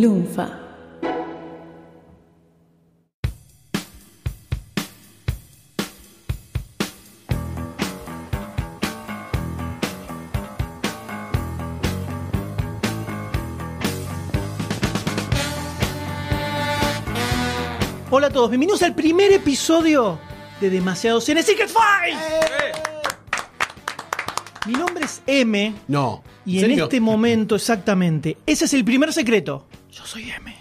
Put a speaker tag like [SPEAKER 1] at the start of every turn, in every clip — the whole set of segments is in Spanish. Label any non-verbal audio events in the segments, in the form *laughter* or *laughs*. [SPEAKER 1] Lunfa.
[SPEAKER 2] Hola a todos, bienvenidos al primer episodio de Demasiados en Secret Files. Mi nombre es M
[SPEAKER 3] No.
[SPEAKER 2] y en
[SPEAKER 3] serio?
[SPEAKER 2] este momento exactamente, ese es el primer secreto. Yo soy M.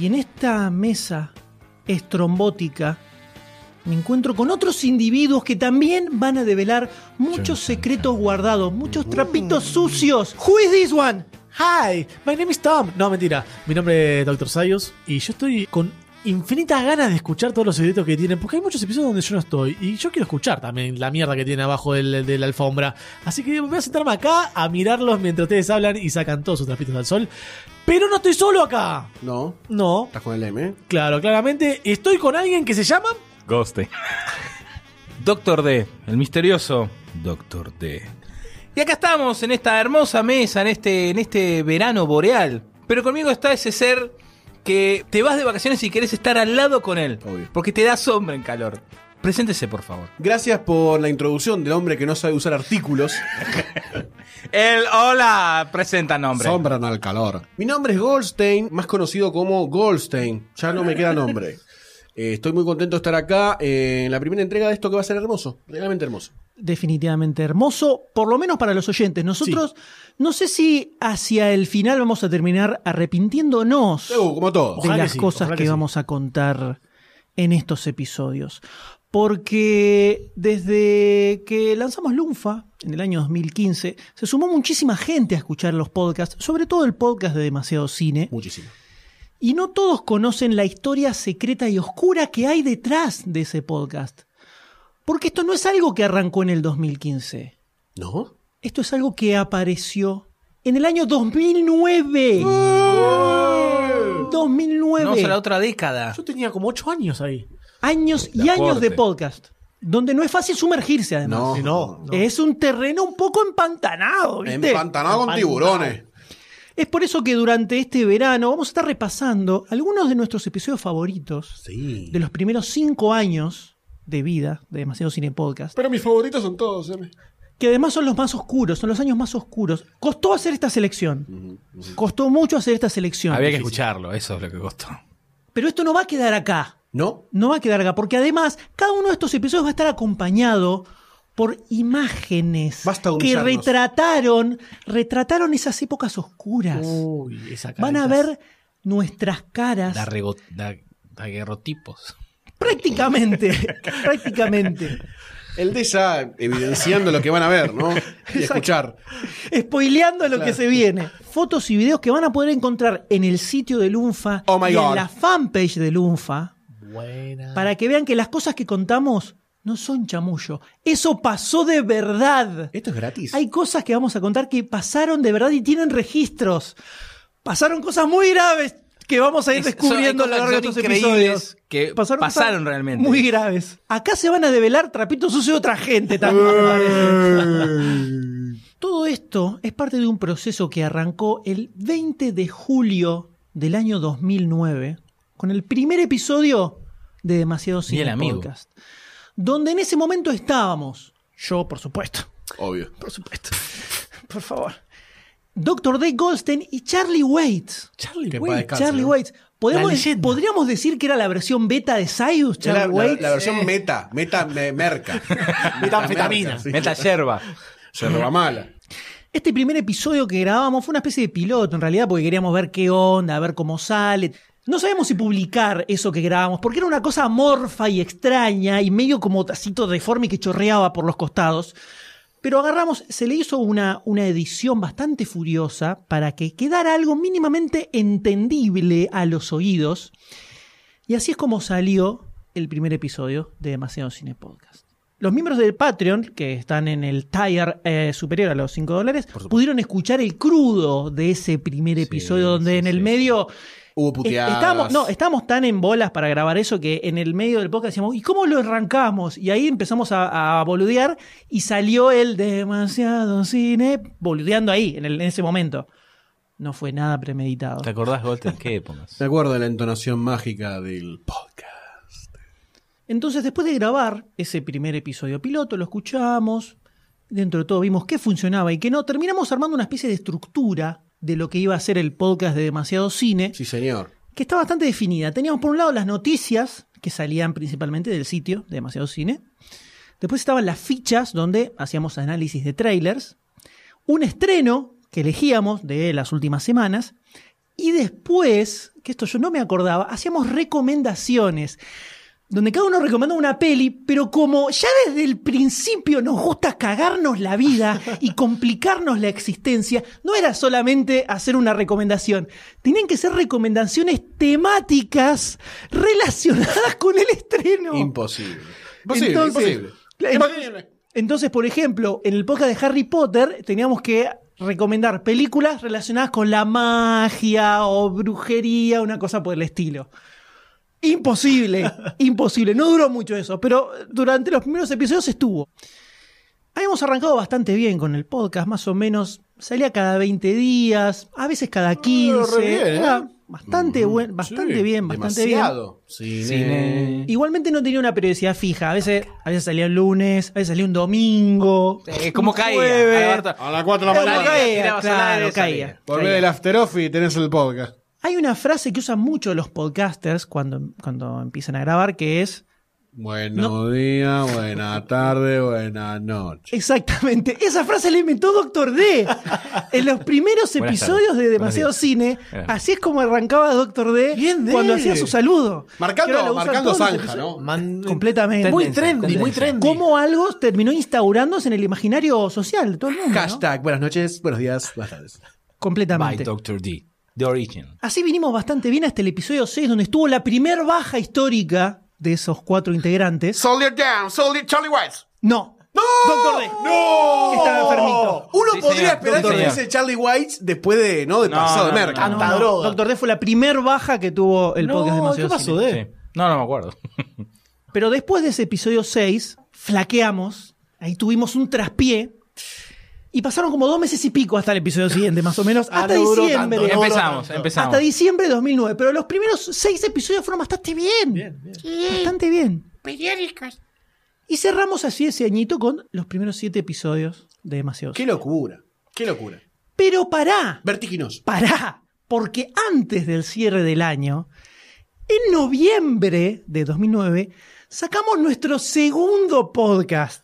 [SPEAKER 2] Y en esta mesa estrombótica me encuentro con otros individuos que también van a develar muchos secretos guardados, muchos trapitos sucios. Who is this one?
[SPEAKER 4] Hi, my name is Tom. No, mentira. Mi nombre es Dr. Sayos y yo estoy con infinitas ganas de escuchar todos los secretos que tienen, porque hay muchos episodios donde yo no estoy y yo quiero escuchar también la mierda que tienen abajo del- de la alfombra. Así que voy a sentarme acá a mirarlos mientras ustedes hablan y sacan todos sus trapitos al sol. Pero no estoy solo acá.
[SPEAKER 3] No.
[SPEAKER 4] No,
[SPEAKER 3] Estás con el M, ¿eh?
[SPEAKER 4] claro, claramente estoy con alguien que se llama
[SPEAKER 5] Goste. Doctor D, el misterioso Doctor D. Y acá estamos en esta hermosa mesa, en este, en este verano boreal. Pero conmigo está ese ser que te vas de vacaciones y querés estar al lado con él.
[SPEAKER 3] Obvio.
[SPEAKER 5] Porque te da sombra en calor. Preséntese, por favor.
[SPEAKER 3] Gracias por la introducción del hombre que no sabe usar artículos.
[SPEAKER 5] El hola, presenta nombre.
[SPEAKER 3] Sombran al calor. Mi nombre es Goldstein, más conocido como Goldstein. Ya no me queda nombre. Eh, estoy muy contento de estar acá eh, en la primera entrega de esto que va a ser hermoso. Realmente hermoso.
[SPEAKER 2] definitivamente hermoso, por lo menos para los oyentes. Nosotros, no sé si hacia el final vamos a terminar arrepintiéndonos
[SPEAKER 3] Eh, como todo.
[SPEAKER 2] de
[SPEAKER 4] Ojalá que
[SPEAKER 2] las
[SPEAKER 4] sí,
[SPEAKER 2] cosas
[SPEAKER 4] ojalá
[SPEAKER 2] que,
[SPEAKER 4] que sí.
[SPEAKER 2] vamos a contar en estos episodios. Porque desde que lanzamos Lunfa en el año 2015, se sumó muchísima gente a escuchar los podcasts, sobre todo el podcast de Demasiado Cine.
[SPEAKER 3] Muchísimo.
[SPEAKER 2] Y no todos conocen la historia secreta y oscura que hay detrás de ese podcast. Porque esto no es algo que arrancó en el 2015.
[SPEAKER 3] ¿No?
[SPEAKER 2] Esto es algo que apareció en el año 2009. 2009.
[SPEAKER 5] Vamos a la otra década.
[SPEAKER 4] Yo tenía como 8 años ahí.
[SPEAKER 2] Años y
[SPEAKER 5] La
[SPEAKER 2] años de
[SPEAKER 5] corte.
[SPEAKER 2] podcast. Donde no es fácil sumergirse, además.
[SPEAKER 3] No.
[SPEAKER 4] Y no, no.
[SPEAKER 2] Es un terreno un poco empantanado, ¿viste?
[SPEAKER 3] Empantanado con tiburones.
[SPEAKER 2] Es por eso que durante este verano vamos a estar repasando algunos de nuestros episodios favoritos
[SPEAKER 3] Sí.
[SPEAKER 2] de los primeros cinco años de vida de Demasiado Cine Podcast.
[SPEAKER 3] Pero mis favoritos son todos, M.
[SPEAKER 2] que además son los más oscuros, son los años más oscuros. Costó hacer esta selección. Costó mucho hacer esta selección.
[SPEAKER 5] Había que escucharlo, eso es lo que costó.
[SPEAKER 2] Pero esto no va a quedar acá.
[SPEAKER 3] ¿No?
[SPEAKER 2] No va a quedar acá, porque además cada uno de estos episodios va a estar acompañado por imágenes
[SPEAKER 3] Basta de
[SPEAKER 2] que
[SPEAKER 3] humillarnos.
[SPEAKER 2] retrataron, retrataron esas épocas oscuras.
[SPEAKER 3] Uh,
[SPEAKER 4] Uy, esa
[SPEAKER 2] Van a
[SPEAKER 4] carita.
[SPEAKER 2] ver nuestras caras
[SPEAKER 5] Darrego- da- Daguerrotipos.
[SPEAKER 2] prácticamente, *laughs* prácticamente.
[SPEAKER 3] El de ya evidenciando lo que van a ver, ¿no? Y escuchar.
[SPEAKER 2] spoileando lo que se viene. Fotos y videos que van a poder encontrar en el sitio de Lunfa
[SPEAKER 3] Oh my
[SPEAKER 2] y
[SPEAKER 3] God.
[SPEAKER 2] en la fanpage de Lunfa
[SPEAKER 4] Buena.
[SPEAKER 2] para que vean que las cosas que contamos no son chamullo. Eso pasó de verdad.
[SPEAKER 3] Esto es gratis.
[SPEAKER 2] Hay cosas que vamos a contar que pasaron de verdad y tienen registros. Pasaron cosas muy graves que vamos a ir
[SPEAKER 5] Es-
[SPEAKER 2] descubriendo a
[SPEAKER 5] son-
[SPEAKER 2] lo
[SPEAKER 5] hay
[SPEAKER 2] largo de
[SPEAKER 5] cosas
[SPEAKER 2] estos
[SPEAKER 5] que son increíbles
[SPEAKER 2] episodios.
[SPEAKER 5] que
[SPEAKER 2] cosas
[SPEAKER 5] pasaron realmente.
[SPEAKER 2] Muy graves. Acá se van a develar trapitos sucios de otra gente también. me parece. Todo esto es parte de un proceso que arrancó el 20 de julio del año 2009 con el primer episodio de Demasiado Cine
[SPEAKER 5] el amigo.
[SPEAKER 2] Podcast. Donde en ese momento estábamos. Yo, por supuesto. *laughs*
[SPEAKER 3] Obvio.
[SPEAKER 2] Por supuesto. *laughs* Por favor. Doctor D. Goldstein y Charlie Waits.
[SPEAKER 4] Charlie,
[SPEAKER 3] Que en
[SPEAKER 4] güey.
[SPEAKER 3] paz descanse,
[SPEAKER 2] Charlie
[SPEAKER 3] ¿no?
[SPEAKER 2] Waits.
[SPEAKER 4] La
[SPEAKER 2] ¿Podemos,
[SPEAKER 4] leyenda.
[SPEAKER 2] podríamos decir que era la versión beta de Cyrus,
[SPEAKER 3] Es La,
[SPEAKER 2] Charlie
[SPEAKER 3] la-
[SPEAKER 2] Waits.
[SPEAKER 3] la versión meta, meta
[SPEAKER 2] *laughs*
[SPEAKER 3] me- merca.
[SPEAKER 4] Metanfetamina.
[SPEAKER 3] merca, sí.
[SPEAKER 5] Meta yerba.
[SPEAKER 3] Se roba mala.
[SPEAKER 2] Este primer episodio que grabamos fue una especie de piloto, en realidad, porque queríamos ver qué onda, a ver cómo sale. No sabíamos si publicar eso que grabamos, porque era una cosa amorfa y extraña y medio como tacito deforme que chorreaba por los costados. Pero agarramos, se le hizo una, una edición bastante furiosa para que quedara algo mínimamente entendible a los oídos. Y así es como salió el primer episodio de Demasiado Cine Podcast. Los miembros del Patreon, que están en el tier eh, superior a los 5 dólares, pudieron escuchar el crudo de ese primer episodio donde en el medio...
[SPEAKER 3] Hubo
[SPEAKER 2] es-
[SPEAKER 3] puteadas.
[SPEAKER 2] Eh, Estábamos, no, estábamos tan en bolas para grabar eso que en el medio del podcast decíamos, ¿y cómo lo arrancamos? Y ahí empezamos a, a boludear y salió el demasiado cine boludeando ahí, en, el- en ese momento. No fue nada premeditado.
[SPEAKER 5] ¿Te acordás, Golden? ¿Qué épocas?
[SPEAKER 3] Me acuerdo de la entonación mágica del podcast.
[SPEAKER 2] Entonces, después de grabar ese primer episodio piloto, lo escuchamos, dentro de todo vimos qué funcionaba y qué no, terminamos armando una especie de estructura de lo que iba a ser el podcast de Demasiado Cine,
[SPEAKER 3] Sí, señor.
[SPEAKER 2] que está bastante definida. Teníamos por un lado las noticias, que salían principalmente del sitio de Demasiado Cine. Después estaban las fichas, donde hacíamos análisis de trailers. Un estreno que elegíamos de las últimas semanas. Y después, que esto yo no me acordaba, hacíamos recomendaciones. Donde cada uno recomendaba una peli, pero como ya desde el principio nos gusta cagarnos la vida y complicarnos la existencia, no era solamente hacer una recomendación. Tenían que ser recomendaciones temáticas relacionadas con el estreno.
[SPEAKER 3] Imposible. Imposible,
[SPEAKER 2] Entonces,
[SPEAKER 3] imposible.
[SPEAKER 2] cla-
[SPEAKER 3] Imposible.
[SPEAKER 2] Entonces, por ejemplo, en el podcast de Harry Potter teníamos que recomendar películas relacionadas con la magia o brujería, una cosa por el estilo.
[SPEAKER 3] *laughs*
[SPEAKER 2] Imposible, imposible. No duró mucho eso, pero durante los primeros episodios estuvo. Habíamos arrancado bastante bien con el podcast, más o menos. Salía cada 20 días, a veces cada 15.
[SPEAKER 3] Ah, re bien, ¿eh?
[SPEAKER 2] Era bastante, buen, bastante
[SPEAKER 3] Sí,
[SPEAKER 2] bien, bastante bien.
[SPEAKER 3] demasiado. Cine.
[SPEAKER 5] Cine.
[SPEAKER 2] Igualmente no tenía una periodicidad fija. A veces, a veces salía un lunes, a veces salía un domingo.
[SPEAKER 5] Eh, como
[SPEAKER 2] un
[SPEAKER 5] caía,
[SPEAKER 2] jueves.
[SPEAKER 5] Alberto.
[SPEAKER 3] A las 4 de
[SPEAKER 2] Era
[SPEAKER 3] la
[SPEAKER 2] como
[SPEAKER 5] Salía,
[SPEAKER 3] mañana.
[SPEAKER 2] caía,
[SPEAKER 5] tirabas al aire,
[SPEAKER 2] claro, caía,
[SPEAKER 5] salía.
[SPEAKER 3] Volvé
[SPEAKER 2] caía.
[SPEAKER 3] del after off y tenés el podcast.
[SPEAKER 2] Hay una frase que usan mucho los podcasters cuando, cuando empiezan a grabar que es
[SPEAKER 3] Buenos días, buena tarde, buena noche.
[SPEAKER 2] exactamente esa frase la inventó Doctor
[SPEAKER 5] *laughs*
[SPEAKER 2] D en los primeros
[SPEAKER 5] Buenas
[SPEAKER 2] episodios
[SPEAKER 5] tardes,
[SPEAKER 2] de
[SPEAKER 5] buenos
[SPEAKER 2] Demasiado
[SPEAKER 5] días.
[SPEAKER 2] Cine
[SPEAKER 5] Buenas.
[SPEAKER 2] así es como arrancaba Doctor D
[SPEAKER 4] Bien, D.
[SPEAKER 2] cuando hacía su saludo Que ahora lo usan
[SPEAKER 3] Marcando, marcando
[SPEAKER 2] todos los
[SPEAKER 3] zanja,
[SPEAKER 2] episodios.
[SPEAKER 3] ¿no?
[SPEAKER 4] Man-
[SPEAKER 2] completamente
[SPEAKER 4] Muy
[SPEAKER 5] Tendencia,
[SPEAKER 4] trendy, muy
[SPEAKER 5] tendencia.
[SPEAKER 4] trendy.
[SPEAKER 2] cómo algo terminó instaurándose en el imaginario social de todo el mundo ¿no?
[SPEAKER 3] Hashtag, buenas noches, buenos días, buenas tardes.
[SPEAKER 5] By
[SPEAKER 2] completamente
[SPEAKER 5] Dr. D. The Origin.
[SPEAKER 2] Así vinimos bastante bien hasta el episodio 6, donde estuvo la primer baja histórica de esos cuatro integrantes.
[SPEAKER 3] Soldier down, soldier Charlie Weiss.
[SPEAKER 2] No.
[SPEAKER 3] ¡No!
[SPEAKER 2] Doctor D.
[SPEAKER 3] ¡No!
[SPEAKER 2] Estaba enfermito.
[SPEAKER 3] Uno
[SPEAKER 5] Sí,
[SPEAKER 3] podría
[SPEAKER 5] señor.
[SPEAKER 3] esperar que
[SPEAKER 5] Doctor D.
[SPEAKER 3] fuese Charlie White después de, ¿no? De
[SPEAKER 5] No,
[SPEAKER 3] pasado
[SPEAKER 5] no,
[SPEAKER 3] de
[SPEAKER 5] no,
[SPEAKER 3] merca.
[SPEAKER 4] no.
[SPEAKER 2] No,
[SPEAKER 4] droga.
[SPEAKER 2] Doctor D fue la primer baja que tuvo el
[SPEAKER 4] No,
[SPEAKER 2] podcast de Demasiado
[SPEAKER 4] ¿qué pasó,
[SPEAKER 2] Cine.
[SPEAKER 4] D?
[SPEAKER 5] Sí. No, no me acuerdo.
[SPEAKER 2] Pero después de ese episodio 6, flaqueamos. Ahí tuvimos un traspié. Y pasaron como dos meses y pico hasta el episodio siguiente, más o menos.
[SPEAKER 4] *laughs* Ah,
[SPEAKER 2] Hasta
[SPEAKER 4] no duró
[SPEAKER 2] diciembre.
[SPEAKER 4] tanto, no duró
[SPEAKER 5] empezamos,
[SPEAKER 4] tanto.
[SPEAKER 5] empezamos.
[SPEAKER 2] hasta diciembre de 2009. Pero los primeros seis episodios fueron bastante bien.
[SPEAKER 4] Bien, bien.
[SPEAKER 2] Bastante bien.
[SPEAKER 1] periódicos.
[SPEAKER 2] Y cerramos así ese añito con los primeros siete episodios de Demasiado.
[SPEAKER 3] Qué
[SPEAKER 2] Cine.
[SPEAKER 3] locura, qué locura.
[SPEAKER 2] Pero pará,
[SPEAKER 3] Vertiginoso.
[SPEAKER 2] pará, porque antes del cierre del año, en noviembre de 2009, sacamos nuestro segundo podcast.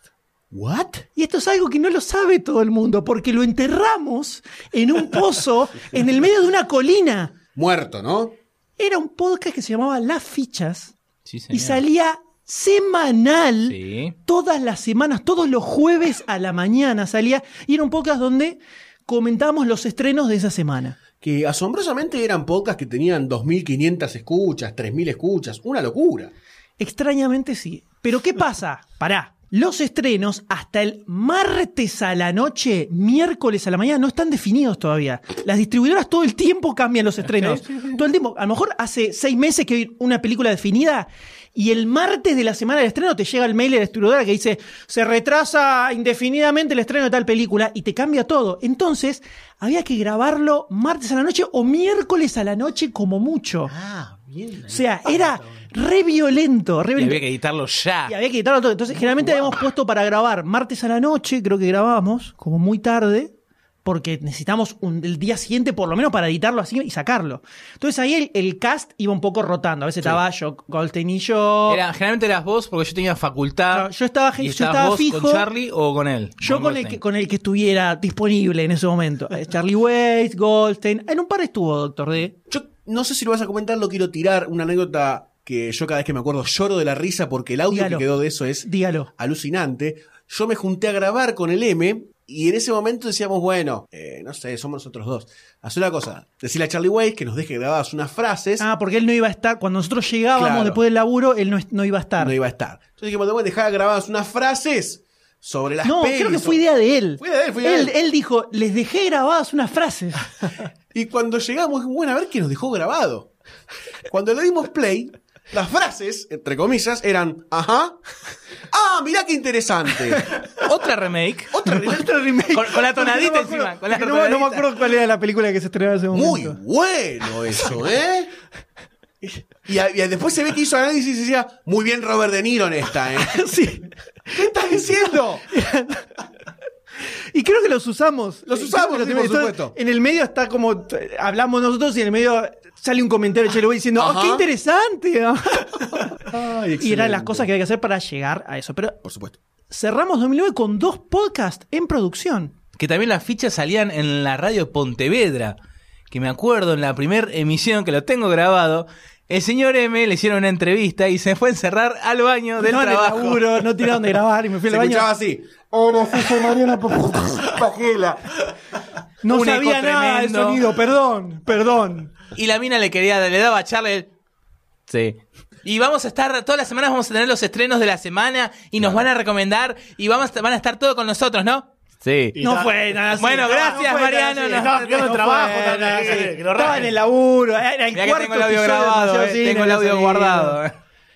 [SPEAKER 3] ¿What?
[SPEAKER 2] Y esto es algo que no lo sabe todo el mundo, porque lo enterramos en
[SPEAKER 3] *laughs*
[SPEAKER 2] un pozo en el medio de una colina.
[SPEAKER 3] Muerto, ¿no?
[SPEAKER 2] Era un podcast que se llamaba Las Fichas
[SPEAKER 5] Sí, señor.
[SPEAKER 2] y salía semanal.
[SPEAKER 5] Sí.
[SPEAKER 2] todas las semanas, todos los jueves a la mañana salía y era un podcast donde comentábamos los estrenos de esa semana.
[SPEAKER 3] Que asombrosamente eran podcasts que tenían 2.500 escuchas, 3.000 escuchas, una locura.
[SPEAKER 2] Extrañamente sí. Pero ¿qué pasa? Pará. Los estrenos hasta el martes a la noche, miércoles a la mañana, no están definidos todavía. Las distribuidoras todo el tiempo cambian los estrenos. Todo el tiempo. A lo mejor hace seis meses que hay una película definida y el martes de la semana del estreno te llega el mail de la distribuidora que dice se retrasa indefinidamente el estreno de tal película y te cambia todo. Entonces, había que grabarlo martes a la noche o miércoles a la noche como mucho.
[SPEAKER 4] Ah, bien.
[SPEAKER 2] O sea, era re violento, re
[SPEAKER 5] Y
[SPEAKER 2] violento.
[SPEAKER 5] había que editarlo ya.
[SPEAKER 3] Ah.
[SPEAKER 2] Y había que editarlo todo. Entonces, generalmente habíamos puesto para grabar martes a la noche, creo que grabábamos, como muy tarde, porque necesitamos un- el día siguiente por lo menos para editarlo así y sacarlo. Entonces ahí el, el cast iba un poco rotando. A veces estaba yo, Goldstein y yo.
[SPEAKER 5] Era, generalmente eras vos porque yo tenía facultad.
[SPEAKER 2] Claro, yo estaba-
[SPEAKER 5] y
[SPEAKER 2] yo
[SPEAKER 5] estabas
[SPEAKER 2] estaba
[SPEAKER 5] vos
[SPEAKER 2] fijo.
[SPEAKER 5] ¿Con Charlie o con él?
[SPEAKER 2] Yo con el, que, con el que estuviera disponible en ese momento. Eh, Charlie Waits, Goldstein. En un par estuvo, Doctor D.
[SPEAKER 3] Yo no sé si lo vas a comentar, lo quiero tirar. Una anécdota que yo cada vez que me acuerdo lloro de la risa porque el audio
[SPEAKER 2] Dígalo.
[SPEAKER 3] que quedó de eso es
[SPEAKER 2] Dígalo.
[SPEAKER 3] alucinante. Yo me junté a grabar con el M y en ese momento decíamos, bueno, eh, no sé, somos nosotros dos. Haz una cosa, decirle a Charlie Way que nos deje grabadas unas frases.
[SPEAKER 2] Ah, porque él no iba a estar. Cuando nosotros llegábamos
[SPEAKER 3] Claro.
[SPEAKER 2] después del laburo, él no, no iba a estar.
[SPEAKER 3] No iba a estar. Entonces dijimos, bueno, dejá grabadas unas frases sobre las
[SPEAKER 2] No,
[SPEAKER 3] pelis,
[SPEAKER 2] creo que
[SPEAKER 3] sobre-
[SPEAKER 2] fue idea de él.
[SPEAKER 3] Fue idea de él, fue idea de él.
[SPEAKER 2] Él dijo, les dejé grabadas unas frases.
[SPEAKER 3] Y cuando llegamos, bueno, a ver qué nos dejó grabado. Cuando le dimos play, Las frases, entre comillas, eran, ajá, ah, mirá qué interesante.
[SPEAKER 5] Otra remake.
[SPEAKER 2] *laughs*
[SPEAKER 3] Otra
[SPEAKER 2] Otro remake.
[SPEAKER 5] Con, con la tonadita
[SPEAKER 2] No me acuerdo-
[SPEAKER 5] encima. Con la
[SPEAKER 2] no, me- no me
[SPEAKER 5] tonadita.
[SPEAKER 2] acuerdo cuál era la película que se estrenaba en ese
[SPEAKER 3] Muy
[SPEAKER 2] momento.
[SPEAKER 3] bueno eso, ¿eh? Y, a- y a- después se ve que hizo análisis y decía, muy bien Robert De Niro en esta,
[SPEAKER 6] *laughs*
[SPEAKER 3] ¿eh?
[SPEAKER 2] *laughs* Sí.
[SPEAKER 3] ¿Qué estás diciendo?
[SPEAKER 2] *laughs* Y creo que los usamos.
[SPEAKER 3] Los
[SPEAKER 2] Eh,
[SPEAKER 3] usamos,
[SPEAKER 2] creo que
[SPEAKER 3] sí,
[SPEAKER 2] los-
[SPEAKER 3] por
[SPEAKER 2] entonces,
[SPEAKER 3] supuesto.
[SPEAKER 2] En el medio está como t- hablamos nosotros y en el medio sale un comentario de Chelo diciendo, "Oh,
[SPEAKER 3] Ajá.
[SPEAKER 2] qué interesante! *laughs*
[SPEAKER 3] Ay,
[SPEAKER 2] y eran las cosas que hay que hacer para llegar a eso. Pero
[SPEAKER 3] Por supuesto.
[SPEAKER 2] cerramos 2009 con dos podcasts en producción.
[SPEAKER 5] Que también las fichas salían en la radio Pontevedra. Que me acuerdo en la primera emisión que lo tengo grabado. El señor M le hicieron una entrevista y se fue a encerrar al baño del
[SPEAKER 2] no en el
[SPEAKER 5] trabajo.
[SPEAKER 2] laburo, no tenía donde grabar y me fui
[SPEAKER 3] Se
[SPEAKER 2] al baño.
[SPEAKER 3] escuchaba así.
[SPEAKER 6] Ahora sí soy Mariana
[SPEAKER 3] *laughs*
[SPEAKER 6] Pajela.
[SPEAKER 2] No
[SPEAKER 5] un
[SPEAKER 2] sabía
[SPEAKER 5] eco
[SPEAKER 2] nada del
[SPEAKER 5] tremendo.
[SPEAKER 2] sonido, perdón, perdón.
[SPEAKER 5] Y la mina le quería, le daba a Charlie. el- Sí. Y vamos a estar, todas las semanas vamos a tener los estrenos de la semana y nos van a recomendar y vamos a- van a estar todos con nosotros, ¿no? Sí.
[SPEAKER 4] Y
[SPEAKER 2] No
[SPEAKER 4] ta-
[SPEAKER 2] fue nada así.
[SPEAKER 5] Bueno,
[SPEAKER 2] No,
[SPEAKER 5] gracias,
[SPEAKER 2] no fue nada así.
[SPEAKER 5] Mariano, nos-
[SPEAKER 2] Estaba buscando
[SPEAKER 4] no
[SPEAKER 2] trabajo
[SPEAKER 4] fue
[SPEAKER 2] también,
[SPEAKER 4] nada
[SPEAKER 2] sí.
[SPEAKER 4] así, que lo
[SPEAKER 2] Estaba
[SPEAKER 4] rajen.
[SPEAKER 2] en el laburo. Era el
[SPEAKER 5] Mirá que
[SPEAKER 2] cuarto
[SPEAKER 5] tengo el audio
[SPEAKER 2] episodio de
[SPEAKER 5] grabado,
[SPEAKER 2] Demasiado
[SPEAKER 5] eh,
[SPEAKER 2] Cine,
[SPEAKER 5] tengo el audio
[SPEAKER 2] no sé.
[SPEAKER 5] guardado. eh.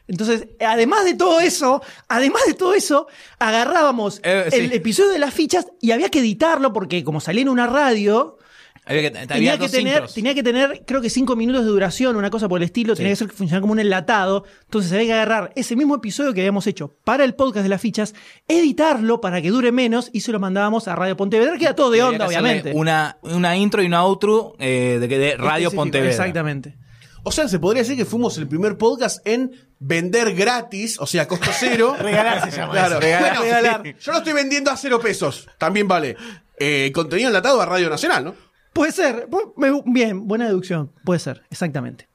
[SPEAKER 2] Entonces, además de todo eso, además de todo eso, agarrábamos
[SPEAKER 5] Eh, sí.
[SPEAKER 2] el episodio de las fichas y había que editarlo porque como salía en una radio,
[SPEAKER 5] Había que, había
[SPEAKER 2] tenía que,
[SPEAKER 5] dos
[SPEAKER 2] tener,
[SPEAKER 5] intros.
[SPEAKER 2] tenía que tener, creo que cinco minutos de duración, una cosa por el estilo, tenía que ser que funcionara como un enlatado. Entonces había que agarrar ese mismo episodio que habíamos hecho para el podcast de las fichas, editarlo para que dure menos y se lo mandábamos a Radio Pontevedra, que era todo de
[SPEAKER 5] Había
[SPEAKER 2] onda,
[SPEAKER 5] que hacerle
[SPEAKER 2] obviamente. Este
[SPEAKER 5] Una, una intro y una outro eh, de, que- de Radio
[SPEAKER 2] Específico,
[SPEAKER 5] Pontevedra.
[SPEAKER 2] Exactamente.
[SPEAKER 3] O sea, se podría decir que fuimos el primer podcast en vender gratis, o sea, costo cero.
[SPEAKER 4] Regalar se llama
[SPEAKER 3] Claro,
[SPEAKER 4] eso.
[SPEAKER 3] regalar.
[SPEAKER 2] Bueno, regalar.
[SPEAKER 3] *laughs* Yo lo estoy vendiendo a cero pesos. También vale. Eh, contenido enlatado a Radio Nacional, ¿no?
[SPEAKER 2] Puede ser. Bu- me- Bien, buena deducción. Puede ser, exactamente.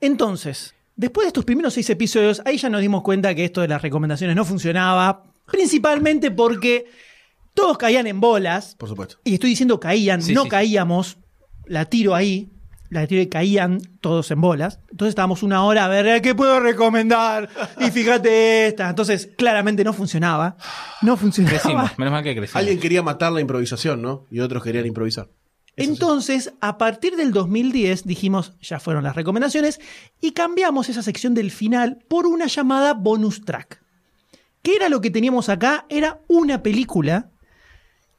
[SPEAKER 2] Entonces, después de estos primeros seis episodios, ahí ya nos dimos cuenta que esto de las recomendaciones no funcionaba, principalmente porque todos caían en bolas,
[SPEAKER 3] Por supuesto.
[SPEAKER 2] y estoy diciendo caían,
[SPEAKER 5] Sí,
[SPEAKER 2] no
[SPEAKER 5] sí.
[SPEAKER 2] caíamos, la tiro ahí, la tiro y caían todos en bolas. Entonces estábamos una hora a ver, "Eh, ¿qué puedo recomendar? Y fíjate esta. Entonces, claramente no funcionaba. No funcionaba. *laughs*
[SPEAKER 5] Crecimos, menos mal que crecimos.
[SPEAKER 3] Alguien quería matar la improvisación, ¿no? Y otros querían improvisar. Eso sí.
[SPEAKER 2] Entonces, a partir del 2010 dijimos, ya fueron las recomendaciones, y cambiamos esa sección del final por una llamada bonus track. Que era lo que teníamos acá? Era una película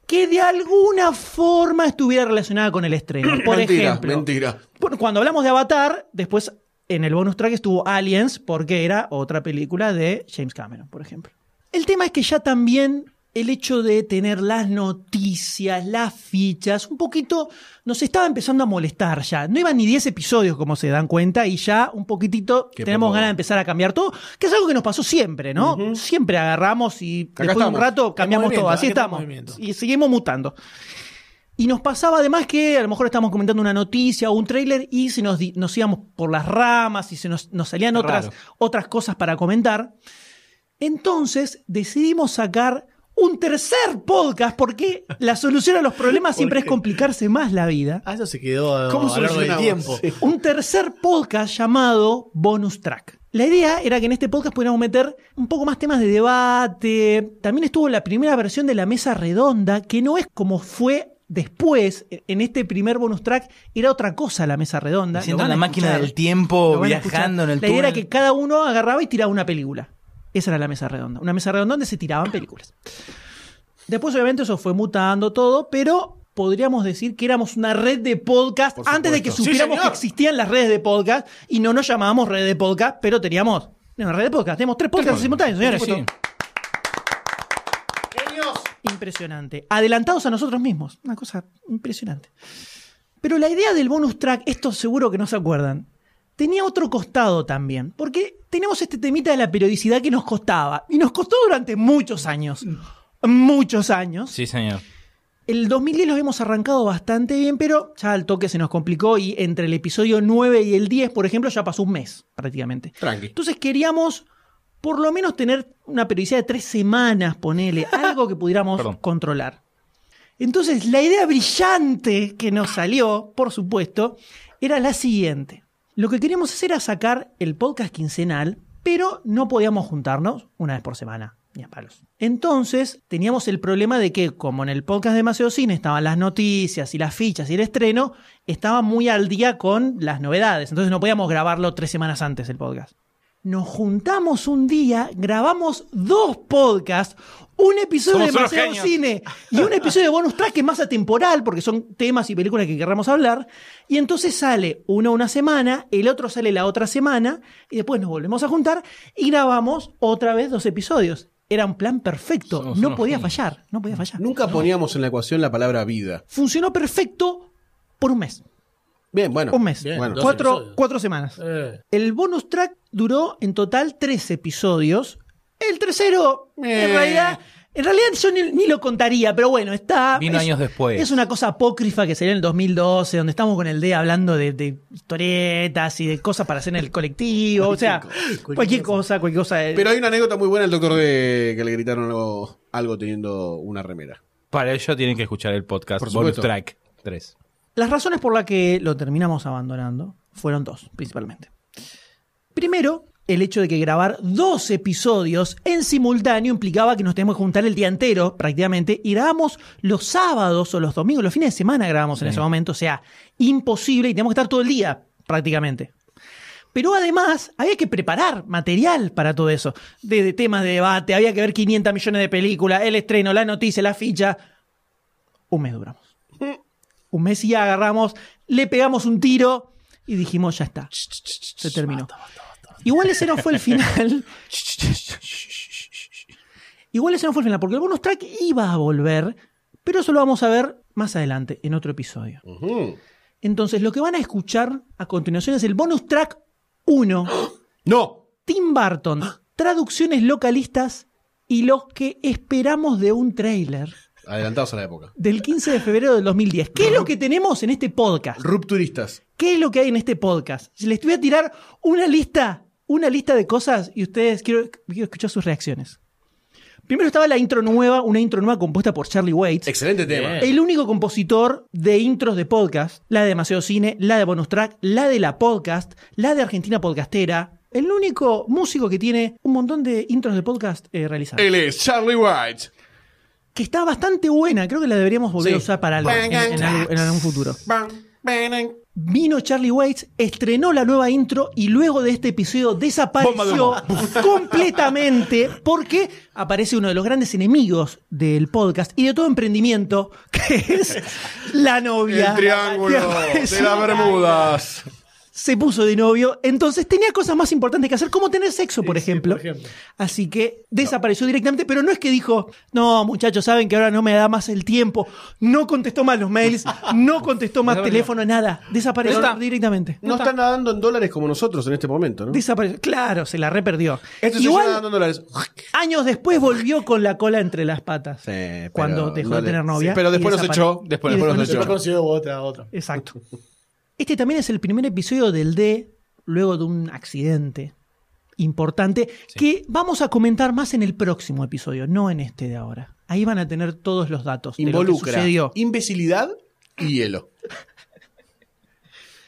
[SPEAKER 2] que de alguna forma estuviera relacionada con el estreno. Por
[SPEAKER 3] mentira,
[SPEAKER 2] ejemplo,
[SPEAKER 3] mentira.
[SPEAKER 2] bueno, cuando hablamos de Avatar, después en el bonus track estuvo Aliens, porque era otra película de James Cameron, por ejemplo. El tema es que ya también el hecho de tener las noticias, las fichas, un poquito nos estaba empezando a molestar ya. No iban ni 10 episodios, como se dan cuenta, y ya un poquitito
[SPEAKER 3] Qué
[SPEAKER 2] tenemos
[SPEAKER 3] poco.
[SPEAKER 2] ganas de empezar a cambiar todo, que es algo que nos pasó siempre, ¿no? Siempre agarramos y después de un
[SPEAKER 3] estamos.
[SPEAKER 2] rato cambiamos
[SPEAKER 4] movimiento,
[SPEAKER 2] todo, así
[SPEAKER 4] hay que tener
[SPEAKER 2] estamos.
[SPEAKER 4] movimiento.
[SPEAKER 2] Y seguimos mutando. Y nos pasaba además que a lo mejor estábamos comentando una noticia o un tráiler y se nos, di- nos íbamos por las ramas y se nos, nos salían
[SPEAKER 5] Qué
[SPEAKER 2] otras,
[SPEAKER 5] raro.
[SPEAKER 2] otras cosas para comentar. Entonces decidimos sacar un tercer podcast porque la solución a los problemas siempre es complicarse más la vida.
[SPEAKER 4] Ah, eso se quedó a,
[SPEAKER 3] ¿Cómo
[SPEAKER 4] a lo largo del
[SPEAKER 3] solucionamos?
[SPEAKER 4] tiempo. Eh,
[SPEAKER 3] Sí.
[SPEAKER 2] Un tercer podcast llamado Bonus Track. La idea era que en este podcast pudiéramos meter un poco más temas de debate. También estuvo la primera versión de la mesa redonda, que no es como fue después. En este primer bonus track era otra cosa la mesa redonda.
[SPEAKER 5] Me siento
[SPEAKER 2] Lo
[SPEAKER 5] en
[SPEAKER 2] van
[SPEAKER 5] la
[SPEAKER 2] a
[SPEAKER 5] máquina
[SPEAKER 2] escuchar.
[SPEAKER 5] del tiempo,
[SPEAKER 2] Lo van a
[SPEAKER 5] viajando
[SPEAKER 2] escuchar.
[SPEAKER 5] en el
[SPEAKER 2] La idea era
[SPEAKER 5] túnel.
[SPEAKER 2] que cada uno agarraba y tiraba una película. Esa era la mesa redonda. Una mesa redonda donde se tiraban películas. Después, obviamente, eso fue mutando todo, pero podríamos decir que éramos una red de podcast
[SPEAKER 3] Por supuesto.
[SPEAKER 2] antes de que
[SPEAKER 3] Sí,
[SPEAKER 2] supiéramos que
[SPEAKER 3] señor.
[SPEAKER 2] existían las redes de podcast y no nos llamábamos red de podcast, pero teníamos una red de podcast. Tenemos tres podcasts simultáneos, señores.
[SPEAKER 5] Sí.
[SPEAKER 2] Impresionante. Adelantados a nosotros mismos. Una cosa impresionante. Pero la idea del bonus track, esto seguro que no se acuerdan, tenía otro costado también. Porque tenemos este temita de la periodicidad que nos costaba. Y nos costó durante muchos años. Muchos años.
[SPEAKER 5] Sí, señor.
[SPEAKER 2] El 2010 lo habíamos arrancado bastante bien, pero ya al toque se nos complicó y entre el episodio 9 y el 10, por ejemplo, ya pasó un mes prácticamente.
[SPEAKER 3] Tranqui.
[SPEAKER 2] Entonces queríamos por lo menos tener una periodicidad de tres semanas, ponele, algo que pudiéramos
[SPEAKER 5] Perdón.
[SPEAKER 2] controlar. Entonces la idea brillante que nos salió, por supuesto, era la siguiente. Lo que queríamos hacer era sacar el podcast quincenal, pero no podíamos juntarnos una vez por semana. Ni a palos. Entonces teníamos el problema de que, como en el podcast de Maceo Cine estaban las noticias y las fichas y el estreno, estaba muy al día con las novedades. Entonces no podíamos grabarlo tres semanas antes el podcast. nos juntamos un día, grabamos dos podcasts, un episodio
[SPEAKER 5] Somos
[SPEAKER 2] de
[SPEAKER 5] unos
[SPEAKER 2] Demasiado
[SPEAKER 5] genios.
[SPEAKER 2] Cine y un episodio de Bonus Track que es más atemporal, porque son temas y películas que querramos hablar. Y entonces sale uno una semana, el otro sale la otra semana, y después nos volvemos a juntar y grabamos otra vez dos episodios. Era un plan perfecto,
[SPEAKER 5] Somos
[SPEAKER 2] no
[SPEAKER 5] unos
[SPEAKER 2] podía
[SPEAKER 5] genios.
[SPEAKER 2] fallar, no podía fallar.
[SPEAKER 3] Nunca poníamos en la ecuación la palabra vida.
[SPEAKER 2] Funcionó perfecto por un mes.
[SPEAKER 3] Bien, bueno.
[SPEAKER 2] Un mes.
[SPEAKER 3] Bueno,
[SPEAKER 4] Dos
[SPEAKER 2] Cuatro,
[SPEAKER 4] episodios.
[SPEAKER 2] cuatro semanas.
[SPEAKER 4] Eh,
[SPEAKER 2] El bonus track duró en total tres episodios. El tercero, en
[SPEAKER 3] Eh.
[SPEAKER 2] realidad, en realidad yo ni, ni lo contaría, pero bueno, está.
[SPEAKER 5] Vino
[SPEAKER 2] es-
[SPEAKER 5] años después.
[SPEAKER 2] Es una cosa apócrifa que salió en el 2012, donde estamos con el D hablando de, de historietas y de cosas para hacer en el colectivo. o sea, cualquier, cosa, cualquier cosa. eh,
[SPEAKER 3] Pero hay una anécdota muy buena del doctor D que le gritaron algo, algo teniendo una remera.
[SPEAKER 5] Para ello tienen que escuchar el podcast
[SPEAKER 3] Por
[SPEAKER 5] Bonus
[SPEAKER 3] supuesto.
[SPEAKER 5] Track 3.
[SPEAKER 2] Las razones por las que lo terminamos abandonando fueron dos, principalmente. Primero, el hecho de que grabar dos episodios en simultáneo implicaba que nos teníamos que juntar el día entero, prácticamente, y grabamos los sábados o los domingos, los fines de semana grabamos en ese momento, o sea, imposible y teníamos que estar todo el día, prácticamente. Pero además había que preparar material para todo eso, de, de temas de debate, había que ver 500 millones de películas, el estreno, la noticia, la ficha. Un mes duramos. Un mes y agarramos, le pegamos un tiro y dijimos, ya está. Se terminó. Igual ese no fue el final. Igual ese no fue el final, porque el bonus track iba a volver, pero eso lo vamos a ver más adelante, en otro episodio.
[SPEAKER 3] Mm. Ujú.
[SPEAKER 2] Entonces, lo que van a escuchar a continuación es el bonus track 1,
[SPEAKER 3] ¡No!
[SPEAKER 2] Tim Burton, traducciones localistas y los que esperamos de un tráiler
[SPEAKER 3] Adelantados a la época.
[SPEAKER 2] del 15 de febrero del 2010. ¿Qué es lo que tenemos en este podcast?
[SPEAKER 3] Rupturistas.
[SPEAKER 2] ¿Qué es lo que hay en este podcast? Si les voy a tirar una lista, una lista de cosas y ustedes quiero, quiero escuchar sus reacciones. Primero estaba la intro nueva, una intro nueva compuesta por Charlie Waits.
[SPEAKER 3] Excelente tema.
[SPEAKER 2] El único compositor de intros de podcast, la de Demasiado Cine, la de Bonus Track, la de la podcast, la de Argentina Podcastera. El único músico que tiene un montón de intros de podcast eh, realizados.
[SPEAKER 3] Él es Charlie White.
[SPEAKER 2] Que está bastante buena, creo que la deberíamos volver
[SPEAKER 3] Sí.
[SPEAKER 2] a usar para algo en- en algo- en algún futuro.
[SPEAKER 3] Bam, bam, bam.
[SPEAKER 2] Vino Charlie Waits, estrenó la nueva intro y luego de este episodio desapareció
[SPEAKER 3] *laughs*
[SPEAKER 2] completamente porque aparece uno de los grandes enemigos del podcast y de todo emprendimiento, que es la novia.
[SPEAKER 3] El triángulo
[SPEAKER 2] *laughs* Que
[SPEAKER 3] de las Bermudas.
[SPEAKER 2] Se puso de novio, entonces tenía cosas más importantes que hacer, como tener sexo, por,
[SPEAKER 4] Sí, sí,
[SPEAKER 2] ejemplo.
[SPEAKER 4] por ejemplo.
[SPEAKER 2] Así que desapareció directamente, pero no es que dijo, no, muchachos, saben que ahora no me da más el tiempo, no contestó más los mails, no contestó más teléfono, nada. Desapareció
[SPEAKER 5] Está.
[SPEAKER 2] directamente.
[SPEAKER 3] No están nadando en dólares como nosotros en este momento, ¿no?
[SPEAKER 2] Desapareció. Claro, se la reperdió.
[SPEAKER 3] Esto se
[SPEAKER 2] Igual,
[SPEAKER 3] nadando en dólares.
[SPEAKER 2] años después volvió con la cola entre las patas.
[SPEAKER 3] Sí, pero
[SPEAKER 2] cuando dejó
[SPEAKER 3] no
[SPEAKER 2] de
[SPEAKER 3] le-
[SPEAKER 2] tener novia.
[SPEAKER 3] Sí, pero
[SPEAKER 2] y
[SPEAKER 3] después nos
[SPEAKER 2] desapareció.
[SPEAKER 3] echó. Después,
[SPEAKER 2] Y
[SPEAKER 3] después nos
[SPEAKER 2] después
[SPEAKER 3] echó.
[SPEAKER 4] Siempre consiguió otra, otra.
[SPEAKER 3] *laughs*
[SPEAKER 2] Exacto. Este también es el primer episodio del D, luego de un accidente importante, que vamos a comentar más en el próximo episodio, no en este de ahora. Ahí van a tener todos los datos de lo que
[SPEAKER 3] Involucra
[SPEAKER 2] sucedió.
[SPEAKER 3] imbecilidad y hielo.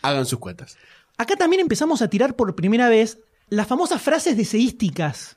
[SPEAKER 3] Hagan sus cuentas.
[SPEAKER 2] Acá también empezamos a tirar por primera vez las famosas frases deseísticas.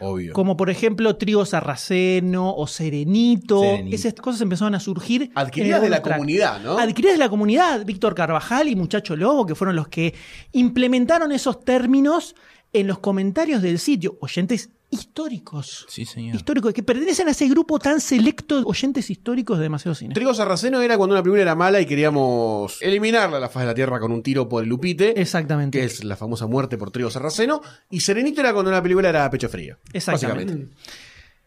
[SPEAKER 3] Obvio.
[SPEAKER 2] Como por ejemplo Trigo Sarraceno o Serenito.
[SPEAKER 5] Serenito.
[SPEAKER 2] Esas cosas empezaron a surgir.
[SPEAKER 3] Adquiridas
[SPEAKER 2] en el
[SPEAKER 3] de la
[SPEAKER 2] bonus track.
[SPEAKER 3] comunidad, ¿no?
[SPEAKER 2] Adquiridas de la comunidad. Víctor Carvajal y Muchacho Lobo, que fueron los que implementaron esos términos en los comentarios del sitio. Oyentes históricos.
[SPEAKER 5] Sí, señor.
[SPEAKER 2] Históricos, que pertenecen a ese grupo tan selecto de oyentes históricos de demasiado cine.
[SPEAKER 3] Trigo sarraceno era cuando una película era mala y queríamos eliminarla a la faz de la tierra con un tiro por el lupite,
[SPEAKER 2] Exactamente.
[SPEAKER 3] que es la famosa muerte por trigo sarraceno. Y serenito era cuando una película era pecho frío.
[SPEAKER 2] Exactamente. Mm.
[SPEAKER 3] básicamente.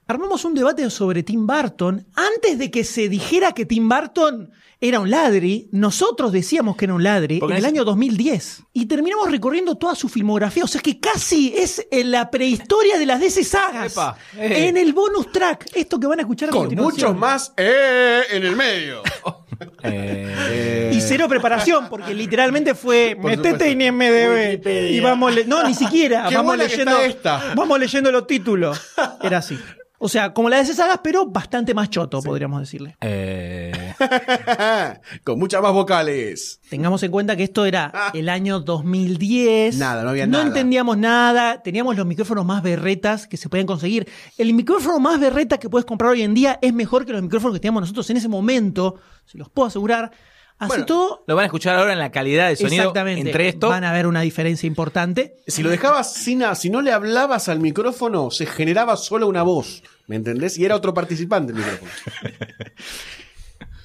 [SPEAKER 2] Armamos un debate sobre Tim Burton. Antes de que se dijera que Tim Burton era un ladri, nosotros decíamos que era un ladri
[SPEAKER 5] Porque
[SPEAKER 2] en el
[SPEAKER 5] es-
[SPEAKER 2] año 2010. Y terminamos recorriendo toda su filmografía. O sea, es que casi es en la prehistoria de las DC sagas.
[SPEAKER 5] Epa, eh.
[SPEAKER 2] En el bonus track. Esto que van a escuchar a
[SPEAKER 3] Con
[SPEAKER 2] continuación.
[SPEAKER 3] muchos más eh, en
[SPEAKER 2] *laughs*
[SPEAKER 3] el medio. *laughs* Eh,
[SPEAKER 2] Y cero preparación, porque literalmente fue
[SPEAKER 3] Por supuesto.
[SPEAKER 2] metete en IMDB
[SPEAKER 4] Wikipedia.
[SPEAKER 2] y vamos le- no ni siquiera,
[SPEAKER 3] *laughs* Qué
[SPEAKER 2] vamos
[SPEAKER 3] buena que
[SPEAKER 2] leyendo
[SPEAKER 3] está esta.
[SPEAKER 2] vamos leyendo los títulos. Era así. O sea, como la de Cesagas, pero bastante más choto, podríamos decirle.
[SPEAKER 5] Eh,
[SPEAKER 3] con muchas más vocales.
[SPEAKER 2] Tengamos en cuenta que esto era el año 2010.
[SPEAKER 3] Ah. Nada, no había
[SPEAKER 2] No
[SPEAKER 3] nada.
[SPEAKER 2] entendíamos nada. Teníamos los micrófonos más berretas que se podían conseguir. El micrófono más berreta que puedes comprar hoy en día es mejor que los micrófonos que teníamos nosotros en ese momento. Se los puedo asegurar. Así
[SPEAKER 3] Bueno,
[SPEAKER 2] todo,
[SPEAKER 5] Lo van a escuchar ahora en la calidad de sonido
[SPEAKER 2] exactamente,
[SPEAKER 5] entre esto.
[SPEAKER 2] van a ver una diferencia importante.
[SPEAKER 3] Si lo dejabas sin nada, si no le hablabas al micrófono, se generaba solo una voz. ¿Me entendés? Y era otro participante el micrófono.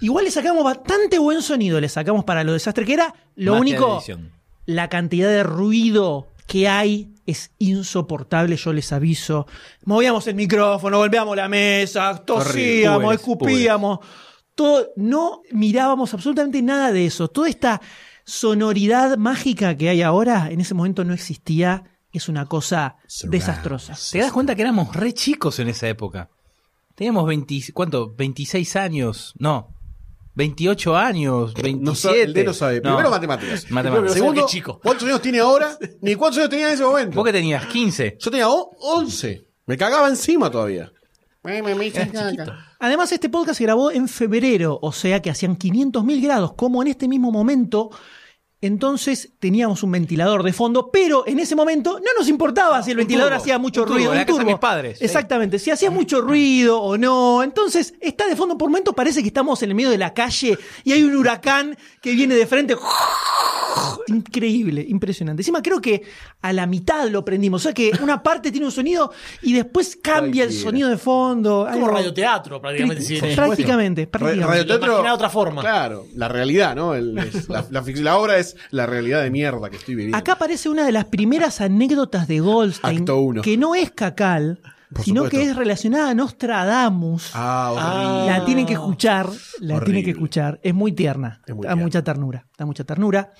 [SPEAKER 2] Igual le sacamos bastante buen sonido, le sacamos para lo desastre que era. Lo
[SPEAKER 5] Magia de
[SPEAKER 2] único,
[SPEAKER 5] edición.
[SPEAKER 2] la cantidad de ruido que hay es insoportable, yo les aviso. Movíamos el micrófono, golpeamos la mesa, tosíamos,
[SPEAKER 5] Horrible, púberes,
[SPEAKER 2] escupíamos. Todo, no mirábamos absolutamente nada de eso. Toda esta sonoridad mágica que hay ahora, en ese momento no existía. Es una cosa desastrosa.
[SPEAKER 5] ¿Te das cuenta que éramos re chicos en esa época? Teníamos 20, ¿cuánto? 26 años. No. 28 años, 27.
[SPEAKER 3] No sabe, el D no sabe. Primero matemáticas.
[SPEAKER 5] Matemáticas.
[SPEAKER 3] Segundo,
[SPEAKER 4] qué chico.
[SPEAKER 3] ¿cuántos años tiene ahora? Ni cuántos años tenía en ese momento.
[SPEAKER 5] Vos que tenías 15.
[SPEAKER 3] Yo tenía o- 11. Me cagaba encima todavía.
[SPEAKER 2] Además, este podcast se grabó en febrero, o sea que hacían 500.000 grados, como en este mismo momento. Entonces teníamos un ventilador de fondo, pero en ese momento no nos importaba si el ventilador
[SPEAKER 5] turbo,
[SPEAKER 2] hacía mucho
[SPEAKER 5] un turbo,
[SPEAKER 2] ruido.
[SPEAKER 5] de la
[SPEAKER 2] un
[SPEAKER 5] casa de
[SPEAKER 2] turbo.
[SPEAKER 5] mis padres.
[SPEAKER 2] Exactamente, si hacía mucho ruido o no. Entonces está de fondo por momentos, parece que estamos en el medio de la calle y hay un huracán que viene de frente. Increíble, impresionante. Encima creo que a la mitad lo prendimos, o sea que una parte tiene un sonido y después cambia el
[SPEAKER 3] Cualquiera.
[SPEAKER 2] sonido de fondo.
[SPEAKER 4] Como
[SPEAKER 2] Algo-
[SPEAKER 4] radioteatro, prácticamente.
[SPEAKER 2] Sí,
[SPEAKER 4] si
[SPEAKER 5] eh,
[SPEAKER 2] Prácticamente,
[SPEAKER 4] querés.
[SPEAKER 2] prácticamente.
[SPEAKER 3] Radio
[SPEAKER 4] Lo imaginaba de otra forma.
[SPEAKER 3] Claro, la realidad, ¿no?
[SPEAKER 4] *laughs*
[SPEAKER 3] El- es- la, la fic- la obra es la realidad de mierda que estoy viviendo.
[SPEAKER 2] Acá aparece una de las primeras anécdotas de Goldstein,
[SPEAKER 3] Acto uno.
[SPEAKER 2] que no es cacal,
[SPEAKER 3] Por
[SPEAKER 2] sino
[SPEAKER 3] supuesto.
[SPEAKER 2] que es relacionada a Nostradamus.
[SPEAKER 3] Ah, horrible.
[SPEAKER 2] La tienen que escuchar, la
[SPEAKER 3] Horrible.
[SPEAKER 2] tienen que escuchar. Es muy tierna,
[SPEAKER 3] Es muy
[SPEAKER 2] da
[SPEAKER 3] tierna.
[SPEAKER 2] mucha ternura, da mucha ternura.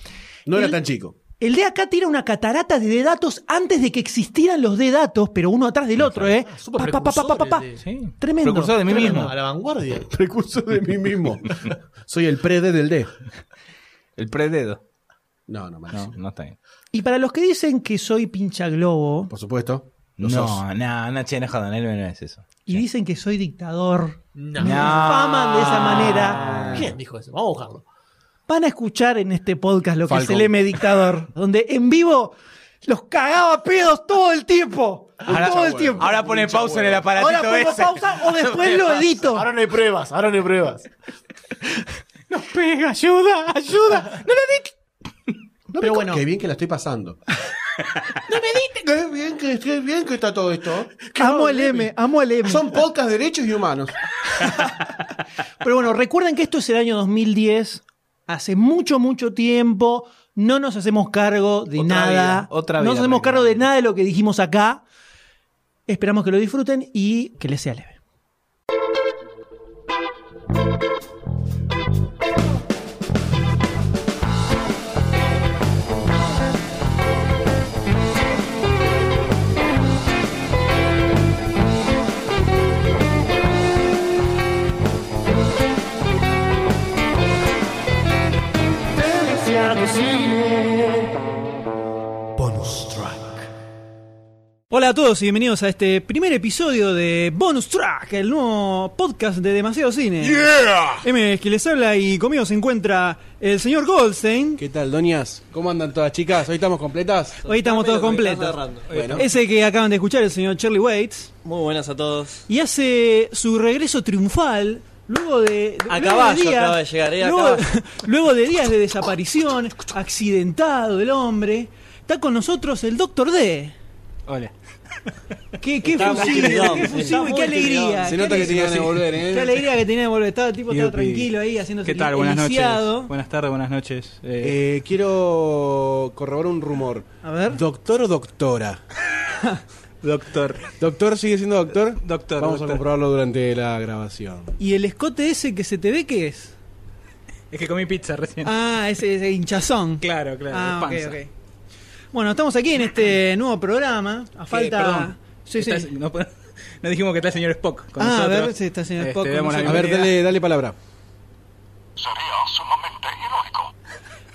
[SPEAKER 3] no
[SPEAKER 2] el-
[SPEAKER 3] era tan chico.
[SPEAKER 2] El de acá tira una catarata de datos antes de que existieran los de datos, pero uno atrás del otro, ¿eh?
[SPEAKER 4] Súper
[SPEAKER 2] Pa, pa, pa, pa, pa, pa.
[SPEAKER 4] precursores
[SPEAKER 5] Sí.
[SPEAKER 2] Tremendo.
[SPEAKER 5] Precursor de mí
[SPEAKER 4] Tremendo,
[SPEAKER 5] mismo.
[SPEAKER 4] A la *laughs* vanguardia.
[SPEAKER 3] Recurso de mí
[SPEAKER 4] *laughs*
[SPEAKER 3] mismo. Soy el pre-D del D.
[SPEAKER 5] El prededo.
[SPEAKER 3] No, no, malísimo.
[SPEAKER 5] No, no está bien.
[SPEAKER 2] Y para los que dicen que soy pincha globo
[SPEAKER 3] Por supuesto. Lo sos.
[SPEAKER 5] No, no, no, che, no jodan, él no es eso.
[SPEAKER 2] y dicen que soy dictador,
[SPEAKER 4] No.
[SPEAKER 2] me infaman de esa manera.
[SPEAKER 5] Ah.
[SPEAKER 4] ¿Quién dijo eso? Vamos a buscarlo.
[SPEAKER 2] Van a escuchar en este podcast lo que es
[SPEAKER 3] Falcon.
[SPEAKER 2] el M Dictador, donde en vivo los cagaba a pedos todo el tiempo. todo el tiempo.
[SPEAKER 5] Ahora pone pausa en el
[SPEAKER 2] Ahora
[SPEAKER 5] aparatito
[SPEAKER 2] pongo
[SPEAKER 5] ese.
[SPEAKER 2] pausa o después
[SPEAKER 5] *laughs*
[SPEAKER 2] lo edito.
[SPEAKER 4] Ahora no hay pruebas, ahora no hay pruebas. Nos pega, ayuda, ayuda. No le di.
[SPEAKER 3] No me
[SPEAKER 2] Pero
[SPEAKER 3] co-
[SPEAKER 2] bueno.
[SPEAKER 3] Qué bien que la estoy pasando. *laughs* no me diste. Qué bien que, qué bien que está todo esto.
[SPEAKER 2] amo el M, amo el M.
[SPEAKER 3] Son podcast derechos y humanos.
[SPEAKER 2] Pero bueno, recuerden que esto es el año 2010, hace mucho, mucho tiempo. No nos hacemos cargo de
[SPEAKER 5] Otra
[SPEAKER 2] nada.
[SPEAKER 5] vida, otra
[SPEAKER 2] no
[SPEAKER 5] vida,
[SPEAKER 2] nos hacemos
[SPEAKER 5] Mariano.
[SPEAKER 2] cargo de nada de lo que dijimos acá. Esperamos que lo disfruten y que les sea leve. Hola a todos y bienvenidos a este primer episodio de Bonus Track, el nuevo podcast de Demasiado Cine. M es que les habla y conmigo se encuentra el señor Goldstein.
[SPEAKER 7] ¿Qué tal, doñas? ¿Cómo andan todas, chicas? ¿Hoy estamos completas?
[SPEAKER 2] Hoy estamos todos completos. Ese que acaban de escuchar, el señor Charlie Waits.
[SPEAKER 8] Muy buenas a todos.
[SPEAKER 2] Y hace su regreso triunfal luego de.
[SPEAKER 8] A
[SPEAKER 2] luego
[SPEAKER 8] caballo acaba de llegar, eh, a
[SPEAKER 2] luego,
[SPEAKER 8] caballo.
[SPEAKER 2] *laughs* luego de días de desaparición, accidentado el hombre. Está con nosotros el Doctor D.
[SPEAKER 5] Hola.
[SPEAKER 2] Qué, qué
[SPEAKER 8] Está muy
[SPEAKER 2] fusivo,
[SPEAKER 8] timidón,
[SPEAKER 2] qué
[SPEAKER 8] está
[SPEAKER 2] fusivo y
[SPEAKER 8] muy
[SPEAKER 2] qué alegría.
[SPEAKER 8] timidón.
[SPEAKER 7] Se
[SPEAKER 2] qué
[SPEAKER 7] nota que tenía
[SPEAKER 2] alegría.
[SPEAKER 7] ganas de volver, ¿eh?
[SPEAKER 2] Qué alegría que tenía de volver. Estaba tipo estaba
[SPEAKER 7] Yupi.
[SPEAKER 2] tranquilo ahí haciéndose
[SPEAKER 9] ¿Qué tal?
[SPEAKER 2] el
[SPEAKER 9] Buenas
[SPEAKER 2] lisiado.
[SPEAKER 9] noches. Buenas tardes, buenas noches. Eh,
[SPEAKER 7] Eh, quiero corroborar un rumor.
[SPEAKER 2] A ver.
[SPEAKER 7] ¿Doctor o doctora?
[SPEAKER 9] doctor.
[SPEAKER 7] ¿Doctor sigue siendo doctor?
[SPEAKER 9] Doctor,
[SPEAKER 7] Vamos
[SPEAKER 9] doctor.
[SPEAKER 7] a comprobarlo durante la grabación.
[SPEAKER 2] ¿Y el escote ese que se te ve qué es?
[SPEAKER 9] Es que comí pizza recién.
[SPEAKER 2] Ah, ese, ese hinchazón.
[SPEAKER 9] claro, claro.
[SPEAKER 2] Ah,
[SPEAKER 9] de
[SPEAKER 2] ok,
[SPEAKER 9] panza.
[SPEAKER 2] ok. Bueno, estamos aquí en este nuevo programa. A
[SPEAKER 9] Que,
[SPEAKER 2] falta.
[SPEAKER 9] perdón,
[SPEAKER 2] Sí,
[SPEAKER 9] está-
[SPEAKER 2] sí.
[SPEAKER 9] No, *laughs* no dijimos que está el señor Spock con
[SPEAKER 2] Ah, a
[SPEAKER 9] nosotros.
[SPEAKER 2] ver si está el señor Spock con
[SPEAKER 9] damos la
[SPEAKER 7] A
[SPEAKER 2] nosotros.
[SPEAKER 7] ver,
[SPEAKER 9] bienvenida.
[SPEAKER 7] dale, dale palabra.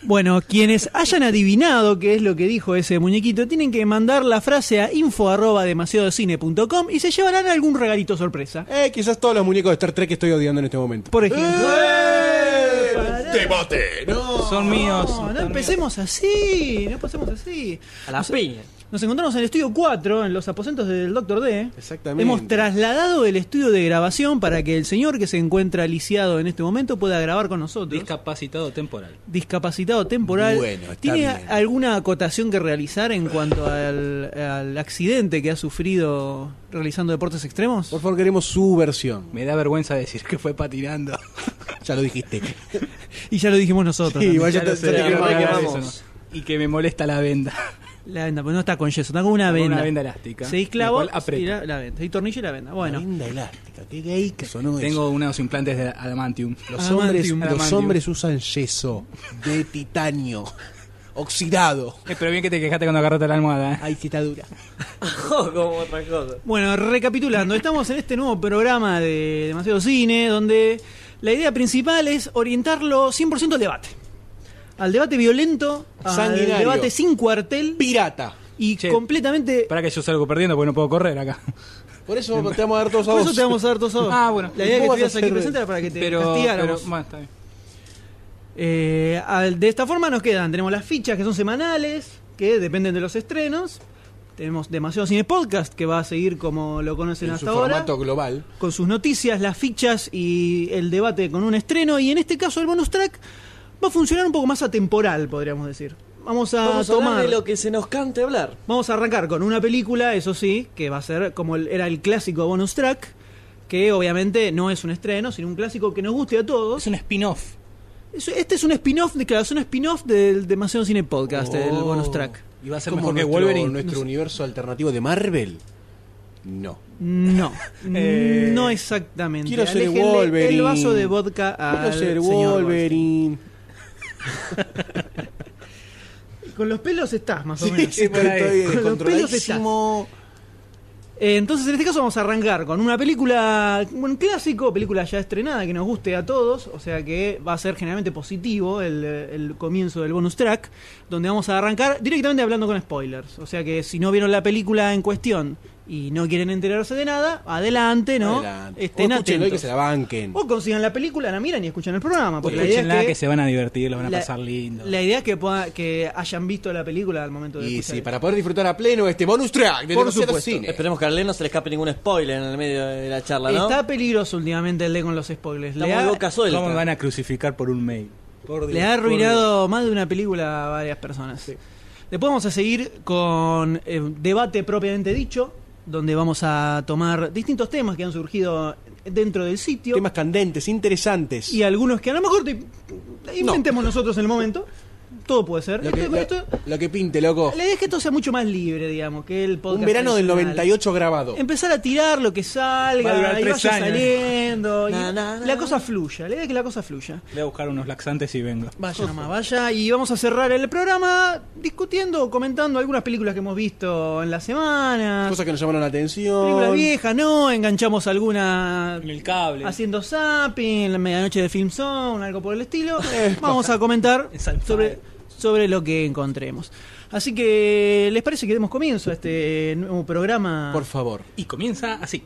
[SPEAKER 2] Bueno, quienes hayan adivinado qué es lo que dijo ese muñequito, tienen que mandar la frase a info arroba demasiadocine.com y se llevarán algún regalito sorpresa.
[SPEAKER 7] Eh, quizás todos los muñecos de Star Trek que estoy odiando en este momento.
[SPEAKER 2] Por ejemplo.
[SPEAKER 9] Son míos.
[SPEAKER 8] ¡Eh!
[SPEAKER 2] No, no empecemos así, no empecemos así.
[SPEAKER 8] A las piñas.
[SPEAKER 2] Nos encontramos en el estudio 4, en los aposentos del Doctor D.
[SPEAKER 10] Exactamente.
[SPEAKER 2] Hemos trasladado el estudio de grabación para que el señor que se encuentra lisiado en este momento pueda grabar con nosotros.
[SPEAKER 9] Discapacitado temporal.
[SPEAKER 2] Discapacitado temporal.
[SPEAKER 10] Bueno, está
[SPEAKER 2] ¿Tiene
[SPEAKER 10] bien.
[SPEAKER 2] alguna acotación que realizar en cuanto al, al accidente que ha sufrido realizando deportes extremos?
[SPEAKER 10] Por favor,
[SPEAKER 3] *laughs*
[SPEAKER 10] queremos su versión.
[SPEAKER 9] Me da vergüenza decir que fue patinando.
[SPEAKER 10] Ya lo dijiste.
[SPEAKER 2] Y ya lo dijimos nosotros.
[SPEAKER 10] Sí,
[SPEAKER 2] también.
[SPEAKER 9] *laughs*
[SPEAKER 10] vaya,
[SPEAKER 9] Ya lo
[SPEAKER 10] te,
[SPEAKER 9] sé,
[SPEAKER 10] ya te
[SPEAKER 9] la
[SPEAKER 10] queremos
[SPEAKER 9] verdad que
[SPEAKER 10] ganar
[SPEAKER 9] eso
[SPEAKER 10] eso.
[SPEAKER 9] no. Y que me molesta la venda.
[SPEAKER 2] La venda, pues no está con yeso, está con una
[SPEAKER 9] Con
[SPEAKER 2] venda.
[SPEAKER 9] una venda elástica.
[SPEAKER 2] Seis
[SPEAKER 9] La
[SPEAKER 2] clavos
[SPEAKER 9] cual aprieto.
[SPEAKER 2] y la, la venda. Seis tornillos y la venda.
[SPEAKER 10] Bueno.
[SPEAKER 2] Bueno.
[SPEAKER 10] Linda elástica. Qué gay que sonó eso.
[SPEAKER 9] Tengo unos implantes de adamantium.
[SPEAKER 2] Ah,
[SPEAKER 10] Los hombres,
[SPEAKER 2] Adamantium.
[SPEAKER 10] los
[SPEAKER 9] Adamantium.
[SPEAKER 10] hombres usan yeso de titanio oxidado.
[SPEAKER 9] Eh, pero bien que te quejaste cuando agarraste la almohada.
[SPEAKER 2] Ah.
[SPEAKER 9] ¿eh?
[SPEAKER 10] Ay, sí
[SPEAKER 11] *laughs*
[SPEAKER 10] está dura.
[SPEAKER 11] Oh, Como otra cosa.
[SPEAKER 2] Bueno, recapitulando, estamos en este nuevo programa de Demasiado Cine, donde la idea principal es orientarlo 100% al debate. Al debate violento, al
[SPEAKER 10] Sanguinario.
[SPEAKER 2] debate sin cuartel
[SPEAKER 10] Pirata.
[SPEAKER 2] y
[SPEAKER 9] Che.
[SPEAKER 2] completamente...
[SPEAKER 9] Para que yo salgo perdiendo porque no puedo correr acá.
[SPEAKER 10] Por eso te vamos a dar todos a
[SPEAKER 2] Por eso
[SPEAKER 10] vos.
[SPEAKER 2] te vamos a dar dos a dos.
[SPEAKER 9] Ah, bueno.
[SPEAKER 2] La idea
[SPEAKER 10] ¿Cómo
[SPEAKER 2] que
[SPEAKER 10] vas a
[SPEAKER 2] estuvieras aquí
[SPEAKER 10] hacer?
[SPEAKER 2] presente era para que te
[SPEAKER 9] Pero, pero
[SPEAKER 2] castigáramos.
[SPEAKER 9] bueno, está bien.
[SPEAKER 2] Eh, al- de esta forma nos quedan, tenemos las fichas que son semanales, que dependen de los estrenos. Tenemos demasiado cine podcast que va a seguir como lo conocen
[SPEAKER 10] en su
[SPEAKER 2] hasta ahora,
[SPEAKER 10] formato global.
[SPEAKER 2] con sus noticias, las fichas y el debate con un estreno. Y en este caso el bonus track va a funcionar un poco más atemporal, podríamos decir. Vamos a
[SPEAKER 11] Vamos a
[SPEAKER 2] tomar,
[SPEAKER 11] hablar de lo que se nos cante hablar.
[SPEAKER 2] vamos a arrancar con una película, eso sí, que va a ser como el- era el clásico bonus track, que obviamente no es un estreno, sino un clásico que nos guste a todos.
[SPEAKER 9] Es un spin-off.
[SPEAKER 2] Es- Este es un spin-off, de- claro, es un spin-off del Demasiado Cine Podcast, el bonus track.
[SPEAKER 9] Y va a ser
[SPEAKER 10] Como
[SPEAKER 9] mejor que
[SPEAKER 10] Oh. nuestro,
[SPEAKER 9] Wolverine.
[SPEAKER 10] nuestro universo alternativo de Marvel. No.
[SPEAKER 2] No,
[SPEAKER 9] Eh,
[SPEAKER 2] no exactamente.
[SPEAKER 10] quiero ser
[SPEAKER 2] Aléjenle
[SPEAKER 10] Wolverine.
[SPEAKER 2] El vaso de vodka
[SPEAKER 10] Quiero
[SPEAKER 2] al
[SPEAKER 10] ser
[SPEAKER 2] señor
[SPEAKER 10] Wolverine.
[SPEAKER 2] Wolf. Con los pelos estás, más o menos.
[SPEAKER 9] sí, por ahí.
[SPEAKER 10] estoy
[SPEAKER 2] Con los
[SPEAKER 10] descontroladísimo.
[SPEAKER 2] Eh, Entonces, en este caso vamos a arrancar con una película, un clásico, película ya estrenada que nos guste a todos, o sea que va a ser generalmente positivo el, eh, el comienzo del bonus track, donde vamos a arrancar directamente hablando con spoilers. O sea que si no vieron la película en cuestión y no quieren enterarse de nada, adelante, ¿no?
[SPEAKER 10] Adelante.
[SPEAKER 2] Estén
[SPEAKER 10] o escúchenlo y que
[SPEAKER 2] atentos.
[SPEAKER 10] se la banquen.
[SPEAKER 2] O consigan la película, la miran y escuchan el programa, porque la idea
[SPEAKER 9] Escúchenla
[SPEAKER 2] es
[SPEAKER 9] que...
[SPEAKER 2] que,
[SPEAKER 9] se van a divertir, lo van a
[SPEAKER 2] la-
[SPEAKER 9] pasar lindo.
[SPEAKER 2] la idea es que, pueda- que hayan visto la película al momento de
[SPEAKER 10] Y
[SPEAKER 2] escuchar
[SPEAKER 10] sí,
[SPEAKER 2] el-
[SPEAKER 10] para poder disfrutar a pleno este bonus track de
[SPEAKER 2] Por
[SPEAKER 10] Demasiado
[SPEAKER 2] supuesto.
[SPEAKER 10] Cine.
[SPEAKER 11] Esperemos que a Len no se le escape ningún spoiler en el medio de la charla, ¿no?
[SPEAKER 2] Está peligroso últimamente el de con los spoilers. Le
[SPEAKER 11] Estamos de
[SPEAKER 2] ha-
[SPEAKER 11] boca suelta.
[SPEAKER 9] ¿Cómo me van a crucificar por un mail?
[SPEAKER 2] Le ha arruinado más de una película a varias personas. Después vamos a seguir con eh, debate propiamente dicho, donde vamos a tomar distintos temas que han surgido dentro del sitio
[SPEAKER 10] Temas candentes, interesantes.
[SPEAKER 2] y algunos que a lo mejor te- inventemos nosotros en el momento. Todo puede ser.
[SPEAKER 10] lo, que,
[SPEAKER 2] Esto-
[SPEAKER 10] lo-
[SPEAKER 2] esto-
[SPEAKER 10] lo que pinte, loco.
[SPEAKER 2] la idea es que esto sea mucho más libre, digamos, que el podcast.
[SPEAKER 10] Un verano del
[SPEAKER 2] tradicional. Em-
[SPEAKER 10] 98 grabado.
[SPEAKER 2] Empezar a tirar lo que
[SPEAKER 9] Va a durar
[SPEAKER 2] salga, y
[SPEAKER 9] tres
[SPEAKER 2] vaya
[SPEAKER 9] años.
[SPEAKER 2] saliendo, y
[SPEAKER 11] Na, na, na.
[SPEAKER 2] la cosa fluya. La idea es que la cosa fluya.
[SPEAKER 9] Voy a buscar unos laxantes y vengo.
[SPEAKER 2] Vaya nomás, vaya. Y vamos a cerrar el programa discutiendo, o comentando algunas películas que hemos visto en la semana.
[SPEAKER 10] Cosas que nos llamaron la
[SPEAKER 2] Películas
[SPEAKER 10] atención.
[SPEAKER 2] viejas, ¿no? Enganchamos alguna
[SPEAKER 9] En el cable.
[SPEAKER 2] haciendo zapping, en la medianoche de Film Zone, algo por el estilo. Vamos a comentar
[SPEAKER 9] Sci-fi.
[SPEAKER 2] sobre, sobre lo que encontremos. Así que, ¿les parece que demos comienzo a este nuevo programa?
[SPEAKER 10] Por favor.
[SPEAKER 9] Y comienza así.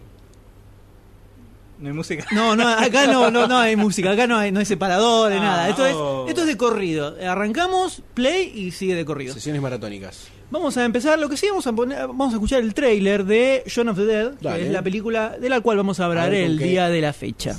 [SPEAKER 9] No hay música.
[SPEAKER 2] No, no, acá no, no, no hay música, acá no hay, no hay separadores,
[SPEAKER 9] Ah,
[SPEAKER 2] nada. Esto
[SPEAKER 9] oh.
[SPEAKER 2] es, esto es de corrido. Arrancamos, play y sigue de corrido.
[SPEAKER 10] Sesiones maratónicas.
[SPEAKER 2] Vamos a empezar, lo que sí vamos a poner, vamos a escuchar el tráiler de Shaun of the Dead,
[SPEAKER 10] Dale.
[SPEAKER 2] que es la película de la cual vamos a hablar
[SPEAKER 10] A ver con
[SPEAKER 2] el
[SPEAKER 10] qué.
[SPEAKER 2] día de la fecha.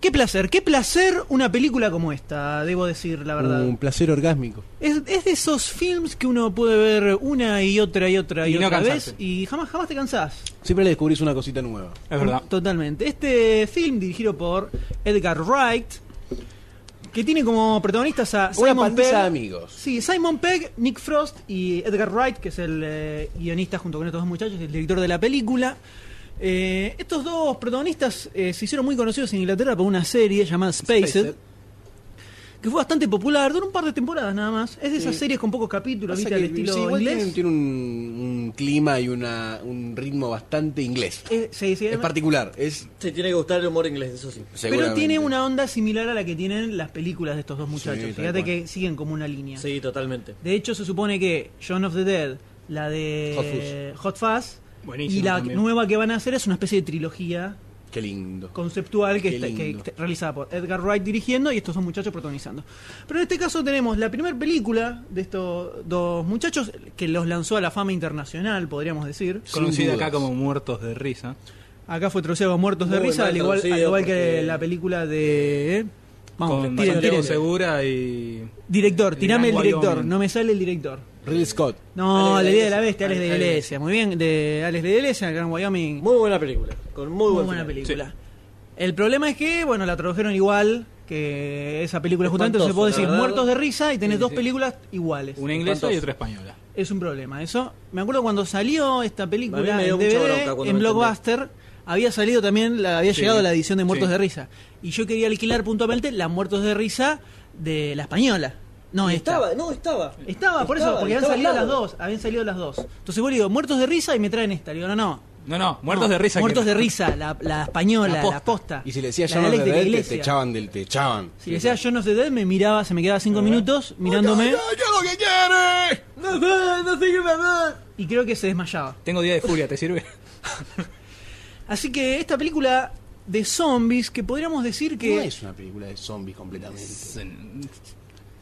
[SPEAKER 2] Qué placer, qué placer una película como esta, debo decir la verdad.
[SPEAKER 10] Un placer orgásmico.
[SPEAKER 2] Es, es de esos films que uno puede ver una y otra y otra y,
[SPEAKER 9] Y no
[SPEAKER 2] otra
[SPEAKER 9] cansarse.
[SPEAKER 2] vez y jamás jamás te cansás.
[SPEAKER 10] Siempre le descubrís una cosita nueva.
[SPEAKER 9] Es verdad.
[SPEAKER 2] Totalmente. Este film dirigido por Edgar Wright que tiene como protagonistas a
[SPEAKER 10] Una
[SPEAKER 2] Simon
[SPEAKER 10] pandilla de
[SPEAKER 2] Pegg,
[SPEAKER 10] amigos.
[SPEAKER 2] Sí, Simon Pegg, Nick Frost y Edgar Wright, que es el eh, guionista junto con estos dos muchachos, el director de la película, Eh, estos dos protagonistas eh, se hicieron muy conocidos en Inglaterra por una serie llamada Spaced,
[SPEAKER 10] Spaced.
[SPEAKER 2] que fue bastante popular, duró un par de temporadas nada más. Es de esas
[SPEAKER 10] Sí.
[SPEAKER 2] series con pocos capítulos,
[SPEAKER 10] Pasa
[SPEAKER 2] ¿viste?
[SPEAKER 10] que,
[SPEAKER 2] Al estilo
[SPEAKER 10] sí, igual
[SPEAKER 2] inglés.
[SPEAKER 10] tiene, tiene un, un clima y una, un ritmo bastante inglés.
[SPEAKER 2] Eh, sí, sí,
[SPEAKER 10] Es particular, es
[SPEAKER 12] Sí, tiene que gustar el humor inglés, eso sí.
[SPEAKER 10] seguramente.
[SPEAKER 2] pero tiene una onda similar a la que tienen las películas de estos dos muchachos.
[SPEAKER 10] tal
[SPEAKER 2] Fíjate
[SPEAKER 10] cual.
[SPEAKER 2] que siguen como una línea.
[SPEAKER 12] Sí, totalmente.
[SPEAKER 2] De hecho, se supone que Shaun of the Dead, la de Hot Fuzz,
[SPEAKER 13] Buenísimo
[SPEAKER 2] y la
[SPEAKER 13] también.
[SPEAKER 2] nueva que van a hacer es una especie de trilogía
[SPEAKER 10] Qué lindo.
[SPEAKER 2] conceptual que,
[SPEAKER 10] Qué
[SPEAKER 2] está- que
[SPEAKER 10] lindo.
[SPEAKER 2] está realizada por Edgar Wright dirigiendo y estos dos muchachos protagonizando. Pero en este caso tenemos la primera película de estos dos muchachos que los lanzó a la fama internacional, podríamos decir.
[SPEAKER 9] Conocida
[SPEAKER 10] dudas.
[SPEAKER 9] acá como Muertos de Risa.
[SPEAKER 2] Acá fue troceado Muertos de
[SPEAKER 12] Muy
[SPEAKER 2] Risa,
[SPEAKER 12] mal
[SPEAKER 2] al igual, al
[SPEAKER 12] traducido,
[SPEAKER 2] igual que
[SPEAKER 12] porque-
[SPEAKER 2] la película de... ¿eh? Vamos,
[SPEAKER 9] con
[SPEAKER 2] tiren,
[SPEAKER 9] Santiago
[SPEAKER 2] tiren.
[SPEAKER 9] Segura y.
[SPEAKER 2] Director, tirame el
[SPEAKER 9] Wyoming.
[SPEAKER 2] director, no me sale el director.
[SPEAKER 10] Ridley Scott.
[SPEAKER 2] No,
[SPEAKER 12] Alex
[SPEAKER 2] la
[SPEAKER 12] de
[SPEAKER 2] idea de la
[SPEAKER 12] Iglesia.
[SPEAKER 2] bestia, Alex de
[SPEAKER 12] Alex de
[SPEAKER 2] Iglesia. Muy bien, de Alex de Iglesia, Gran Wyoming. Muy,
[SPEAKER 12] Muy buena película. Con muy, buen
[SPEAKER 2] buena
[SPEAKER 12] final.
[SPEAKER 2] película. El problema es que, bueno, la tradujeron igual que esa película justamente.
[SPEAKER 12] Espantoso,
[SPEAKER 2] Entonces vos decís
[SPEAKER 12] la verdad.
[SPEAKER 2] muertos de risa y tenés
[SPEAKER 9] Sí,
[SPEAKER 2] dos
[SPEAKER 9] sí.
[SPEAKER 2] películas iguales.
[SPEAKER 9] Una inglesa y otra española.
[SPEAKER 2] Es un problema, eso. Me acuerdo cuando salió esta
[SPEAKER 12] A mí
[SPEAKER 2] película
[SPEAKER 12] me
[SPEAKER 2] en
[SPEAKER 12] dio mucha bronca
[SPEAKER 2] DVD,
[SPEAKER 12] cuando
[SPEAKER 2] en
[SPEAKER 12] me
[SPEAKER 2] Blockbuster, había salido también, la, había
[SPEAKER 9] Sí,
[SPEAKER 2] llegado la edición de Muertos
[SPEAKER 9] sí.
[SPEAKER 2] de Risa. Y yo quería alquilar puntualmente la Muertos de Risa de la española. No,
[SPEAKER 12] Y
[SPEAKER 2] esta.
[SPEAKER 12] estaba, no, estaba.
[SPEAKER 2] Estaba, por eso,
[SPEAKER 12] Estaba,
[SPEAKER 2] porque habían
[SPEAKER 12] estaba
[SPEAKER 2] salido
[SPEAKER 12] al
[SPEAKER 2] las
[SPEAKER 12] lado.
[SPEAKER 2] dos, habían salido las dos. Entonces vos le digo, muertos de risa y me traen esta. Le digo, no, no.
[SPEAKER 9] No, no, Muertos
[SPEAKER 2] No,
[SPEAKER 9] de Risa.
[SPEAKER 2] Muertos
[SPEAKER 9] que-
[SPEAKER 2] de risa, la, la española,
[SPEAKER 9] La
[SPEAKER 2] la
[SPEAKER 9] posta.
[SPEAKER 2] posta.
[SPEAKER 10] Y si le decía
[SPEAKER 2] La
[SPEAKER 10] John
[SPEAKER 2] Alex de
[SPEAKER 10] of the
[SPEAKER 2] la
[SPEAKER 10] Dead, te,
[SPEAKER 2] iglesia.
[SPEAKER 10] te echaban del. Te echaban.
[SPEAKER 2] Si le decía John of the Dead, me miraba, se me quedaba cinco minutos mirándome
[SPEAKER 10] lo que quiere!
[SPEAKER 12] No, no, no sé qué mamá.
[SPEAKER 2] y creo que se desmayaba.
[SPEAKER 9] Tengo día de furia, ¿te sirve?
[SPEAKER 2] Así que esta película de zombies que podríamos decir que
[SPEAKER 10] No es una película de zombies completamente.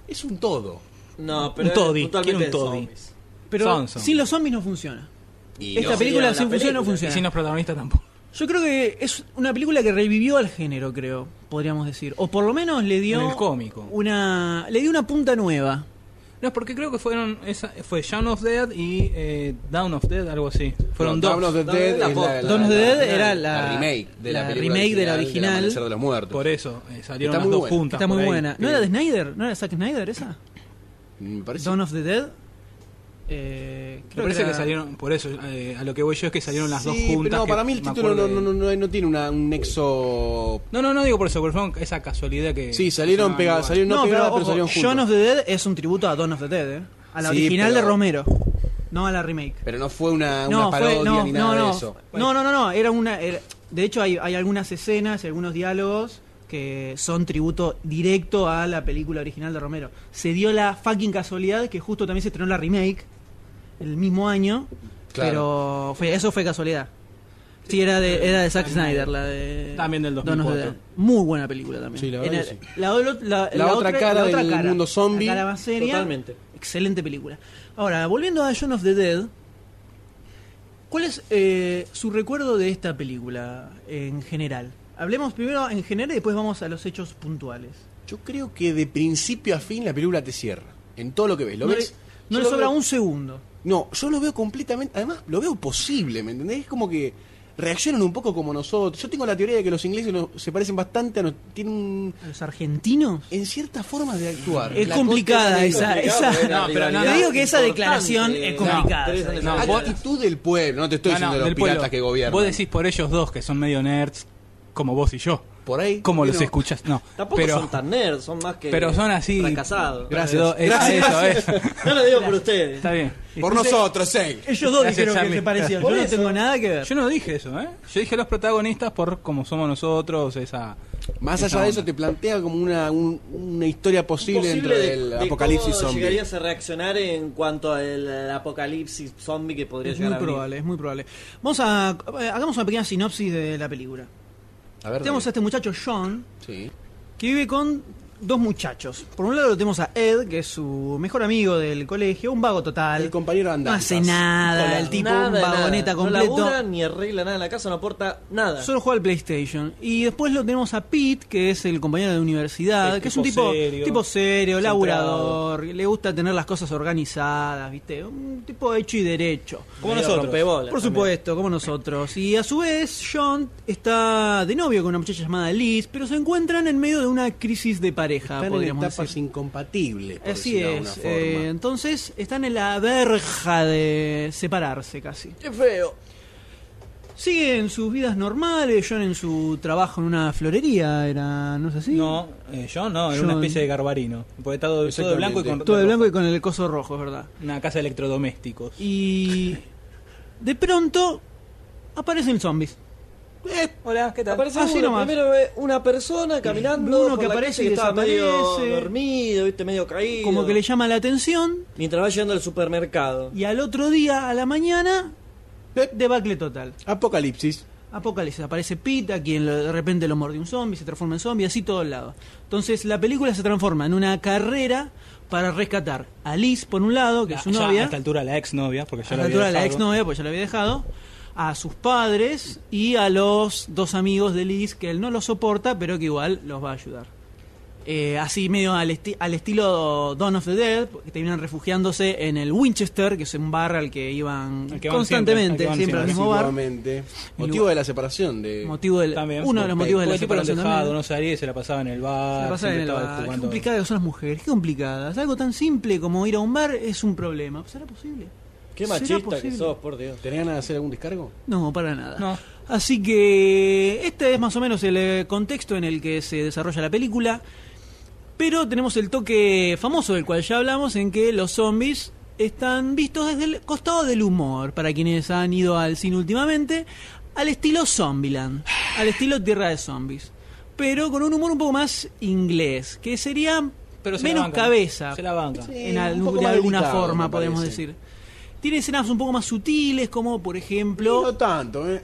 [SPEAKER 10] Es un todo.
[SPEAKER 12] No, pero
[SPEAKER 9] Un toddy,
[SPEAKER 12] es totalmente
[SPEAKER 9] quiero un
[SPEAKER 12] de
[SPEAKER 9] toddy.
[SPEAKER 12] zombies.
[SPEAKER 2] pero
[SPEAKER 9] son zombies.
[SPEAKER 2] sin los zombies no funciona.
[SPEAKER 10] Y
[SPEAKER 2] esta
[SPEAKER 10] no.
[SPEAKER 2] película
[SPEAKER 12] Sería
[SPEAKER 2] sin función
[SPEAKER 12] una
[SPEAKER 2] no
[SPEAKER 12] película.
[SPEAKER 2] *laughs*
[SPEAKER 9] Y
[SPEAKER 2] funciona.
[SPEAKER 9] sin los protagonistas tampoco.
[SPEAKER 2] Yo creo que es una película que revivió al género, creo, podríamos decir. O por lo menos le dio.
[SPEAKER 9] En el cómico.
[SPEAKER 2] Una, le dio una punta nueva.
[SPEAKER 9] No, porque creo que fueron. Esa, fue Shaun of Dead y eh, Down of Dead, algo así. Fueron
[SPEAKER 10] No,
[SPEAKER 9] dos.
[SPEAKER 10] Dawn of the
[SPEAKER 12] Dawn of
[SPEAKER 10] Dead
[SPEAKER 12] the
[SPEAKER 10] es
[SPEAKER 12] Dead la-
[SPEAKER 10] la- la-
[SPEAKER 2] Dawn of the
[SPEAKER 10] la-
[SPEAKER 2] Dead
[SPEAKER 10] la-
[SPEAKER 2] era la,
[SPEAKER 10] remake de la, película
[SPEAKER 2] remake de la
[SPEAKER 10] del
[SPEAKER 2] original.
[SPEAKER 10] Amanecer de los Muertos.
[SPEAKER 9] Por eso, eh, salieron
[SPEAKER 10] Está
[SPEAKER 9] las
[SPEAKER 10] muy
[SPEAKER 9] dos
[SPEAKER 10] buena.
[SPEAKER 9] juntas.
[SPEAKER 2] Está muy
[SPEAKER 9] por ahí.
[SPEAKER 2] buena. ¿No
[SPEAKER 9] Sí.
[SPEAKER 2] era de Snyder? ¿No era de Zack Snyder esa?
[SPEAKER 10] Me parece.
[SPEAKER 2] Dawn of the Dead. Eh,
[SPEAKER 9] Me
[SPEAKER 2] creo
[SPEAKER 9] parece
[SPEAKER 2] era-
[SPEAKER 9] que salieron. Por eso, eh, a lo que voy yo es que salieron las
[SPEAKER 10] Sí,
[SPEAKER 9] dos
[SPEAKER 10] pero
[SPEAKER 9] juntas.
[SPEAKER 10] No,
[SPEAKER 9] que
[SPEAKER 10] para mí el
[SPEAKER 9] me
[SPEAKER 10] título no,
[SPEAKER 9] acuerdo
[SPEAKER 10] no,
[SPEAKER 9] de-
[SPEAKER 10] no, no, no tiene una- un nexo.
[SPEAKER 9] No, no, no digo por eso, porque fue esa casualidad que.
[SPEAKER 10] Sí, salieron
[SPEAKER 9] no,
[SPEAKER 10] pegadas,
[SPEAKER 9] igual.
[SPEAKER 10] salieron no,
[SPEAKER 2] No, pero,
[SPEAKER 10] pegadas, pero,
[SPEAKER 2] ojo,
[SPEAKER 10] salieron
[SPEAKER 2] Shaun of
[SPEAKER 10] juntas.
[SPEAKER 2] the Dead es un tributo a Dawn of the Dead, ¿eh? A la
[SPEAKER 10] Sí,
[SPEAKER 2] original
[SPEAKER 10] pero-
[SPEAKER 2] de Romero. No a la remake.
[SPEAKER 10] Pero no fue una, una
[SPEAKER 2] no, fue-
[SPEAKER 10] parodia
[SPEAKER 2] no,
[SPEAKER 10] ni nada
[SPEAKER 2] no,
[SPEAKER 10] de
[SPEAKER 2] no.
[SPEAKER 10] eso.
[SPEAKER 2] No, no, no, no, Era una. era- de hecho, hay, hay algunas escenas y algunos diálogos que son tributo directo a la película original de Romero. Se dio la fucking casualidad que justo también se estrenó la remake el mismo año, pero fue, eso fue casualidad. Sí, era de, era de Zack Snyder, la de.
[SPEAKER 9] También del
[SPEAKER 2] Dawn of the
[SPEAKER 9] 2004.
[SPEAKER 2] Dead. Muy buena película también.
[SPEAKER 10] Sí, la verdad
[SPEAKER 2] En
[SPEAKER 10] que
[SPEAKER 2] el-
[SPEAKER 10] sí.
[SPEAKER 2] la olo- la-
[SPEAKER 10] La
[SPEAKER 2] la
[SPEAKER 10] otra cara
[SPEAKER 2] la otra
[SPEAKER 10] del mundo
[SPEAKER 2] La
[SPEAKER 10] zombie.
[SPEAKER 2] cara más seria.
[SPEAKER 12] Totalmente.
[SPEAKER 2] Excelente película. Ahora, volviendo a John of the Dead, ¿cuál es eh, su recuerdo de esta película en general? Hablemos primero en general y después vamos a los hechos puntuales.
[SPEAKER 10] Yo creo que de principio a fin la película te cierra. En todo lo que ves. ¿Lo
[SPEAKER 2] no
[SPEAKER 10] ves?
[SPEAKER 2] le, no
[SPEAKER 10] Yo
[SPEAKER 2] le
[SPEAKER 10] lo
[SPEAKER 2] sobra
[SPEAKER 10] veo-
[SPEAKER 2] un segundo.
[SPEAKER 10] No, yo lo veo completamente. Además, lo veo posible, ¿me entendés? Es como que reaccionan un poco como nosotros. Yo tengo la teoría de que los ingleses no- se parecen bastante a. nos- Tienen un-
[SPEAKER 2] ¿A los argentinos?
[SPEAKER 10] en ciertas formas de actuar.
[SPEAKER 2] Es
[SPEAKER 10] La
[SPEAKER 2] complicada
[SPEAKER 10] cosa es
[SPEAKER 2] esa.
[SPEAKER 12] complicado,
[SPEAKER 2] esa
[SPEAKER 12] porque era
[SPEAKER 9] No, pero
[SPEAKER 12] rivalidad
[SPEAKER 9] no, no. Te
[SPEAKER 2] digo que esa
[SPEAKER 12] importante.
[SPEAKER 2] declaración es
[SPEAKER 12] No,
[SPEAKER 2] complicada,
[SPEAKER 12] pero esa
[SPEAKER 2] ¿sabes?
[SPEAKER 12] declaración-
[SPEAKER 9] vos-
[SPEAKER 10] actitud del pueblo, no te estoy
[SPEAKER 9] No, no,
[SPEAKER 10] diciendo de
[SPEAKER 9] del
[SPEAKER 10] los piratas
[SPEAKER 9] pueblo.
[SPEAKER 10] que gobiernan.
[SPEAKER 9] Vos decís por ellos dos, que son medio nerds, como vos y yo.
[SPEAKER 10] por ahí.
[SPEAKER 9] Como los
[SPEAKER 10] pero-
[SPEAKER 9] escuchas. No,
[SPEAKER 12] Tampoco
[SPEAKER 9] pero,
[SPEAKER 12] son tan nerds, son más que.
[SPEAKER 9] pero son así.
[SPEAKER 12] Fracasados.
[SPEAKER 9] Gracias.
[SPEAKER 10] Gracias.
[SPEAKER 12] No lo digo por ustedes.
[SPEAKER 9] Está bien.
[SPEAKER 10] Por nosotros, eh.
[SPEAKER 2] Ellos dos
[SPEAKER 9] Gracias,
[SPEAKER 2] dijeron que
[SPEAKER 9] Sammy.
[SPEAKER 2] se parecían. Yo
[SPEAKER 12] Por
[SPEAKER 2] no
[SPEAKER 12] eso.
[SPEAKER 2] tengo nada que ver.
[SPEAKER 9] Yo no dije eso, ¿eh? Yo dije los protagonistas por como somos nosotros, esa.
[SPEAKER 10] Más
[SPEAKER 9] esa
[SPEAKER 10] allá de eso,
[SPEAKER 9] onda.
[SPEAKER 10] te plantea como una, un- una historia posible, dentro
[SPEAKER 12] de-
[SPEAKER 10] del
[SPEAKER 12] de
[SPEAKER 10] apocalipsis
[SPEAKER 12] cómo
[SPEAKER 10] zombie.
[SPEAKER 12] llegarías a reaccionar en cuanto al al apocalipsis zombie que podría
[SPEAKER 2] Es
[SPEAKER 12] llegar
[SPEAKER 2] muy
[SPEAKER 12] a venir?
[SPEAKER 2] probable, es muy probable. Vamos a. eh, Hagamos una pequeña sinopsis de la película.
[SPEAKER 10] A ver,
[SPEAKER 2] Tenemos a
[SPEAKER 10] dale.
[SPEAKER 2] este muchacho, John,
[SPEAKER 10] Sí.
[SPEAKER 2] que vive con dos muchachos. Por un lado lo tenemos a Ed, que es su mejor amigo del colegio, un vago total.
[SPEAKER 10] El compañero
[SPEAKER 2] no
[SPEAKER 10] anda.
[SPEAKER 2] hace nada, el tipo
[SPEAKER 12] Nada
[SPEAKER 2] un
[SPEAKER 12] de
[SPEAKER 2] vagoneta
[SPEAKER 12] nada. No
[SPEAKER 2] completo.
[SPEAKER 12] labura, ni arregla nada en la casa, no aporta nada.
[SPEAKER 2] Solo juega al PlayStation. Y después lo tenemos a Pete, que es el compañero de universidad,
[SPEAKER 9] Es
[SPEAKER 2] que es un
[SPEAKER 9] tipo
[SPEAKER 2] tipo
[SPEAKER 9] serio,
[SPEAKER 2] tipo serio,
[SPEAKER 9] centrado.
[SPEAKER 2] laburador, le gusta tener las cosas organizadas, ¿viste? Un tipo hecho y derecho.
[SPEAKER 12] Como nosotros. Rompebolas,
[SPEAKER 2] Por
[SPEAKER 12] también.
[SPEAKER 2] supuesto, como nosotros. Y a su vez, John está de novio con una muchacha llamada Liz, pero se encuentran en medio de una crisis de pareja,
[SPEAKER 10] Están en
[SPEAKER 2] podríamos
[SPEAKER 10] etapas
[SPEAKER 2] decir.
[SPEAKER 10] incompatibles. por
[SPEAKER 2] Así
[SPEAKER 10] decirlo de alguna
[SPEAKER 2] es.
[SPEAKER 10] forma.
[SPEAKER 2] eh, entonces están en la verja de separarse casi.
[SPEAKER 12] Qué feo.
[SPEAKER 2] Siguen sus vidas normales, John en su trabajo en una florería, era, ¿no es así?
[SPEAKER 9] No, eh, yo no, era
[SPEAKER 2] Yo-
[SPEAKER 9] una especie de garbarino. Porque está todo, todo de blanco y con
[SPEAKER 2] Todo de blanco y con el coso rojo, es verdad.
[SPEAKER 9] Una casa de electrodomésticos.
[SPEAKER 2] Y de pronto aparecen zombies.
[SPEAKER 9] Eh, Hola, ¿qué tal?
[SPEAKER 12] Aparece
[SPEAKER 2] Así
[SPEAKER 12] uno,
[SPEAKER 2] Ah, nomás.
[SPEAKER 12] primero ve una persona caminando.
[SPEAKER 2] Uno
[SPEAKER 12] por
[SPEAKER 2] que
[SPEAKER 12] la
[SPEAKER 2] aparece
[SPEAKER 12] calle
[SPEAKER 2] y
[SPEAKER 12] estaba medio
[SPEAKER 2] desaparece.
[SPEAKER 12] dormido, viste, medio caído.
[SPEAKER 2] Como que le llama la atención
[SPEAKER 12] Mientras va llegando al supermercado.
[SPEAKER 2] y al otro día, a la mañana, debacle total.
[SPEAKER 10] Apocalipsis.
[SPEAKER 2] Apocalipsis, aparece Pita, quien lo- de repente lo morde un zombie, se transforma en zombie, así todos lados. Entonces la película se transforma en una carrera para rescatar a Liz, por un lado, que
[SPEAKER 9] La-
[SPEAKER 2] es su
[SPEAKER 9] Ah, ya
[SPEAKER 2] novia,
[SPEAKER 9] A esta altura la ex novia, porque yo
[SPEAKER 2] a
[SPEAKER 9] la
[SPEAKER 2] la
[SPEAKER 9] había
[SPEAKER 2] altura la
[SPEAKER 9] dejado.
[SPEAKER 2] ex novia, pues ya la había dejado, a sus padres y a los dos amigos de Liz, que él no los soporta, pero que igual los va a ayudar. Eh, así medio al, esti- al estilo Dawn of the Dead, que terminan refugiándose en el Winchester, que es un bar al que iban
[SPEAKER 9] Al que van
[SPEAKER 2] constantemente,
[SPEAKER 9] siempre, al que van
[SPEAKER 2] siempre al mismo bar.
[SPEAKER 10] Antiguamente. Motivo de la separación de.
[SPEAKER 2] Motivo del-
[SPEAKER 9] También.
[SPEAKER 2] uno de los motivos de
[SPEAKER 9] Porque
[SPEAKER 2] la
[SPEAKER 9] el tipo lo han
[SPEAKER 2] separación
[SPEAKER 9] dejado,
[SPEAKER 2] también.
[SPEAKER 9] no salía y se la pasaba en el bar.
[SPEAKER 2] Se la pasa en el
[SPEAKER 9] siempre estaba
[SPEAKER 2] bar. Qué
[SPEAKER 9] jugando.
[SPEAKER 2] complicadas que son las mujeres, qué complicadas. Algo tan simple como ir a un bar es un problema. ¿Será posible?
[SPEAKER 12] Qué
[SPEAKER 2] ¿Será
[SPEAKER 12] machista que
[SPEAKER 2] posible?
[SPEAKER 12] sos, por Dios.
[SPEAKER 10] ¿Tenés ganas de hacer algún descargo?
[SPEAKER 2] No, para nada.
[SPEAKER 9] No.
[SPEAKER 2] Así que este es más o menos el eh, contexto en el que se desarrolla la película. Pero tenemos el toque famoso del cual ya hablamos, en que los zombies están vistos desde el costado del humor, para quienes han ido al cine últimamente, al estilo Zombieland, al estilo Tierra de Zombies. Pero con un humor un poco más inglés, que sería
[SPEAKER 9] Pero se la
[SPEAKER 2] menos
[SPEAKER 9] bancan.
[SPEAKER 2] cabeza
[SPEAKER 9] Se la banca.
[SPEAKER 2] en
[SPEAKER 10] un
[SPEAKER 2] algún-
[SPEAKER 10] poco
[SPEAKER 2] de
[SPEAKER 10] más
[SPEAKER 2] alguna
[SPEAKER 10] delicado,
[SPEAKER 2] forma,
[SPEAKER 10] me
[SPEAKER 2] podemos
[SPEAKER 10] parece.
[SPEAKER 2] decir. Tiene escenas un poco más sutiles, como por
[SPEAKER 10] No,
[SPEAKER 2] ejemplo...
[SPEAKER 10] tanto, ¿eh?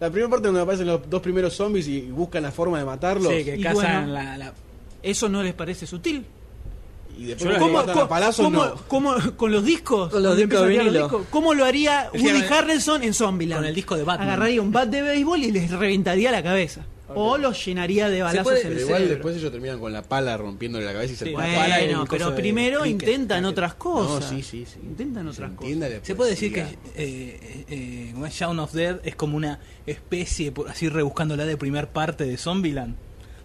[SPEAKER 10] La primera parte donde aparecen los dos primeros zombies y buscan la forma de matarlos.
[SPEAKER 9] Sí, que
[SPEAKER 2] Y
[SPEAKER 9] cazan
[SPEAKER 2] bueno.
[SPEAKER 9] la, la-
[SPEAKER 2] ¿Eso no les parece sutil?
[SPEAKER 10] Y después
[SPEAKER 9] ¿Cómo-
[SPEAKER 10] cuando matan a palazos,
[SPEAKER 2] cómo-
[SPEAKER 10] no.
[SPEAKER 2] cómo- con los discos?
[SPEAKER 12] Con los
[SPEAKER 2] Cuando
[SPEAKER 12] discos
[SPEAKER 2] empiezan a
[SPEAKER 12] de
[SPEAKER 2] tirar los
[SPEAKER 12] vinilo.
[SPEAKER 2] discos, ¿Cómo lo haría
[SPEAKER 9] Decía,
[SPEAKER 2] Woody
[SPEAKER 9] eh,
[SPEAKER 2] Harrelson en Zombieland?
[SPEAKER 9] con el disco de Batman.
[SPEAKER 2] Agarraría un bat de béisbol y les reventaría la cabeza. O los llenaría de balazos
[SPEAKER 12] puede-
[SPEAKER 2] en el
[SPEAKER 10] Pero igual
[SPEAKER 2] cerebro.
[SPEAKER 10] después ellos terminan con la pala rompiéndole la cabeza y se
[SPEAKER 9] Sí,
[SPEAKER 10] ponen-
[SPEAKER 9] la pala y el
[SPEAKER 2] Bueno,
[SPEAKER 9] coso
[SPEAKER 2] pero
[SPEAKER 9] de
[SPEAKER 2] primero
[SPEAKER 9] cricket,
[SPEAKER 2] Eh, intentan
[SPEAKER 9] cricket.
[SPEAKER 2] otras cosas.
[SPEAKER 10] No, sí, sí, sí.
[SPEAKER 2] Intentan
[SPEAKER 10] Se
[SPEAKER 2] otras
[SPEAKER 10] entienda la
[SPEAKER 9] Se puede decir que
[SPEAKER 10] poesía.
[SPEAKER 9] eh, eh, eh, como es Shaun of Dead es como una especie, por así rebuscándola, de primer parte de Zombieland.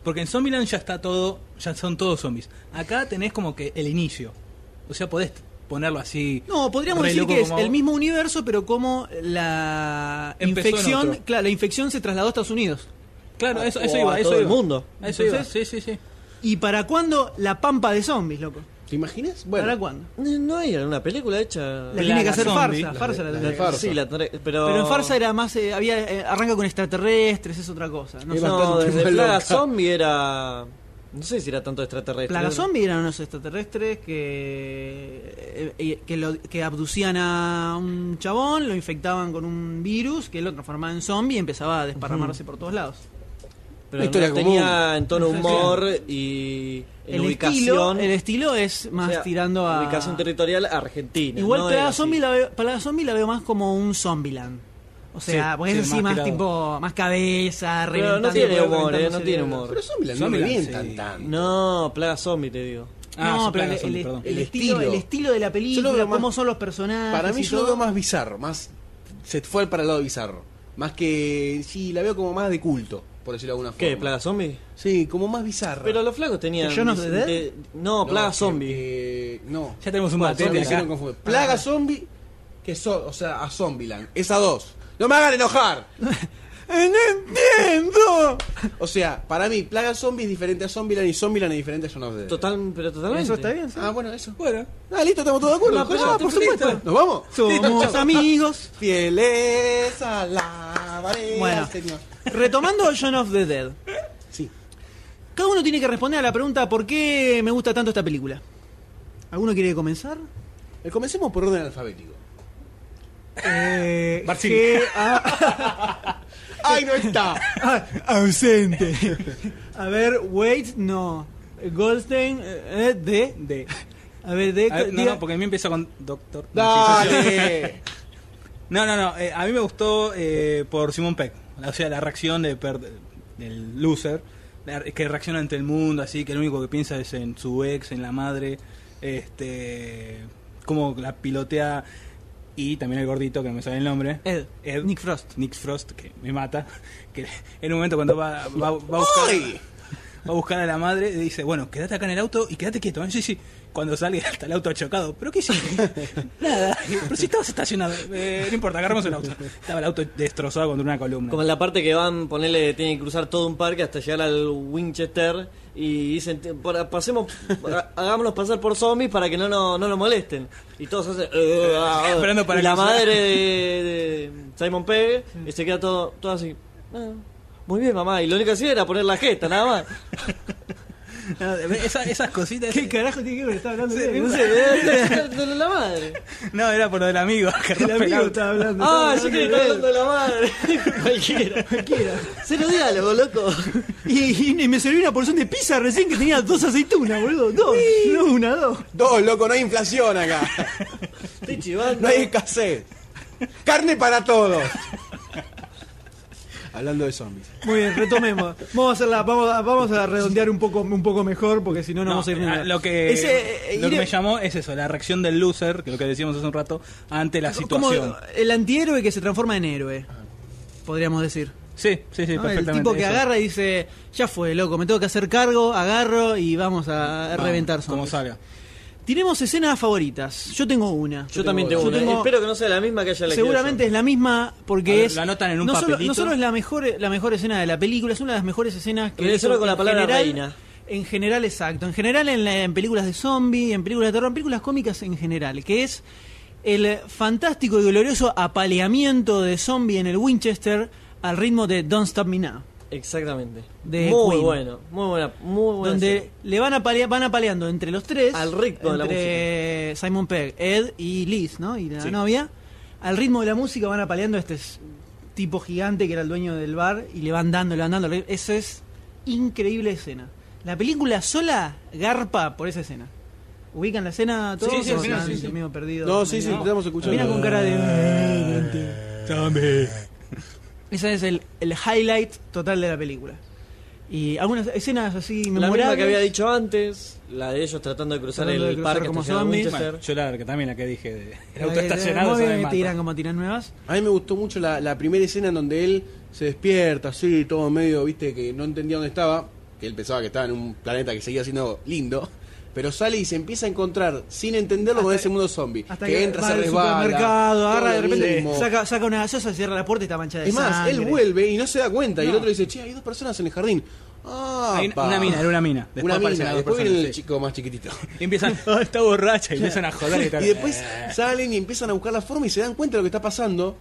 [SPEAKER 9] Porque en Zombieland ya está todo, ya son todos zombies. Acá tenés como que el inicio. O sea, podés ponerlo así.
[SPEAKER 2] cosas. No, podríamos
[SPEAKER 9] re
[SPEAKER 2] decir
[SPEAKER 9] loco
[SPEAKER 2] que es
[SPEAKER 9] como-
[SPEAKER 2] el mismo universo, pero como la
[SPEAKER 9] Empezó en
[SPEAKER 2] infección,
[SPEAKER 9] otro.
[SPEAKER 2] claro, la infección se trasladó a Estados Unidos.
[SPEAKER 9] Claro, eso,
[SPEAKER 12] O
[SPEAKER 9] eso
[SPEAKER 12] a
[SPEAKER 9] iba, eso
[SPEAKER 12] todo el
[SPEAKER 9] iba.
[SPEAKER 12] mundo.
[SPEAKER 9] A Eso
[SPEAKER 2] Entonces-
[SPEAKER 9] iba, sí, sí, sí.
[SPEAKER 2] ¿Y para cuándo la pampa de zombies, loco?
[SPEAKER 10] ¿Te imaginas?
[SPEAKER 2] ¿Para
[SPEAKER 10] Bueno,
[SPEAKER 2] cuándo?
[SPEAKER 12] No hay una película hecha.
[SPEAKER 2] La
[SPEAKER 9] La
[SPEAKER 2] tiene que hacer
[SPEAKER 9] zombie.
[SPEAKER 2] farsa, farsa la
[SPEAKER 10] la
[SPEAKER 2] tiene que
[SPEAKER 10] de farsa.
[SPEAKER 12] Sí, la tendré- pero...
[SPEAKER 2] Pero en Farsa era más, eh, había, eh, arranca con extraterrestres, es otra cosa. No
[SPEAKER 10] Es
[SPEAKER 2] sé.
[SPEAKER 10] bastante
[SPEAKER 12] No, desde
[SPEAKER 10] más
[SPEAKER 12] Plaga
[SPEAKER 10] loca.
[SPEAKER 12] Zombie era. No sé si era tanto extraterrestre.
[SPEAKER 2] Plaga
[SPEAKER 12] Era-
[SPEAKER 2] Zombie eran unos extraterrestres que, eh, que, lo- que abducían a un chabón, lo infectaban con un virus que lo transformaba en zombie y empezaba a desparramarse por todos lados.
[SPEAKER 12] Pero
[SPEAKER 10] Una historia
[SPEAKER 12] no
[SPEAKER 10] común.
[SPEAKER 12] tenía en tono humor y en
[SPEAKER 2] El estilo,
[SPEAKER 12] ubicación.
[SPEAKER 2] el estilo es
[SPEAKER 12] o
[SPEAKER 2] más
[SPEAKER 12] sea,
[SPEAKER 2] tirando a.
[SPEAKER 12] Ubicación territorial argentina.
[SPEAKER 2] Igual
[SPEAKER 12] no era
[SPEAKER 2] Plaga,
[SPEAKER 12] así.
[SPEAKER 2] zombie la veo, Plaga Zombie la veo más como un Zombieland. O sea,
[SPEAKER 9] Sí,
[SPEAKER 2] porque
[SPEAKER 9] sí,
[SPEAKER 2] es así
[SPEAKER 9] más
[SPEAKER 2] más,
[SPEAKER 9] tirado.
[SPEAKER 2] tipo, más cabeza,
[SPEAKER 12] Pero no
[SPEAKER 2] reventando-
[SPEAKER 12] tiene humor, eh,
[SPEAKER 2] reventando
[SPEAKER 12] no tiene
[SPEAKER 2] cerebros.
[SPEAKER 12] humor.
[SPEAKER 10] pero Zombieland no
[SPEAKER 9] Zombieland,
[SPEAKER 10] revientan
[SPEAKER 9] sí.
[SPEAKER 10] tanto.
[SPEAKER 12] No, Plaga Zombie te digo.
[SPEAKER 2] no,
[SPEAKER 9] Ah, sí,
[SPEAKER 2] pero el,
[SPEAKER 9] Plaga Zombie,
[SPEAKER 2] el-
[SPEAKER 9] perdón.
[SPEAKER 2] el
[SPEAKER 10] El
[SPEAKER 2] estilo,
[SPEAKER 10] estilo.
[SPEAKER 2] el estilo de la
[SPEAKER 10] Yo lo
[SPEAKER 2] película,
[SPEAKER 10] veo más-
[SPEAKER 2] cómo son los personajes.
[SPEAKER 10] Para mí
[SPEAKER 2] y
[SPEAKER 10] yo lo
[SPEAKER 2] todo.
[SPEAKER 10] veo más bizarro, más se fue para el lado bizarro. Más que sí, la veo como más de culto, por decirlo de alguna forma.
[SPEAKER 12] ¿Qué? ¿Plaga Zombie?
[SPEAKER 10] Sí, como más bizarra.
[SPEAKER 12] Pero los flacos tenían.
[SPEAKER 2] ¿Que yo no sé de-
[SPEAKER 12] de- no,
[SPEAKER 10] No,
[SPEAKER 12] Plaga
[SPEAKER 10] que-
[SPEAKER 12] Zombie.
[SPEAKER 10] que- no.
[SPEAKER 9] Ya tenemos un
[SPEAKER 10] Bueno,
[SPEAKER 9] mate
[SPEAKER 10] zombie,
[SPEAKER 9] acá.
[SPEAKER 10] hicieron confundir. Plaga zombie que so, o sea, a Zombieland, es a dos. No me hagan enojar.
[SPEAKER 2] entiendo!
[SPEAKER 10] O sea, para mí Plaga zombie es diferente a Zombieland y Zombieland es diferente a Shaun of the Dead.
[SPEAKER 12] Total, pero totalmente.
[SPEAKER 2] Eso está bien, sí.
[SPEAKER 10] Ah, bueno, eso.
[SPEAKER 9] Bueno,
[SPEAKER 10] Ah, listo, estamos todos de acuerdo.
[SPEAKER 12] No, pero
[SPEAKER 10] Ah,
[SPEAKER 12] ya,
[SPEAKER 10] por
[SPEAKER 12] listo.
[SPEAKER 10] supuesto. Nos vamos.
[SPEAKER 2] Somos amigos.
[SPEAKER 10] Fieles a la vareda,
[SPEAKER 2] Bueno.
[SPEAKER 10] señor.
[SPEAKER 2] Retomando John of the Dead.
[SPEAKER 10] Sí.
[SPEAKER 2] Cada uno tiene que responder a la pregunta ¿por qué me gusta tanto esta película? ¿Alguno quiere comenzar?
[SPEAKER 10] Eh, Comencemos por orden alfabético.
[SPEAKER 2] Eh,
[SPEAKER 9] Marcin.
[SPEAKER 2] que- ah,
[SPEAKER 10] ¡Ay, no está!
[SPEAKER 2] ah, ausente. A ver, Wait, no. Goldstein, eh, eh, de.
[SPEAKER 9] de.
[SPEAKER 2] A ver, de.
[SPEAKER 9] a ver, no,
[SPEAKER 2] diga-
[SPEAKER 9] no, porque a mí empieza con Doctor.
[SPEAKER 10] ¡Dale!
[SPEAKER 9] No, no, no. eh, a mí me gustó eh, por Simon Peck. O sea, la reacción de per- del loser. la- que reacciona ante el mundo, así que lo único que piensa es en su ex, en la madre. Este. Cómo la pilotea. Y también el gordito, que no me sale el nombre.
[SPEAKER 2] Ed,
[SPEAKER 9] Ed.
[SPEAKER 2] Nick Frost.
[SPEAKER 9] *laughs* Nick Frost, que me mata. Que en un momento cuando va, va, va a buscar. va a buscar a la madre y dice, bueno, quédate acá en el auto y quédate quieto. ¿eh? Sí, sí. Cuando sale *laughs* hasta el auto chocado. ¿Pero qué hiciste?
[SPEAKER 2] *laughs*
[SPEAKER 9] Nada. Pero si estabas estacionado. Eh, no importa, agarramos el auto. Estaba el auto destrozado contra una columna.
[SPEAKER 12] Como en la parte que van, ponerle, tienen que cruzar todo un parque hasta llegar al Winchester y dicen, "Te- por- pasemos, ha- hagámoslos pasar por zombies para que no, no, no nos molesten. Y todos hacen... "Eh, ah, ah".
[SPEAKER 9] Esperando para
[SPEAKER 12] y la
[SPEAKER 9] cruzar.
[SPEAKER 12] madre
[SPEAKER 9] *laughs*
[SPEAKER 12] de, de Simon Pegg y se queda todo, todo así. "Ah, muy bien, mamá. Y lo único que hacía era poner la jeta, nada más.
[SPEAKER 9] Nada, esa- esas cositas.
[SPEAKER 2] carajo tiene que ver? Está hablando
[SPEAKER 9] Sí,
[SPEAKER 2] de-
[SPEAKER 12] No
[SPEAKER 2] *laughs*
[SPEAKER 12] sé, de- de la madre.
[SPEAKER 9] No, era por lo del amigo. *laughs* que rompe el auto.
[SPEAKER 2] hablando.
[SPEAKER 12] Ah,
[SPEAKER 2] estaba
[SPEAKER 12] yo que
[SPEAKER 2] hablando
[SPEAKER 12] estaba
[SPEAKER 2] de-
[SPEAKER 12] hablando de la madre. Cualquiera. Cualquiera. Cero diálogo, loco.
[SPEAKER 2] Y, y- y me serví una porción de pizza recién que tenía dos aceitunas, boludo. Dos. No una, dos.
[SPEAKER 14] Dos, loco, no hay inflación acá.
[SPEAKER 12] Estoy chivando.
[SPEAKER 14] No hay escasez. Carne para todos. Hablando de zombies.
[SPEAKER 2] Muy bien, retomemos. Vamos a, hacerla, vamos a, vamos a redondear un poco, un poco mejor porque si no, no
[SPEAKER 9] No,
[SPEAKER 2] vamos a ir
[SPEAKER 9] ah,
[SPEAKER 2] nunca.
[SPEAKER 9] lo que,
[SPEAKER 2] Ese, eh,
[SPEAKER 9] lo que
[SPEAKER 2] ir-
[SPEAKER 9] me llamó es eso, la reacción del loser, que lo que decíamos hace un rato, ante la
[SPEAKER 2] como
[SPEAKER 9] situación. Ah.
[SPEAKER 2] el antihéroe que se transforma en héroe, podríamos decir.
[SPEAKER 9] Sí, sí, sí,
[SPEAKER 2] ¿no? El
[SPEAKER 9] perfectamente.
[SPEAKER 2] tipo que
[SPEAKER 9] eso.
[SPEAKER 2] agarra y dice, ya fue, loco, me tengo que hacer cargo, agarro y vamos a
[SPEAKER 9] Vamos,
[SPEAKER 2] reventar
[SPEAKER 9] Como
[SPEAKER 2] zombies.
[SPEAKER 9] salga.
[SPEAKER 2] Tenemos escenas favoritas. Yo tengo una.
[SPEAKER 12] Yo también tengo
[SPEAKER 2] Yo
[SPEAKER 12] una.
[SPEAKER 2] tengo-
[SPEAKER 12] Espero que no sea la misma que haya la
[SPEAKER 2] Seguramente es la misma porque
[SPEAKER 9] A ver,
[SPEAKER 2] es.
[SPEAKER 9] lo anotan en un
[SPEAKER 2] no solo-
[SPEAKER 9] papelito.
[SPEAKER 2] no solo es la mejor, la mejor escena de la película, es una de las mejores escenas que.
[SPEAKER 12] Lo diré solo
[SPEAKER 2] hizo
[SPEAKER 12] con la
[SPEAKER 2] en
[SPEAKER 12] palabra
[SPEAKER 2] general-
[SPEAKER 12] reina.
[SPEAKER 2] En general, exacto. En general, en, la- en películas de zombie, en películas de terror, en películas cómicas en general, que es el fantástico y glorioso apaleamiento de zombie en el Winchester al ritmo de Don't Stop Me Now.
[SPEAKER 12] Exactamente.
[SPEAKER 2] De
[SPEAKER 12] muy
[SPEAKER 2] Queen.
[SPEAKER 12] bueno, muy buena, muy buena.
[SPEAKER 2] donde
[SPEAKER 12] serie.
[SPEAKER 2] le van, apalea- van apaleando entre los tres.
[SPEAKER 12] Al ritmo de la
[SPEAKER 2] entre Simon Pegg, Ed y Liz, ¿no? Y la novia. Al ritmo de la música van apaleando a este s- tipo gigante que era el dueño del bar y le van dando, le van dando. Esa es increíble escena. La película sola garpa por esa escena. ¿Ubican la escena todos?
[SPEAKER 9] Sí, sí,
[SPEAKER 2] ¿O
[SPEAKER 9] sí,
[SPEAKER 2] están
[SPEAKER 9] sí, sí.
[SPEAKER 2] medio perdidos?
[SPEAKER 10] No, sí, sí,
[SPEAKER 2] Medio-
[SPEAKER 10] estamos escuchando.
[SPEAKER 2] Mira con cara de... Ese es el, el highlight total de la película. Y algunas escenas así
[SPEAKER 12] la
[SPEAKER 2] memorables.
[SPEAKER 12] misma que había dicho antes, la de ellos tratando de cruzar
[SPEAKER 2] Tratando de
[SPEAKER 12] el
[SPEAKER 2] cruzar
[SPEAKER 12] parque
[SPEAKER 2] como
[SPEAKER 12] estacionado
[SPEAKER 2] zombies.
[SPEAKER 12] Winchester.
[SPEAKER 9] Bueno, yo la que también la que
[SPEAKER 2] *laughs*
[SPEAKER 9] dije, de, el auto
[SPEAKER 2] La que-
[SPEAKER 9] estacionado
[SPEAKER 2] Eh, muy
[SPEAKER 9] se
[SPEAKER 2] bien,
[SPEAKER 9] me mata.
[SPEAKER 2] tiran como tiran nuevas.
[SPEAKER 10] A mí me gustó mucho la, la primera escena en donde él se despierta, así, todo medio, viste, que no entendía dónde estaba, que él pensaba que estaba en un planeta que seguía siendo lindo, pero sale y se empieza a encontrar, sin entenderlo, con ese mundo zombie.
[SPEAKER 2] Hasta
[SPEAKER 10] que, entra,
[SPEAKER 2] va
[SPEAKER 10] se
[SPEAKER 2] al
[SPEAKER 10] resbala.
[SPEAKER 2] supermercado,
[SPEAKER 10] todo
[SPEAKER 2] agarra de
[SPEAKER 10] lo
[SPEAKER 2] repente,
[SPEAKER 10] mismo.
[SPEAKER 2] saca, saca una gaseosa, cierra la puerta y está manchada de
[SPEAKER 10] Es más, él
[SPEAKER 2] sangre.
[SPEAKER 10] vuelve y no se da cuenta, y el
[SPEAKER 9] No.
[SPEAKER 10] otro dice, che, hay dos personas en el jardín. Ah,
[SPEAKER 9] Hay una-
[SPEAKER 10] pa.
[SPEAKER 9] una mina, era una mina. Después
[SPEAKER 10] una
[SPEAKER 9] aparecen
[SPEAKER 10] mina,
[SPEAKER 9] las dos
[SPEAKER 10] después viene el
[SPEAKER 9] personas, sí.
[SPEAKER 10] chico más chiquitito.
[SPEAKER 2] *laughs*
[SPEAKER 9] Y empiezan, "Ah, está borracha, y empiezan a joder y tal.
[SPEAKER 10] Y después salen y empiezan a buscar la forma y se dan cuenta de lo que está pasando.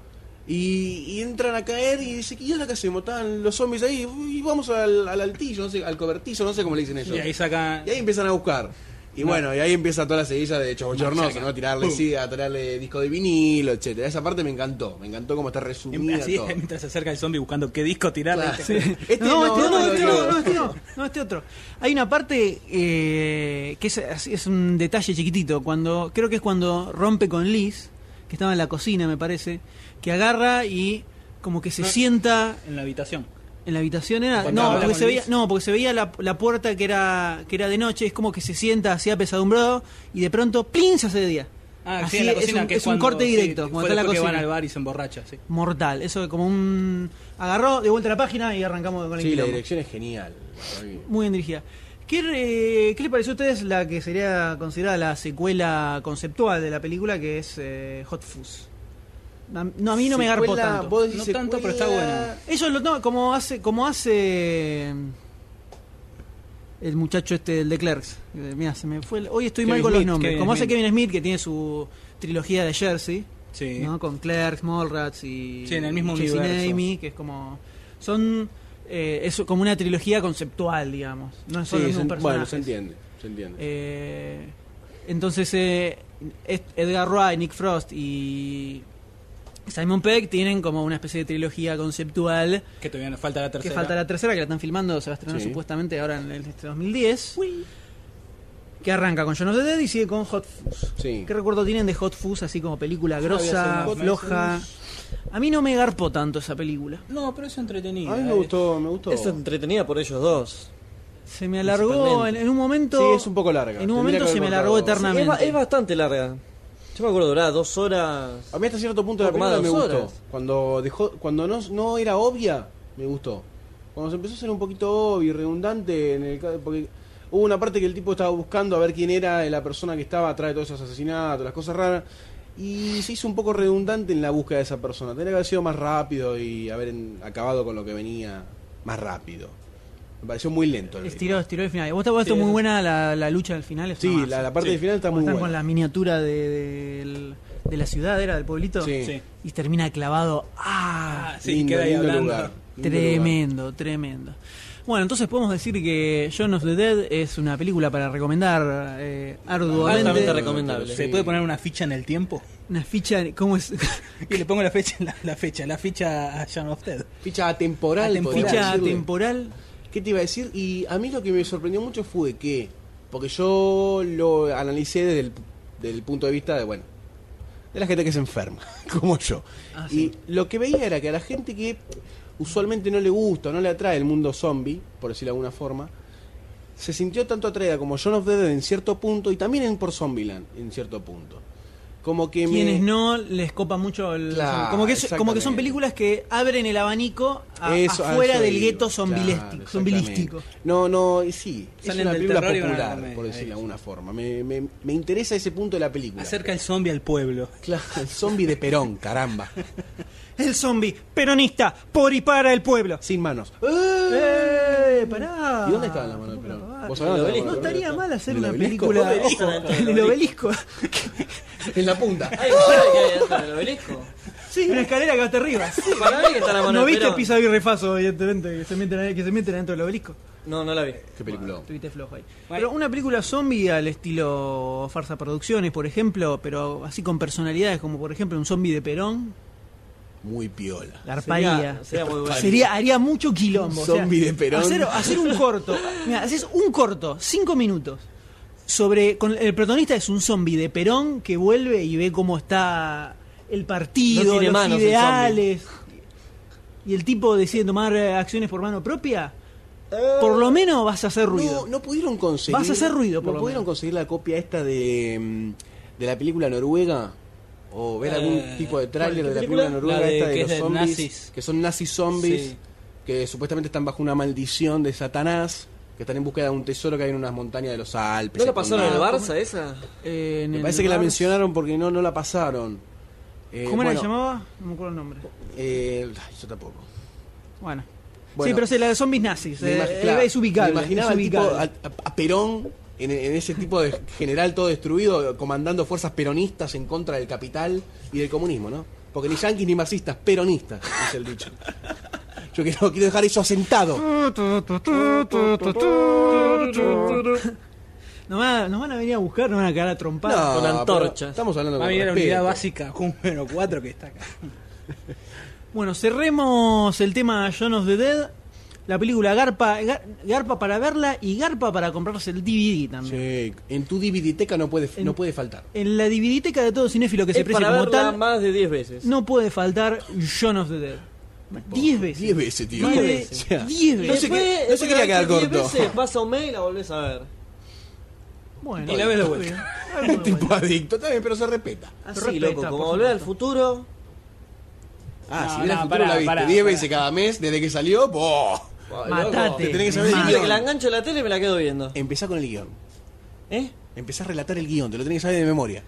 [SPEAKER 10] Y, y entran a caer y dicen, ¿y ahora qué hacemos? Están los zombies ahí y vamos al, al altillo, no sé, al cobertizo, no sé cómo le dicen ellos.
[SPEAKER 9] Y ahí sacan.
[SPEAKER 10] empiezan a buscar. Y bueno, y ahí empieza toda la seguilla de chochornoso,
[SPEAKER 9] Machaca.
[SPEAKER 10] ¿no? Tirarle
[SPEAKER 9] Pum.
[SPEAKER 10] sida, tirarle disco de vinilo, etcétera Esa parte me encantó, me encantó cómo está
[SPEAKER 9] em-
[SPEAKER 10] resumida
[SPEAKER 9] Así
[SPEAKER 10] todo.
[SPEAKER 9] mientras se acerca el zombie buscando qué disco tirarle.
[SPEAKER 10] Claro.
[SPEAKER 9] Sí.
[SPEAKER 10] Este
[SPEAKER 2] no, este no,
[SPEAKER 10] lo
[SPEAKER 2] este
[SPEAKER 10] creo.
[SPEAKER 2] no, no, este no, no, este otro. Hay una parte eh, que es, así, es un detalle chiquitito, cuando creo que es cuando rompe con Liz, que estaba en la cocina, me parece, que agarra y como que se sienta
[SPEAKER 9] En la habitación.
[SPEAKER 2] en la habitación era
[SPEAKER 9] Cuando
[SPEAKER 2] no
[SPEAKER 9] habla
[SPEAKER 2] porque,
[SPEAKER 9] con
[SPEAKER 2] se veía,
[SPEAKER 9] Liz.
[SPEAKER 2] no porque se veía la, la puerta que era que era de noche es como que se sienta así apesadumbrado y de pronto plin se hace de día
[SPEAKER 9] Ah,
[SPEAKER 2] así
[SPEAKER 9] sí, en la
[SPEAKER 2] es
[SPEAKER 9] cocina.
[SPEAKER 2] un,
[SPEAKER 9] que
[SPEAKER 2] es un
[SPEAKER 9] cuando-
[SPEAKER 2] corte
[SPEAKER 9] sí,
[SPEAKER 2] directo
[SPEAKER 9] fue
[SPEAKER 2] cuando está en la
[SPEAKER 9] después que
[SPEAKER 2] cocina
[SPEAKER 9] van al bar y se emborracha, sí.
[SPEAKER 2] mortal eso es como un agarró de vuelta la página y arrancamos con el
[SPEAKER 10] Sí, la
[SPEAKER 2] quilombo.
[SPEAKER 10] dirección es genial.
[SPEAKER 2] muy bien dirigida ¿Qué, eh, ¿Qué les pareció a ustedes la que sería considerada la secuela conceptual de la película que es eh, Hot Fuzz? A, no, a mí no me garpo
[SPEAKER 10] Secuela,
[SPEAKER 2] tanto.
[SPEAKER 10] Ah, vos decís
[SPEAKER 9] No tanto, pero está
[SPEAKER 10] secuela.
[SPEAKER 9] bueno.
[SPEAKER 2] Ellos lo toman como hace, como hace eh, el muchacho este el de Clerks. Mira, se me fue. el- Hoy estoy
[SPEAKER 9] Kevin
[SPEAKER 2] mal con los
[SPEAKER 9] Smith,
[SPEAKER 2] nombres.
[SPEAKER 9] Kevin
[SPEAKER 2] como hace
[SPEAKER 9] Smith.
[SPEAKER 2] Kevin Smith que tiene su trilogía de Jersey,
[SPEAKER 9] Sí.
[SPEAKER 2] ¿no? Con Clerks, Mallrats y
[SPEAKER 9] Sí, en el mismo
[SPEAKER 2] Chasing
[SPEAKER 9] universo.
[SPEAKER 2] Amy, que es como son eh, es como una trilogía conceptual, digamos. No son
[SPEAKER 10] Sí,
[SPEAKER 2] los
[SPEAKER 10] se-
[SPEAKER 2] mismos
[SPEAKER 10] bueno,
[SPEAKER 2] personajes.
[SPEAKER 10] se entiende, se entiende.
[SPEAKER 2] Eh, entonces, eh, Ed- Edgar Wright, Nick Frost y Simon Pegg tienen como una especie de trilogía conceptual
[SPEAKER 9] Que todavía nos falta la tercera.
[SPEAKER 2] que falta la tercera, que la están filmando, se va a estrenar
[SPEAKER 10] Sí.
[SPEAKER 2] supuestamente ahora en el este 2010. Que arranca con John of the Dead y sigue con Hot Fuzz.
[SPEAKER 10] Sí.
[SPEAKER 2] ¿Qué recuerdo tienen de Hot Fuzz así como película
[SPEAKER 9] hace
[SPEAKER 2] grosa,
[SPEAKER 9] unos
[SPEAKER 2] floja? A mí no me garpó tanto esa película.
[SPEAKER 9] No, pero es entretenida.
[SPEAKER 10] A mí me
[SPEAKER 9] eh.
[SPEAKER 10] gustó, me gustó.
[SPEAKER 12] Es entretenida por ellos dos.
[SPEAKER 2] Se me alargó en, en un momento.
[SPEAKER 10] Sí, es un poco larga.
[SPEAKER 2] En un
[SPEAKER 10] Tendría
[SPEAKER 2] momento
[SPEAKER 10] que
[SPEAKER 2] se me
[SPEAKER 10] haber
[SPEAKER 2] alargó
[SPEAKER 10] cortado.
[SPEAKER 12] Sí, es, ba-
[SPEAKER 2] eternamente.
[SPEAKER 12] es bastante larga. Yo me acuerdo, duraba dos horas.
[SPEAKER 10] A mí hasta cierto punto de la
[SPEAKER 12] Poco más
[SPEAKER 10] película me
[SPEAKER 12] de dos
[SPEAKER 10] gustó.
[SPEAKER 12] horas.
[SPEAKER 10] Cuando dejó, cuando no, no era obvia, me gustó. Cuando se empezó a ser un poquito obvio y redundante, en el, ca- porque hubo una parte que el tipo estaba buscando a ver quién era la persona que estaba atrás de todos esos asesinatos, las cosas raras, y se hizo un poco redundante en la búsqueda de esa persona. Tendría que haber sido más rápido y haber en- acabado con lo que venía más rápido. Me pareció muy lento. El
[SPEAKER 2] Estiró, estiró el final. ¿Vos te parece muy buena la, la lucha al final? Es
[SPEAKER 10] Sí,
[SPEAKER 2] una
[SPEAKER 10] la,
[SPEAKER 2] masa.
[SPEAKER 10] la parte del final está
[SPEAKER 2] Cuando
[SPEAKER 10] muy
[SPEAKER 2] están
[SPEAKER 10] buena.
[SPEAKER 2] con la miniatura de, del- de la ciudad, ¿era? Del pueblito.
[SPEAKER 10] Sí.
[SPEAKER 9] Sí.
[SPEAKER 2] Y termina clavado. ¡Ah!
[SPEAKER 9] Ah, sí,
[SPEAKER 10] Lindo,
[SPEAKER 9] queda ahí
[SPEAKER 10] lindo
[SPEAKER 9] hablando.
[SPEAKER 10] lugar, lindo lugar.
[SPEAKER 2] Tremendo, tremendo. Bueno, entonces podemos decir que John of the Dead es una película para recomendar eh,
[SPEAKER 12] Altamente
[SPEAKER 2] arduamente.
[SPEAKER 12] recomendable.
[SPEAKER 9] ¿Se puede poner una ficha en el tiempo?
[SPEAKER 2] Una ficha, ¿cómo es?
[SPEAKER 9] Y le pongo la fecha, la, la fecha, la ficha a John of Dead.
[SPEAKER 10] Ficha atemporal.
[SPEAKER 9] Atemporal.
[SPEAKER 10] podría
[SPEAKER 2] ficha
[SPEAKER 10] decirle.
[SPEAKER 2] temporal.
[SPEAKER 10] ¿Qué te iba a decir? Y a mí lo que me sorprendió mucho fue que, porque yo lo analicé desde el, desde el punto de vista de, bueno, de la gente que se enferma, *laughs* como yo.
[SPEAKER 2] Ah,
[SPEAKER 10] Y lo que veía era que a la gente que usualmente no le gusta o no le atrae el mundo zombie, por decirlo de alguna forma, se sintió tanto atraída como John of the Dead en cierto punto y también en por Zombieland en cierto punto. Como que me-
[SPEAKER 2] Quienes no les copa mucho el
[SPEAKER 10] Claro,
[SPEAKER 2] como que es- como que son
[SPEAKER 10] exactamente.
[SPEAKER 2] películas que abren el abanico a-
[SPEAKER 10] Eso, a
[SPEAKER 2] afuera
[SPEAKER 10] eso
[SPEAKER 2] del
[SPEAKER 10] iba.
[SPEAKER 2] gueto
[SPEAKER 10] Claro,
[SPEAKER 2] zombilesti-
[SPEAKER 10] exactamente.
[SPEAKER 2] zombilístico.
[SPEAKER 10] No, no, y sí. Es
[SPEAKER 9] Salen
[SPEAKER 10] una
[SPEAKER 9] del
[SPEAKER 10] película
[SPEAKER 9] terror y van a la
[SPEAKER 10] popular,
[SPEAKER 9] comedia,
[SPEAKER 10] por decirlo de
[SPEAKER 9] ahí.
[SPEAKER 10] alguna forma. Me, me- me interesa ese punto de la película.
[SPEAKER 9] Acerca el zombie al pueblo.
[SPEAKER 10] *laughs* Claro, el zombie de Perón, caramba.
[SPEAKER 2] El zombie peronista por y para el pueblo.
[SPEAKER 10] Sin manos. ¡Ah!
[SPEAKER 2] ¡Eh! ¡Pará!
[SPEAKER 10] ¿Y dónde estaban las manos de Perón? ¿Vos sabés
[SPEAKER 2] no
[SPEAKER 10] dónde estaban las manos de
[SPEAKER 2] estaría
[SPEAKER 10] Perón?
[SPEAKER 2] mal hacer
[SPEAKER 10] ¿En el
[SPEAKER 2] una
[SPEAKER 10] obelisco?
[SPEAKER 2] película
[SPEAKER 12] Obelisco.
[SPEAKER 2] ojo, en el obelisco.
[SPEAKER 10] En la punta.
[SPEAKER 9] *laughs*
[SPEAKER 12] Ay, ¿sabes qué hay dentro del obelisco?
[SPEAKER 2] *laughs* Sí, una escalera que va hasta *laughs* arriba.
[SPEAKER 12] Para mí que está la mano
[SPEAKER 2] ¿No
[SPEAKER 12] de
[SPEAKER 2] viste
[SPEAKER 12] Perón.
[SPEAKER 2] Pisa y Refaso, evidentemente, que se meten, ahí- que se meten adentro del obelisco?
[SPEAKER 12] No, no la vi.
[SPEAKER 10] Qué película.
[SPEAKER 2] Estuviste flojo ahí. Pero una película zombie al estilo Farsa Producciones, por ejemplo, pero así con personalidades, como por ejemplo un zombie de Perón,
[SPEAKER 10] Muy piola.
[SPEAKER 2] la arparía.
[SPEAKER 12] Sería muy bueno.
[SPEAKER 2] Sería, haría mucho quilombo. o sea,
[SPEAKER 10] Zombie de Perón.
[SPEAKER 2] Hacer, hacer un corto. Mira, haces un corto, cinco minutos. Sobre. Con, el protagonista es un zombie de Perón que vuelve y ve cómo está el
[SPEAKER 12] No
[SPEAKER 2] partido,
[SPEAKER 12] tiene
[SPEAKER 2] los
[SPEAKER 12] manos el
[SPEAKER 2] ideales. y el tipo decide tomar eh, acciones por mano propia. Por lo menos vas a hacer ruido.
[SPEAKER 10] No, no pudieron conseguir.
[SPEAKER 2] Vas a hacer ruido, por
[SPEAKER 10] ¿No
[SPEAKER 2] lo
[SPEAKER 10] pudieron
[SPEAKER 2] menos.
[SPEAKER 10] conseguir la copia esta de, mm, de la película noruega? ¿O ver algún
[SPEAKER 9] Eh,
[SPEAKER 10] tipo de tráiler
[SPEAKER 9] ¿cuál?
[SPEAKER 10] de
[SPEAKER 9] ¿Qué
[SPEAKER 10] la película
[SPEAKER 9] película?
[SPEAKER 10] noruega
[SPEAKER 9] La de-
[SPEAKER 10] esta de
[SPEAKER 9] que es
[SPEAKER 10] los
[SPEAKER 9] de
[SPEAKER 10] zombies?
[SPEAKER 9] nazis.
[SPEAKER 10] Que son nazis zombies.
[SPEAKER 9] Sí.
[SPEAKER 10] Que supuestamente están bajo una maldición de Satanás. Que están en búsqueda de un tesoro que hay en unas montañas de los Alpes.
[SPEAKER 12] ¿No la pasaron en el
[SPEAKER 10] escondido.
[SPEAKER 12] Barça esa?
[SPEAKER 2] Eh, en
[SPEAKER 10] Me
[SPEAKER 2] el
[SPEAKER 10] parece que la
[SPEAKER 2] bar-
[SPEAKER 10] mencionaron porque no, no la pasaron. Eh,
[SPEAKER 2] ¿Cómo era
[SPEAKER 10] bueno,
[SPEAKER 2] que llamaba? No me acuerdo el nombre.
[SPEAKER 10] eh, ay, yo tampoco.
[SPEAKER 2] Bueno.
[SPEAKER 10] Bueno.
[SPEAKER 2] sí, pero es la de zombies nazis.
[SPEAKER 10] Me
[SPEAKER 2] eh,
[SPEAKER 10] imag- claro,
[SPEAKER 2] es ubicable.
[SPEAKER 10] me
[SPEAKER 2] es
[SPEAKER 10] imaginaba al tipo,
[SPEAKER 2] ubicable. *laughs*
[SPEAKER 10] al- a, a Perón en, en ese tipo de general todo destruido, comandando fuerzas peronistas en contra del capital y del comunismo, ¿no? Porque ni yanquis ni marxistas, peronistas, es el dicho. Yo quiero, quiero dejar eso asentado.
[SPEAKER 2] Nos van, a, nos van a venir a buscar, nos van a cagar a trompadas.
[SPEAKER 12] Con
[SPEAKER 10] pero
[SPEAKER 12] antorchas.
[SPEAKER 10] Estamos hablando
[SPEAKER 9] Va a
[SPEAKER 10] con
[SPEAKER 9] venir la unidad
[SPEAKER 10] respeto.
[SPEAKER 9] básica número 4 que está acá.
[SPEAKER 2] *laughs* Bueno, cerremos el tema John of the Dead. La película Garpa, Gar- Garpa para verla y Garpa para comprarse el DVD también.
[SPEAKER 10] Sí, en tu dividiteca no puede,
[SPEAKER 2] En-
[SPEAKER 10] no puede faltar.
[SPEAKER 2] En la DVDteca de todo cinéfilo que se
[SPEAKER 12] Es
[SPEAKER 2] precie
[SPEAKER 12] para
[SPEAKER 2] como
[SPEAKER 12] verla
[SPEAKER 2] tal,
[SPEAKER 12] más de 10 veces.
[SPEAKER 2] no puede faltar John of the Dead. Diez veces.
[SPEAKER 10] Diez veces, tío.
[SPEAKER 2] Diez
[SPEAKER 12] Diez
[SPEAKER 2] veces.
[SPEAKER 10] veces.
[SPEAKER 2] Diez
[SPEAKER 12] Y
[SPEAKER 2] veces.
[SPEAKER 10] No sé qué-
[SPEAKER 12] después,
[SPEAKER 10] no se quería quedar
[SPEAKER 12] después de 10
[SPEAKER 10] corto.
[SPEAKER 12] veces vas a un mail y la volvés a ver.
[SPEAKER 2] Bueno,
[SPEAKER 9] Y la ves de vuelta.
[SPEAKER 2] a ver,
[SPEAKER 10] Ah, Un tipo adicto también, pero se respeta.
[SPEAKER 12] Así,
[SPEAKER 2] Respeta,
[SPEAKER 12] loco, como
[SPEAKER 2] por
[SPEAKER 12] volver al futuro.
[SPEAKER 10] Ah,
[SPEAKER 9] No,
[SPEAKER 10] si hubiera
[SPEAKER 9] no,
[SPEAKER 10] futuro
[SPEAKER 9] pará,
[SPEAKER 10] la viste.
[SPEAKER 9] pará,
[SPEAKER 10] 10
[SPEAKER 9] pará.
[SPEAKER 10] veces cada mes desde que salió. ¡boh!
[SPEAKER 12] Ay,
[SPEAKER 2] Matate.
[SPEAKER 12] loco.
[SPEAKER 10] tenés que saber el
[SPEAKER 12] Es simple
[SPEAKER 10] guión.
[SPEAKER 12] que la engancho a la tele y me la quedo viendo.
[SPEAKER 10] Empezá con el guión.
[SPEAKER 12] ¿Eh?
[SPEAKER 10] Empezá a relatar el guión, te lo tenés que saber de memoria.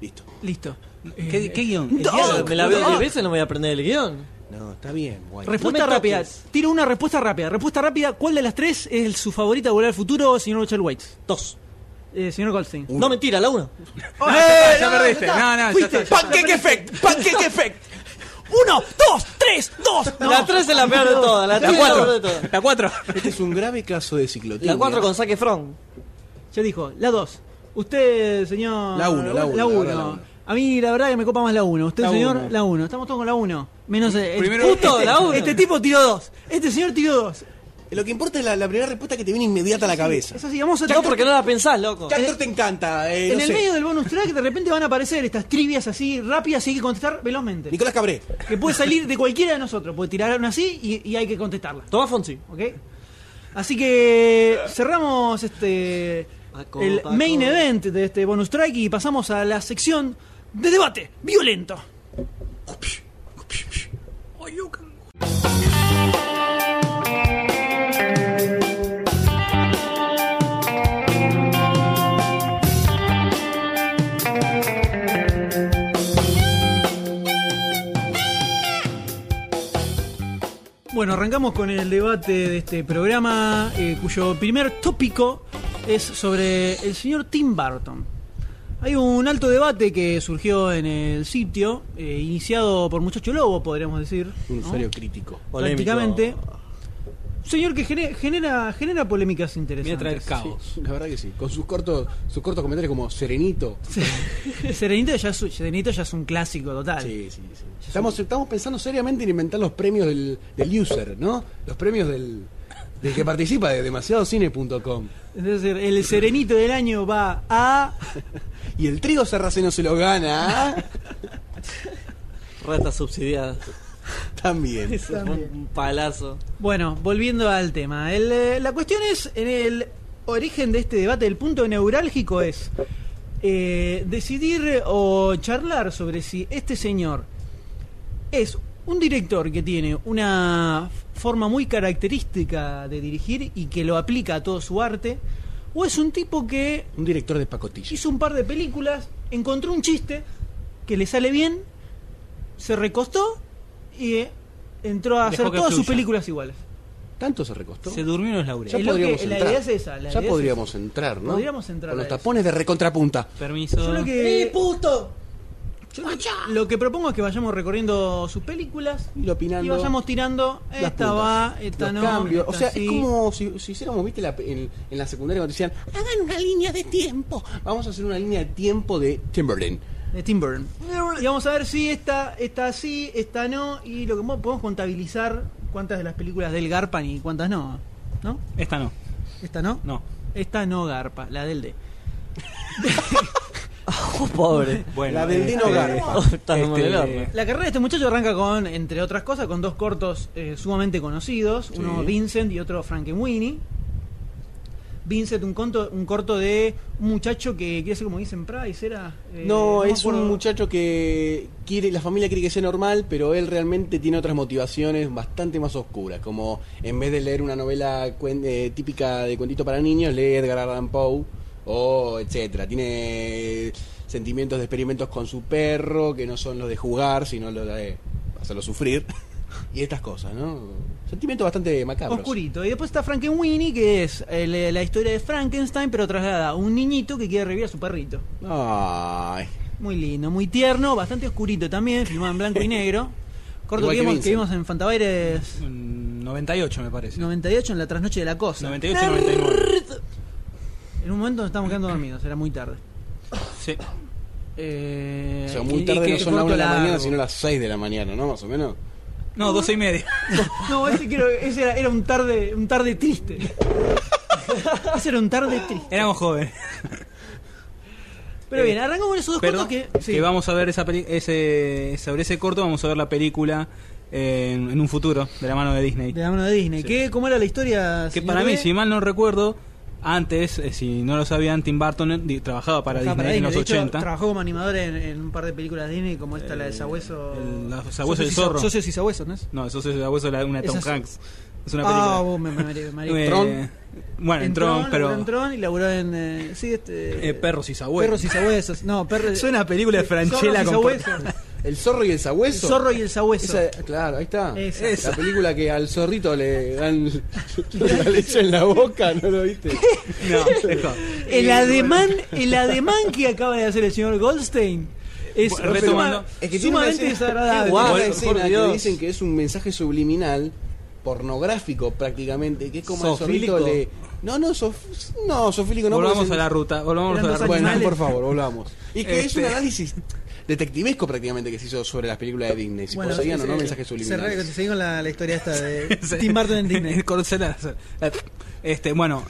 [SPEAKER 10] Listo.
[SPEAKER 2] Listo.
[SPEAKER 9] ¿Qué, qué guión? El
[SPEAKER 2] Doc.
[SPEAKER 9] diálogo.
[SPEAKER 12] Me la veo
[SPEAKER 2] Doc.
[SPEAKER 12] 10 veces no me voy a aprender el guión.
[SPEAKER 10] No, está bien, guay.
[SPEAKER 2] Respuesta
[SPEAKER 12] No me
[SPEAKER 2] rápida.
[SPEAKER 12] toques.
[SPEAKER 2] Tiro una respuesta rápida. Respuesta rápida. ¿Cuál de las tres es su favorita de Volver al Futuro, señor Richard Waits?
[SPEAKER 12] Dos.
[SPEAKER 2] Eh, señor Goldstein.
[SPEAKER 12] No, mentira, la uno.
[SPEAKER 9] ya perdiste. No, no, ya está.
[SPEAKER 10] ¡Pancake Effect! ¡Pancake Effect!
[SPEAKER 2] Uno, dos, tres, dos. No.
[SPEAKER 12] La 3 es la peor de todas. La 3 es la peor de todas.
[SPEAKER 9] La 4.
[SPEAKER 10] Este es un grave caso de ciclotimia.
[SPEAKER 12] La 4 con Zac Efron.
[SPEAKER 2] Ya dijo, la dos. Usted, señor.
[SPEAKER 10] La uno, la uno, la
[SPEAKER 2] La
[SPEAKER 10] verdad, la uno.
[SPEAKER 2] A mí la verdad que me copa más la uno. Usted,
[SPEAKER 9] La
[SPEAKER 2] señor,
[SPEAKER 9] uno.
[SPEAKER 2] la uno. Estamos todos con la uno. Menos el.
[SPEAKER 9] Primero-
[SPEAKER 2] Justo,
[SPEAKER 12] este-
[SPEAKER 2] la uno. Este tipo tiró dos. Este señor tiró dos.
[SPEAKER 10] Lo que importa es la, la primera respuesta que te viene inmediata a la cabeza.
[SPEAKER 2] Es así, vamos a
[SPEAKER 12] No, porque no la pensás, loco.
[SPEAKER 10] ¿Qué actor te encanta? Eh,
[SPEAKER 2] En
[SPEAKER 10] no
[SPEAKER 2] el
[SPEAKER 10] sé.
[SPEAKER 2] medio del bonus track de repente van a aparecer estas trivias así rápidas y hay que contestar velozmente.
[SPEAKER 10] Nicolás Cabré.
[SPEAKER 2] Que puede salir de cualquiera de nosotros. Puede tirar una así y, y hay que contestarla.
[SPEAKER 12] Tomá Fonsi.
[SPEAKER 2] ¿Ok? Así que cerramos este
[SPEAKER 12] Paco,
[SPEAKER 2] el
[SPEAKER 12] Paco.
[SPEAKER 2] main event de este bonus track y pasamos a la sección de debate violento. Bueno, arrancamos con el debate de este programa, eh, cuyo primer tópico es sobre el señor Tim Burton. Hay un alto debate que surgió en el sitio, eh, iniciado por Muchacho Lobo, podríamos decir.
[SPEAKER 10] Un
[SPEAKER 2] ¿no?
[SPEAKER 10] usuario crítico.
[SPEAKER 2] Prácticamente. Señor que gene- genera, genera polémicas
[SPEAKER 9] Viene a traer
[SPEAKER 2] interesantes.
[SPEAKER 9] caos.
[SPEAKER 10] Ah, Sí, la verdad que sí. Con sus cortos, sus cortos comentarios como Serenito.
[SPEAKER 2] *laughs* Serenito ya, es, un- Serenito ya es un clásico total.
[SPEAKER 10] Sí, sí, sí. Estamos, estamos pensando seriamente en inventar los premios del, del user, ¿no? Los premios del, del que participa de demasiadocine.com.
[SPEAKER 2] Es decir, el Serenito del año va a...
[SPEAKER 10] Y el trigo sarraceno se lo gana.
[SPEAKER 2] *laughs*
[SPEAKER 10] ¿ah?
[SPEAKER 12] Ratas subsidiadas.
[SPEAKER 10] También.
[SPEAKER 12] Eso fue un palazo.
[SPEAKER 2] Bueno, volviendo al tema. El, eh, la cuestión es, en el origen de este debate, el punto neurálgico es eh, decidir o charlar sobre si este señor es un director que tiene una forma muy característica de dirigir y que lo aplica a todo su arte, o es un tipo que
[SPEAKER 10] Un director de pacotilla.
[SPEAKER 2] hizo un par de películas, encontró un chiste que le sale bien, se recostó y eh, entró a
[SPEAKER 9] Dejó
[SPEAKER 2] hacer
[SPEAKER 9] que
[SPEAKER 2] todas sus
[SPEAKER 9] fluya.
[SPEAKER 2] películas iguales.
[SPEAKER 10] ¿Tanto se recostó?
[SPEAKER 9] Se durmió en los
[SPEAKER 10] Ya
[SPEAKER 2] Es
[SPEAKER 9] laureles.
[SPEAKER 2] lo que-
[SPEAKER 10] podríamos
[SPEAKER 2] la
[SPEAKER 10] entrar.
[SPEAKER 2] idea es esa, la idea
[SPEAKER 10] ya
[SPEAKER 2] es
[SPEAKER 10] podríamos entrar, ¿no?
[SPEAKER 2] Podríamos entrar
[SPEAKER 10] Con
[SPEAKER 2] a
[SPEAKER 10] los
[SPEAKER 2] eso.
[SPEAKER 10] tapones de recontrapunta.
[SPEAKER 9] Permiso.
[SPEAKER 2] Yo lo que. Yo lo que- Lo que propongo es que vayamos recorriendo sus películas
[SPEAKER 10] Y lo opinando.
[SPEAKER 2] y vayamos tirando.
[SPEAKER 10] las
[SPEAKER 2] Esta
[SPEAKER 10] puntas,
[SPEAKER 2] va, esta
[SPEAKER 10] los
[SPEAKER 2] no.
[SPEAKER 10] cambios. O
[SPEAKER 2] esta
[SPEAKER 10] sea,
[SPEAKER 2] sí.
[SPEAKER 10] es como si, si hiciéramos, viste, la- en, en la secundaria cuando decían, hagan una línea de tiempo. Vamos a hacer una línea de tiempo de Timberland.
[SPEAKER 2] De Tim Burton. Y vamos a ver si esta, esta sí, esta no. Y lo que mo- podemos contabilizar cuántas de las películas del Garpan y cuántas no. ¿No?
[SPEAKER 9] Esta no.
[SPEAKER 2] ¿Esta no?
[SPEAKER 9] No.
[SPEAKER 2] Esta no Garpa, la del D.
[SPEAKER 12] Oh, pobre.
[SPEAKER 9] *laughs* Bueno, eh, este,
[SPEAKER 10] La del Dino
[SPEAKER 9] Oh,
[SPEAKER 10] Garpa.
[SPEAKER 12] Estás como en el horno.
[SPEAKER 2] La carrera de este muchacho arranca con, entre otras cosas, con dos cortos eh, sumamente conocidos, uno Vincent y otro Frankenweenie. Vincent, un, conto, un corto de un muchacho que quiere ser como dicen Price, ¿era? Eh,
[SPEAKER 10] No,
[SPEAKER 2] me
[SPEAKER 10] es un
[SPEAKER 2] acuerdo.
[SPEAKER 10] muchacho que quiere, la familia quiere que sea normal, pero él realmente tiene otras motivaciones bastante más oscuras, como en vez de leer una novela cuen- eh, típica de cuentito para niños, lee Edgar Allan Poe o etcétera. Tiene sentimientos de experimentos con su perro, que no son los de jugar, sino los de hacerlo sufrir *laughs* y estas cosas, ¿no? Sentimientos bastante macabros.
[SPEAKER 2] Oscurito. Y después está Frankenweenie, que es eh, la- la historia de Frankenstein, pero traslada a un niñito que quiere revivir a su perrito.
[SPEAKER 10] Ay.
[SPEAKER 2] Muy lindo, muy tierno, bastante oscurito también, filmado en
[SPEAKER 10] *laughs*
[SPEAKER 2] blanco y negro. Corto
[SPEAKER 10] Igual
[SPEAKER 2] que
[SPEAKER 10] que
[SPEAKER 2] vimos, que
[SPEAKER 10] Vincent.
[SPEAKER 2] vimos en Fantabaires
[SPEAKER 9] Mm, 98 me parece.
[SPEAKER 2] 98 en la trasnoche de la cosa.
[SPEAKER 9] 98 99.
[SPEAKER 2] En un momento nos estábamos quedando dormidos, era muy tarde.
[SPEAKER 9] Sí.
[SPEAKER 2] Eh,
[SPEAKER 10] O sea,
[SPEAKER 2] y-
[SPEAKER 10] muy
[SPEAKER 2] y
[SPEAKER 10] tarde
[SPEAKER 2] que
[SPEAKER 10] no son las
[SPEAKER 2] corto
[SPEAKER 10] 1 de la mañana,
[SPEAKER 2] largo.
[SPEAKER 10] sino las 6 de la mañana, ¿no? Más o menos.
[SPEAKER 9] No, 12 y media.
[SPEAKER 2] *laughs* No, ese, quiero- ese era, era un tarde un tarde
[SPEAKER 9] *laughs*
[SPEAKER 2] triste. ese era un tarde triste.
[SPEAKER 9] Éramos jóvenes.
[SPEAKER 2] Pero bien, arrancamos con esos dos
[SPEAKER 9] Pero
[SPEAKER 2] cortos
[SPEAKER 9] Eh, que,
[SPEAKER 2] que... sí.
[SPEAKER 9] vamos a ver esa peli- ese sobre ese corto vamos a ver la película eh, en, en un futuro de la mano de Disney.
[SPEAKER 2] De la mano de Disney.
[SPEAKER 9] Sí.
[SPEAKER 2] Que, ¿Cómo era la historia?
[SPEAKER 9] que
[SPEAKER 2] señor
[SPEAKER 9] para mí,
[SPEAKER 2] B?
[SPEAKER 9] si mal no recuerdo, antes, eh, si no lo sabían, Tim Burton eh, di- trabajaba para
[SPEAKER 2] Trabajaba Ah, para
[SPEAKER 9] Disney, en
[SPEAKER 2] Disney.
[SPEAKER 9] los
[SPEAKER 2] De hecho,
[SPEAKER 9] 80.
[SPEAKER 2] trabajó como animador en, en un par de películas de Disney, como esta, la de Sabueso...
[SPEAKER 9] Eh, el- la Sabueso
[SPEAKER 2] Socios
[SPEAKER 9] y
[SPEAKER 2] y
[SPEAKER 9] Zorro.
[SPEAKER 2] Sa- Socios y Sabuesos, ¿no es?
[SPEAKER 9] no, eso es la voz de la- una de Tom
[SPEAKER 2] Esa es-
[SPEAKER 9] Hanks. Es una película.
[SPEAKER 2] Ah, vos me, me,
[SPEAKER 9] *laughs*
[SPEAKER 2] me, me-
[SPEAKER 9] Eh,
[SPEAKER 10] Tron.
[SPEAKER 9] Bueno, en Tron,
[SPEAKER 2] laburó
[SPEAKER 9] pero
[SPEAKER 2] en Tron y laburó en... eh, sí, este...
[SPEAKER 9] eh, Perros y Sabuesos.
[SPEAKER 2] Perros y Sabuesos. No, perros...
[SPEAKER 9] Es una película de Franchella con
[SPEAKER 2] Zorros y
[SPEAKER 9] per-
[SPEAKER 2] Sabuesos.
[SPEAKER 10] El zorro y el
[SPEAKER 2] El
[SPEAKER 10] sabueso.
[SPEAKER 2] *laughs* zorro y el sabueso.
[SPEAKER 10] Esa- claro, ahí está.
[SPEAKER 2] Esa.
[SPEAKER 10] La película que al zorrito le dan la leche en la boca, ¿no lo viste?
[SPEAKER 9] No, dejó.
[SPEAKER 2] El
[SPEAKER 10] eh, *laughs*
[SPEAKER 2] ademán, el ademán que acaba de hacer el señor Goldstein *laughs* es
[SPEAKER 9] Bueno, pues, retomando.
[SPEAKER 2] suma-
[SPEAKER 10] Es que tiene una
[SPEAKER 2] sumamente
[SPEAKER 10] escena-
[SPEAKER 2] desagradable.
[SPEAKER 10] tiene una
[SPEAKER 12] Guau,
[SPEAKER 10] escena
[SPEAKER 12] por
[SPEAKER 10] que
[SPEAKER 12] Dios.
[SPEAKER 10] dicen que es un mensaje subliminal, pornográfico prácticamente, que es como al
[SPEAKER 9] Sofílico.
[SPEAKER 10] zorrito le... No, no, sof- no sofílico no. porque
[SPEAKER 9] volvamos
[SPEAKER 10] es
[SPEAKER 9] a
[SPEAKER 10] en-
[SPEAKER 9] la ruta, volvamos a
[SPEAKER 2] Eran
[SPEAKER 9] la
[SPEAKER 2] dos
[SPEAKER 9] ruta.
[SPEAKER 10] Bueno,
[SPEAKER 2] Animales.
[SPEAKER 10] por favor, volvamos. Y que es
[SPEAKER 9] Este.
[SPEAKER 10] un análisis detectivesco prácticamente que se hizo sobre las películas de Disney. Si
[SPEAKER 2] Bueno,
[SPEAKER 10] poseían o
[SPEAKER 2] sí,
[SPEAKER 10] pues, no
[SPEAKER 2] sí.
[SPEAKER 10] mensajes
[SPEAKER 2] Cerrá que
[SPEAKER 10] subliminales.
[SPEAKER 2] te seguí con la, la historia esta
[SPEAKER 10] *laughs*
[SPEAKER 2] de Tim Burton
[SPEAKER 9] *laughs*
[SPEAKER 2] en Disney.
[SPEAKER 9] Corcela- este, bueno,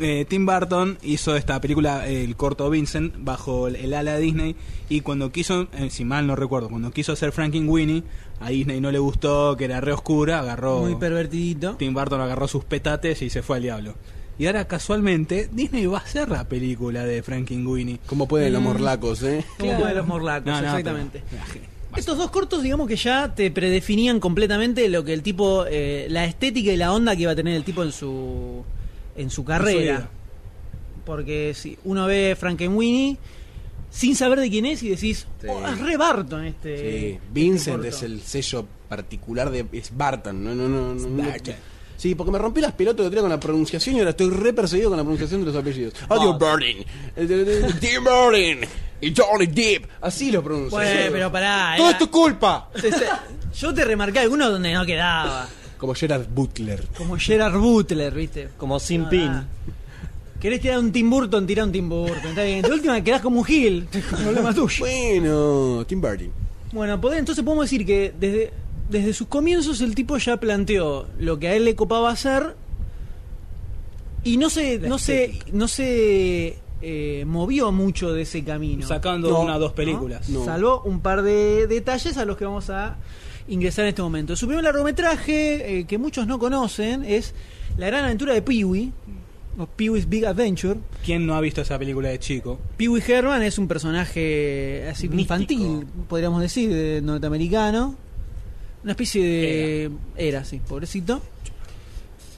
[SPEAKER 9] eh, Tim Burton hizo esta película, eh, el corto Vincent, bajo el, el ala de Disney. Y cuando quiso, eh, si mal no recuerdo, cuando quiso hacer Frankenweenie, a Disney no le gustó, que era re oscura, agarró.
[SPEAKER 2] Muy pervertidito.
[SPEAKER 9] Tim Burton agarró sus petates y se fue al diablo. Y ahora casualmente Disney va a hacer la película de Frankenweenie.
[SPEAKER 10] Como pueden los morlacos, ¿eh?
[SPEAKER 2] Como
[SPEAKER 9] Claro.
[SPEAKER 2] de los morlacos,
[SPEAKER 9] No, no,
[SPEAKER 2] exactamente.
[SPEAKER 9] pero-
[SPEAKER 2] Estos dos cortos, digamos que ya te predefinían completamente lo que el tipo, eh, la estética y la onda que iba a tener el tipo en su, en su carrera.
[SPEAKER 9] vida.
[SPEAKER 2] Porque si uno ve Frankenweenie sin saber de quién es y decís,
[SPEAKER 10] Sí.
[SPEAKER 2] "Oh, es re Barton este.
[SPEAKER 10] Sí,
[SPEAKER 2] este
[SPEAKER 10] Vincent
[SPEAKER 2] corto".
[SPEAKER 10] es el sello particular de es Bartan, no, no, no, no, no. Sí, porque me rompí las pelotas de otra con la pronunciación y ahora estoy re perseguido con la pronunciación de los apellidos. Audio Burden, *laughs* Dean Burden y Johnny Depp. Así lo pronuncio.
[SPEAKER 2] Bueno, pero pará.
[SPEAKER 10] Todo
[SPEAKER 2] era-
[SPEAKER 10] es tu culpa.
[SPEAKER 2] *laughs* se- se- Yo te remarqué algunos donde no quedaba.
[SPEAKER 10] Como Gerard Butler.
[SPEAKER 2] Como Gerard Butler, ¿viste?
[SPEAKER 12] Como sin
[SPEAKER 2] No,
[SPEAKER 12] pin.
[SPEAKER 2] nada. ¿Querés tirar un Tim Burton? Tirá un Tim Burton. Está bien. De última quedás como un Gil. *laughs* Problema tuyo.
[SPEAKER 10] Bueno, Tim Burton.
[SPEAKER 2] Bueno, podés- entonces podemos decir que desde, desde sus comienzos el tipo ya planteó lo que a él le copaba hacer y no se, no se, no se eh, movió mucho de ese camino.
[SPEAKER 9] Sacando
[SPEAKER 10] No.
[SPEAKER 9] una o dos películas.
[SPEAKER 10] No.
[SPEAKER 2] Salvo un par de detalles a los que vamos a ingresar en este momento. Su primer largometraje, eh, que muchos no conocen, es La gran aventura de Pee-Wee, o Pee-Wee's Big Adventure.
[SPEAKER 9] ¿Quién no ha visto esa película de chico?
[SPEAKER 2] Pee-Wee Herman es un personaje eh, así infantil, podríamos decir, de- norteamericano. Una especie de. Era. sí, pobrecito.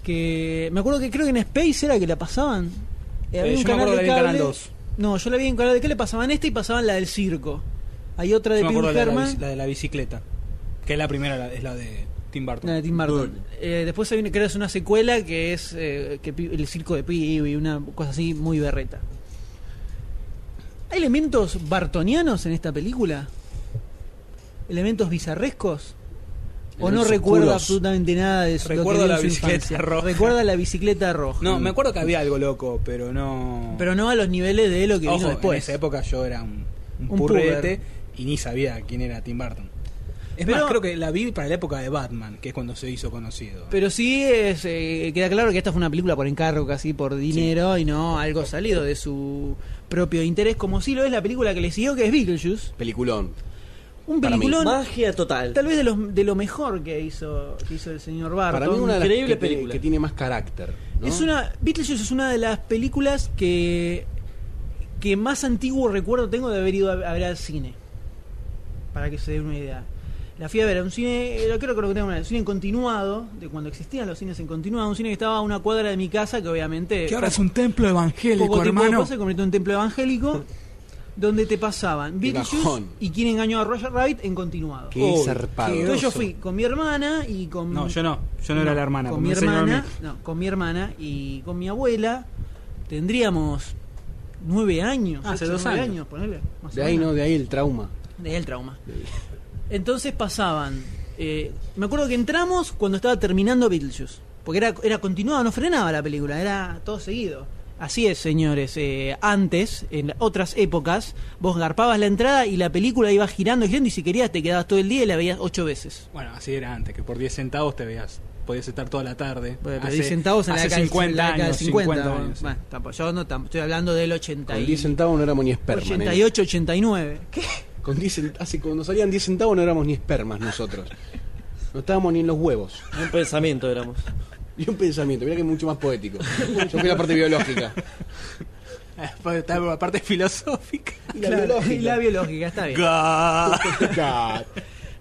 [SPEAKER 2] Que. Me acuerdo que creo que en Space era que la pasaban. Eh, había
[SPEAKER 9] Eh,
[SPEAKER 2] un
[SPEAKER 9] yo me acuerdo que la vi en
[SPEAKER 2] cable-
[SPEAKER 9] Canal 2.
[SPEAKER 2] No, yo la vi en Canal de Cable, pasaban esta y pasaban la del circo. Hay otra de
[SPEAKER 9] Yo me acuerdo
[SPEAKER 2] Pee-Wee
[SPEAKER 9] de la,
[SPEAKER 2] Herman.
[SPEAKER 9] bici- la de la bicicleta. Que es la primera, la- es la de Tim Burton.
[SPEAKER 2] La de Tim Burton. Eh, después hay una, creo que es una secuela que es eh, que pi- el circo de Pee-Wee, una cosa así muy berreta. ¿Hay elementos bartonianos en esta película? ¿Elementos bizarrescos? ¿O no
[SPEAKER 10] Elementos
[SPEAKER 2] recuerdo
[SPEAKER 10] oscuros.
[SPEAKER 2] absolutamente nada de eso?
[SPEAKER 9] Recuerdo la bicicleta roja.
[SPEAKER 2] Recuerda la bicicleta roja.
[SPEAKER 9] No, me acuerdo que había algo loco, pero no.
[SPEAKER 2] Mm. Pero no a los niveles de lo que
[SPEAKER 9] Ojo,
[SPEAKER 2] vino
[SPEAKER 9] en
[SPEAKER 2] después.
[SPEAKER 9] esa época yo era un, un
[SPEAKER 2] Un
[SPEAKER 9] purrete y ni sabía quién era Tim Burton. Es
[SPEAKER 2] Pero-
[SPEAKER 9] más, creo que la vi para la época de Batman, que es cuando se hizo conocido.
[SPEAKER 2] Pero sí es, eh, queda claro que esta fue una película por encargo, casi por dinero, y no algo salido de su propio interés, como sí lo es la película que le siguió, que es Beetlejuice.
[SPEAKER 10] Peliculón.
[SPEAKER 2] Un
[SPEAKER 10] Para mí.
[SPEAKER 2] peliculón,
[SPEAKER 12] Magia total.
[SPEAKER 2] tal vez de, los, de lo mejor que hizo, que hizo el señor Barton.
[SPEAKER 10] Para mí una de las
[SPEAKER 12] increíble
[SPEAKER 10] que, te-
[SPEAKER 12] película.
[SPEAKER 10] que tiene más carácter. ¿no?
[SPEAKER 2] Es una, Beetlejuice es una de las películas que, que más antiguo recuerdo tengo de haber ido a, a ver al cine. Para que se den una idea. La fui a ver a un cine, eh, creo que lo que tengo un cine en continuado, de cuando existían los cines en continuado, un cine que estaba a una cuadra de mi casa, que obviamente
[SPEAKER 9] Que ahora es un templo evangélico,
[SPEAKER 2] poco tiempo
[SPEAKER 9] hermano.
[SPEAKER 2] después se convirtió en un templo
[SPEAKER 10] *laughs*
[SPEAKER 2] evangélico, donde te pasaban
[SPEAKER 10] Qué
[SPEAKER 2] Beetlejuice
[SPEAKER 10] bajón.
[SPEAKER 2] y quién engañó a Roger Rabbit en continuado.
[SPEAKER 10] Qué
[SPEAKER 9] Uy,
[SPEAKER 10] zarpado.
[SPEAKER 9] qué
[SPEAKER 2] Entonces yo fui con mi hermana y con
[SPEAKER 9] No, yo no. Yo no, era la hermana.
[SPEAKER 2] Con
[SPEAKER 9] porque
[SPEAKER 2] mi
[SPEAKER 9] me enseñaron a
[SPEAKER 2] hermana,
[SPEAKER 9] mí.
[SPEAKER 2] no, con mi hermana y con mi abuela tendríamos nueve años.
[SPEAKER 9] Ah, hace
[SPEAKER 2] ocho,
[SPEAKER 9] dos
[SPEAKER 2] nueve
[SPEAKER 9] años.
[SPEAKER 2] ponele, más o
[SPEAKER 10] De ahí
[SPEAKER 2] menos.
[SPEAKER 10] no, de ahí el trauma.
[SPEAKER 2] De ahí el trauma. Entonces pasaban. eh, me acuerdo que entramos cuando estaba terminando Beetlejuice. Porque era, era continuada, no frenaba la película, era todo seguido. Así es, señores. eh, antes, en otras épocas, vos garpabas la entrada y la película iba girando, girando, y si querías te quedabas todo el día y la veías ocho veces.
[SPEAKER 9] Bueno, así era antes, que por 10 centavos te veías. Podías estar toda la tarde.
[SPEAKER 2] Bueno, pero
[SPEAKER 9] Hace-
[SPEAKER 2] 10 centavos en la
[SPEAKER 9] hace
[SPEAKER 2] década del-
[SPEAKER 9] 50
[SPEAKER 2] la década del
[SPEAKER 9] años.
[SPEAKER 2] 50,
[SPEAKER 9] 50
[SPEAKER 2] bueno,
[SPEAKER 9] años, sí. *laughs*
[SPEAKER 2] bueno, tampoco, yo no tampoco, estoy hablando del 80
[SPEAKER 10] Con
[SPEAKER 2] y-
[SPEAKER 10] 10 centavos no éramos ni espermas. nene.
[SPEAKER 2] 88, 89.
[SPEAKER 9] *laughs*
[SPEAKER 2] ¿Qué?
[SPEAKER 10] Con 10 cent- hace cuando salían 10 centavos no éramos ni espermas nosotros. No estábamos ni en los huevos.
[SPEAKER 12] Un pensamiento éramos.
[SPEAKER 10] Y un pensamiento, mira que es mucho más poético. Yo fui a la parte biológica.
[SPEAKER 9] Aparte- está la parte filosófica.
[SPEAKER 10] Y la
[SPEAKER 2] Claro,
[SPEAKER 10] biológica.
[SPEAKER 2] y la biológica, está bien.
[SPEAKER 10] God.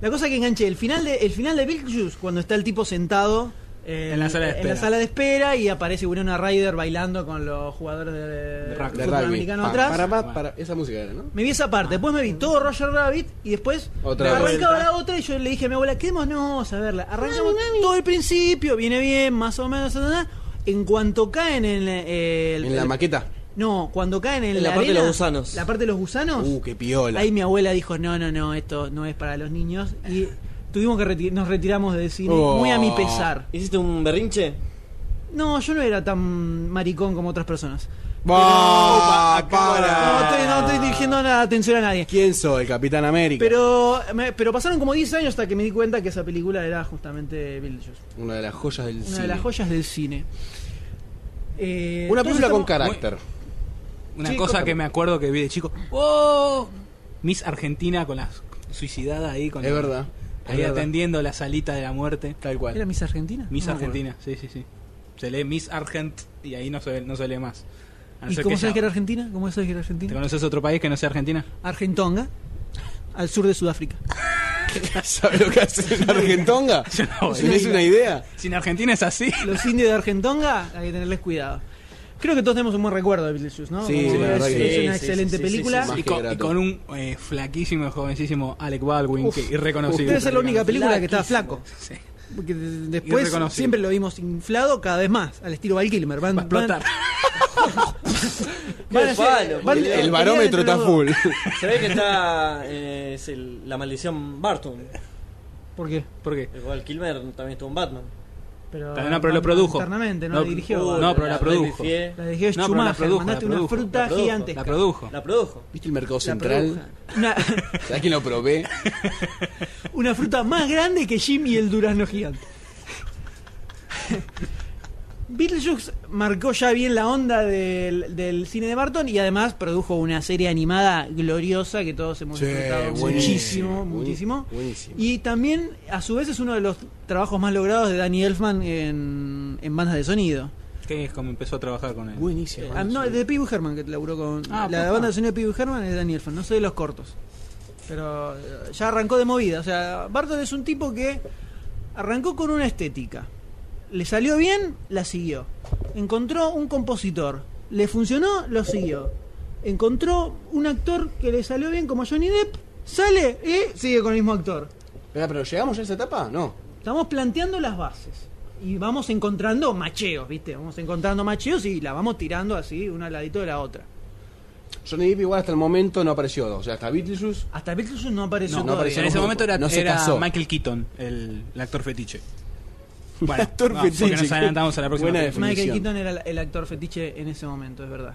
[SPEAKER 2] La cosa que enganché, el final de, el final de Beetlejuice, cuando está el tipo sentado eh,
[SPEAKER 9] En la sala de
[SPEAKER 2] en la
[SPEAKER 9] espera.
[SPEAKER 2] sala de espera y aparece Winona Ryder bailando con los jugadores de, de
[SPEAKER 9] rugby.
[SPEAKER 10] De
[SPEAKER 2] fútbol
[SPEAKER 10] rugby.
[SPEAKER 2] americano
[SPEAKER 10] Pa-
[SPEAKER 2] atrás.
[SPEAKER 10] Para, para, para- esa música era, ¿no?
[SPEAKER 2] Me vi esa parte, después me vi todo Roger Rabbit y después
[SPEAKER 10] Otra
[SPEAKER 2] me
[SPEAKER 10] vez.
[SPEAKER 2] arrancaba la otra y yo le dije a mi abuela, quedémonos a verla. Arrancamos todo el principio, viene bien, más o menos. na, na. En cuanto caen en la- el-
[SPEAKER 10] En la
[SPEAKER 2] el-
[SPEAKER 10] maqueta.
[SPEAKER 2] No, cuando caen en,
[SPEAKER 12] En la parte de
[SPEAKER 2] arena,
[SPEAKER 12] los gusanos.
[SPEAKER 2] La parte de los gusanos.
[SPEAKER 10] Uh, qué piola.
[SPEAKER 2] Ahí mi abuela dijo, no, no, no, esto no es para los niños. Y tuvimos que reti- nos retiramos del cine,
[SPEAKER 10] Oh.
[SPEAKER 2] muy a mi pesar.
[SPEAKER 12] ¿Hiciste un berrinche?
[SPEAKER 2] No, yo no era tan maricón como otras personas.
[SPEAKER 10] Va,
[SPEAKER 2] No estoy, no
[SPEAKER 10] para.
[SPEAKER 2] estoy dirigiendo nada, atención a nadie.
[SPEAKER 10] ¿Quién soy? ¿El Capitán América?
[SPEAKER 2] Pero, me- pero pasaron como 10 años hasta que me di cuenta que esa película era justamente Beetlejuice.
[SPEAKER 10] Una de las joyas del
[SPEAKER 2] Una
[SPEAKER 10] cine.
[SPEAKER 2] de las joyas del cine. Eh,
[SPEAKER 10] Una
[SPEAKER 2] entonces
[SPEAKER 10] película con
[SPEAKER 2] estamos-
[SPEAKER 10] carácter.
[SPEAKER 9] Una
[SPEAKER 2] Sí,
[SPEAKER 9] cosa
[SPEAKER 2] corta.
[SPEAKER 9] que me acuerdo que vi de chico. ¡Oh! Miss Argentina con la suicidada ahí. Con
[SPEAKER 10] Es
[SPEAKER 9] la-
[SPEAKER 10] verdad.
[SPEAKER 9] Ahí
[SPEAKER 10] Es verdad.
[SPEAKER 9] atendiendo la salita de la muerte.
[SPEAKER 10] Tal *laughs* cual.
[SPEAKER 2] ¿Era Miss Argentina?
[SPEAKER 9] Miss
[SPEAKER 2] No me acuerdo.
[SPEAKER 9] Argentina, sí, sí, sí. Se lee Miss Argent y ahí no se, no se lee más. A no
[SPEAKER 2] ¿Y
[SPEAKER 9] ser
[SPEAKER 2] cómo
[SPEAKER 9] que
[SPEAKER 2] sabes
[SPEAKER 9] ya-
[SPEAKER 2] que era Argentina? ¿Cómo sabes que era
[SPEAKER 9] ¿Te
[SPEAKER 2] Argentina?
[SPEAKER 9] conoces otro país que no sea Argentina?
[SPEAKER 2] Argentonga, al sur de Sudáfrica.
[SPEAKER 10] ¿Sabes lo que hace en Argentonga?
[SPEAKER 9] Yo no voy.
[SPEAKER 10] ¿Tenés una idea?
[SPEAKER 9] Si en Argentina es así.
[SPEAKER 2] Los indios de Argentonga hay que tenerles cuidado. Creo que todos tenemos un buen recuerdo de Beetlejuice, ¿no?
[SPEAKER 10] Sí,
[SPEAKER 2] Como
[SPEAKER 10] la verdad
[SPEAKER 2] es,
[SPEAKER 10] que
[SPEAKER 2] es
[SPEAKER 10] sí.
[SPEAKER 2] una
[SPEAKER 10] Sí, sí,
[SPEAKER 2] excelente
[SPEAKER 10] sí, sí,
[SPEAKER 2] película.
[SPEAKER 9] Y
[SPEAKER 10] sí, sí, Más que
[SPEAKER 9] con,
[SPEAKER 10] grato.
[SPEAKER 9] y con un eh, flaquísimo, jovencísimo Alec Baldwin, que irreconocible.
[SPEAKER 2] Debe ser la única película que estaba
[SPEAKER 9] Flaquísimo.
[SPEAKER 2] flaco.
[SPEAKER 9] Sí.
[SPEAKER 2] Porque de- después
[SPEAKER 9] Irreconocible.
[SPEAKER 2] siempre lo vimos inflado cada vez más, al estilo Val Kilmer. Van,
[SPEAKER 9] Va a explotar.
[SPEAKER 2] van- van a ser-
[SPEAKER 12] Qué palo,
[SPEAKER 2] van-
[SPEAKER 12] boludo.
[SPEAKER 2] pelean
[SPEAKER 3] El barómetro
[SPEAKER 2] entre
[SPEAKER 3] está
[SPEAKER 2] los dos.
[SPEAKER 3] full.
[SPEAKER 12] Se ve que está. eh, es el- la maldición Barton.
[SPEAKER 2] ¿Por qué?
[SPEAKER 9] ¿Por qué?
[SPEAKER 12] Igual Kilmer también estuvo en Batman.
[SPEAKER 2] Pero,
[SPEAKER 9] Pero no, pero lo
[SPEAKER 2] Batman
[SPEAKER 9] produjo.
[SPEAKER 2] Internamente, no, la dirigió.
[SPEAKER 12] Uh,
[SPEAKER 9] No, pero la
[SPEAKER 12] re
[SPEAKER 9] produjo.
[SPEAKER 12] pifié.
[SPEAKER 2] La dirigió
[SPEAKER 9] No, pero la
[SPEAKER 2] Schumacher,
[SPEAKER 9] produjo,
[SPEAKER 2] mandaste
[SPEAKER 9] la
[SPEAKER 2] una
[SPEAKER 9] produjo,
[SPEAKER 2] fruta
[SPEAKER 12] la produjo,
[SPEAKER 9] La
[SPEAKER 2] gigantesca.
[SPEAKER 9] produjo.
[SPEAKER 12] La produjo.
[SPEAKER 3] ¿Viste el mercado central?
[SPEAKER 2] Una, *laughs*
[SPEAKER 3] ¿Sabes quién lo probé?
[SPEAKER 2] una fruta más grande que Jim y el durazno gigante. *laughs* Beetlejuice marcó ya bien la onda del, del cine de Barton y además produjo una serie animada gloriosa que todos hemos
[SPEAKER 3] Sí,
[SPEAKER 2] disfrutado
[SPEAKER 3] buenísimo,
[SPEAKER 2] muchísimo,
[SPEAKER 3] buen-
[SPEAKER 2] muchísimo.
[SPEAKER 3] buenísimo.
[SPEAKER 2] Y también, a su vez, es uno de los trabajos más logrados de Danny Elfman en, en bandas de sonido.
[SPEAKER 9] Que es como empezó a trabajar con él.
[SPEAKER 3] Buenísimo.
[SPEAKER 2] Ah, no, de Pee Wee Herman que laburó con.
[SPEAKER 9] Ah,
[SPEAKER 2] la
[SPEAKER 9] posta.
[SPEAKER 2] banda de sonido de Pee Wee Herman es de Daniel Elfman, no sé de los cortos. Pero eh, ya arrancó de movida. O sea, Barton es un tipo que arrancó con una estética. Le salió bien, la siguió. Encontró un compositor. Le funcionó, lo siguió. Encontró un actor que le salió bien como Johnny Depp, sale y sigue con el mismo actor.
[SPEAKER 3] Espera, pero ¿llegamos ya a esa etapa? No.
[SPEAKER 2] Estamos planteando las bases y vamos encontrando macheos, ¿viste? Vamos encontrando macheos y la vamos tirando así, una al ladito de la otra.
[SPEAKER 3] Johnny Depp igual hasta el momento no apareció. O sea, hasta Beetlejuice.
[SPEAKER 2] Hasta Beetlejuice no apareció.
[SPEAKER 9] No,
[SPEAKER 2] todavía.
[SPEAKER 3] apareció.
[SPEAKER 9] en ese
[SPEAKER 3] No,
[SPEAKER 9] momento era,
[SPEAKER 3] no se
[SPEAKER 9] era
[SPEAKER 3] casó.
[SPEAKER 9] Michael Keaton, el, el actor fetiche. Bueno,
[SPEAKER 3] actor
[SPEAKER 9] no,
[SPEAKER 3] fetiche.
[SPEAKER 9] Porque nos adelantamos a la próxima.
[SPEAKER 3] Buena
[SPEAKER 9] película.
[SPEAKER 2] Michael
[SPEAKER 3] definición.
[SPEAKER 2] Keaton era la- el actor fetiche en ese momento, es verdad.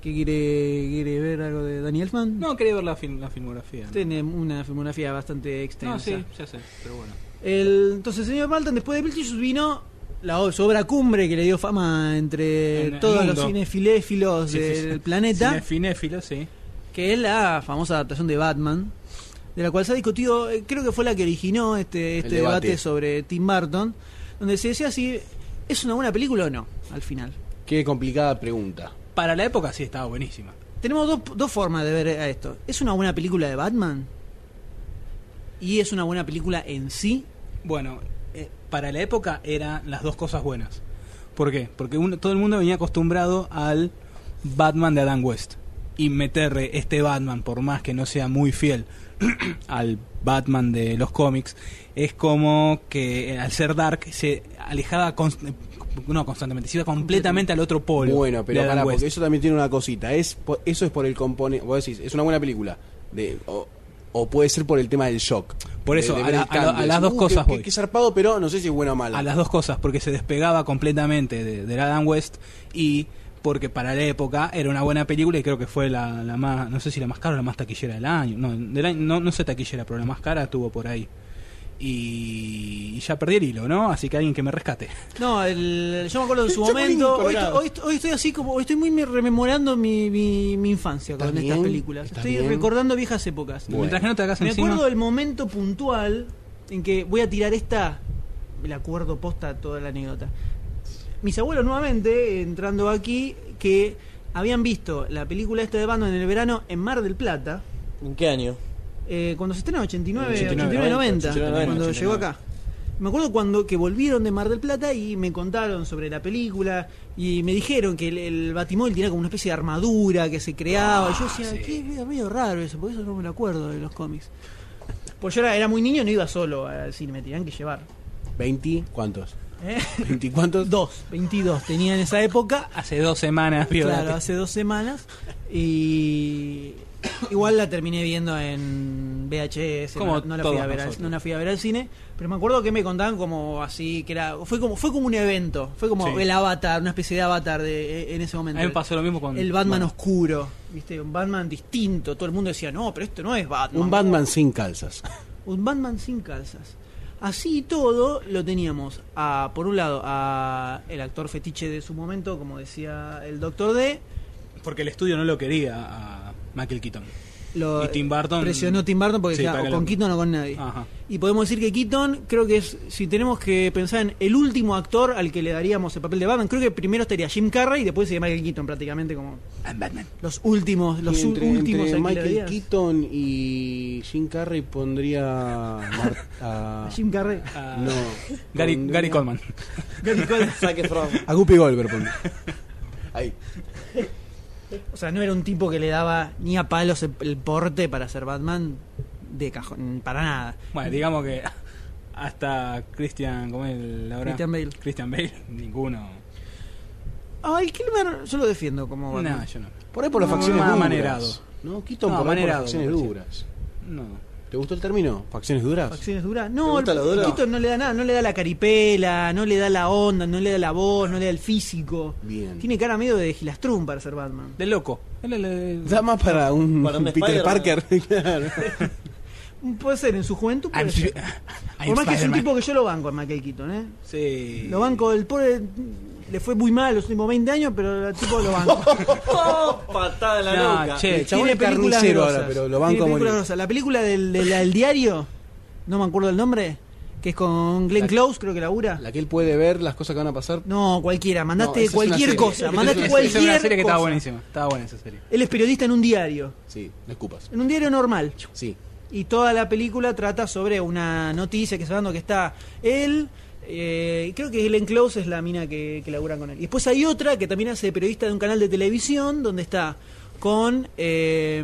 [SPEAKER 2] ¿Qué quiere, quiere ver algo de Daniel Elfman?
[SPEAKER 9] No, quería ver la, film- la filmografía. ¿no?
[SPEAKER 2] Tiene una filmografía bastante extensa.
[SPEAKER 9] No, sí, ya sé, pero bueno.
[SPEAKER 2] El, entonces, señor Malton, después de Beetlejuice vino la o- su obra cumbre que le dio fama entre
[SPEAKER 9] En el
[SPEAKER 2] todos
[SPEAKER 9] mundo.
[SPEAKER 2] los cinefiléfilos
[SPEAKER 9] Sí, sí, sí.
[SPEAKER 2] del planeta.
[SPEAKER 9] Cinefinéfilo, sí.
[SPEAKER 2] que es la famosa adaptación de Batman, de la cual se ha discutido, eh, creo que fue la que originó este, este debate.
[SPEAKER 3] debate.
[SPEAKER 2] sobre Tim Burton, donde se decía si es una buena película o no, al final.
[SPEAKER 3] Qué complicada pregunta.
[SPEAKER 9] Para la época sí estaba buenísima.
[SPEAKER 2] Tenemos dos, dos formas de ver a esto. ¿Es una buena película de Batman? ¿Y es una buena película en sí?
[SPEAKER 9] Bueno, eh, para la época eran las dos cosas buenas. ¿Por qué? Porque uno- todo el mundo venía acostumbrado al Batman de Adam West. Y meterle este Batman, por más que no sea muy fiel *clears throat* al Batman de los cómics, es como que eh, al ser Dark se alejaba const- eh, no constantemente, se iba completamente al otro polo.
[SPEAKER 3] Bueno, pero
[SPEAKER 9] de Adam
[SPEAKER 3] pará,
[SPEAKER 9] West.
[SPEAKER 3] porque eso también tiene una cosita. Es po- eso es por el componente. Vos decís, es una buena película. De, o, o puede ser por el tema del shock.
[SPEAKER 9] Por
[SPEAKER 3] De-
[SPEAKER 9] eso,
[SPEAKER 3] de
[SPEAKER 9] a
[SPEAKER 3] ver el
[SPEAKER 9] la- a la-
[SPEAKER 3] cambio.
[SPEAKER 9] a
[SPEAKER 3] Decís,
[SPEAKER 9] las dos
[SPEAKER 3] "Uh,
[SPEAKER 9] cosas
[SPEAKER 3] qué- qué-
[SPEAKER 9] voy".
[SPEAKER 3] qué zarpado, pero no sé si es buena o mala.
[SPEAKER 9] a las dos cosas, porque se despegaba completamente de, del Adam West y porque para la época era una buena película y creo que fue la, la más, no sé si la más cara o la más taquillera del año, no, del año- no, no sé taquillera, pero la más cara tuvo por ahí. Y, y ya perdí el hilo, ¿no? Así que alguien que me rescate.
[SPEAKER 2] No, el- yo me acuerdo en su
[SPEAKER 10] Chapulín
[SPEAKER 2] momento. Hoy,
[SPEAKER 10] colorado.
[SPEAKER 2] hoy- hoy estoy así como. hoy estoy muy me- rememorando mi, mi- mi infancia con
[SPEAKER 3] ¿Estás
[SPEAKER 2] estas
[SPEAKER 3] bien?
[SPEAKER 2] películas.
[SPEAKER 3] ¿Estás
[SPEAKER 2] Estoy
[SPEAKER 3] bien?
[SPEAKER 2] recordando viejas épocas.
[SPEAKER 3] Bueno.
[SPEAKER 9] Mientras que no te hagas
[SPEAKER 2] Me
[SPEAKER 9] encima.
[SPEAKER 2] acuerdo del momento puntual en que voy a tirar esta. Me acuerdo posta toda la anécdota. Mis abuelos nuevamente, entrando aquí, que habían visto la película esta de Bando en el verano en Mar del Plata,
[SPEAKER 12] ¿En qué año?
[SPEAKER 2] eh, cuando se estrenó 89,
[SPEAKER 9] 89,
[SPEAKER 2] 89, 90,
[SPEAKER 12] 89,
[SPEAKER 2] cuando
[SPEAKER 9] 89.
[SPEAKER 2] llegó acá. Me acuerdo cuando que volvieron de Mar del Plata y me contaron sobre la película y me dijeron que el, el batimóvil tenía como una especie de armadura que se creaba. Y yo decía, "Qué medio- medio raro eso, porque eso no me lo acuerdo de los cómics. Pues yo era, era muy niño, no iba solo al cine, me tenían que llevar.
[SPEAKER 3] ¿20? ¿Cuántos?
[SPEAKER 2] ¿eh? *laughs*
[SPEAKER 3] ¿20 cuántos?
[SPEAKER 2] Dos, 22 tenía en esa época.
[SPEAKER 9] Hace dos semanas, vio
[SPEAKER 2] Claro,
[SPEAKER 9] la-
[SPEAKER 2] hace dos semanas. Y igual la terminé viendo en VHS.
[SPEAKER 9] Como
[SPEAKER 2] no, no la fui
[SPEAKER 9] todos
[SPEAKER 2] a ver al,
[SPEAKER 9] nosotros.
[SPEAKER 2] no la fui a ver al cine. Pero me acuerdo que me contaban como así, que era. Fue como, fue como un evento. Fue como
[SPEAKER 9] Sí.
[SPEAKER 2] el avatar, una especie de avatar de, e, en ese
[SPEAKER 9] A
[SPEAKER 2] momento.
[SPEAKER 9] mí me pasó lo mismo con.
[SPEAKER 2] El Batman
[SPEAKER 9] bueno,
[SPEAKER 2] oscuro, ¿viste? Un Batman distinto. Todo el mundo decía, no, pero esto no es Batman.
[SPEAKER 3] Un Batman sin calzas.
[SPEAKER 2] Un Batman sin calzas. Así y todo lo teníamos a, por un lado, a el actor fetiche de su momento, como decía el Doctor D.
[SPEAKER 9] Porque el estudio no lo quería a Michael Keaton.
[SPEAKER 2] Lo
[SPEAKER 9] Y Tim Burton-
[SPEAKER 2] Presionó Tim Burton porque
[SPEAKER 9] Sí,
[SPEAKER 2] decía,
[SPEAKER 9] para
[SPEAKER 2] o
[SPEAKER 9] que
[SPEAKER 2] con
[SPEAKER 9] lo-
[SPEAKER 2] Keaton o con nadie.
[SPEAKER 9] Ajá.
[SPEAKER 2] Y podemos decir que Keaton, creo que es, si tenemos que pensar en el último actor al que le daríamos el papel de Batman, creo que primero estaría Jim Carrey y después sería Michael Keaton prácticamente como
[SPEAKER 9] I'm Batman.
[SPEAKER 2] los últimos, los
[SPEAKER 3] Y entre,
[SPEAKER 2] últimos al
[SPEAKER 3] entre
[SPEAKER 2] que le
[SPEAKER 3] Michael
[SPEAKER 2] darías.
[SPEAKER 3] Keaton y Jim Carrey pondría a Mar- a-
[SPEAKER 2] A Jim Carrey.
[SPEAKER 9] Ah,
[SPEAKER 3] no
[SPEAKER 9] Gary,
[SPEAKER 3] pondría
[SPEAKER 9] Gary Coleman.
[SPEAKER 12] Zac Efron.
[SPEAKER 3] a Guppy Goldberg pondría. Ahí.
[SPEAKER 2] O sea, no era un tipo que le daba ni a palos el, el porte para ser Batman de cajón, para nada.
[SPEAKER 9] Bueno, digamos que hasta Christian, ¿cómo es el ahora?
[SPEAKER 2] Christian Bale.
[SPEAKER 9] Christian Bale, ninguno.
[SPEAKER 2] Ay, Kilmer, yo lo defiendo como Batman.
[SPEAKER 9] No, yo no.
[SPEAKER 3] Por ahí por las
[SPEAKER 9] No,
[SPEAKER 3] facciones
[SPEAKER 9] más
[SPEAKER 3] duras.
[SPEAKER 9] amanerado.
[SPEAKER 3] No, Keaton por
[SPEAKER 9] No,
[SPEAKER 3] ahí por las
[SPEAKER 9] amanerado,
[SPEAKER 3] facciones
[SPEAKER 9] como decía.
[SPEAKER 3] duras.
[SPEAKER 9] No.
[SPEAKER 3] ¿Te gustó el término? ¿Facciones duras?
[SPEAKER 2] Facciones duras.
[SPEAKER 3] ¿Te
[SPEAKER 2] No, el
[SPEAKER 3] gusta lo duro?
[SPEAKER 2] Keaton no le da nada, no le da la caripela, no le da la onda, no le da la voz, no le da el físico.
[SPEAKER 3] Bien.
[SPEAKER 2] Tiene cara medio de Gilastrun para ser Batman.
[SPEAKER 9] De loco. Él, él, él-
[SPEAKER 3] Da más para un,
[SPEAKER 12] Para un
[SPEAKER 3] Peter
[SPEAKER 12] Spider-Man.
[SPEAKER 3] Parker.
[SPEAKER 9] *laughs*
[SPEAKER 3] claro.
[SPEAKER 2] Puede ser en su juventud, puede
[SPEAKER 9] I'm
[SPEAKER 2] ser.
[SPEAKER 9] Sp- I'm
[SPEAKER 2] Por más que es un
[SPEAKER 9] Spider-Man.
[SPEAKER 2] tipo que yo lo banco a Michael Keaton, ¿eh?
[SPEAKER 9] Sí.
[SPEAKER 2] Lo banco, el pobre le fue muy mal los últimos 20 años, pero el tipo lo
[SPEAKER 3] *laughs*
[SPEAKER 2] banco.
[SPEAKER 12] ¡Oh! Patada en la
[SPEAKER 9] No,
[SPEAKER 12] nuca.
[SPEAKER 9] che.
[SPEAKER 3] El Eh, chabón
[SPEAKER 2] Tiene
[SPEAKER 3] es
[SPEAKER 2] películas
[SPEAKER 3] carnicero ahora,
[SPEAKER 2] grosas.
[SPEAKER 3] pero lo
[SPEAKER 2] Tiene
[SPEAKER 3] banco a
[SPEAKER 2] películas
[SPEAKER 3] morir.
[SPEAKER 2] grosas. La película del, del- del diario, no me acuerdo el nombre, que es con Glenn
[SPEAKER 3] La-
[SPEAKER 2] Close, creo que labura.
[SPEAKER 3] La que él puede ver, las cosas que van a pasar.
[SPEAKER 2] No, cualquiera,
[SPEAKER 3] No, esa
[SPEAKER 2] mandaste
[SPEAKER 3] es una
[SPEAKER 2] cualquier
[SPEAKER 3] serie.
[SPEAKER 2] cosa,
[SPEAKER 3] Esa
[SPEAKER 2] mandaste
[SPEAKER 9] Esa- esa
[SPEAKER 2] cualquier
[SPEAKER 9] es una serie que estaba
[SPEAKER 2] cosa.
[SPEAKER 9] buenísima. Estaba buena esa serie.
[SPEAKER 2] Él es periodista en un diario,
[SPEAKER 3] Sí, no escupas.
[SPEAKER 2] en un diario normal.
[SPEAKER 3] Sí.
[SPEAKER 2] Y toda la película trata sobre una noticia que se va dando que está él. eh, y creo que Glenn Close es la mina que, que labura con él. Y después hay otra que también hace de periodista de un canal de televisión donde está con eh,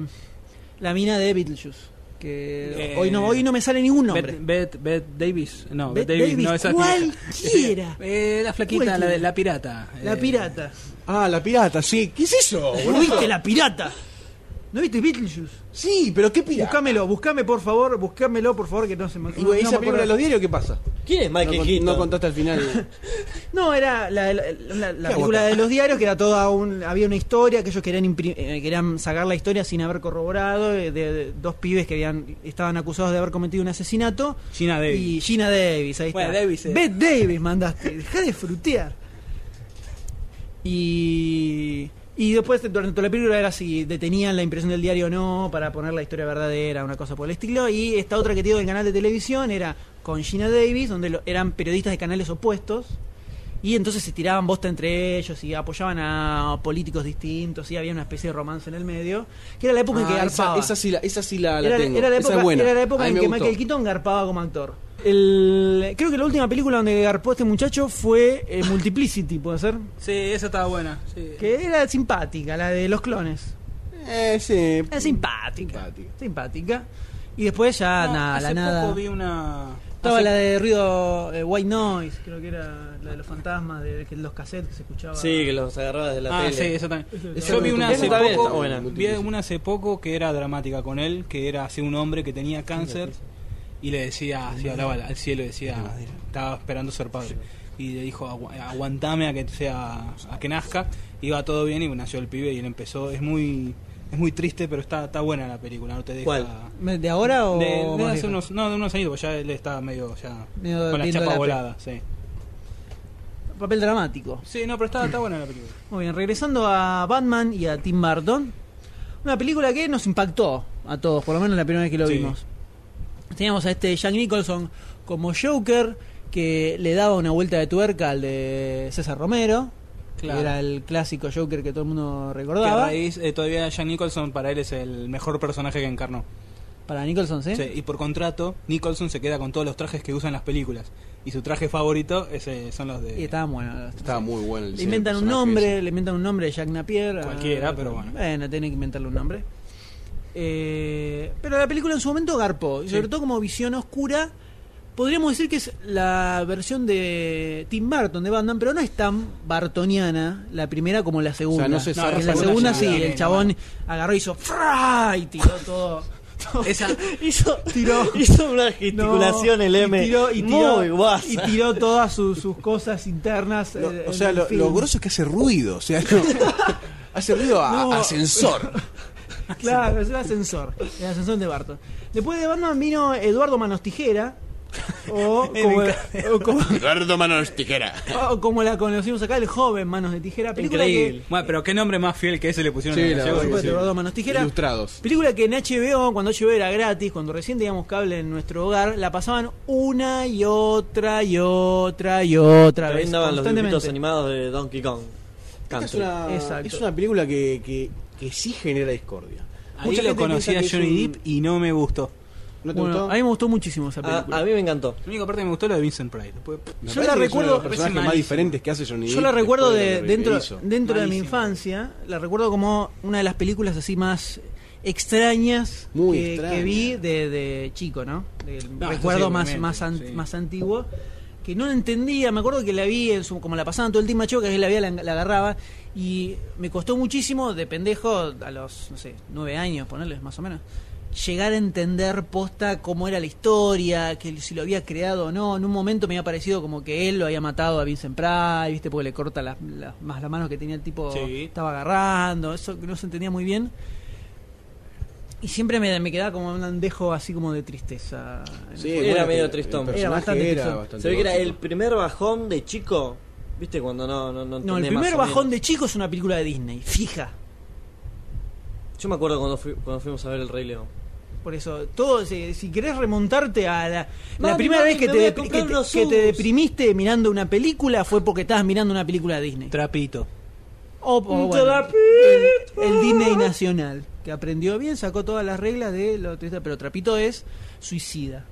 [SPEAKER 2] la mina de Beetlejuice. Que
[SPEAKER 9] Eh,
[SPEAKER 2] hoy, no, hoy no me sale ningún nombre.
[SPEAKER 9] Beth, Beth, Beth Davis. No,
[SPEAKER 2] Beth
[SPEAKER 9] Beth Davis.
[SPEAKER 2] Davis,
[SPEAKER 9] no, esa es
[SPEAKER 2] cualquiera.
[SPEAKER 9] *laughs* Eh, la flaquita,
[SPEAKER 2] Cualquiera.
[SPEAKER 9] la, de- la pirata.
[SPEAKER 2] la
[SPEAKER 9] Eh,
[SPEAKER 2] pirata.
[SPEAKER 3] Ah, la pirata, sí. ¿Qué es eso?
[SPEAKER 2] ¿No viste la pirata? ¿No viste Beetlejuice?
[SPEAKER 3] Sí, pero ¿qué pirata?
[SPEAKER 2] Búscamelo, búscame por favor, búscamelo por favor que no se me
[SPEAKER 3] Y
[SPEAKER 2] no,
[SPEAKER 3] esa
[SPEAKER 2] me acuerdo.
[SPEAKER 3] película de los diarios, ¿qué pasa?
[SPEAKER 12] ¿Quién es
[SPEAKER 3] no,
[SPEAKER 12] Michael
[SPEAKER 3] con-
[SPEAKER 12] Keaton?
[SPEAKER 3] no contaste al
[SPEAKER 2] *laughs*
[SPEAKER 3] final.
[SPEAKER 2] No, era la, la- la- la
[SPEAKER 3] ¿Qué
[SPEAKER 2] película
[SPEAKER 3] aguanta?
[SPEAKER 2] de los diarios que era toda un había una historia que ellos querían impri- eh, querían sacar la historia sin haber corroborado eh, de, de dos pibes que habían estaban acusados de haber cometido un asesinato
[SPEAKER 9] Gina Davis.
[SPEAKER 2] y Gina Davis, ahí
[SPEAKER 9] Bueno,
[SPEAKER 2] está.
[SPEAKER 9] Davis, eh.
[SPEAKER 2] Beth Davis mandaste, deja de frutear. Y y después durante toda la película era si detenían la impresión del diario o no para poner la historia verdadera, una cosa por el estilo. Y esta otra que te digo del canal de televisión era con Gina Davis, donde lo- eran periodistas de canales opuestos. Y entonces se tiraban bosta entre ellos y apoyaban a políticos distintos y había una especie de romance en el medio. Que era la época en que
[SPEAKER 3] Ah, esa,
[SPEAKER 2] garpaba.
[SPEAKER 3] esa sí la, esa sí Ah, la, la
[SPEAKER 2] era,
[SPEAKER 3] tengo.
[SPEAKER 2] era la
[SPEAKER 3] Esa
[SPEAKER 2] época,
[SPEAKER 3] es buena.
[SPEAKER 2] era la
[SPEAKER 3] A
[SPEAKER 2] época
[SPEAKER 3] mí
[SPEAKER 2] en
[SPEAKER 3] me
[SPEAKER 2] que
[SPEAKER 3] gustó.
[SPEAKER 2] Michael Keaton garpaba como actor. El, creo que la última película donde garpó este muchacho fue eh, Multiplicity, ¿puede ser?
[SPEAKER 9] Sí, esa estaba buena. Sí.
[SPEAKER 2] Que era simpática, la de los clones.
[SPEAKER 3] Eh, sí.
[SPEAKER 2] Es simpática.
[SPEAKER 3] Simpática.
[SPEAKER 2] Simpática. Y después ya
[SPEAKER 9] No,
[SPEAKER 2] nada,
[SPEAKER 9] Ah, hace
[SPEAKER 2] la nada.
[SPEAKER 9] poco vi una.
[SPEAKER 2] Estaba
[SPEAKER 9] hace-
[SPEAKER 2] la de ruido eh, White Noise, creo que era la de los fantasmas, de, que los cassettes que se escuchaba.
[SPEAKER 12] Sí, que los agarraba de la
[SPEAKER 9] Ah, sí,
[SPEAKER 12] tele.
[SPEAKER 9] esa también.
[SPEAKER 2] Esa
[SPEAKER 9] Yo
[SPEAKER 2] no
[SPEAKER 9] vi
[SPEAKER 2] me
[SPEAKER 9] una
[SPEAKER 12] tocó.
[SPEAKER 9] hace
[SPEAKER 12] Esa también
[SPEAKER 9] poco,
[SPEAKER 12] está buena.
[SPEAKER 9] vi una hace poco que era dramática con él, que era hace un hombre que tenía cáncer y le decía, así hablaba al al cielo, decía, estaba esperando ser padre. Y le dijo, "Agu- aguantame a que sea, a que nazca. Iba todo bien y nació el pibe y él empezó. Es muy, es muy triste, pero está, está buena la película, no te deja.
[SPEAKER 12] ¿Cuál?
[SPEAKER 2] ¿De ahora o
[SPEAKER 9] De, de
[SPEAKER 2] más
[SPEAKER 9] hace
[SPEAKER 2] vieja?
[SPEAKER 9] unos, no, de unos años, porque ya él está medio, ya,
[SPEAKER 2] Oh, Medio
[SPEAKER 9] con la
[SPEAKER 2] lindo
[SPEAKER 9] chapa
[SPEAKER 2] la pe-
[SPEAKER 9] volada, sí.
[SPEAKER 2] Papel dramático.
[SPEAKER 9] Sí, no, pero está, está buena la película.
[SPEAKER 2] Muy bien, regresando a Batman y a Tim Burton. Una película que nos impactó a todos, por lo menos la primera vez que lo
[SPEAKER 9] Sí.
[SPEAKER 2] vimos. Teníamos a este Jack Nicholson como Joker, que le daba una vuelta de tuerca al de César Romero,
[SPEAKER 9] Claro.
[SPEAKER 2] que era el clásico Joker que todo el mundo
[SPEAKER 9] Que a
[SPEAKER 2] recordaba.
[SPEAKER 9] raíz, eh, todavía Jack Nicholson para él es el mejor personaje que encarnó.
[SPEAKER 2] Para Nicholson, ¿sí?
[SPEAKER 9] Sí, y por contrato, Nicholson se queda con todos los trajes que usan las películas. Y su traje favorito ese son los de.
[SPEAKER 2] Y estaban buenos.
[SPEAKER 3] Estaba muy bueno el
[SPEAKER 2] Le
[SPEAKER 3] diseño
[SPEAKER 2] inventan
[SPEAKER 3] del
[SPEAKER 2] un
[SPEAKER 3] personaje
[SPEAKER 2] nombre, le inventan un nombre de Jack Napier. a-
[SPEAKER 9] Cualquiera, pero bueno.
[SPEAKER 2] Bueno, tienen que inventarle un nombre. Eh, pero la película en su momento garpó, y sobre todo como visión oscura. Podríamos decir que es la versión de Tim Burton de Batman, pero no es tan bartoniana la primera como la segunda.
[SPEAKER 3] no se zarpa
[SPEAKER 2] en la
[SPEAKER 9] con
[SPEAKER 2] segunda
[SPEAKER 9] la
[SPEAKER 2] sí,
[SPEAKER 9] llegada.
[SPEAKER 2] el chabón agarró y hizo ¡fra! y tiró todo. todo-
[SPEAKER 9] Esa-
[SPEAKER 2] hizo, *laughs* tiró,
[SPEAKER 12] Hizo *laughs* una gesticulación
[SPEAKER 2] no,
[SPEAKER 12] el M.
[SPEAKER 2] Y tiró, y tiró,
[SPEAKER 12] Muy guasa.
[SPEAKER 2] y tiró todas sus, sus cosas internas.
[SPEAKER 3] Lo-
[SPEAKER 2] eh,
[SPEAKER 3] o
[SPEAKER 2] en
[SPEAKER 3] sea,
[SPEAKER 2] el
[SPEAKER 3] lo,
[SPEAKER 2] film.
[SPEAKER 3] lo grosso es que hace ruido. O sea, no. hace ruido a
[SPEAKER 2] No.
[SPEAKER 3] ascensor.
[SPEAKER 2] Claro, es el ascensor. El ascensor de Barton. Después de Batman vino Eduardo Manos Tijera. O como, o como-
[SPEAKER 3] Eduardo Manos Tijera.
[SPEAKER 2] *laughs* o como la conocimos acá, el joven Manos de Tijera. Película
[SPEAKER 12] Increíble.
[SPEAKER 9] Bueno, pero qué nombre más fiel que ese le pusieron
[SPEAKER 3] Sí,
[SPEAKER 9] a la
[SPEAKER 2] Que, por
[SPEAKER 3] la
[SPEAKER 9] canción?
[SPEAKER 3] verdad
[SPEAKER 2] supuesto,
[SPEAKER 3] sí.
[SPEAKER 2] Eduardo Manos Tijera.
[SPEAKER 3] Ilustrados.
[SPEAKER 2] Película que en HBO, cuando HBO era gratis, cuando recién teníamos cable en nuestro hogar, la pasaban una y otra y otra y otra
[SPEAKER 12] También
[SPEAKER 2] vez.
[SPEAKER 12] daban los dibujitos
[SPEAKER 2] Constantemente.
[SPEAKER 12] animados de Donkey Kong.
[SPEAKER 3] Esta es
[SPEAKER 12] Country. Ah,
[SPEAKER 3] una,
[SPEAKER 2] Exacto.
[SPEAKER 3] es una película que, que, que sí genera discordia.
[SPEAKER 9] Ahí
[SPEAKER 3] Mucha
[SPEAKER 9] lo
[SPEAKER 3] gente
[SPEAKER 9] conocí a
[SPEAKER 3] piensa que es
[SPEAKER 9] Johnny
[SPEAKER 3] un-
[SPEAKER 9] Depp y no me gustó.
[SPEAKER 10] ¿No te
[SPEAKER 2] Bueno,
[SPEAKER 10] gustó?
[SPEAKER 2] a mí me gustó muchísimo esa
[SPEAKER 12] A,
[SPEAKER 2] película.
[SPEAKER 12] Ah, a mí me encantó.
[SPEAKER 9] La única parte que me gustó es la de Vincent Price. Después,
[SPEAKER 10] Me
[SPEAKER 2] yo
[SPEAKER 10] parece
[SPEAKER 2] la
[SPEAKER 10] que es uno de
[SPEAKER 2] recuerdo-
[SPEAKER 10] los personajes más
[SPEAKER 9] malísimo.
[SPEAKER 10] diferentes que hace Johnny
[SPEAKER 2] Yo
[SPEAKER 10] Depp
[SPEAKER 2] la recuerdo
[SPEAKER 10] después
[SPEAKER 2] de,
[SPEAKER 10] lo que
[SPEAKER 2] dentro,
[SPEAKER 10] hizo.
[SPEAKER 2] dentro de mi
[SPEAKER 9] Malísimo.
[SPEAKER 2] infancia, la recuerdo como una de las películas así más extrañas
[SPEAKER 10] Muy
[SPEAKER 2] que,
[SPEAKER 10] extraña. Ah,
[SPEAKER 2] que vi de, de chico, ¿no? Del
[SPEAKER 9] No,
[SPEAKER 2] recuerdo
[SPEAKER 9] sí,
[SPEAKER 2] más,
[SPEAKER 9] obviamente,
[SPEAKER 2] más, an-
[SPEAKER 9] sí.
[SPEAKER 2] más antiguo, que no la entendía, me acuerdo que la vi, en su, como la pasaban todo el tiempo, yo que la veía, la, la agarraba, y me costó muchísimo, de pendejo, a los, no sé, nueve años, ponerles más o menos. Llegar a entender posta cómo era la historia, que si lo había creado o no. En un momento me había parecido como que él lo había matado a Vincent Price, ¿viste? Porque le corta las, las- más las manos que tenía el tipo,
[SPEAKER 9] Sí.
[SPEAKER 2] estaba agarrando, eso que no se entendía muy bien. Y siempre me, me quedaba como un andejo así como de tristeza.
[SPEAKER 10] Sí,
[SPEAKER 12] Era
[SPEAKER 10] bueno,
[SPEAKER 12] medio
[SPEAKER 10] el-
[SPEAKER 12] tristón.
[SPEAKER 10] el
[SPEAKER 2] Era bastante
[SPEAKER 10] personaje
[SPEAKER 2] tristón.
[SPEAKER 12] Se ve que era
[SPEAKER 10] gótico.
[SPEAKER 12] el primer bajón de chico. ¿Viste? Cuando no, no, no
[SPEAKER 2] No, el
[SPEAKER 12] entendés
[SPEAKER 2] primer
[SPEAKER 12] más o
[SPEAKER 2] bajón de
[SPEAKER 12] menos.
[SPEAKER 2] chico es una película de Disney, fija.
[SPEAKER 12] Yo me acuerdo cuando, fui- cuando fuimos a ver El Rey León.
[SPEAKER 2] Por eso, todo, si, si querés remontarte a la, la
[SPEAKER 12] Mami,
[SPEAKER 2] primera
[SPEAKER 12] mami,
[SPEAKER 2] vez que
[SPEAKER 12] me
[SPEAKER 2] te,
[SPEAKER 12] voy a
[SPEAKER 2] depri-
[SPEAKER 12] comprar
[SPEAKER 2] que, te-
[SPEAKER 12] unos
[SPEAKER 2] que te
[SPEAKER 12] Ubus.
[SPEAKER 2] deprimiste mirando una película fue porque estabas mirando una película de Disney.
[SPEAKER 9] Trapito.
[SPEAKER 2] O, o,
[SPEAKER 12] Un
[SPEAKER 2] bueno,
[SPEAKER 12] trapito.
[SPEAKER 2] el, el Disney Nacional, que aprendió bien, sacó todas las reglas de lo triste, pero Trapito es suicida.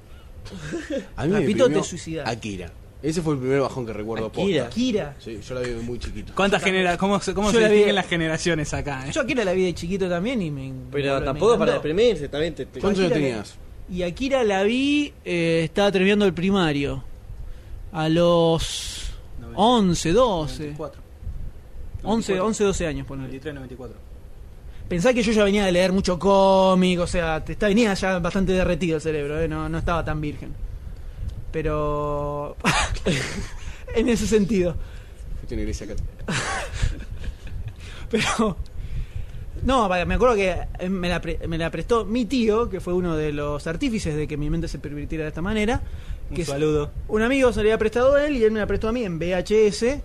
[SPEAKER 10] A mí me
[SPEAKER 2] Repito,
[SPEAKER 10] deprimió
[SPEAKER 2] te suicidas.
[SPEAKER 10] Akira. Ese fue el primer bajón que recuerdo. posta.
[SPEAKER 12] Akira.
[SPEAKER 2] Kira.
[SPEAKER 10] Sí, yo la vi muy chiquito.
[SPEAKER 9] ¿Cuántas genera ¿Cómo, se- cómo
[SPEAKER 2] Yo
[SPEAKER 9] se
[SPEAKER 2] la vi-
[SPEAKER 9] distinguen las generaciones acá? eh?
[SPEAKER 2] Yo Akira la vi de chiquito también y me.
[SPEAKER 12] Pero
[SPEAKER 2] me
[SPEAKER 12] tampoco para
[SPEAKER 2] encantó.
[SPEAKER 12] deprimirse, también te, te-
[SPEAKER 10] ¿Cuántos años
[SPEAKER 2] Akira
[SPEAKER 10] tenías?
[SPEAKER 2] Y Akira la vi, eh, estaba terminando el primario. A los 11, 12.
[SPEAKER 9] 94.
[SPEAKER 2] 11, 11, 12 años, ponele.
[SPEAKER 9] 93, 94.
[SPEAKER 2] Pensá que yo ya venía de leer mucho cómic, o sea, te está, venía ya bastante derretido el cerebro, eh, no, no estaba tan virgen. Pero. *laughs* en ese sentido.
[SPEAKER 10] Fuiste a una iglesia católica.
[SPEAKER 2] Pero. No, vaya, me acuerdo que eh, me la, pre- me la prestó mi tío, que fue uno de los artífices de que mi mente se pervirtiera de esta manera.
[SPEAKER 9] Un
[SPEAKER 2] Que es-
[SPEAKER 9] saludo.
[SPEAKER 2] un amigo se le había prestado a él y él me la prestó a mí en VHS.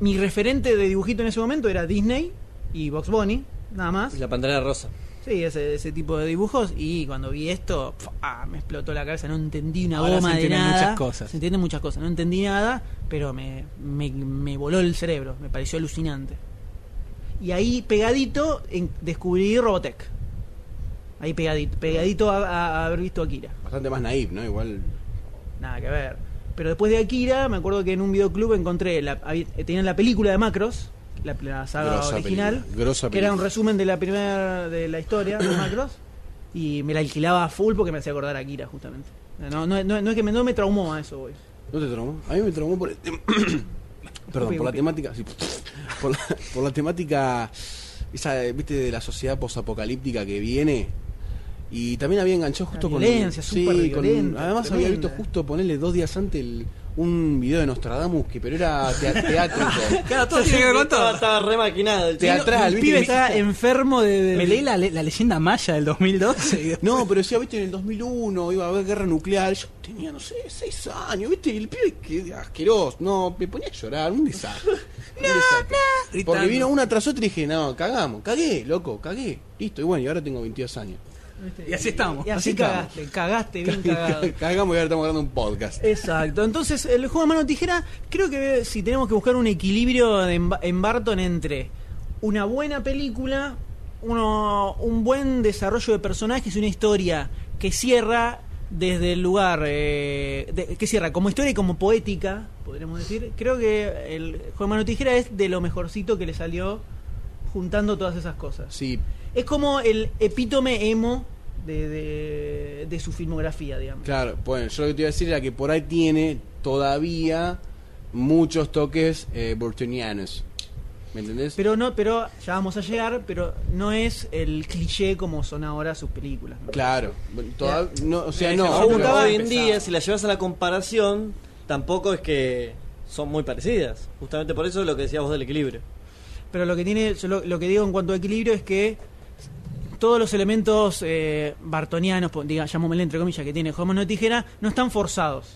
[SPEAKER 2] Mi referente de dibujito en ese momento era Disney y Box Bunny, nada más.
[SPEAKER 12] La pantalla rosa.
[SPEAKER 2] Sí, ese, ese tipo de dibujos. Y cuando vi esto, pf, ah, me explotó la cabeza. No entendí una
[SPEAKER 9] Ahora se
[SPEAKER 2] goma de
[SPEAKER 9] entienden
[SPEAKER 2] nada.
[SPEAKER 9] muchas cosas.
[SPEAKER 2] Se entienden muchas cosas. No entendí nada, pero me, me, me voló el cerebro. Me pareció alucinante. Y ahí pegadito en- descubrí Robotech. Ahí pegadito, pegadito a, a- a haber visto Akira.
[SPEAKER 10] Bastante más naive, ¿no? Igual.
[SPEAKER 2] Nada que ver. Pero después de Akira, me acuerdo que en un videoclub encontré. La, había- tenían la película de Macros, la, la saga
[SPEAKER 10] Grosa
[SPEAKER 2] original.
[SPEAKER 10] película, grosa
[SPEAKER 2] Que era un
[SPEAKER 10] película.
[SPEAKER 2] resumen de la primera de la historia de Macros y me la alquilaba a full porque me hacía acordar a Akira justamente. No, no, no, no es que me, no me traumó a eso, güey.
[SPEAKER 10] ¿No te traumó? A mí me traumó por el tem- *coughs* Perdón,
[SPEAKER 2] Upi,
[SPEAKER 10] por la
[SPEAKER 2] upi.
[SPEAKER 10] temática. sí, *laughs* por, la, por la temática. Esa, de, viste, de la sociedad posapocalíptica que viene. Y también había enganchado justo
[SPEAKER 2] La
[SPEAKER 10] con.
[SPEAKER 2] violencia, súper
[SPEAKER 10] con-
[SPEAKER 2] violenta,
[SPEAKER 10] Además, había
[SPEAKER 2] tremenda.
[SPEAKER 10] visto justo ponerle dos días antes el- un video de Nostradamus que, pero era
[SPEAKER 2] *laughs*
[SPEAKER 10] tea- teátrico.
[SPEAKER 2] Ah,
[SPEAKER 9] Claro,
[SPEAKER 12] *laughs*
[SPEAKER 9] todo tiene que ver con
[SPEAKER 12] Estaba,
[SPEAKER 9] todo.
[SPEAKER 12] estaba re maquinado el chico.
[SPEAKER 10] Teatral,
[SPEAKER 2] El
[SPEAKER 10] viste.
[SPEAKER 2] pibe está enfermo de. de-
[SPEAKER 9] Me leí la, le- la leyenda maya del 2012. y después-
[SPEAKER 10] No, pero decía, viste, en el 2001 iba a haber guerra nuclear. Yo tenía, no sé, seis años, viste, y el pibe que asqueroso. No, me ponía a llorar, un desastre. Un desastre. Porque
[SPEAKER 9] gritando.
[SPEAKER 10] vino una tras otra y dije, no, cagamos, cagué, loco, cagué. Listo, y bueno, y ahora tengo 22 años.
[SPEAKER 9] Y así estamos.
[SPEAKER 2] Y así
[SPEAKER 10] estamos.
[SPEAKER 2] cagaste, cagaste
[SPEAKER 10] *laughs*
[SPEAKER 2] bien cagado.
[SPEAKER 10] Cagamos y ahora estamos grabando un podcast.
[SPEAKER 2] Exacto, entonces el juego de mano tijera, creo que si tenemos que buscar un equilibrio de- en, en Barton entre una buena película, uno, un buen desarrollo de personajes y una historia que cierra desde el lugar, eh, de- que cierra como historia y como poética, podríamos decir, creo que el juego de mano tijera es de lo mejorcito que le salió juntando todas esas cosas.
[SPEAKER 10] Sí,
[SPEAKER 2] Es como el epítome emo de, de- de su filmografía, digamos.
[SPEAKER 10] claro, bueno, yo lo que te iba a decir era que por ahí tiene todavía muchos toques eh, burtonianos. ¿Me entendés?
[SPEAKER 2] Pero no, pero ya vamos a llegar, pero no es el cliché como son ahora sus películas. ¿no?
[SPEAKER 10] claro, toda- no, o sea,
[SPEAKER 9] Ese
[SPEAKER 10] no.
[SPEAKER 12] Aún
[SPEAKER 10] pero-
[SPEAKER 12] hoy en día, si la llevas a la comparación, tampoco es que son muy parecidas. Justamente por eso lo que decías vos del equilibrio.
[SPEAKER 2] Pero lo que tiene, yo lo, lo que digo en cuanto a equilibrio es que todos los elementos eh, bartonianos, po- diga, llamémosle entre comillas, que tiene Homo no tijera, no están forzados,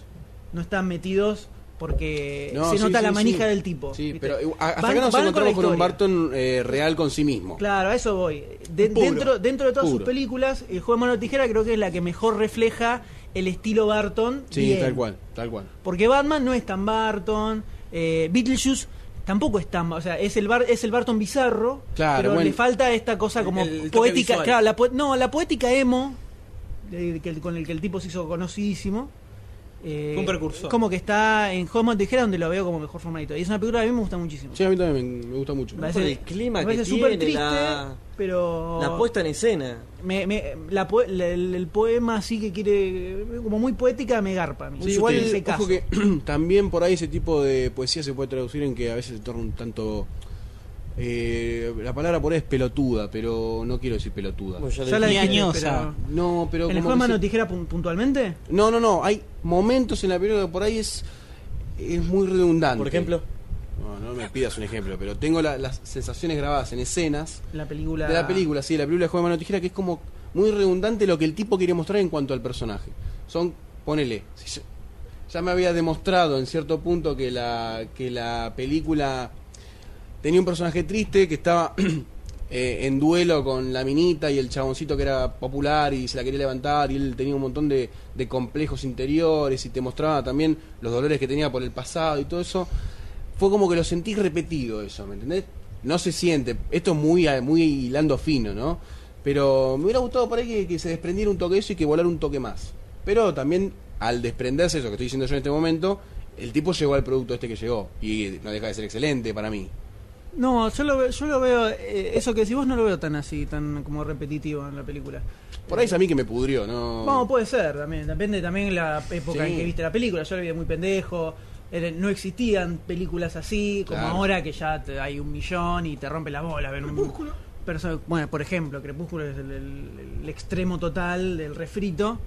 [SPEAKER 2] no están metidos porque
[SPEAKER 10] No,
[SPEAKER 2] Eh, se
[SPEAKER 10] sí,
[SPEAKER 2] nota
[SPEAKER 10] sí,
[SPEAKER 2] la manija
[SPEAKER 10] sí.
[SPEAKER 2] del tipo.
[SPEAKER 10] Sí,
[SPEAKER 2] ¿viste?
[SPEAKER 10] pero eh, a- hasta
[SPEAKER 2] Van-
[SPEAKER 10] acá
[SPEAKER 2] van con
[SPEAKER 10] nos
[SPEAKER 2] la
[SPEAKER 10] encontramos con, un
[SPEAKER 2] historia.
[SPEAKER 10] Barton eh, real con sí mismo.
[SPEAKER 2] Claro, a eso voy. De-
[SPEAKER 10] Puro.
[SPEAKER 2] dentro, dentro de todas sus
[SPEAKER 10] Puro.
[SPEAKER 2] películas, el juego de mano tijera creo que es la que mejor refleja el estilo Barton.
[SPEAKER 10] Sí,
[SPEAKER 2] bien.
[SPEAKER 10] tal cual, tal cual.
[SPEAKER 2] Porque Batman no es tan Barton, eh, Beetlejuice tampoco es tan, o sea, es el bar, es el Barton bizarro,
[SPEAKER 10] Claro,
[SPEAKER 2] pero
[SPEAKER 10] bueno.
[SPEAKER 2] le falta esta cosa como
[SPEAKER 9] El toque
[SPEAKER 2] poética,
[SPEAKER 9] visual.
[SPEAKER 2] claro, la po- no, la poética emo eh, que el- con el que el tipo se hizo conocidísimo. eh,
[SPEAKER 9] Fue un precursor.
[SPEAKER 2] Como que está en Home Tijera, donde lo veo como mejor formadito. Y es una película que a mí me gusta muchísimo.
[SPEAKER 10] Sí, a mí también me, me gusta mucho.
[SPEAKER 2] Me
[SPEAKER 12] Por el clima
[SPEAKER 2] me
[SPEAKER 12] que
[SPEAKER 2] parece
[SPEAKER 12] tiene,
[SPEAKER 2] súper triste,
[SPEAKER 12] la,
[SPEAKER 2] pero.
[SPEAKER 12] la puesta en escena.
[SPEAKER 2] me- me- la po- la- el, el poema así que quiere. Como muy poética, me garpa. a mí.
[SPEAKER 10] Sí,
[SPEAKER 2] En
[SPEAKER 10] igual,
[SPEAKER 2] ese
[SPEAKER 10] ojo
[SPEAKER 2] caso.
[SPEAKER 10] que *clears throat* también por ahí ese tipo de poesía se puede traducir en que a veces se torna un tanto... eh, la palabra por ahí es pelotuda, pero no quiero decir pelotuda.
[SPEAKER 12] Bueno, ya lo
[SPEAKER 2] Ya la
[SPEAKER 12] dije.
[SPEAKER 2] dijiste,
[SPEAKER 9] Ñoñosa.
[SPEAKER 2] pero-
[SPEAKER 10] No, pero...
[SPEAKER 2] ¿En el juego
[SPEAKER 10] como
[SPEAKER 2] de
[SPEAKER 10] que se-
[SPEAKER 2] mano tijera pun- puntualmente?
[SPEAKER 10] No, no, no. Hay momentos en la película que por ahí es, es muy redundante.
[SPEAKER 12] Por ejemplo,
[SPEAKER 10] No, no me pidas un ejemplo, pero tengo la- las sensaciones grabadas en escenas
[SPEAKER 2] La película.
[SPEAKER 10] de la película, sí, la película de Juego de Mano y Tijera, que es como muy redundante lo que el tipo quiere mostrar en cuanto al personaje. Son, ponele, si yo- ya me había demostrado en cierto punto que la, que la película tenía un personaje triste que estaba *clears throat* eh, en duelo con la minita y el chaboncito que era popular y se la quería levantar y él tenía un montón de, de complejos interiores y te mostraba también los dolores que tenía por el pasado y todo eso. Fue como que lo sentí repetido eso, ¿me entendés? No se siente. Esto es muy, a- muy hilando fino, ¿no? Pero me hubiera gustado por ahí que, que se desprendiera un toque eso y que volara un toque más. Pero también al desprenderse eso que estoy diciendo yo en este momento, el tipo llegó al producto este que llegó y no deja de ser excelente para mí.
[SPEAKER 2] No, yo lo, ve- yo lo veo. eh, eso que decís vos no lo veo tan así, tan como repetitivo en la película.
[SPEAKER 10] Por ahí es a mí que me pudrió, ¿no?
[SPEAKER 2] Bueno, puede ser también. Depende también la época
[SPEAKER 10] Sí.
[SPEAKER 2] en que viste la película. Yo la vi muy pendejo. era- No existían películas así como
[SPEAKER 10] Claro.
[SPEAKER 2] ahora que ya te- hay un millón y te rompe la bola. Ver Crepúsculo. bueno, por ejemplo, Crepúsculo es el, el- el extremo total del refrito.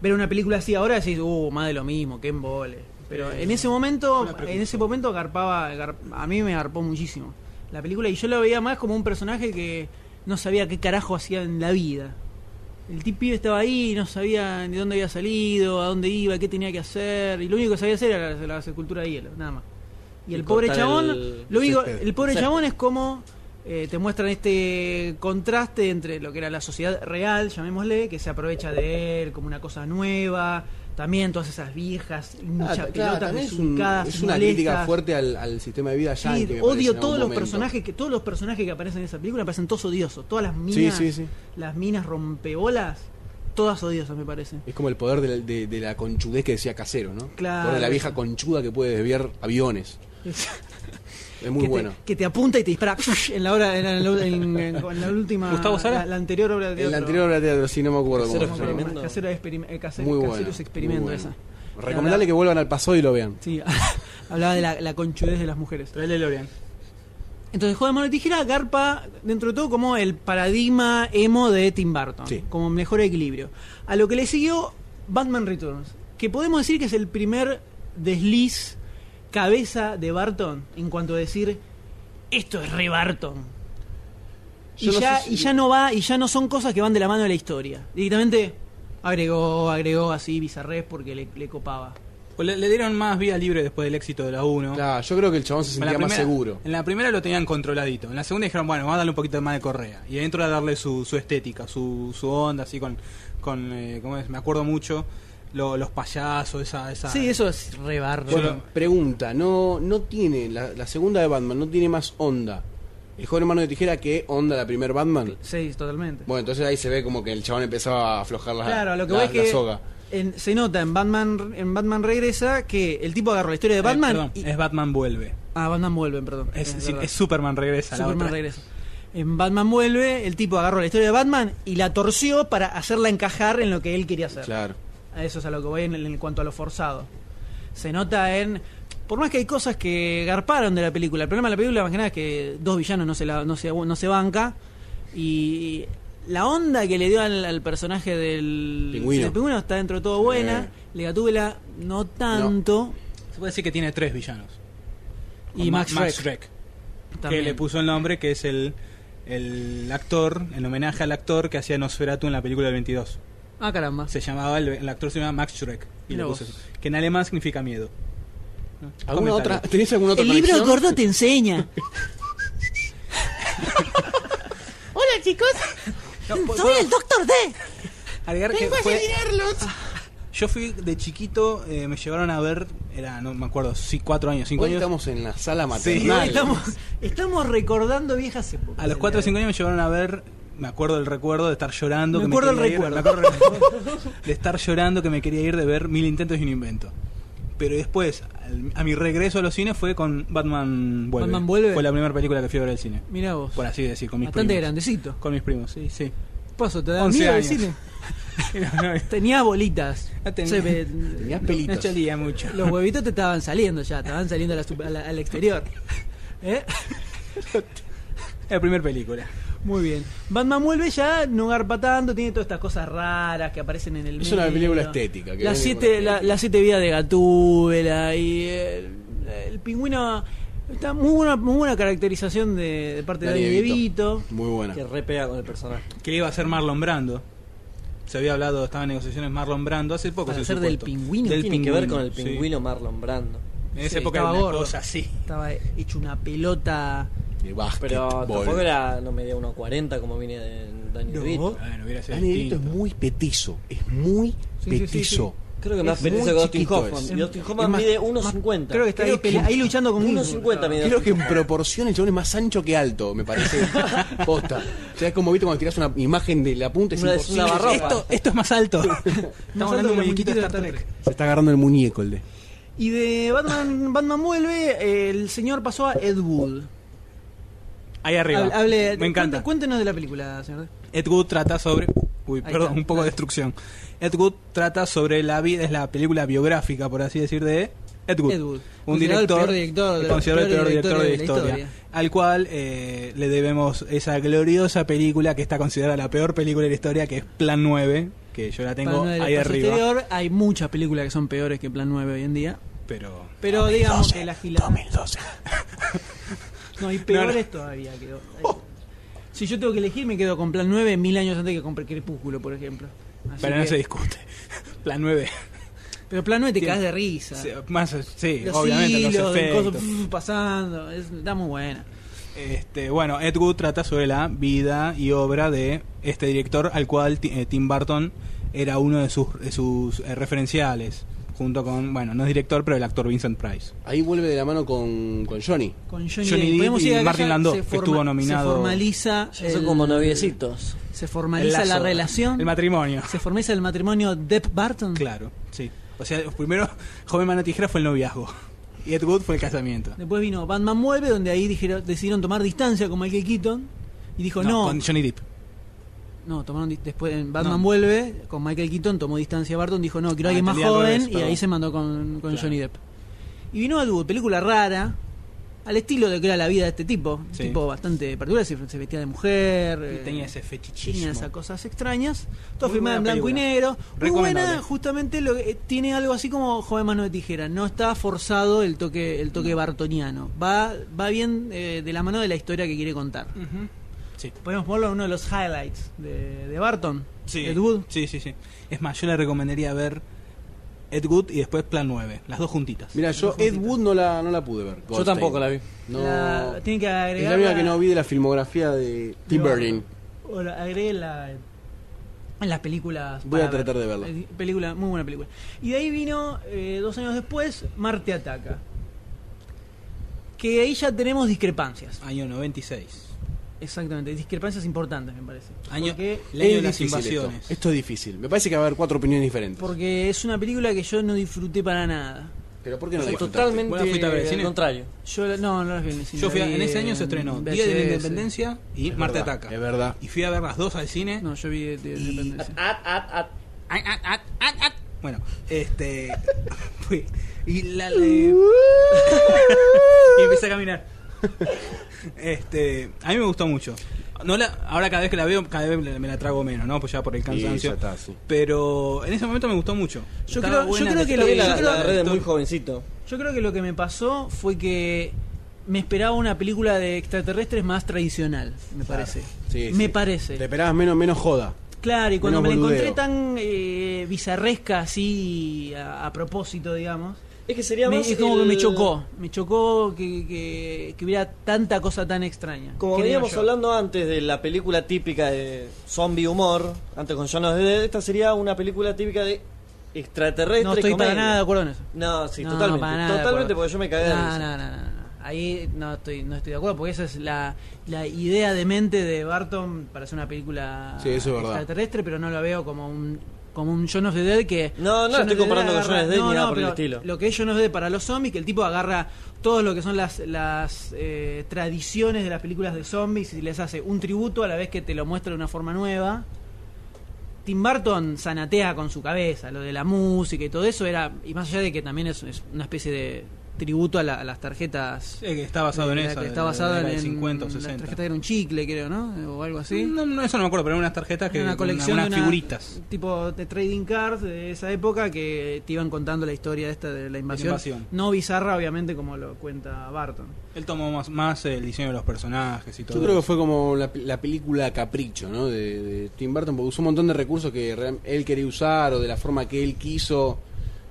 [SPEAKER 2] Ver una película así ahora decís, uh, más de lo mismo, qué embole. Pero en ese momento, en ese momento garpaba, gar- a mí me garpó muchísimo la película y yo lo veía más como un personaje que no sabía qué carajo hacía en la vida. El tip pibe estaba ahí, no sabía ni dónde había salido, a dónde iba, qué tenía que hacer. Y lo único que sabía hacer era la, la escultura de hielo, nada más. Y el
[SPEAKER 12] Y
[SPEAKER 2] pobre
[SPEAKER 12] cortar
[SPEAKER 2] chabón,
[SPEAKER 12] el
[SPEAKER 2] lo único,
[SPEAKER 12] césped.
[SPEAKER 2] el pobre
[SPEAKER 12] Césped.
[SPEAKER 2] chabón es como eh, te muestran este contraste entre lo que era la sociedad real, llamémosle, que se aprovecha de él como una cosa nueva. También todas esas viejas,
[SPEAKER 10] Ah,
[SPEAKER 2] hinchapelotas
[SPEAKER 10] claro, también es, un-
[SPEAKER 2] desubicadas,
[SPEAKER 10] es una
[SPEAKER 2] molestas.
[SPEAKER 10] crítica fuerte al, al sistema de vida
[SPEAKER 2] Sí,
[SPEAKER 10] yankee, me parece, en
[SPEAKER 2] odio
[SPEAKER 10] algún
[SPEAKER 2] todos los
[SPEAKER 10] momento.
[SPEAKER 2] personajes que todos los personajes que aparecen en esa película parecen todos odiosos, todas las
[SPEAKER 10] Sí,
[SPEAKER 2] minas
[SPEAKER 10] sí, sí.
[SPEAKER 2] las minas rompebolas, todas odiosas me
[SPEAKER 10] *laughs*
[SPEAKER 2] parece.
[SPEAKER 10] Es como el poder de la, de- de la conchudez que decía Casero, ¿no?
[SPEAKER 2] Claro.
[SPEAKER 10] Poder de la vieja conchuda que puede desviar aviones. Es muy
[SPEAKER 2] que
[SPEAKER 10] bueno.
[SPEAKER 2] Te, que te apunta y te dispara *laughs* en la hora, en la, en- en- en la última.
[SPEAKER 9] ¿Gustavo Sala?
[SPEAKER 2] La, la anterior obra de
[SPEAKER 10] En la
[SPEAKER 2] teatro.
[SPEAKER 10] anterior obra de teatro, sí, no me acuerdo
[SPEAKER 12] Casero
[SPEAKER 10] cómo se llama.
[SPEAKER 2] Casero Casero
[SPEAKER 12] Experimento.
[SPEAKER 2] experim- eh, Casero-
[SPEAKER 10] Muy bueno.
[SPEAKER 2] Caseros experimento
[SPEAKER 10] muy bueno.
[SPEAKER 2] esa.
[SPEAKER 10] Recomendable que vuelvan al paso y lo vean.
[SPEAKER 2] Sí, *laughs* hablaba de la, la conchudez de las mujeres.
[SPEAKER 9] Traele Lorian.
[SPEAKER 2] Entonces, Juego de Mano y Tijera garpa, dentro de todo, como el paradigma emo de Tim Burton.
[SPEAKER 10] Sí.
[SPEAKER 2] Como mejor equilibrio. A lo que le siguió Batman Returns. Que podemos decir que es el primer desliz cabeza de Barton en cuanto a decir esto es re Barton. Y
[SPEAKER 10] Yo no
[SPEAKER 2] ya,
[SPEAKER 10] sé si-
[SPEAKER 2] y ya no va, y ya no son cosas que van de la mano de la historia. Directamente agregó, agregó así bizarrés porque le, le copaba.
[SPEAKER 9] Pues le, le dieron más vía libre después del éxito de la 1.
[SPEAKER 10] Claro, yo creo que el chabón se
[SPEAKER 9] En la
[SPEAKER 10] sentía más
[SPEAKER 9] primera-
[SPEAKER 10] seguro.
[SPEAKER 9] En la primera lo tenían controladito. En la segunda dijeron, bueno, vamos a darle un poquito de más de correa. Y adentro a darle su, su estética, su, su onda, así con. con eh, ¿Cómo es? Me acuerdo mucho. lo- los payasos, esa. esa eh,
[SPEAKER 2] Sí, eso es re Barton.
[SPEAKER 10] Bueno, pregunta, no, no tiene, la, la segunda de Batman no tiene más onda. El joven hermano de tijera que onda la primer Batman.
[SPEAKER 2] Sí, totalmente.
[SPEAKER 10] Bueno, entonces ahí se ve como que el chabón empezaba a aflojar la,
[SPEAKER 2] Claro, a lo que
[SPEAKER 10] la-
[SPEAKER 2] voy es
[SPEAKER 10] la
[SPEAKER 2] que
[SPEAKER 10] soga.
[SPEAKER 2] en- se nota en Batman en Batman regresa que el tipo agarró la historia de
[SPEAKER 9] Eh,
[SPEAKER 2] Batman
[SPEAKER 9] perdón,
[SPEAKER 2] y-
[SPEAKER 9] es Batman vuelve.
[SPEAKER 2] ah Batman vuelve, perdón.
[SPEAKER 9] Es,
[SPEAKER 2] Es
[SPEAKER 9] sí,
[SPEAKER 2] verdad.
[SPEAKER 9] es Superman regresa. la
[SPEAKER 2] Superman
[SPEAKER 9] otra.
[SPEAKER 2] regresa. En Batman vuelve, el tipo agarró la historia de Batman y la torció para hacerla encajar en lo que él quería hacer.
[SPEAKER 10] Claro.
[SPEAKER 2] A eso es a lo que voy en, en cuanto a lo forzado. Se nota en. Por más que hay cosas que garparon de la película. El problema de la película, más que nada, es que dos villanos no se, la- no se, no se banca. Y la onda que le dio al, al personaje del
[SPEAKER 10] Pingüino.
[SPEAKER 2] del está dentro de todo buena.
[SPEAKER 10] Sí.
[SPEAKER 2] Legatúbela no tanto.
[SPEAKER 9] Se puede decir que tiene tres villanos.
[SPEAKER 2] Y
[SPEAKER 9] Ma-
[SPEAKER 2] Max, Schreck
[SPEAKER 9] Schreck, que
[SPEAKER 2] también.
[SPEAKER 9] le puso el nombre, que es el, el actor, en homenaje al actor que hacía Nosferatu en la película del 22.
[SPEAKER 2] Ah, caramba.
[SPEAKER 9] Se llamaba, el, el actor se llamaba Max Schreck. Y le
[SPEAKER 2] Mirá
[SPEAKER 9] puso
[SPEAKER 2] vos.
[SPEAKER 9] eso, que en alemán significa miedo.
[SPEAKER 10] ¿Alguna
[SPEAKER 9] Comentario.
[SPEAKER 10] otra, ¿Tenés alguna otra
[SPEAKER 2] El libro
[SPEAKER 10] conexión?
[SPEAKER 2] gordo te
[SPEAKER 10] *laughs*
[SPEAKER 2] enseña. Hola chicos, *laughs* soy el Doctor D.
[SPEAKER 9] Agregar que
[SPEAKER 2] Vengo a
[SPEAKER 9] fue- Ah,
[SPEAKER 2] asesinarlos.
[SPEAKER 9] yo fui de chiquito, eh, me llevaron a ver, era, no me acuerdo, sí, cuatro años, cinco
[SPEAKER 10] Hoy
[SPEAKER 9] años.
[SPEAKER 10] estamos en la
[SPEAKER 2] Y
[SPEAKER 10] sala
[SPEAKER 2] hoy
[SPEAKER 10] maternal.
[SPEAKER 2] estamos, estamos recordando viejas épocas.
[SPEAKER 9] A los cuatro o cinco años me llevaron a ver me acuerdo del recuerdo de estar llorando.
[SPEAKER 2] Me
[SPEAKER 9] que
[SPEAKER 2] acuerdo
[SPEAKER 9] quería
[SPEAKER 2] el
[SPEAKER 9] ir,
[SPEAKER 2] recuerdo.
[SPEAKER 9] me acuerdo
[SPEAKER 2] *laughs*
[SPEAKER 9] del recuerdo de estar llorando que me quería ir de ver Mil Intentos y un Invento. Pero después, al- a mi regreso a los cines fue con Batman Vuelve.
[SPEAKER 2] Batman Vuelve.
[SPEAKER 9] Fue la primera película que fui a ver al cine.
[SPEAKER 2] Mirá vos.
[SPEAKER 9] Por así decir, con mis
[SPEAKER 2] Bastante
[SPEAKER 9] primos.
[SPEAKER 2] grandecito.
[SPEAKER 9] Con mis primos, sí, sí. *laughs*
[SPEAKER 2] Paso, te da
[SPEAKER 9] 11
[SPEAKER 2] miedo el
[SPEAKER 9] años.
[SPEAKER 2] cine.
[SPEAKER 9] no,
[SPEAKER 2] Tenía bolitas.
[SPEAKER 9] No tenía-
[SPEAKER 2] Se ve-
[SPEAKER 3] Tenías
[SPEAKER 9] no
[SPEAKER 3] pelitos.
[SPEAKER 9] chalía mucho.
[SPEAKER 2] los huevitos te estaban saliendo ya, te estaban saliendo a la sup- a la- al exterior. *laughs* ¿Eh?
[SPEAKER 9] La primera película.
[SPEAKER 2] Muy bien. Batman vuelve ya, no garpa tanto, tiene todas estas cosas raras que aparecen en el
[SPEAKER 3] Es una
[SPEAKER 2] medio.
[SPEAKER 3] película estética, que
[SPEAKER 2] Las
[SPEAKER 3] viene
[SPEAKER 2] siete,
[SPEAKER 3] con
[SPEAKER 2] la-
[SPEAKER 3] estética.
[SPEAKER 2] las siete vidas de Gatúbela y eh, el, el pingüino. Está muy buena, muy buena caracterización de, de parte
[SPEAKER 3] Danny
[SPEAKER 2] de
[SPEAKER 3] DeVito.
[SPEAKER 2] Dievito.
[SPEAKER 3] Muy buena.
[SPEAKER 12] Que repea con el personaje.
[SPEAKER 9] Que iba a ser Marlon Brando. Se había hablado, estaba en negociaciones Marlon Brando hace poco.
[SPEAKER 2] Para
[SPEAKER 9] se
[SPEAKER 2] ser
[SPEAKER 9] supo
[SPEAKER 2] del
[SPEAKER 9] esto.
[SPEAKER 2] pingüino,
[SPEAKER 9] Del
[SPEAKER 12] Tiene que ver con el
[SPEAKER 9] sí.
[SPEAKER 12] pingüino Marlon Brando.
[SPEAKER 9] En esa
[SPEAKER 2] Sí,
[SPEAKER 9] época era
[SPEAKER 2] estaba
[SPEAKER 9] una
[SPEAKER 2] gordo.
[SPEAKER 9] cosa así.
[SPEAKER 2] Estaba hecho una pelota.
[SPEAKER 3] De básquetbol.
[SPEAKER 12] Pero tampoco era, no medía 1.40 como viene de Danny DeVito.
[SPEAKER 9] Bueno, hubiera
[SPEAKER 2] Ah,
[SPEAKER 9] sido
[SPEAKER 3] Danny DeVito es
[SPEAKER 9] distinto.
[SPEAKER 3] muy petizo. Es muy
[SPEAKER 2] Sí, sí, sí,
[SPEAKER 3] petizo.
[SPEAKER 12] Creo que más
[SPEAKER 3] Es muy
[SPEAKER 12] petizo que Dustin
[SPEAKER 3] chiquito
[SPEAKER 12] Hoffman.
[SPEAKER 3] es.
[SPEAKER 12] Y Dustin Hoffman
[SPEAKER 3] Es más-
[SPEAKER 12] mide 1.50.
[SPEAKER 2] Creo que está ahí, pele- ahí luchando con uno.
[SPEAKER 12] 1.50 mide.
[SPEAKER 3] Creo que
[SPEAKER 12] Dustin
[SPEAKER 3] en proporción el chabón es más ancho que alto, me parece. Posta. O sea, es como viste cuando tirás una imagen de la punta, es
[SPEAKER 12] Una- es
[SPEAKER 3] imposible.
[SPEAKER 12] una barroca.
[SPEAKER 9] Esto, esto es más
[SPEAKER 2] *laughs*
[SPEAKER 9] alto. Estamos hablando de un muñequito de Star Trek.
[SPEAKER 3] Se está agarrando el muñeco el de.
[SPEAKER 2] Y de Batman, *laughs* Batman vuelve, eh, el señor pasó a Ed Wood.
[SPEAKER 9] Ahí arriba.
[SPEAKER 2] Hable- hable-
[SPEAKER 9] Me encanta.
[SPEAKER 2] cuente- Cuéntenos de la película, señor.
[SPEAKER 9] Ed Wood trata sobre. Uy,
[SPEAKER 2] Ahí
[SPEAKER 9] perdón,
[SPEAKER 2] está.
[SPEAKER 9] un poco de destrucción. Ed Wood trata sobre la vida, es la película biográfica, por así decir, de Ed Wood.
[SPEAKER 2] Ed Wood.
[SPEAKER 9] Un
[SPEAKER 2] Considerado el
[SPEAKER 9] director,
[SPEAKER 2] peor director de-
[SPEAKER 9] considerado el
[SPEAKER 2] peor
[SPEAKER 9] peor director de la
[SPEAKER 2] director de la
[SPEAKER 9] historia, al cual eh, le debemos esa gloriosa película que está considerada la peor película de la historia, que es Plan 9, que yo la tengo
[SPEAKER 2] Plan 9 del
[SPEAKER 9] ahí
[SPEAKER 2] espacio
[SPEAKER 9] arriba.
[SPEAKER 2] exterior, hay muchas películas que son peores que Plan 9 hoy en día.
[SPEAKER 9] Pero
[SPEAKER 2] Pero digamos que la gilada.
[SPEAKER 3] 2012.
[SPEAKER 2] No, hay peores todavía.
[SPEAKER 9] *laughs*
[SPEAKER 2] Quedó. Si yo tengo que elegir, me quedo con Plan 9 mil años antes que con Crepúsculo, por ejemplo. Así
[SPEAKER 9] pero no
[SPEAKER 2] que-
[SPEAKER 9] se discute. *laughs* Plan 9.
[SPEAKER 2] pero Plan 9 te
[SPEAKER 9] Tiene-
[SPEAKER 2] cagas de risa.
[SPEAKER 9] Sí, más, sí
[SPEAKER 2] Los
[SPEAKER 9] obviamente, los
[SPEAKER 2] hilos, el coso,
[SPEAKER 9] efectos.
[SPEAKER 2] pf, pasando. es- está muy buena.
[SPEAKER 9] Este, bueno, Ed Wood trata sobre la vida y obra de este director al cual Ti- eh, Tim Burton era uno de sus, de sus eh, referenciales, junto con, bueno, no es director, pero el actor Vincent Price.
[SPEAKER 3] Ahí vuelve de la mano con, con Johnny.
[SPEAKER 2] Con Johnny,
[SPEAKER 9] Johnny
[SPEAKER 2] Depp.
[SPEAKER 9] Depp
[SPEAKER 2] Podemos
[SPEAKER 9] y
[SPEAKER 2] ir a que
[SPEAKER 9] Martin
[SPEAKER 2] ya
[SPEAKER 9] Landau,
[SPEAKER 2] se
[SPEAKER 9] que
[SPEAKER 2] forma-
[SPEAKER 9] estuvo nominado.
[SPEAKER 2] Se formaliza.
[SPEAKER 12] Ya son
[SPEAKER 2] el-
[SPEAKER 12] como noviecitos.
[SPEAKER 2] Se formaliza
[SPEAKER 9] El
[SPEAKER 2] la
[SPEAKER 9] lazo,
[SPEAKER 2] relación.
[SPEAKER 9] El matrimonio.
[SPEAKER 2] se formaliza el matrimonio Depp-Barton.
[SPEAKER 9] Claro, sí. O sea, primero, Joven Mano Tijera fue el noviazgo. Y Ed Wood fue el casamiento.
[SPEAKER 2] Después vino Batman Mueve, donde ahí dijeron, decidieron tomar distancia con Michael Keaton. Y dijo, no,
[SPEAKER 9] Con Johnny Depp.
[SPEAKER 2] no, tomaron di- después en Batman
[SPEAKER 9] No.
[SPEAKER 2] vuelve, con Michael Keaton tomó distancia Barton, dijo, no, quiero
[SPEAKER 9] Ah,
[SPEAKER 2] alguien más
[SPEAKER 9] entendí al
[SPEAKER 2] joven,
[SPEAKER 9] revés,
[SPEAKER 2] y ahí
[SPEAKER 9] perdón.
[SPEAKER 2] se mandó con, con
[SPEAKER 9] Claro.
[SPEAKER 2] Johnny Depp. Y vino Ed Wood, película rara, al estilo de que era la vida de este tipo, un
[SPEAKER 9] Sí.
[SPEAKER 2] tipo bastante particular, se, se vestía de mujer, eh,
[SPEAKER 9] Y tenía ese
[SPEAKER 2] tenía
[SPEAKER 9] fetichismo.
[SPEAKER 2] esas cosas extrañas, todo
[SPEAKER 9] Muy
[SPEAKER 2] filmado en
[SPEAKER 9] buena
[SPEAKER 2] blanco y
[SPEAKER 9] película.
[SPEAKER 2] negro, muy buena,
[SPEAKER 9] Recomendable.
[SPEAKER 2] justamente lo que, eh, tiene algo así como joven mano de tijera, no está forzado el toque, el toque bartoniano, va, va bien eh, de la mano de la historia que quiere contar.
[SPEAKER 9] Ujú. Sí.
[SPEAKER 2] Podemos ponerlo en uno de los highlights de, de Barton,
[SPEAKER 9] Sí.
[SPEAKER 2] Ed Wood.
[SPEAKER 9] Sí, sí, sí. Es más, yo le recomendaría ver Ed Wood y después Plan 9, las dos juntitas.
[SPEAKER 3] Mira, yo Ed Wood no la, no la pude ver.
[SPEAKER 12] Yo tampoco la vi.
[SPEAKER 3] No.
[SPEAKER 2] La- tiene que
[SPEAKER 3] es
[SPEAKER 2] agregar
[SPEAKER 3] la única que no vi de la filmografía de Tim Burton.
[SPEAKER 2] Ahora, agregué la- en las películas.
[SPEAKER 3] Voy a
[SPEAKER 2] para ver.
[SPEAKER 3] tratar de verla.
[SPEAKER 2] Eh, Película, muy buena película. Y de ahí vino, eh, dos años después, Marte Ataca. Que ahí ya tenemos discrepancias.
[SPEAKER 9] Año 96.
[SPEAKER 2] Exactamente, discrepancias importantes, me parece.
[SPEAKER 9] Año,
[SPEAKER 2] Porque,
[SPEAKER 9] el año de
[SPEAKER 3] Es
[SPEAKER 9] las
[SPEAKER 3] difícil esto.
[SPEAKER 9] invasiones.
[SPEAKER 3] Esto es difícil. Me parece que va a haber cuatro opiniones diferentes.
[SPEAKER 2] porque es una película que yo no disfruté para nada.
[SPEAKER 3] Pero ¿por qué no la
[SPEAKER 12] Es
[SPEAKER 3] disfrutaste?
[SPEAKER 12] totalmente
[SPEAKER 9] ¿Vos la fuiste a ver al
[SPEAKER 12] al
[SPEAKER 9] cine?
[SPEAKER 12] contrario.
[SPEAKER 2] Yo la- no, no las vi en el cine,
[SPEAKER 9] Yo fui a-
[SPEAKER 2] la vi
[SPEAKER 9] en ese año se estrenó
[SPEAKER 2] en
[SPEAKER 9] Día de la
[SPEAKER 2] VHS.
[SPEAKER 9] Independencia y
[SPEAKER 3] Es
[SPEAKER 9] Marte
[SPEAKER 3] verdad,
[SPEAKER 9] Ataca.
[SPEAKER 3] Es verdad.
[SPEAKER 9] Y fui a ver las dos al cine.
[SPEAKER 2] No, yo vi Día de la
[SPEAKER 9] Y-
[SPEAKER 2] Independencia.
[SPEAKER 9] Ay, ay, ay, ay, ay. Bueno, este. *laughs* fui. Y la. le-
[SPEAKER 2] *laughs*
[SPEAKER 9] y empecé a caminar. Este. A mí me gustó mucho. No la, ahora cada vez que la veo, cada vez me la trago menos, ¿no? Pues ya por el
[SPEAKER 3] Y
[SPEAKER 9] cansancio.
[SPEAKER 3] ya está, sí.
[SPEAKER 9] Pero en ese momento me gustó mucho.
[SPEAKER 2] Yo
[SPEAKER 9] Estaba
[SPEAKER 2] creo- yo
[SPEAKER 9] buena
[SPEAKER 2] creo que
[SPEAKER 9] historia,
[SPEAKER 2] lo-
[SPEAKER 12] Yo
[SPEAKER 2] yo
[SPEAKER 12] la,
[SPEAKER 2] creo
[SPEAKER 12] la
[SPEAKER 2] que
[SPEAKER 12] agarré de
[SPEAKER 9] esto-
[SPEAKER 12] muy jovencito.
[SPEAKER 2] Yo creo que lo que me pasó fue que me esperaba una película de extraterrestres más tradicional, me parece.
[SPEAKER 3] Sí,
[SPEAKER 2] me
[SPEAKER 3] sí.
[SPEAKER 2] parece.
[SPEAKER 3] Te esperabas menos, menos joda.
[SPEAKER 2] Claro, y cuando me
[SPEAKER 3] menos
[SPEAKER 2] la encontré
[SPEAKER 3] boludeo.
[SPEAKER 2] tan eh, bizarresca así a, a propósito, digamos,
[SPEAKER 12] Es que sería
[SPEAKER 2] me-
[SPEAKER 12] más.
[SPEAKER 2] es como que me
[SPEAKER 12] el-
[SPEAKER 2] chocó. Me chocó que, que- que hubiera tanta cosa tan extraña.
[SPEAKER 12] Como
[SPEAKER 2] ¿Qué le digo
[SPEAKER 12] veníamos
[SPEAKER 2] yo?
[SPEAKER 12] hablando antes de la película típica de zombie humor, antes con John Depp, esta sería una película típica de extraterrestre.
[SPEAKER 2] No estoy para
[SPEAKER 12] comedia.
[SPEAKER 2] nada de acuerdo en eso.
[SPEAKER 12] No, sí,
[SPEAKER 2] No,
[SPEAKER 12] totalmente.
[SPEAKER 2] para nada de
[SPEAKER 12] totalmente,
[SPEAKER 2] acuerdo.
[SPEAKER 12] porque yo me cagué de
[SPEAKER 2] No,
[SPEAKER 12] risa.
[SPEAKER 2] no, no, no, no. ahí no estoy, no estoy de acuerdo, porque esa es la, la idea de mente de Barton para hacer una película
[SPEAKER 3] Sí, eso es verdad.
[SPEAKER 2] extraterrestre, pero no la veo como un como un John of the Dead que...
[SPEAKER 12] No, no la
[SPEAKER 2] Shaun of
[SPEAKER 12] estoy
[SPEAKER 2] the
[SPEAKER 12] comparando
[SPEAKER 2] Dead
[SPEAKER 12] con Shaun of the Dead ni nada por el
[SPEAKER 2] pero
[SPEAKER 12] estilo.
[SPEAKER 2] Lo que es John of the Dead para los zombies, que el tipo agarra todo lo que son las, las eh, tradiciones de las películas de zombies y les hace un tributo a la vez que te lo muestra de una forma nueva. Tim Burton zanatea con su cabeza, lo de la música y todo eso era, y más allá de que también es, es una especie de tributo a, la- a las tarjetas.
[SPEAKER 9] Sí, que está basado en
[SPEAKER 2] de la
[SPEAKER 9] eso.
[SPEAKER 2] que
[SPEAKER 9] de-
[SPEAKER 2] Está
[SPEAKER 9] de-
[SPEAKER 2] basado
[SPEAKER 9] de la
[SPEAKER 2] en,
[SPEAKER 9] de 50 o
[SPEAKER 2] La
[SPEAKER 9] 60.
[SPEAKER 2] tarjeta era un chicle, creo, ¿no? O algo así.
[SPEAKER 9] No, no, eso no me acuerdo, pero eran unas tarjetas que.
[SPEAKER 2] Era una colección
[SPEAKER 9] unas
[SPEAKER 2] de una-
[SPEAKER 9] figuritas.
[SPEAKER 2] Tipo de trading cards de esa época que te iban contando la historia esta de la invasión.
[SPEAKER 9] invasión.
[SPEAKER 2] No bizarra, obviamente, como lo cuenta Barton.
[SPEAKER 9] Él tomó más, más eh, el diseño de los personajes y todo.
[SPEAKER 10] Yo creo que
[SPEAKER 9] eso.
[SPEAKER 10] fue como la, la película Capricho, ¿no? De, de Tim Burton, porque usó un montón de recursos que re- él quería usar o de la forma que él quiso.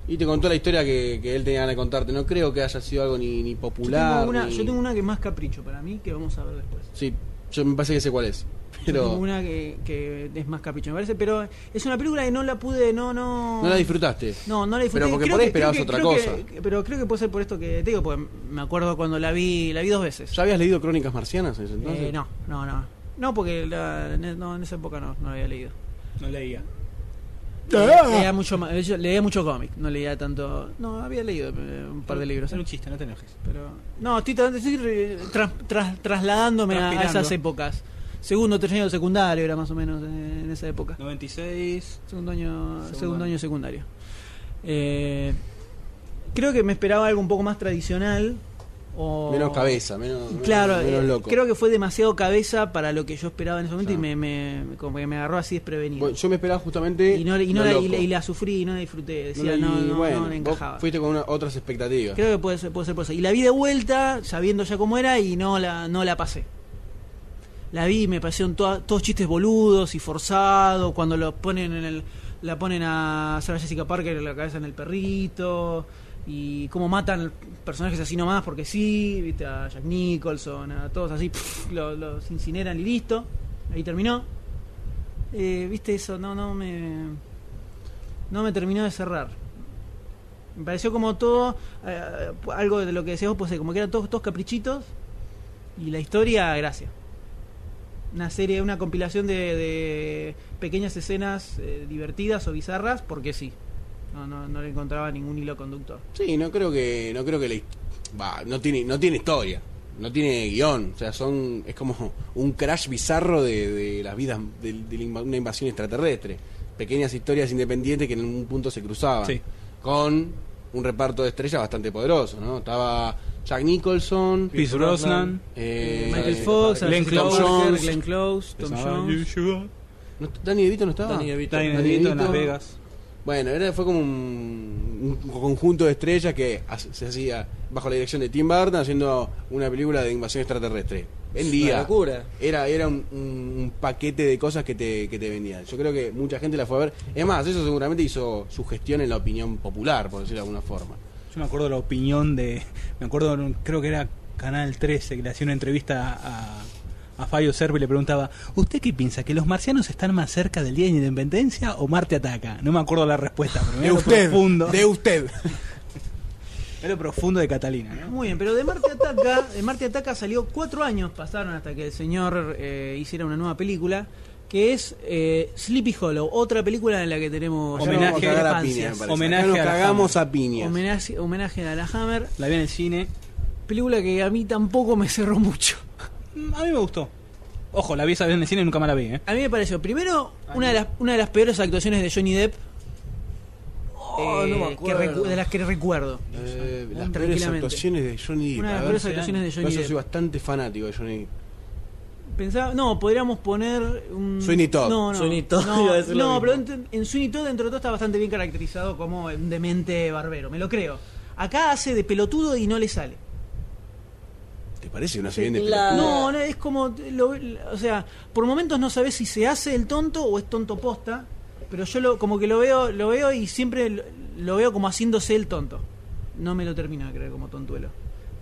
[SPEAKER 10] Y te contó la historia que, que él tenía ganas de contarte. No creo que haya sido algo ni, ni
[SPEAKER 2] Yo
[SPEAKER 10] popular.
[SPEAKER 2] tengo, una,
[SPEAKER 10] ni-
[SPEAKER 2] yo tengo una que es más capricho para mí, que vamos a ver después.
[SPEAKER 10] Sí, yo me parece que sé cuál es.
[SPEAKER 2] Yo tengo
[SPEAKER 10] Pero
[SPEAKER 2] una que, que es más capricho, me parece, pero es una película que no la pude, no, no.
[SPEAKER 10] no la disfrutaste.
[SPEAKER 2] No, no la disfruté.
[SPEAKER 10] Pero porque
[SPEAKER 2] Creo
[SPEAKER 10] por ahí
[SPEAKER 2] que- creo
[SPEAKER 10] esperabas
[SPEAKER 2] que-
[SPEAKER 10] otra
[SPEAKER 2] creo
[SPEAKER 10] cosa.
[SPEAKER 2] que- pero creo que puede ser por esto que te digo, porque me acuerdo cuando la vi, la vi dos veces.
[SPEAKER 10] ¿Ya habías leído Crónicas Marcianas en ese entonces?
[SPEAKER 2] Eh, no, no, no. No, porque la- en- e, no, en esa época no, no la había leído.
[SPEAKER 9] No leía.
[SPEAKER 2] Eh, leía mucho ma- yo leía mucho cómic, no leía tanto. No, había leído eh, un par de libros.
[SPEAKER 9] Era un chiste, no te enojes.
[SPEAKER 2] Pero, no, estoy, tra- estoy re- tras- tras- trasladándome a- a
[SPEAKER 9] Transpirando.
[SPEAKER 2] esas épocas. Segundo, tercer año de secundario era más o menos eh, en esa época.
[SPEAKER 9] 96.
[SPEAKER 2] Segundo año,
[SPEAKER 9] Segundo
[SPEAKER 2] segundo,
[SPEAKER 9] año.
[SPEAKER 2] año secundario. Eh, creo que me esperaba algo un poco más tradicional. O...
[SPEAKER 10] Menos cabeza, menos, menos-
[SPEAKER 2] Claro,
[SPEAKER 10] menos
[SPEAKER 2] eh,
[SPEAKER 10] loco.
[SPEAKER 2] creo que fue demasiado cabeza para lo que yo esperaba en ese momento
[SPEAKER 10] Claro.
[SPEAKER 2] y me, me- como que me agarró así desprevenido.
[SPEAKER 10] Bueno, yo me esperaba justamente.
[SPEAKER 2] y no, y, no
[SPEAKER 10] lo
[SPEAKER 2] la, y
[SPEAKER 10] loco.
[SPEAKER 2] la- y la sufrí y no la disfruté.
[SPEAKER 10] No
[SPEAKER 2] Decía,
[SPEAKER 10] la-
[SPEAKER 2] no, no,
[SPEAKER 10] y
[SPEAKER 2] no,
[SPEAKER 10] bueno,
[SPEAKER 2] no
[SPEAKER 10] vos
[SPEAKER 2] encajaba.
[SPEAKER 10] Fuiste con una- otras expectativas.
[SPEAKER 2] Creo que puede ser, puede ser por eso. Y la vi de vuelta, sabiendo ya cómo era, y no la, no la pasé. La vi y me parecieron toa- todos chistes boludos y forzados, cuando los ponen en el, la ponen a Sarah Jessica Parker la cabeza en el perrito, y cómo matan personajes así nomás porque sí, viste, a Jack Nicholson, a todos así, pf, lo- los, incineran y listo. Ahí terminó. Eh, viste eso, no, no me. No me terminó de cerrar. Me pareció como todo, eh, algo de lo que decías vos, pues, eh, como que eran todos, todos caprichitos y la historia, gracias. Una serie, una compilación de, de pequeñas escenas eh, divertidas o bizarras, porque sí. No, no, no le encontraba ningún hilo conductor.
[SPEAKER 10] Sí, no creo que no creo que la hist- va, no tiene no tiene historia, no tiene guión, o sea, son es como un crash bizarro de, de las vidas de, de la inva- una invasión extraterrestre, pequeñas historias independientes que en un punto se cruzaban.
[SPEAKER 9] Sí.
[SPEAKER 10] Con un reparto de estrellas bastante poderoso, ¿no? Estaba Jack Nicholson,
[SPEAKER 9] Pierce Brosnan.
[SPEAKER 10] eh,
[SPEAKER 2] Michael Fox, Sarah
[SPEAKER 10] Glenn
[SPEAKER 2] Jessica
[SPEAKER 10] Close,
[SPEAKER 2] Parker,
[SPEAKER 10] Jones.
[SPEAKER 2] Glenn Close, Tom Jones.
[SPEAKER 10] ¿No est- Danny DeVito no estaba.
[SPEAKER 12] Danny DeVito.
[SPEAKER 9] Danny
[SPEAKER 10] Danny
[SPEAKER 9] DeVito en
[SPEAKER 10] DeVito.
[SPEAKER 9] Las Vegas.
[SPEAKER 10] Bueno, era, fue como un, un conjunto de estrellas que ha- se hacía bajo la dirección de Tim Burton haciendo una película de invasión extraterrestre.
[SPEAKER 12] Una
[SPEAKER 10] Vendía.
[SPEAKER 12] locura.
[SPEAKER 10] Era, era un, un- un paquete de cosas que te, que te vendían. Yo creo que mucha gente la fue a ver. Es más, eso seguramente hizo su gestión en la opinión popular, por decirlo de alguna forma.
[SPEAKER 9] Yo me acuerdo la opinión de. Me acuerdo, creo que era Canal 13, que le hacía una entrevista a, a Fabio Servi y le preguntaba: ¿Usted qué piensa? ¿Que los marcianos están más cerca del Día de Independencia o Marte ataca? No me acuerdo la respuesta, pero era lo profundo.
[SPEAKER 10] de usted.
[SPEAKER 9] Era lo profundo de Catalina, ¿no?
[SPEAKER 2] Muy bien, pero de Marte Ataca, de Marte Ataca salió cuatro años, pasaron hasta que el señor eh, hiciera una nueva película, que es eh, Sleepy Hollow, otra película en la que tenemos
[SPEAKER 9] Homenaje
[SPEAKER 10] Acá nos vamos a cagar a
[SPEAKER 2] discrepancias.
[SPEAKER 10] piña, me parece.
[SPEAKER 9] Homenaje
[SPEAKER 10] Acá nos
[SPEAKER 9] a la
[SPEAKER 10] cagamos a piña.
[SPEAKER 2] homenaje, homenaje a la Hammer,
[SPEAKER 9] La vi en el cine.
[SPEAKER 2] película que a mí tampoco me cerró mucho.
[SPEAKER 9] Mm, A mí me gustó. Ojo, la vi esa vez en el cine y nunca más la vi, ¿eh?
[SPEAKER 2] A mí me pareció, primero, una de las, una de las peores actuaciones de Johnny Depp.
[SPEAKER 10] Oh,
[SPEAKER 2] eh,
[SPEAKER 12] no me
[SPEAKER 2] que
[SPEAKER 12] acuerdo.
[SPEAKER 2] recu- de las que recuerdo.
[SPEAKER 10] Eh, las peores
[SPEAKER 2] Tranquilamente.
[SPEAKER 10] actuaciones de Johnny Depp.
[SPEAKER 2] Una de
[SPEAKER 10] A
[SPEAKER 2] las
[SPEAKER 10] ver,
[SPEAKER 2] peores
[SPEAKER 10] si-
[SPEAKER 2] actuaciones de Johnny
[SPEAKER 10] yo soy
[SPEAKER 2] Depp.
[SPEAKER 10] bastante fanático de Johnny Depp.
[SPEAKER 2] Pensaba, no, podríamos poner un.
[SPEAKER 10] Sweeney Todd.
[SPEAKER 2] No, no.
[SPEAKER 12] Sweeney Todd,
[SPEAKER 2] No,
[SPEAKER 12] *laughs* iba a decir lo
[SPEAKER 2] no,
[SPEAKER 12] mismo.
[SPEAKER 2] pero en, en Sweeney Todd, dentro de todo, está bastante bien caracterizado como un demente barbero, me lo creo. Acá hace de pelotudo y no le sale.
[SPEAKER 10] ¿Te parece una siguiente
[SPEAKER 12] La-
[SPEAKER 10] película?
[SPEAKER 2] No, no, es como. lo- o sea, por momentos no sabes si se hace el tonto o es tonto posta. Pero yo lo, como que lo veo, lo veo y siempre lo, lo veo como haciéndose el tonto. No me lo termino de creer como tontuelo.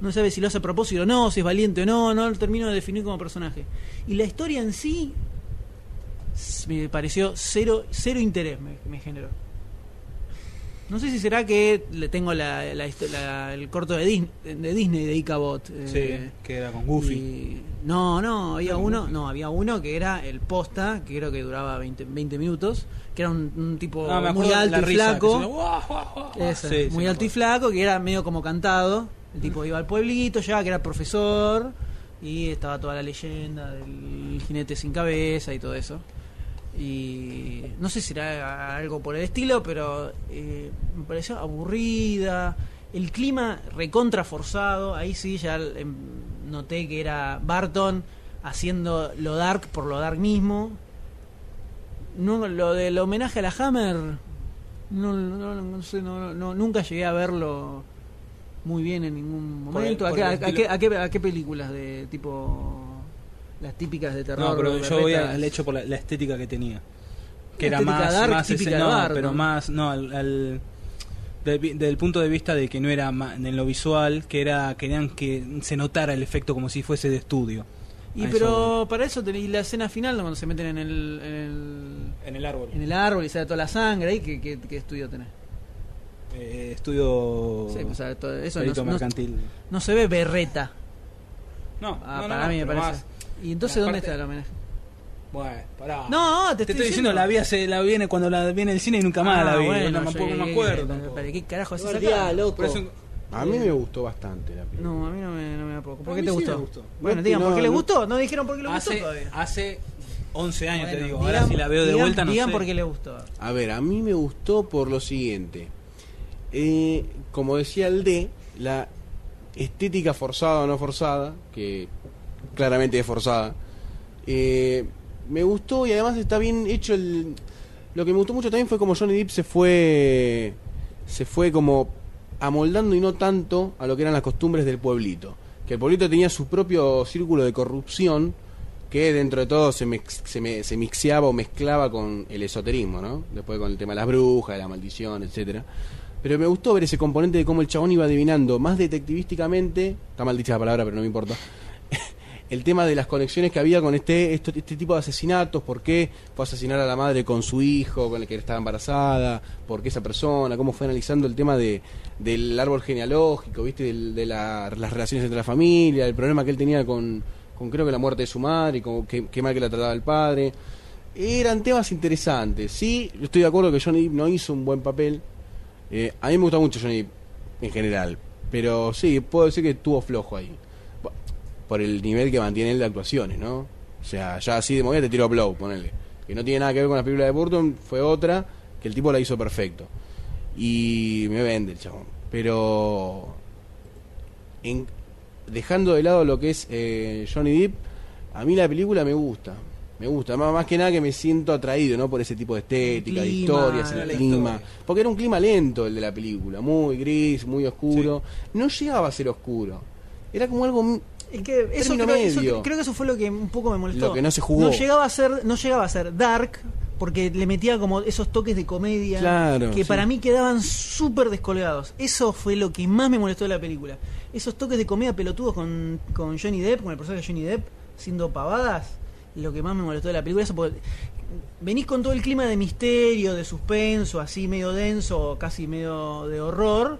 [SPEAKER 2] No sabes si lo hace a propósito o no, si es valiente o no, no lo termino de definir como personaje. Y la historia en sí s- me pareció cero, cero interés me, me generó. No sé si será que le tengo la, la histo- la- el corto de Disney de, Disney de Icabot. eh,
[SPEAKER 9] Sí, que era con Goofy.
[SPEAKER 2] y- no, no, había uno, no, había uno que era el posta, que creo que duraba 20, 20 minutos, que era un, un tipo
[SPEAKER 9] Ah, me acuerdo
[SPEAKER 2] muy
[SPEAKER 9] de
[SPEAKER 2] alto
[SPEAKER 9] la
[SPEAKER 2] y
[SPEAKER 9] risa, que
[SPEAKER 2] flaco.
[SPEAKER 9] se me- ¡Guau, guau, guau, guau!
[SPEAKER 2] Ese,
[SPEAKER 9] Sí, sí,
[SPEAKER 2] muy
[SPEAKER 9] me
[SPEAKER 2] alto y
[SPEAKER 9] acuerdo.
[SPEAKER 2] flaco, que era medio como cantado. El tipo iba al pueblito, ya que era profesor, y estaba toda la leyenda del jinete sin cabeza y todo eso. Y no sé si era algo por el estilo, pero eh, me pareció aburrida. El clima recontra forzado, ahí sí ya em, noté que era Barton haciendo lo dark por lo dark mismo. No, lo del homenaje a la Hammer, no, no, no, no sé, no, no, nunca llegué a verlo muy bien en ningún
[SPEAKER 9] Por el-
[SPEAKER 2] momento. ¿A
[SPEAKER 9] por
[SPEAKER 2] qué-
[SPEAKER 9] el
[SPEAKER 2] a- a,
[SPEAKER 9] estilo.
[SPEAKER 2] qué, a, qué, a qué películas de tipo las típicas de terror?
[SPEAKER 9] No, pero yo voy
[SPEAKER 2] berretas?
[SPEAKER 9] al hecho por la, la estética que tenía. Que
[SPEAKER 2] Una
[SPEAKER 9] era
[SPEAKER 2] estética
[SPEAKER 9] más,
[SPEAKER 2] dark
[SPEAKER 9] más
[SPEAKER 2] típica
[SPEAKER 9] ese-
[SPEAKER 2] de
[SPEAKER 9] no,
[SPEAKER 2] Barton.
[SPEAKER 9] pero más, no, al, al- del, vi- del punto de vista de que no era ma- en lo visual, que era querían que se notara el efecto como si fuese de estudio.
[SPEAKER 2] Y
[SPEAKER 9] A eso
[SPEAKER 2] pero para eso tenéis la escena final ¿no? cuando se meten en el, en el
[SPEAKER 9] voy. en el árbol.
[SPEAKER 2] en el árbol y sale toda la sangre ahí que, que, que estudio tenés.
[SPEAKER 9] Eh, estudio
[SPEAKER 2] Sí, pues, o sea, todo eso no,
[SPEAKER 9] perito
[SPEAKER 2] no-
[SPEAKER 9] mercantil.
[SPEAKER 2] no se ve berreta.
[SPEAKER 9] No,
[SPEAKER 2] Ah,
[SPEAKER 9] no, no,
[SPEAKER 2] para
[SPEAKER 9] no,
[SPEAKER 2] mí me
[SPEAKER 9] pero
[SPEAKER 2] parece.
[SPEAKER 9] más-
[SPEAKER 2] ¿Y entonces
[SPEAKER 9] la
[SPEAKER 2] dónde
[SPEAKER 9] parte-
[SPEAKER 2] está el homenaje?
[SPEAKER 9] Bueno, pará.
[SPEAKER 2] No, te,
[SPEAKER 9] te estoy diciendo, la vi hace- la viene cuando la viene el cine y nunca más
[SPEAKER 2] Ah,
[SPEAKER 9] la vi.
[SPEAKER 2] bueno,
[SPEAKER 9] no, me, acuerdo- no me
[SPEAKER 2] sí,
[SPEAKER 9] acuerdo.
[SPEAKER 2] pero-
[SPEAKER 9] tampoco.
[SPEAKER 2] pero ¿Qué carajo haces acá?
[SPEAKER 12] Guardiá, loco.
[SPEAKER 9] Pero es un-
[SPEAKER 10] A mí me gustó bastante la película.
[SPEAKER 2] No, a mí no me, no me da poco.
[SPEAKER 9] A
[SPEAKER 2] ¿Por qué
[SPEAKER 9] mí
[SPEAKER 2] te
[SPEAKER 9] sí
[SPEAKER 2] gustó?
[SPEAKER 9] me gustó.
[SPEAKER 2] Bueno,
[SPEAKER 10] No,
[SPEAKER 2] digan, ¿por
[SPEAKER 10] no,
[SPEAKER 2] qué le
[SPEAKER 10] no.
[SPEAKER 2] gustó? No dijeron por qué le gustó
[SPEAKER 9] hace,
[SPEAKER 2] todavía.
[SPEAKER 9] hace 11 años
[SPEAKER 2] Bueno,
[SPEAKER 9] te digo.
[SPEAKER 2] digan-
[SPEAKER 9] Ahora si la veo de
[SPEAKER 2] digan-
[SPEAKER 9] vuelta no
[SPEAKER 2] Digan
[SPEAKER 9] sé.
[SPEAKER 2] por qué le gustó.
[SPEAKER 10] A ver, a mí me gustó por lo siguiente. Eh, como decía el D, la estética forzada o no forzada, que claramente es forzada, eh, me gustó y además está bien hecho el... Lo que me gustó mucho también fue como Johnny Depp se fue... Se fue como amoldando y no tanto a lo que eran las costumbres del pueblito. Que el pueblito tenía su propio círculo de corrupción que dentro de todo se, mix- se, me- se mixeaba o mezclaba con el esoterismo, ¿no? Después con el tema de las brujas, de la maldición, etcétera. Pero me gustó ver ese componente de cómo el chabón iba adivinando más detectivísticamente, está mal dicha la palabra, pero no me importa, el tema de las conexiones que había con este, esto- este tipo de asesinatos, por qué fue a asesinar a la madre con su hijo, con el que estaba embarazada, por qué esa persona, cómo fue analizando el tema de, del árbol genealógico, viste, Del- de la- las relaciones entre la familia, el problema que él tenía con, con creo que la muerte de su madre, y con qué, qué mal que la trataba el padre. Eran temas interesantes, sí, yo estoy de acuerdo que Johnny Depp no hizo un buen papel. Eh, a mí me gusta mucho Johnny Depp en general, pero sí, puedo decir que estuvo flojo ahí por el nivel que mantiene él de actuaciones, ¿no? O sea, ya así de movida te tiro a Blow, ponele. Que no tiene nada que ver con la película de Burton, fue otra, que el tipo la hizo perfecto. Y me vende el chabón. Pero. en- dejando de lado lo que es eh, Johnny Depp, a mí la película me gusta. Me gusta, más, más que nada que me siento atraído, ¿no? Por ese tipo de estética, de
[SPEAKER 2] clima,
[SPEAKER 10] historias, el
[SPEAKER 9] la
[SPEAKER 10] clima.
[SPEAKER 9] historia.
[SPEAKER 10] Porque era un clima lento el de la película, muy gris, muy oscuro. No llegaba a ser oscuro. Era como algo m-
[SPEAKER 2] Es que eso
[SPEAKER 10] Término
[SPEAKER 2] creo, eso-
[SPEAKER 10] medio.
[SPEAKER 2] creo que eso fue lo que un poco me molestó.
[SPEAKER 10] Lo que no se jugó.
[SPEAKER 2] No llegaba a ser, no llegaba a ser dark porque le metía como esos toques de comedia
[SPEAKER 10] Claro,
[SPEAKER 2] que
[SPEAKER 10] sí.
[SPEAKER 2] para mí quedaban súper descolgados. Eso fue lo que más me molestó de la película. Esos toques de comedia pelotudos con, con Johnny Depp, con el personaje de Johnny Depp, siendo pavadas, lo que más me molestó de la película. Eso porque venís con todo el clima de misterio, de suspenso, así medio denso, casi medio de horror,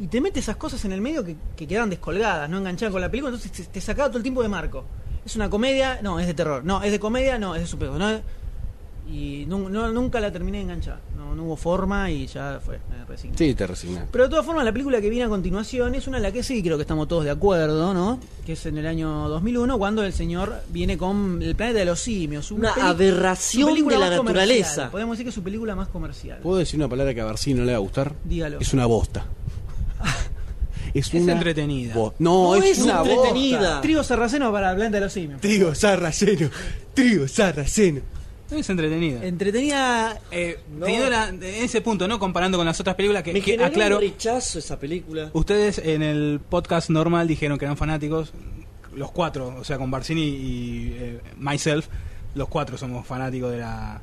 [SPEAKER 2] y te metes esas cosas en el medio que, que quedan descolgadas, no enganchadas con la película, entonces te, te sacaba todo el tiempo de marco. Es una comedia, no, es de terror, no, es de comedia, no, es de suspenso, no es- y nu- no- nunca la terminé de enganchar, no, no hubo forma y ya fue, me resigné.
[SPEAKER 10] Sí, te resignas.
[SPEAKER 2] Pero de todas formas, la película que viene a continuación es una en la que sí creo que estamos todos de acuerdo, ¿no? Que es en el año 2001, cuando el señor viene con El planeta de los simios.
[SPEAKER 12] Una
[SPEAKER 2] peli- su
[SPEAKER 12] aberración
[SPEAKER 2] película
[SPEAKER 12] de la
[SPEAKER 2] más comercial.
[SPEAKER 12] naturaleza.
[SPEAKER 2] Podemos decir que es su película más comercial.
[SPEAKER 10] ¿Puedo decir una palabra que a Barcino no le va a gustar?
[SPEAKER 2] Dígalo.
[SPEAKER 10] Es una bosta. es
[SPEAKER 9] es
[SPEAKER 10] una
[SPEAKER 9] entretenida.
[SPEAKER 10] bo- No, es, una
[SPEAKER 12] entretenida.
[SPEAKER 10] bosta.
[SPEAKER 2] Trigo sarraceno para El planeta de los simios.
[SPEAKER 10] Trigo sarraceno. Trigo sarraceno.
[SPEAKER 9] Es entretenida.
[SPEAKER 2] Entretenida.
[SPEAKER 9] Eh, teniendo la- en ese punto, ¿no? Comparando con las otras películas que,
[SPEAKER 12] Me
[SPEAKER 9] que
[SPEAKER 2] Ah,
[SPEAKER 12] generó
[SPEAKER 9] aclaro.
[SPEAKER 12] un rechazo esa película.
[SPEAKER 9] Ustedes en el podcast normal dijeron que eran fanáticos, los cuatro, o sea, con Barcini y eh, myself, los cuatro somos fanáticos de la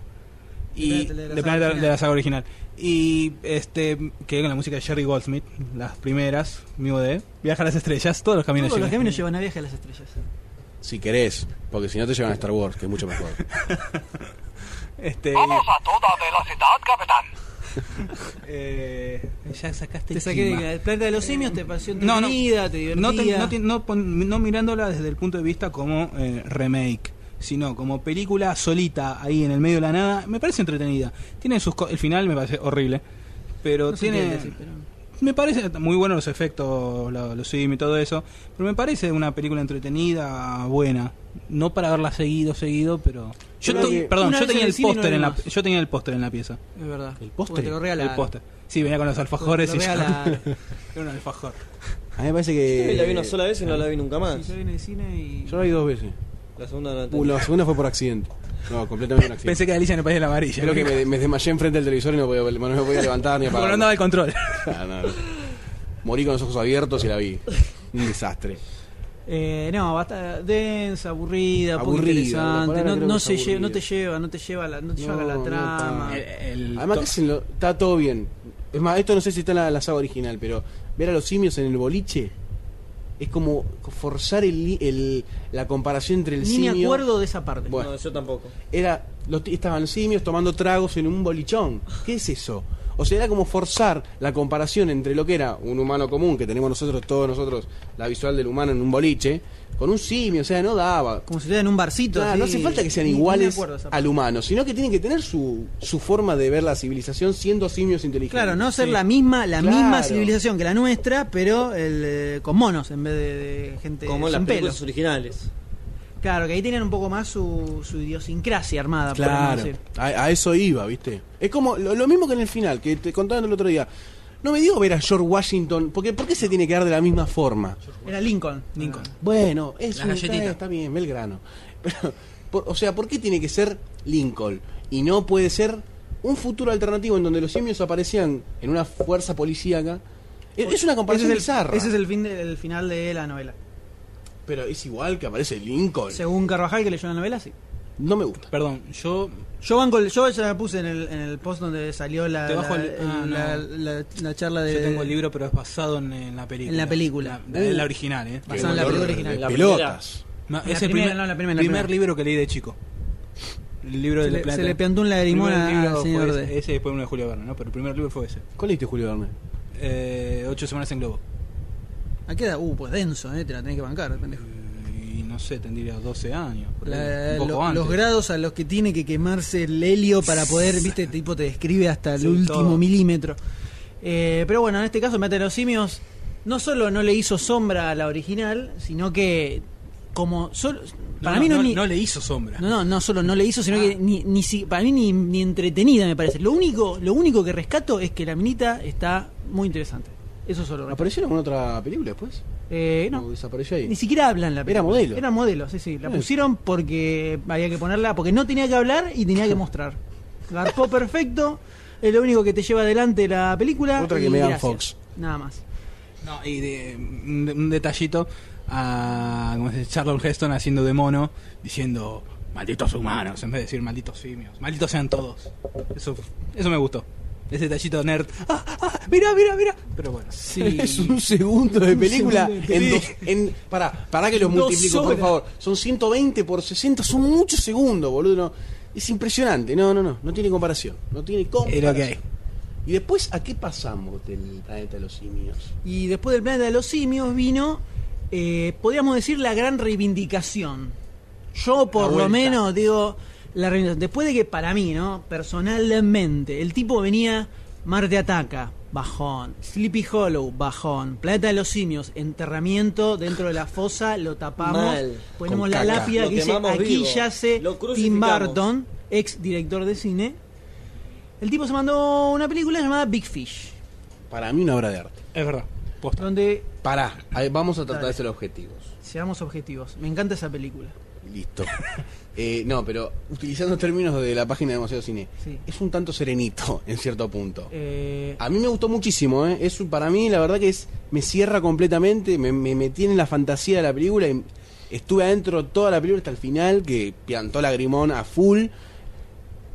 [SPEAKER 9] y
[SPEAKER 2] De la- de la
[SPEAKER 9] de
[SPEAKER 2] saga
[SPEAKER 9] Planeta-
[SPEAKER 2] original.
[SPEAKER 9] de la saga original. Y este quedé con la música de Jerry Goldsmith, las primeras, mi de Viaja a las estrellas, todos los caminos
[SPEAKER 2] Todos los caminos llevan a viaje a las estrellas.
[SPEAKER 10] Si querés, porque si no te llevan a Star Wars, que es mucho mejor.
[SPEAKER 9] Este,
[SPEAKER 15] Vamos a toda velocidad, capitán.
[SPEAKER 9] *laughs* Eh, ya sacaste
[SPEAKER 2] Te
[SPEAKER 9] el
[SPEAKER 2] saqué
[SPEAKER 9] clima.
[SPEAKER 2] de la planta de los simios, te pareció
[SPEAKER 9] No, no.
[SPEAKER 2] entretenida, te divertía.
[SPEAKER 9] no, te- no te- no pon- no mirándola desde el punto de vista como eh, remake, sino como película solita ahí en el medio de la nada, me parece entretenida. Tiene sus co- el final me parece horrible, pero
[SPEAKER 2] No sé
[SPEAKER 9] tiene
[SPEAKER 2] qué decir, pero-
[SPEAKER 9] me parece muy buenos los efectos, lo- los sim y todo eso, pero me parece una película entretenida, buena, no para verla seguido seguido, pero yo
[SPEAKER 2] Creo
[SPEAKER 9] to-
[SPEAKER 2] que
[SPEAKER 9] perdón,
[SPEAKER 2] una vez
[SPEAKER 9] yo tenía
[SPEAKER 2] en
[SPEAKER 9] el
[SPEAKER 2] el cine y no
[SPEAKER 9] póster
[SPEAKER 2] la
[SPEAKER 9] en la
[SPEAKER 2] más.
[SPEAKER 9] yo tenía el póster en la pieza.
[SPEAKER 2] Es verdad.
[SPEAKER 9] El
[SPEAKER 2] Porque
[SPEAKER 9] póster,
[SPEAKER 2] Te lo
[SPEAKER 9] el
[SPEAKER 2] regalaron.
[SPEAKER 9] póster. Sí, venía con los alfajores
[SPEAKER 2] Te
[SPEAKER 9] y
[SPEAKER 2] lo
[SPEAKER 9] yo-
[SPEAKER 2] regalaron.
[SPEAKER 9] *laughs* era un alfajor.
[SPEAKER 10] A mí me parece que.
[SPEAKER 12] *laughs* la vi una sola vez y no la vi nunca más.
[SPEAKER 2] Sí, yo vine al cine y...
[SPEAKER 10] Yo la vi dos veces.
[SPEAKER 12] La segunda no la
[SPEAKER 10] Uh,
[SPEAKER 12] entendí.
[SPEAKER 10] la segunda fue por accidente. No, completamente un accidente.
[SPEAKER 9] Pensé que Alicia en el País de la Amarilla.
[SPEAKER 10] Creo
[SPEAKER 9] *laughs*
[SPEAKER 10] que me, me desmayé enfrente del televisor y no, podía, no me podía levantar ni
[SPEAKER 9] Porque no
[SPEAKER 10] apagar.
[SPEAKER 9] andaba el
[SPEAKER 10] *laughs*
[SPEAKER 9] control.
[SPEAKER 10] Ah, no, no. Morí con los ojos abiertos y la vi. Un desastre.
[SPEAKER 2] Eh, no, basta densa, aburrida, poco
[SPEAKER 10] Aburrida, la
[SPEAKER 2] interesante,
[SPEAKER 10] palabra
[SPEAKER 2] no,
[SPEAKER 10] creo que
[SPEAKER 2] no
[SPEAKER 10] es
[SPEAKER 2] se lle-
[SPEAKER 10] aburrida.
[SPEAKER 2] no te lleva, no te lleva la, no te
[SPEAKER 10] No,
[SPEAKER 2] lleva la
[SPEAKER 10] no,
[SPEAKER 2] trama. Eh,
[SPEAKER 10] está-
[SPEAKER 9] El-
[SPEAKER 10] Además,
[SPEAKER 9] to-
[SPEAKER 10] que hacen lo- está todo bien. Es más, esto no sé si está en la, la saga original, pero ver a los simios en el boliche es como forzar el, li- el- la comparación entre el
[SPEAKER 2] Ni
[SPEAKER 10] simio.
[SPEAKER 2] me acuerdo de esa parte.
[SPEAKER 10] Bueno.
[SPEAKER 12] No, yo tampoco.
[SPEAKER 10] Era, los, ti- estaban los simios tomando tragos en un bolichón. ¿Qué es eso? O sea, era como forzar la comparación entre lo que era un humano común, que tenemos nosotros, todos nosotros, la visual del humano en un boliche, con un simio. O sea, no daba.
[SPEAKER 2] Como si estuviera en un barcito.
[SPEAKER 10] Claro,
[SPEAKER 2] así.
[SPEAKER 10] no hace falta que sean
[SPEAKER 2] Ni- ni me
[SPEAKER 10] iguales
[SPEAKER 2] acuerdo de esa parte.
[SPEAKER 10] al humano, sino que tienen que tener su, su forma de ver la civilización siendo simios inteligentes.
[SPEAKER 2] Claro, no ser la misma la
[SPEAKER 10] Claro.
[SPEAKER 2] misma civilización que la nuestra, pero el, eh, con monos en vez de, de gente
[SPEAKER 12] Como en las
[SPEAKER 2] sin pelo.
[SPEAKER 12] películas originales.
[SPEAKER 2] Claro, que ahí tienen un poco más su, su idiosincrasia armada, podemos
[SPEAKER 10] Claro,
[SPEAKER 2] decir.
[SPEAKER 10] a, a eso iba, ¿viste? Es como lo, lo mismo que en el final, que te contaban el otro día. No me digo ver a George Washington, porque ¿por qué se tiene que dar de la misma forma?
[SPEAKER 2] Era Lincoln. Lincoln.
[SPEAKER 10] Bueno, es
[SPEAKER 9] La
[SPEAKER 10] un-
[SPEAKER 9] galletita.
[SPEAKER 10] está, está bien, Belgrano. Pero, por- o sea, ¿por qué tiene que ser Lincoln y no puede ser un futuro alternativo en donde los simios aparecían en una fuerza policíaca? Es, es una comparación
[SPEAKER 2] ese es el,
[SPEAKER 10] bizarra.
[SPEAKER 2] Ese es el, fin de- el final de la novela.
[SPEAKER 10] Pero es igual que aparece Lincoln.
[SPEAKER 2] Según Carvajal, que leyó la novela, sí.
[SPEAKER 10] No me gusta.
[SPEAKER 9] Perdón, yo
[SPEAKER 2] Yo banco el- yo ya la puse en el, en el post donde salió la,
[SPEAKER 9] Te bajo
[SPEAKER 2] la,
[SPEAKER 9] el- ah,
[SPEAKER 2] la-
[SPEAKER 9] no.
[SPEAKER 2] la- la charla de
[SPEAKER 9] yo tengo el libro, pero es basado en, en la película.
[SPEAKER 2] Eh, En la película.
[SPEAKER 9] La, la- la original, ¿eh?
[SPEAKER 2] Basado en la
[SPEAKER 10] Qué
[SPEAKER 2] película
[SPEAKER 10] olor
[SPEAKER 2] original.
[SPEAKER 10] de
[SPEAKER 12] La
[SPEAKER 10] pelotas.
[SPEAKER 9] Ma-
[SPEAKER 2] La
[SPEAKER 9] es
[SPEAKER 2] primera,
[SPEAKER 9] el primer,
[SPEAKER 2] no, la primera, la
[SPEAKER 9] primer
[SPEAKER 2] primera.
[SPEAKER 9] libro que leí de chico. El libro
[SPEAKER 2] Se
[SPEAKER 9] de la
[SPEAKER 2] le-
[SPEAKER 9] planta.
[SPEAKER 2] se le piantó un lagrimón
[SPEAKER 9] Primer
[SPEAKER 2] al
[SPEAKER 9] libro pues, eh. fue
[SPEAKER 2] señor
[SPEAKER 9] ese,
[SPEAKER 2] D.
[SPEAKER 9] ese y después uno de Julio Verne, ¿no? Pero el primer libro fue ese.
[SPEAKER 10] ¿Cuál leíste, Julio Verne?
[SPEAKER 9] Eh, Ocho semanas en globo.
[SPEAKER 2] ¿A qué edad? Uh, pues denso, eh, te la tenés que bancar, pendejo.
[SPEAKER 9] Y no sé, tendría 12 años. por ahí,
[SPEAKER 2] La-
[SPEAKER 9] un poco
[SPEAKER 2] lo-
[SPEAKER 9] antes.
[SPEAKER 2] los grados a los que tiene que quemarse el helio para poder, viste, tipo te describe hasta el
[SPEAKER 9] Sí,
[SPEAKER 2] último
[SPEAKER 9] todo.
[SPEAKER 2] milímetro. Eh, pero bueno, en este caso Mate a los Simios no solo no le hizo sombra a la original, sino que como solo,
[SPEAKER 9] No,
[SPEAKER 2] para
[SPEAKER 9] no,
[SPEAKER 2] mí no,
[SPEAKER 9] no,
[SPEAKER 2] es ni,
[SPEAKER 9] no le hizo sombra.
[SPEAKER 2] No, no, no solo no le hizo, sino que ni, ni si- para mí ni, ni entretenida me parece. Lo único, lo único que rescato es que la minita está muy interesante. Eso solo. rescato.
[SPEAKER 10] ¿Apareció en alguna otra película después?
[SPEAKER 2] Eh,
[SPEAKER 10] ¿O
[SPEAKER 2] no.
[SPEAKER 10] desapareció ahí?
[SPEAKER 2] Ni siquiera hablan la película.
[SPEAKER 10] modelo.
[SPEAKER 2] Era modelo, sí, sí. La
[SPEAKER 10] Eh.
[SPEAKER 2] pusieron porque había que ponerla, porque no tenía que hablar y
[SPEAKER 10] *laughs*
[SPEAKER 2] tenía que mostrar. Garpó perfecto. Es lo único que te lleva adelante la película.
[SPEAKER 10] Otra que
[SPEAKER 2] y
[SPEAKER 10] Megan
[SPEAKER 2] gracias.
[SPEAKER 10] Fox.
[SPEAKER 2] Nada más.
[SPEAKER 9] No, y de, un, de- un detallito a como se dice, Charlotte Heston haciendo de mono, diciendo malditos humanos, en vez de decir malditos simios, malditos sean todos. Eso, eso me gustó. Ese detallito nerd. Ah, ah, mira, mira, mira. Pero bueno.
[SPEAKER 10] *laughs* *laughs* Es un segundo de película.
[SPEAKER 2] segundo de
[SPEAKER 10] en
[SPEAKER 2] película.
[SPEAKER 10] dos, en, pará, pará que lo
[SPEAKER 2] Dos
[SPEAKER 10] multiplico, por
[SPEAKER 2] horas.
[SPEAKER 10] favor. Son 120 por 60, son muchos segundos, boludo. no. Es impresionante. No, no, no. No tiene comparación. No tiene
[SPEAKER 9] Es
[SPEAKER 10] comparación.
[SPEAKER 9] lo que hay.
[SPEAKER 10] ¿Y después a qué pasamos del planeta de los simios?
[SPEAKER 2] Y después del planeta de los simios vino, eh, podríamos decir, la gran reivindicación. Yo, por lo
[SPEAKER 10] vuelta.
[SPEAKER 2] menos, digo, la reivindicación. Después de que, para mí, ¿no? Personalmente, el tipo venía Marte Ataca, bajón. Sleepy Hollow, bajón. Planeta de los simios, enterramiento dentro de la fosa, lo tapamos.
[SPEAKER 12] Mal.
[SPEAKER 2] Ponemos
[SPEAKER 10] Con
[SPEAKER 2] la
[SPEAKER 10] caca.
[SPEAKER 2] lápida
[SPEAKER 12] Lo
[SPEAKER 2] que dice:
[SPEAKER 12] quemamos
[SPEAKER 2] aquí
[SPEAKER 12] vivo.
[SPEAKER 2] yace
[SPEAKER 12] Lo
[SPEAKER 2] Tim
[SPEAKER 12] crucificamos".
[SPEAKER 2] Burton, ex director de cine. El tipo se mandó una película llamada Big Fish,
[SPEAKER 10] Para mí, una obra de arte.
[SPEAKER 9] Es verdad. Posta.
[SPEAKER 2] donde
[SPEAKER 10] Pará, ahí vamos a tratar
[SPEAKER 2] Dale.
[SPEAKER 10] de ser objetivos.
[SPEAKER 2] Seamos objetivos. Me encanta esa película.
[SPEAKER 10] Listo. Eh, no, pero utilizando términos de la página de Museo Cine,
[SPEAKER 2] Sí.
[SPEAKER 10] es un tanto serenito *laughs* en cierto punto.
[SPEAKER 2] Eh,
[SPEAKER 10] A mí me gustó muchísimo, ¿eh? Es, un- para mí, la verdad que es me cierra completamente, me, me metí en la fantasía de la película y estuve adentro toda la película hasta el final, que piantó lagrimón a full.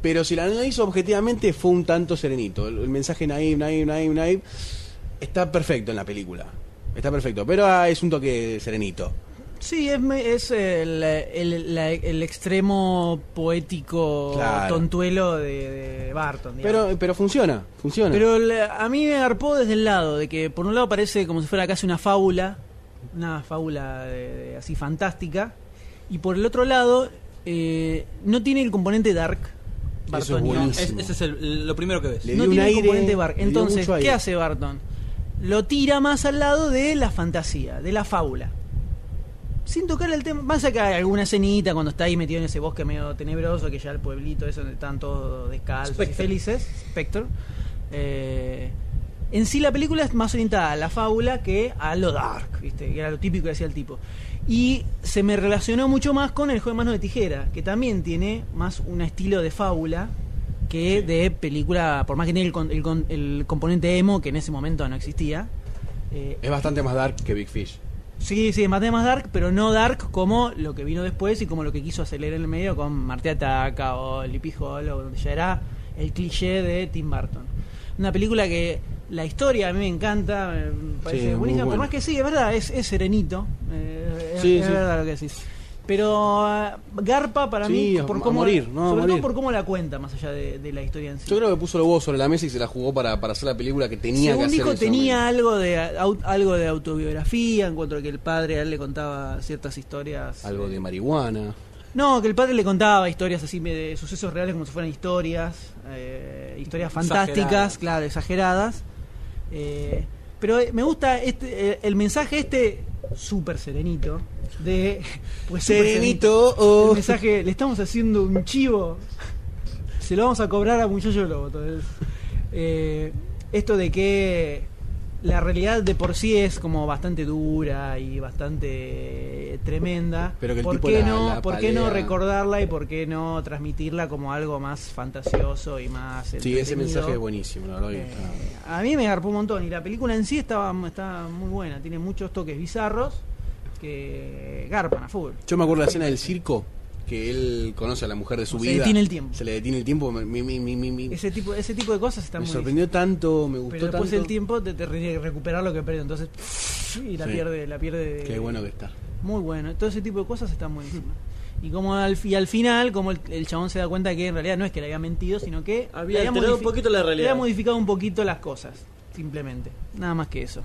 [SPEAKER 10] Pero si la analizo objetivamente, fue un tanto serenito. El, el mensaje naive, naive, naive, naive está perfecto en la película. Está perfecto, pero ah, es un toque serenito.
[SPEAKER 2] Sí, es, me- es el, el- la- el extremo poético
[SPEAKER 3] Claro.
[SPEAKER 2] tontuelo de, de Barton. digamos.
[SPEAKER 10] Pero, pero funciona, funciona.
[SPEAKER 2] Pero la- a mí me arpó desde el lado de que, por un lado, parece como si fuera casi una fábula, una fábula de- de- así fantástica, y por el otro lado, eh, no tiene el componente dark.
[SPEAKER 10] Eso es
[SPEAKER 2] bartoniano.
[SPEAKER 9] No,
[SPEAKER 10] buenísimo.
[SPEAKER 9] es- ese es el- lo primero que ves.
[SPEAKER 10] Le
[SPEAKER 2] no tiene
[SPEAKER 10] dio un
[SPEAKER 2] el
[SPEAKER 10] aire,
[SPEAKER 2] componente dark.
[SPEAKER 10] le dio
[SPEAKER 2] Entonces,
[SPEAKER 10] mucho
[SPEAKER 2] ¿qué
[SPEAKER 10] aire.
[SPEAKER 2] hace Barton? Lo tira más al lado de la fantasía, de la fábula. Sin tocar el tema, más acá hay alguna escenita cuando está ahí metido en ese bosque medio tenebroso, que ya el pueblito es donde están todos descalzos y felices, Spectre. Eh, en sí la película es más orientada a la fábula que a lo dark, ¿viste? que era lo típico que hacía el tipo. Y se me relacionó mucho más con el juego de mano de tijera, que también tiene más un estilo de fábula que de película, por más que tiene el, con- el con- el componente emo, que en ese momento no existía. eh,
[SPEAKER 10] Es bastante más dark que Big Fish.
[SPEAKER 2] Sí, sí, más más dark, pero no dark como lo que vino después y como lo que quiso acelerar en el medio con Marte Ataca o Lippy Hollow, donde ya era el cliché de Tim Burton. Una película que la historia a mí me encanta, me
[SPEAKER 10] Sí,
[SPEAKER 2] parece
[SPEAKER 10] muy
[SPEAKER 2] buenísima, por
[SPEAKER 10] buena.
[SPEAKER 2] más que sí, es verdad, es, es serenito, eh, es,
[SPEAKER 10] Sí,
[SPEAKER 2] es
[SPEAKER 10] sí.
[SPEAKER 2] verdad lo que decís. Pero ah, Garpa para
[SPEAKER 10] Sí,
[SPEAKER 2] mí,
[SPEAKER 10] a-
[SPEAKER 2] por
[SPEAKER 10] a
[SPEAKER 2] cómo,
[SPEAKER 10] morir, no, a
[SPEAKER 2] sobre
[SPEAKER 10] morir.
[SPEAKER 2] todo por cómo la cuenta, más allá de, de la historia en sí.
[SPEAKER 10] Yo creo que puso los huevos sobre la mesa y se la jugó para, para hacer la película que tenía
[SPEAKER 2] Según
[SPEAKER 10] que hacer.
[SPEAKER 2] dijo,
[SPEAKER 10] en ese
[SPEAKER 2] tenía
[SPEAKER 10] momento.
[SPEAKER 2] algo de, au- algo de autobiografía en cuanto a que el padre a él le contaba ciertas historias. eh,
[SPEAKER 10] Algo de marihuana.
[SPEAKER 2] No, que el padre le contaba historias así de de sucesos reales como si fueran historias, eh, historias fantásticas,
[SPEAKER 9] Exageradas.
[SPEAKER 2] claro, exageradas. Eh, pero eh, me gusta este, eh, el mensaje este súper serenito de pues súper
[SPEAKER 10] oh.
[SPEAKER 2] El mensaje le estamos haciendo un chivo. Se lo vamos a cobrar a Muchacho Lobo. entonces. Eh, esto de que la realidad de por sí es como bastante dura y bastante eh, tremenda.
[SPEAKER 10] Pero que el
[SPEAKER 2] ¿Por,
[SPEAKER 10] tipo
[SPEAKER 2] qué,
[SPEAKER 10] la-
[SPEAKER 2] no,
[SPEAKER 10] la
[SPEAKER 2] ¿Por qué no
[SPEAKER 10] palea.
[SPEAKER 2] recordarla y por qué no transmitirla como algo más fantasioso y más...
[SPEAKER 10] Sí, ese
[SPEAKER 2] entretenido?
[SPEAKER 10] mensaje es buenísimo, la verdad. que
[SPEAKER 2] Eh,
[SPEAKER 10] está-
[SPEAKER 2] a mí me garpó un montón y la película en sí estaba, está muy buena. Tiene muchos toques bizarros que garpan a full.
[SPEAKER 10] Yo me acuerdo la escena del circo que él conoce a la mujer de su
[SPEAKER 2] Se
[SPEAKER 10] vida.
[SPEAKER 2] detiene el tiempo.
[SPEAKER 10] Se le detiene el tiempo. Me, me- me- me- me-
[SPEAKER 2] Ese tipo, ese tipo de cosas están
[SPEAKER 10] me
[SPEAKER 2] muy
[SPEAKER 10] sorprendió tanto, me
[SPEAKER 2] Pero
[SPEAKER 10] gustó
[SPEAKER 2] después
[SPEAKER 10] tanto.
[SPEAKER 2] el tiempo te, te re- recuperar lo que perdió, entonces y la
[SPEAKER 10] Sí.
[SPEAKER 2] pierde, la pierde.
[SPEAKER 10] Qué bueno que está.
[SPEAKER 2] Muy bueno, todo ese tipo de cosas están buenísimas. Y como al, y al final, como el, el chabón se da cuenta que en realidad no es que le había mentido, sino que
[SPEAKER 12] Había
[SPEAKER 2] le
[SPEAKER 12] alterado
[SPEAKER 2] modifi-
[SPEAKER 12] un poquito la
[SPEAKER 2] le
[SPEAKER 12] realidad.
[SPEAKER 2] había modificado un poquito las cosas, simplemente. Nada más que eso.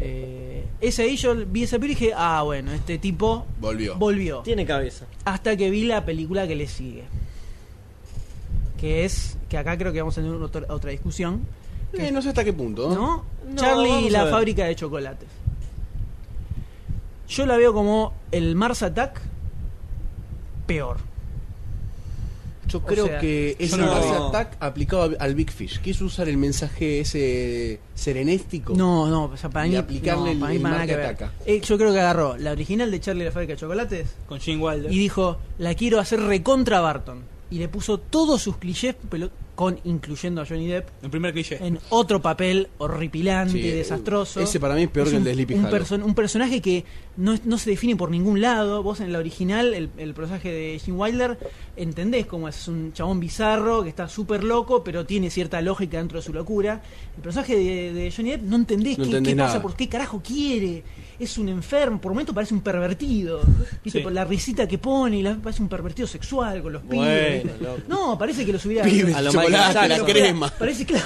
[SPEAKER 2] Eh, ese ahí yo vi esa película y dije, ah, bueno, este tipo
[SPEAKER 10] Volvió.
[SPEAKER 2] volvió.
[SPEAKER 12] Tiene cabeza.
[SPEAKER 2] Hasta que vi la película que le sigue. Que es, que acá creo que vamos a tener otra, otra discusión.
[SPEAKER 10] Eh, no sé hasta qué punto.
[SPEAKER 2] ¿No?
[SPEAKER 12] No,
[SPEAKER 2] Charlie y
[SPEAKER 12] vamos a
[SPEAKER 2] la
[SPEAKER 12] ver.
[SPEAKER 2] fábrica de chocolates. Yo la veo como el Mars Attack peor.
[SPEAKER 10] Yo creo
[SPEAKER 2] sea,
[SPEAKER 10] que es
[SPEAKER 12] no
[SPEAKER 10] un
[SPEAKER 12] la
[SPEAKER 10] Mars
[SPEAKER 12] vi.
[SPEAKER 10] Attack aplicado al- al Big Fish. Quiso usar el mensaje ese serenéstico.
[SPEAKER 2] No, no, o sea, para
[SPEAKER 10] Y
[SPEAKER 2] mí,
[SPEAKER 10] aplicarle
[SPEAKER 2] no,
[SPEAKER 10] el-
[SPEAKER 2] para mí
[SPEAKER 10] el
[SPEAKER 2] para nada
[SPEAKER 10] Mars
[SPEAKER 2] que ver.
[SPEAKER 10] Attack.
[SPEAKER 2] Eh, yo creo que agarró la original de Charlie y la fábrica de chocolates
[SPEAKER 9] Con Gene Wilder.
[SPEAKER 2] y dijo, la quiero hacer recontra Barton. Y le puso todos sus clichés, pelo- con incluyendo a Johnny Depp,
[SPEAKER 9] El primer cliché.
[SPEAKER 2] en otro papel horripilante,
[SPEAKER 10] Sí, eh,
[SPEAKER 2] desastroso.
[SPEAKER 10] ese para mí es peor que el de Sleepy
[SPEAKER 2] un,
[SPEAKER 10] Hollow.
[SPEAKER 2] perso- un personaje que no, es- no se define por ningún lado. Vos en la original, el, el personaje de Jim Wilder, entendés cómo es, es un chabón bizarro que está súper loco, pero tiene cierta lógica dentro de su locura. El personaje de, de Johnny Depp no entendés
[SPEAKER 10] No
[SPEAKER 2] qué,
[SPEAKER 10] entendés
[SPEAKER 2] qué
[SPEAKER 10] nada.
[SPEAKER 2] pasa, por qué carajo quiere. Es un enfermo, por momentos parece un pervertido. ¿viste?
[SPEAKER 9] Sí.
[SPEAKER 2] Por la risita que pone, la- parece un pervertido sexual con los pibes.
[SPEAKER 9] Bueno,
[SPEAKER 2] ¿viste? No, parece que los hubiera.
[SPEAKER 10] Pibes,
[SPEAKER 12] A lo Michael
[SPEAKER 10] chocolate, la
[SPEAKER 12] Jackson.
[SPEAKER 10] crema.
[SPEAKER 2] Parece claro,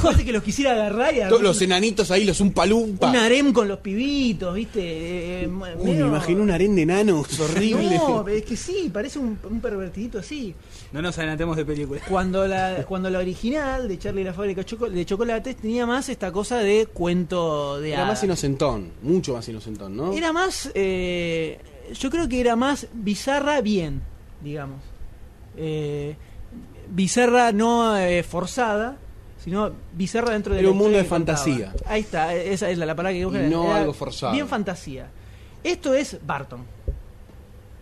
[SPEAKER 2] parece que los quisiera agarrar y
[SPEAKER 10] Todos
[SPEAKER 2] armar
[SPEAKER 10] los enanitos ahí, los umpalumpa.
[SPEAKER 2] un harem con los pibitos, ¿viste? Eh, eh,
[SPEAKER 10] Uy, me
[SPEAKER 2] medio-
[SPEAKER 10] imagino un harén de enanos horrible.
[SPEAKER 2] *laughs* No, es que sí, parece un, un pervertidito así.
[SPEAKER 9] No nos adelantemos de película.
[SPEAKER 2] Cuando la, cuando la original de Charlie y la fábrica de choco- de chocolates tenía más esta cosa de cuento de
[SPEAKER 10] Era
[SPEAKER 2] hadas.
[SPEAKER 10] más inocentón, mucho más inocentón, ¿no?
[SPEAKER 2] Era más, eh, yo creo que era más bizarra bien, digamos. Eh, bizarra no eh, forzada, sino bizarra dentro de
[SPEAKER 10] Era
[SPEAKER 2] la
[SPEAKER 10] un
[SPEAKER 2] historia
[SPEAKER 10] mundo de
[SPEAKER 2] que contaba.
[SPEAKER 10] fantasía.
[SPEAKER 2] Ahí está, esa es la, la palabra que buscaba.
[SPEAKER 10] Y no
[SPEAKER 2] Era
[SPEAKER 10] algo forzado.
[SPEAKER 2] Bien fantasía. Esto es Barton.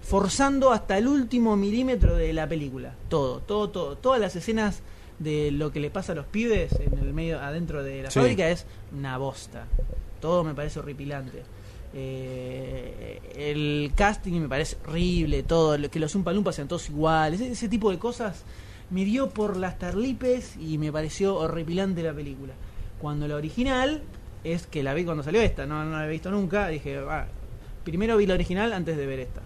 [SPEAKER 2] Forzando hasta el último milímetro de la película. Todo, todo, todo. Todas las escenas de lo que le pasa a los pibes en el medio adentro de la
[SPEAKER 10] Sí.
[SPEAKER 2] fábrica es una bosta. Todo me parece horripilante. Eh, el casting me parece horrible, todo, lo- que los umpalumpas sean todos iguales, ese, ese tipo de cosas me dio por las tarlipes y me pareció horripilante la película. Cuando la original es que la vi cuando salió esta, no, no la he visto nunca, dije, "Ah, Primero vi la original antes de ver esta.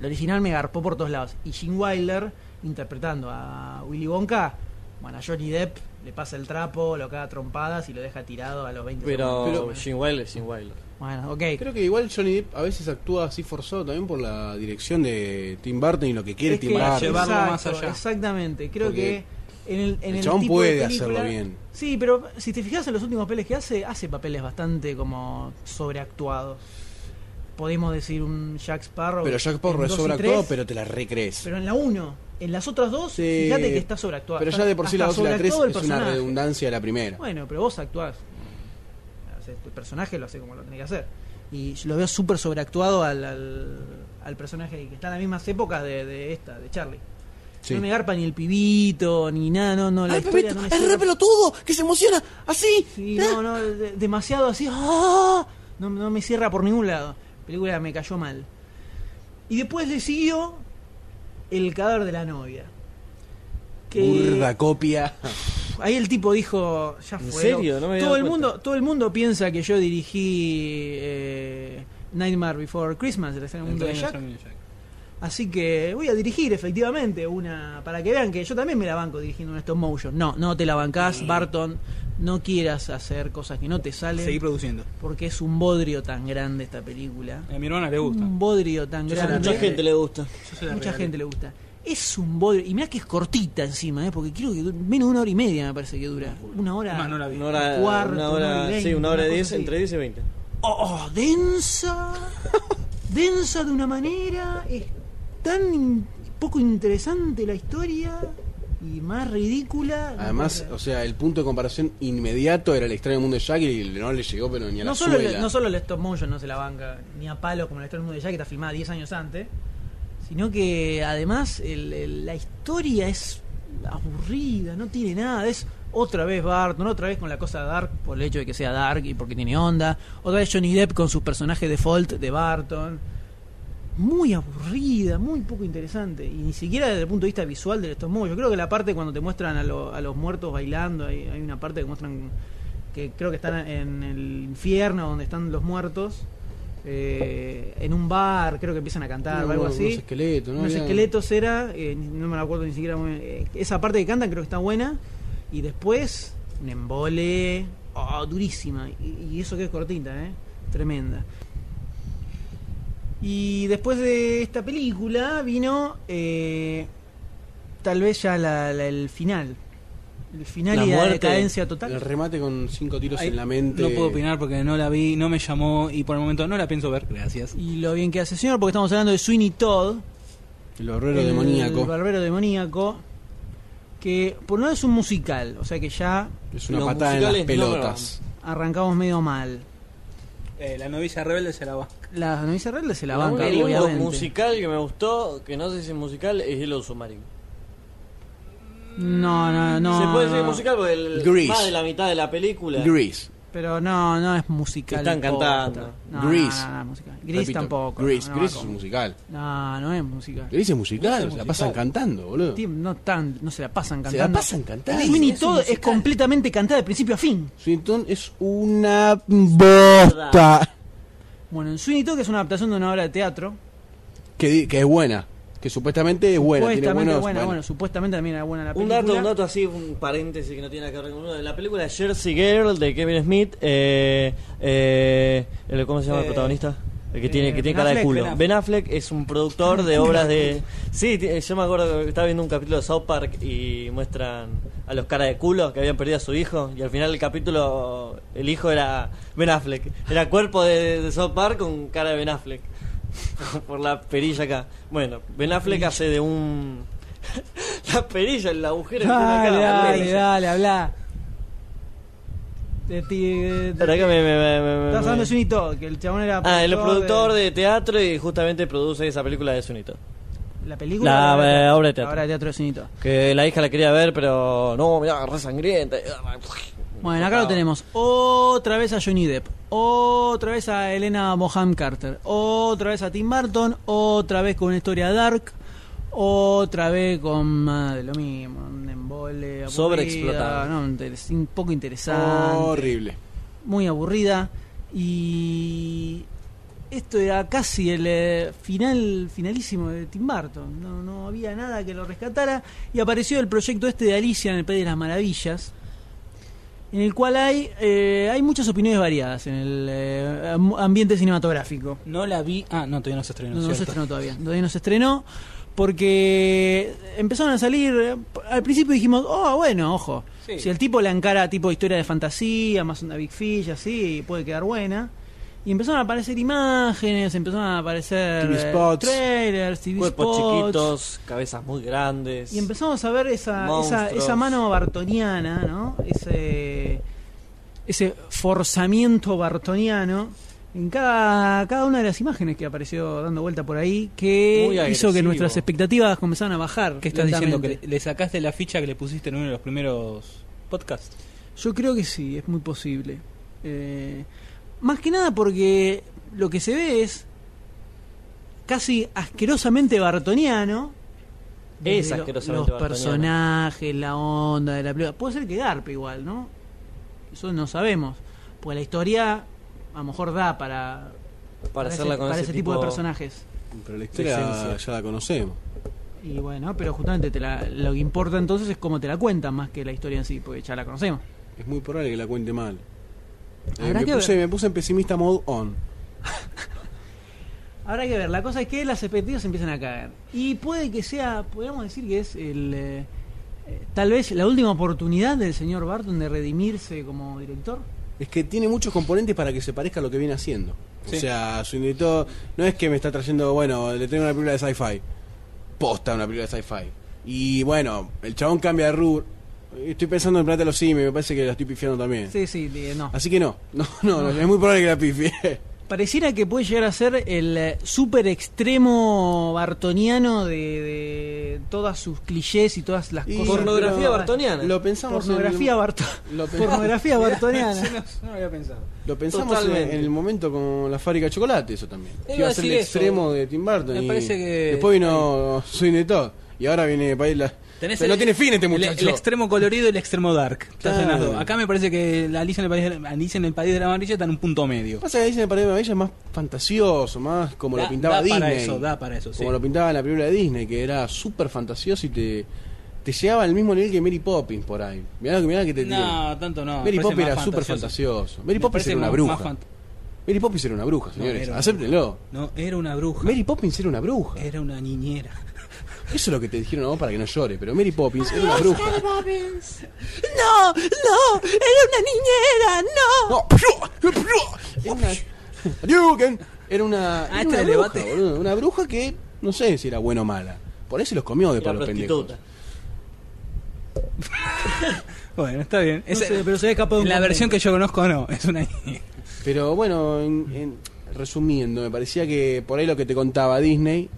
[SPEAKER 2] La original me garpó por todos lados. Y Gene Wilder, interpretando a Willy Wonka, bueno, a Johnny Depp le pasa el trapo, lo caga a trompadas y lo deja tirado a los 20
[SPEAKER 12] Pero
[SPEAKER 2] segundos.
[SPEAKER 12] Jim Wilder, Jim Wilder.
[SPEAKER 2] Bueno, ok.
[SPEAKER 10] Creo que igual Johnny Depp a veces actúa así forzado también por la dirección de Tim Burton y lo que quiere
[SPEAKER 2] Es
[SPEAKER 10] Tim
[SPEAKER 2] que-
[SPEAKER 9] Para
[SPEAKER 10] Burton.
[SPEAKER 9] llevarlo
[SPEAKER 2] exacto,
[SPEAKER 9] más allá.
[SPEAKER 2] Exactamente, creo
[SPEAKER 10] Porque
[SPEAKER 2] que en el, en
[SPEAKER 10] el
[SPEAKER 2] el
[SPEAKER 10] chabón
[SPEAKER 2] tipo de
[SPEAKER 10] puede hacerlo
[SPEAKER 2] película-
[SPEAKER 10] bien.
[SPEAKER 2] Sí, pero si te fijas en los últimos papeles que hace, hace papeles bastante como sobreactuados. Podemos decir un Jack Sparrow.
[SPEAKER 10] Pero Jack Porro
[SPEAKER 2] en
[SPEAKER 10] es
[SPEAKER 2] dos y
[SPEAKER 10] sobreactuado,
[SPEAKER 2] tres,
[SPEAKER 10] pero te la recrees.
[SPEAKER 2] pero en la 1, en las otras dos,
[SPEAKER 10] Sí.
[SPEAKER 2] fíjate que está sobreactuado.
[SPEAKER 10] Pero
[SPEAKER 2] Está-
[SPEAKER 10] ya de por sí la
[SPEAKER 2] hasta
[SPEAKER 10] 2 y la 3
[SPEAKER 2] sobreactuado el
[SPEAKER 10] es una
[SPEAKER 2] personaje.
[SPEAKER 10] redundancia de la primera.
[SPEAKER 2] Bueno, pero vos actuás. Haces- El personaje lo hace como lo tenés que hacer. Y yo lo veo súper sobreactuado al, al, al personaje que está en las mismas épocas de, de esta, de Charlie.
[SPEAKER 10] Sí.
[SPEAKER 2] No me garpa ni el pibito, ni nada, no, no. La historia no me cierra.
[SPEAKER 12] pelotudo! ¡Que se emociona! ¡Así!
[SPEAKER 2] Sí,
[SPEAKER 12] *laughs*
[SPEAKER 2] no, no, de- demasiado así. ¡ah! No, no me cierra por ningún lado. La película me cayó mal. Y después le siguió El cadáver de la novia. Que
[SPEAKER 10] Burda copia.
[SPEAKER 2] ahí el tipo dijo, ya fue.
[SPEAKER 12] ¿En serio? No me había
[SPEAKER 2] todo
[SPEAKER 12] dado
[SPEAKER 2] el
[SPEAKER 12] cuenta.
[SPEAKER 2] mundo, todo el mundo piensa que yo dirigí eh, Nightmare Before Christmas, el extraño mundo de Jack. Así que voy a dirigir efectivamente una para que vean que yo también me la banco dirigiendo un stop motion. No, no te la bancás, Barton. No quieras hacer cosas que no te
[SPEAKER 9] Seguí
[SPEAKER 2] salen
[SPEAKER 9] produciendo.
[SPEAKER 2] porque es un bodrio tan grande esta película.
[SPEAKER 9] A mi hermana le gusta.
[SPEAKER 2] Un bodrio tan
[SPEAKER 9] Yo se la
[SPEAKER 2] grande.
[SPEAKER 12] Mucha gente le gusta.
[SPEAKER 9] Yo se la
[SPEAKER 2] Mucha
[SPEAKER 9] regalé.
[SPEAKER 2] gente le gusta. Es un bodrio. Y mirá que es cortita encima, ¿eh? porque creo que du- menos de una hora y media me parece que dura. Una hora.
[SPEAKER 9] Más no la vi.
[SPEAKER 12] Una hora,
[SPEAKER 2] Cuarto,
[SPEAKER 12] una
[SPEAKER 2] una hora y
[SPEAKER 12] hora, sí, una hora
[SPEAKER 2] veinte, una
[SPEAKER 12] diez,
[SPEAKER 2] cosa así.
[SPEAKER 12] entre 10 y 20.
[SPEAKER 2] Oh, oh, densa.
[SPEAKER 10] *laughs*
[SPEAKER 2] densa de una manera. Es tan in- poco interesante la historia. Y más ridícula.
[SPEAKER 10] Además,
[SPEAKER 2] no,
[SPEAKER 10] o sea, el punto de comparación inmediato era el extraño mundo de Jack y no le llegó, pero ni a la
[SPEAKER 2] no solo,
[SPEAKER 10] suela.
[SPEAKER 2] el, no solo el stop motion no se la banca, ni a palo como la historia del mundo de Jack, que está filmada 10 años antes. Sino que además el- el- la historia es aburrida, no tiene nada. Es otra vez Barton, otra vez con la cosa Dark por el hecho de que sea Dark y porque tiene onda. Otra vez Johnny Depp con su personaje default de Barton. muy aburrida, muy poco interesante. Y ni siquiera desde el punto de vista visual del stop motion. Yo creo que la parte cuando te muestran a, lo- a los muertos bailando, hay, hay una parte que muestran que creo que están en el infierno donde están los muertos. eh, en un bar, creo que empiezan a cantar o algo
[SPEAKER 10] Unos-
[SPEAKER 2] así.
[SPEAKER 10] unos esqueletos, ¿no?
[SPEAKER 2] Unos
[SPEAKER 10] Había-
[SPEAKER 2] esqueletos era, eh, no me acuerdo ni siquiera. muy bien, eh, esa parte que cantan creo que está buena. Y después, un embole. oh, durísima. Y, y eso que es cortita, ¿eh? Tremenda. Y después de esta película vino. eh, tal vez ya la- la- el final. El final
[SPEAKER 12] La
[SPEAKER 2] y la
[SPEAKER 12] muerte.
[SPEAKER 2] decadencia total.
[SPEAKER 10] El remate con cinco tiros
[SPEAKER 9] Ahí
[SPEAKER 10] en la mente.
[SPEAKER 9] No puedo opinar porque no la vi, no me llamó y por el momento no la pienso ver. Gracias.
[SPEAKER 2] Y lo bien que hace el señor, porque estamos hablando de Sweeney Todd.
[SPEAKER 10] El horrero
[SPEAKER 2] el
[SPEAKER 10] demoníaco.
[SPEAKER 2] barbero demoníaco. Que por no es un musical, o sea que ya
[SPEAKER 10] Es una
[SPEAKER 12] Los
[SPEAKER 10] patada en las
[SPEAKER 12] musicales no me
[SPEAKER 10] pelotas.
[SPEAKER 2] arrancamos medio mal.
[SPEAKER 9] Eh, la novicia rebelde se la va.
[SPEAKER 2] La novicia rebelde se la
[SPEAKER 12] La
[SPEAKER 2] banca,
[SPEAKER 12] única lindo
[SPEAKER 2] obviamente.
[SPEAKER 12] musical que me gustó, que no sé si es musical, es Yellow Submarine.
[SPEAKER 2] No, no, no.
[SPEAKER 12] Se puede decir
[SPEAKER 2] no.
[SPEAKER 12] musical porque el,
[SPEAKER 10] Grease.
[SPEAKER 12] más de la mitad de la película.
[SPEAKER 10] Grease.
[SPEAKER 2] Pero no, no es musical.
[SPEAKER 12] Están
[SPEAKER 2] posta.
[SPEAKER 12] cantando.
[SPEAKER 2] No, no,
[SPEAKER 10] Grease.
[SPEAKER 2] No, no, no, musical. Grease
[SPEAKER 10] Repito,
[SPEAKER 2] tampoco.
[SPEAKER 10] Grease,
[SPEAKER 2] no, no,
[SPEAKER 10] Grease
[SPEAKER 2] va
[SPEAKER 10] es
[SPEAKER 2] con-
[SPEAKER 10] un musical.
[SPEAKER 2] No, no es musical.
[SPEAKER 10] Grease es musical,
[SPEAKER 12] Grease es
[SPEAKER 10] se la
[SPEAKER 12] musical.
[SPEAKER 10] pasan cantando, boludo.
[SPEAKER 2] Tim, No, tan, no se la pasan
[SPEAKER 10] Se la
[SPEAKER 2] cantando.
[SPEAKER 10] pasan cantando.
[SPEAKER 2] Sweeney Todd es completamente cantada de principio a fin.
[SPEAKER 10] Swinton es una bosta.
[SPEAKER 2] Bueno, en Sweeney Todd, que es una adaptación de una obra de teatro,
[SPEAKER 10] Que, di- que es buena. Que supuestamente es buena. Tiene
[SPEAKER 2] supuestamente
[SPEAKER 10] buenos,
[SPEAKER 2] buena,
[SPEAKER 10] bueno.
[SPEAKER 2] bueno, supuestamente también era buena la
[SPEAKER 12] Un
[SPEAKER 2] película.
[SPEAKER 12] dato, un dato así, un paréntesis que no tiene nada que ver con uno. De la película Jersey Girl de Kevin Smith, eh, eh, el- ¿cómo se llama el
[SPEAKER 9] Eh,
[SPEAKER 12] protagonista? El que
[SPEAKER 2] eh,
[SPEAKER 12] tiene, que
[SPEAKER 2] Ben
[SPEAKER 12] tiene cara de
[SPEAKER 2] Affleck,
[SPEAKER 12] culo.
[SPEAKER 9] Ben
[SPEAKER 12] Ben
[SPEAKER 9] Affleck.
[SPEAKER 12] Affleck. es un productor
[SPEAKER 2] *laughs*
[SPEAKER 12] de obras de. Sí, t- yo me acuerdo que estaba viendo un capítulo de South Park y muestran a los cara de culo que habían perdido a su hijo. Y al final del capítulo, el hijo era Ben Affleck. Era cuerpo de, de South Park con cara de Ben Affleck. *laughs* Por la perilla acá. Bueno, Ben Affleck hace de un. *laughs* La perilla, el agujero que tiene acá,
[SPEAKER 2] Dale,
[SPEAKER 12] la
[SPEAKER 2] dale,
[SPEAKER 12] perilla.
[SPEAKER 2] dale, habla. De ti- de-
[SPEAKER 12] Espera que me- me- me- me- me-
[SPEAKER 2] Estás hablando de eh. Sweeney Todd, que el chabón era.
[SPEAKER 12] Ah, el productor de... teatro y justamente produce esa película de Sunito.
[SPEAKER 2] La película.
[SPEAKER 12] La,
[SPEAKER 2] o
[SPEAKER 12] eh, obra de
[SPEAKER 2] La
[SPEAKER 12] teatro.
[SPEAKER 2] obra de teatro de Sweeney Todd.
[SPEAKER 12] Que la hija la quería ver, pero no, mirá, re sangrienta.
[SPEAKER 2] Bueno, acá lo tenemos. Otra vez a Johnny Depp. Otra vez a Elena Moham Carter. Otra vez a Tim Burton. Otra vez con una historia dark. Otra vez con más de lo mismo. Un embole. aburrida,
[SPEAKER 12] Sobreexplotado.
[SPEAKER 2] No, interes- un poco
[SPEAKER 10] Oh,
[SPEAKER 2] interesante.
[SPEAKER 10] Horrible.
[SPEAKER 2] Muy aburrida. Y. esto era casi el eh, final finalísimo de Tim Burton. No, no había nada que lo rescatara. Y apareció el proyecto este de Alicia en el País de las Maravillas. En el cual hay, eh, hay muchas opiniones variadas en el eh, am- ambiente cinematográfico.
[SPEAKER 9] No la vi. Ah, no, todavía no se estrenó.
[SPEAKER 2] No, no se
[SPEAKER 9] cierto.
[SPEAKER 2] estrenó todavía. Todavía no se estrenó. Porque empezaron a salir. eh, Al principio dijimos, oh, bueno, ojo.
[SPEAKER 9] Sí.
[SPEAKER 2] Si el tipo la encara tipo historia de fantasía, más una Big Fish, así, puede quedar buena. Y empezaron a aparecer imágenes, empezaron a aparecer
[SPEAKER 10] TV
[SPEAKER 2] eh,
[SPEAKER 10] spots.
[SPEAKER 2] trailers, TV
[SPEAKER 12] Cuerpos
[SPEAKER 2] spots.
[SPEAKER 12] chiquitos, cabezas muy grandes.
[SPEAKER 2] Y empezamos a ver esa, esa,
[SPEAKER 12] Monstruos.
[SPEAKER 2] esa mano bartoniana, ¿no? Ese, ese forzamiento bartoniano en cada, cada una de las imágenes que apareció dando vuelta por ahí,
[SPEAKER 12] Muy
[SPEAKER 2] que hizo
[SPEAKER 12] agresivo.
[SPEAKER 2] que nuestras expectativas comenzaron a bajar.
[SPEAKER 9] ¿Qué estás diciendo? ¿Que le,
[SPEAKER 2] lentamente.
[SPEAKER 9] le sacaste la ficha que le pusiste en uno de los primeros
[SPEAKER 2] *laughs*
[SPEAKER 9] podcasts?
[SPEAKER 2] Yo creo que sí, es muy posible. Eh, más que nada porque lo que se ve es casi asquerosamente bartoniano.
[SPEAKER 12] Es
[SPEAKER 2] Desde lo-
[SPEAKER 12] asquerosamente
[SPEAKER 2] Los
[SPEAKER 12] bartoniano.
[SPEAKER 2] personajes, la onda de la película. Puede ser que garpe igual, ¿no? Eso no sabemos. Pues la historia a lo mejor da para,
[SPEAKER 12] para
[SPEAKER 2] ese-
[SPEAKER 12] hacerla con
[SPEAKER 2] para
[SPEAKER 12] ese,
[SPEAKER 2] ese tipo de personajes.
[SPEAKER 10] Pero la historia ya la conocemos.
[SPEAKER 2] Y bueno, pero justamente te la- lo que importa entonces es cómo te la cuentan más que la historia en sí, porque ya la conocemos.
[SPEAKER 10] Es muy probable que la cuente mal. Eh,
[SPEAKER 2] Habrá
[SPEAKER 10] me,
[SPEAKER 2] que
[SPEAKER 10] puse,
[SPEAKER 2] ver.
[SPEAKER 10] me puse en pesimista mode on.
[SPEAKER 2] Habrá que ver, la cosa es que las expectativas empiezan a caer. Y puede que sea, podríamos decir que es el eh, eh, tal vez la última oportunidad del señor Barton de redimirse como director.
[SPEAKER 10] Es que tiene muchos componentes para que se parezca a lo que viene haciendo.
[SPEAKER 9] Sí.
[SPEAKER 10] O sea, su indirector no es que me está trayendo, bueno, le tengo una película de sci-fi. Posta una película de sci-fi. Y bueno, el chabón cambia de rubro. Estoy pensando en Plata de los Simios, me parece que la estoy pifiando también.
[SPEAKER 2] Sí, sí, eh, no.
[SPEAKER 10] Así que no, no, no, no, es muy probable que la pifie.
[SPEAKER 2] Pareciera que puede llegar a ser el eh, super extremo bartoniano de, de todas sus clichés y todas las
[SPEAKER 10] Y-
[SPEAKER 2] cosas.
[SPEAKER 12] Pornografía
[SPEAKER 2] pero-
[SPEAKER 12] bartoniana.
[SPEAKER 10] Lo pensamos
[SPEAKER 2] Pornografía,
[SPEAKER 10] en el-
[SPEAKER 2] barto- *laughs*
[SPEAKER 10] lo pensamos- *laughs*
[SPEAKER 2] pornografía bartoniana. *laughs*
[SPEAKER 9] no, no lo había pensado.
[SPEAKER 10] Lo pensamos en,
[SPEAKER 12] Totalmente.
[SPEAKER 10] en el momento con la fábrica de chocolate, eso también.
[SPEAKER 9] Iba
[SPEAKER 10] Que iba
[SPEAKER 9] a
[SPEAKER 10] a ser el
[SPEAKER 9] decir eso.
[SPEAKER 10] extremo de Tim Burton.
[SPEAKER 9] Me
[SPEAKER 10] y
[SPEAKER 9] parece que-
[SPEAKER 10] Después vino Soy de Todd. Y ahora viene para ir la...
[SPEAKER 9] Tenés
[SPEAKER 10] Pero no
[SPEAKER 9] el-
[SPEAKER 10] tiene fin este
[SPEAKER 9] el-
[SPEAKER 10] muchacho.
[SPEAKER 9] El, extremo colorido y el extremo dark. Estás en las
[SPEAKER 10] Claro.
[SPEAKER 9] dos. Acá me parece que la Alicia en el País de la, Alicia en el País de la Amarilla está en un punto medio.
[SPEAKER 10] Pasa que dicen el Paradero de Maravillas es más fantasioso, más como
[SPEAKER 9] Da-
[SPEAKER 10] lo pintaba
[SPEAKER 9] da
[SPEAKER 10] Disney.
[SPEAKER 9] para eso, da para eso, sí.
[SPEAKER 10] Como lo pintaba en la película de Disney, que era súper fantasioso y te, te llegaba al mismo nivel que Mary Poppins por ahí. Mirá, mirá que te
[SPEAKER 9] No, tanto no.
[SPEAKER 10] tiene.
[SPEAKER 9] me
[SPEAKER 10] Mary
[SPEAKER 9] parece
[SPEAKER 10] Poppins
[SPEAKER 9] más
[SPEAKER 10] era súper
[SPEAKER 9] fantasioso.
[SPEAKER 10] fantasioso. Mary
[SPEAKER 9] Me
[SPEAKER 10] Poppins
[SPEAKER 9] parece
[SPEAKER 10] era una
[SPEAKER 9] más-
[SPEAKER 10] bruja.
[SPEAKER 9] más fant-
[SPEAKER 10] Mary Poppins era una bruja,
[SPEAKER 9] No,
[SPEAKER 10] señores.
[SPEAKER 9] era una
[SPEAKER 10] Acéptenlo.
[SPEAKER 9] No, era una bruja.
[SPEAKER 10] Mary Poppins era una bruja.
[SPEAKER 9] Era una niñera. *laughs*
[SPEAKER 10] Eso es lo que te dijeron a vos para que no llore, pero Mary Poppins era una bruja.
[SPEAKER 2] No, no, era Oh, una niñera, no.
[SPEAKER 10] No, ¡piu! ¡piu! Era una- Ariuken. Era una.
[SPEAKER 9] Ah,
[SPEAKER 10] era
[SPEAKER 9] este
[SPEAKER 10] una
[SPEAKER 9] era el
[SPEAKER 10] bruja,
[SPEAKER 9] debate.
[SPEAKER 10] boludo. Una bruja que no sé si era buena o mala. Por ahí se los comió de
[SPEAKER 12] Era
[SPEAKER 10] por los pendejos.
[SPEAKER 12] prostituta.
[SPEAKER 9] Bueno, está bien.
[SPEAKER 2] No
[SPEAKER 9] Esa-
[SPEAKER 2] sé, pero se ve capaz de un
[SPEAKER 9] la versión
[SPEAKER 2] convento.
[SPEAKER 9] que yo conozco no, es una niñera.
[SPEAKER 10] Pero bueno, en- en- resumiendo, me parecía que por ahí lo que te contaba Disney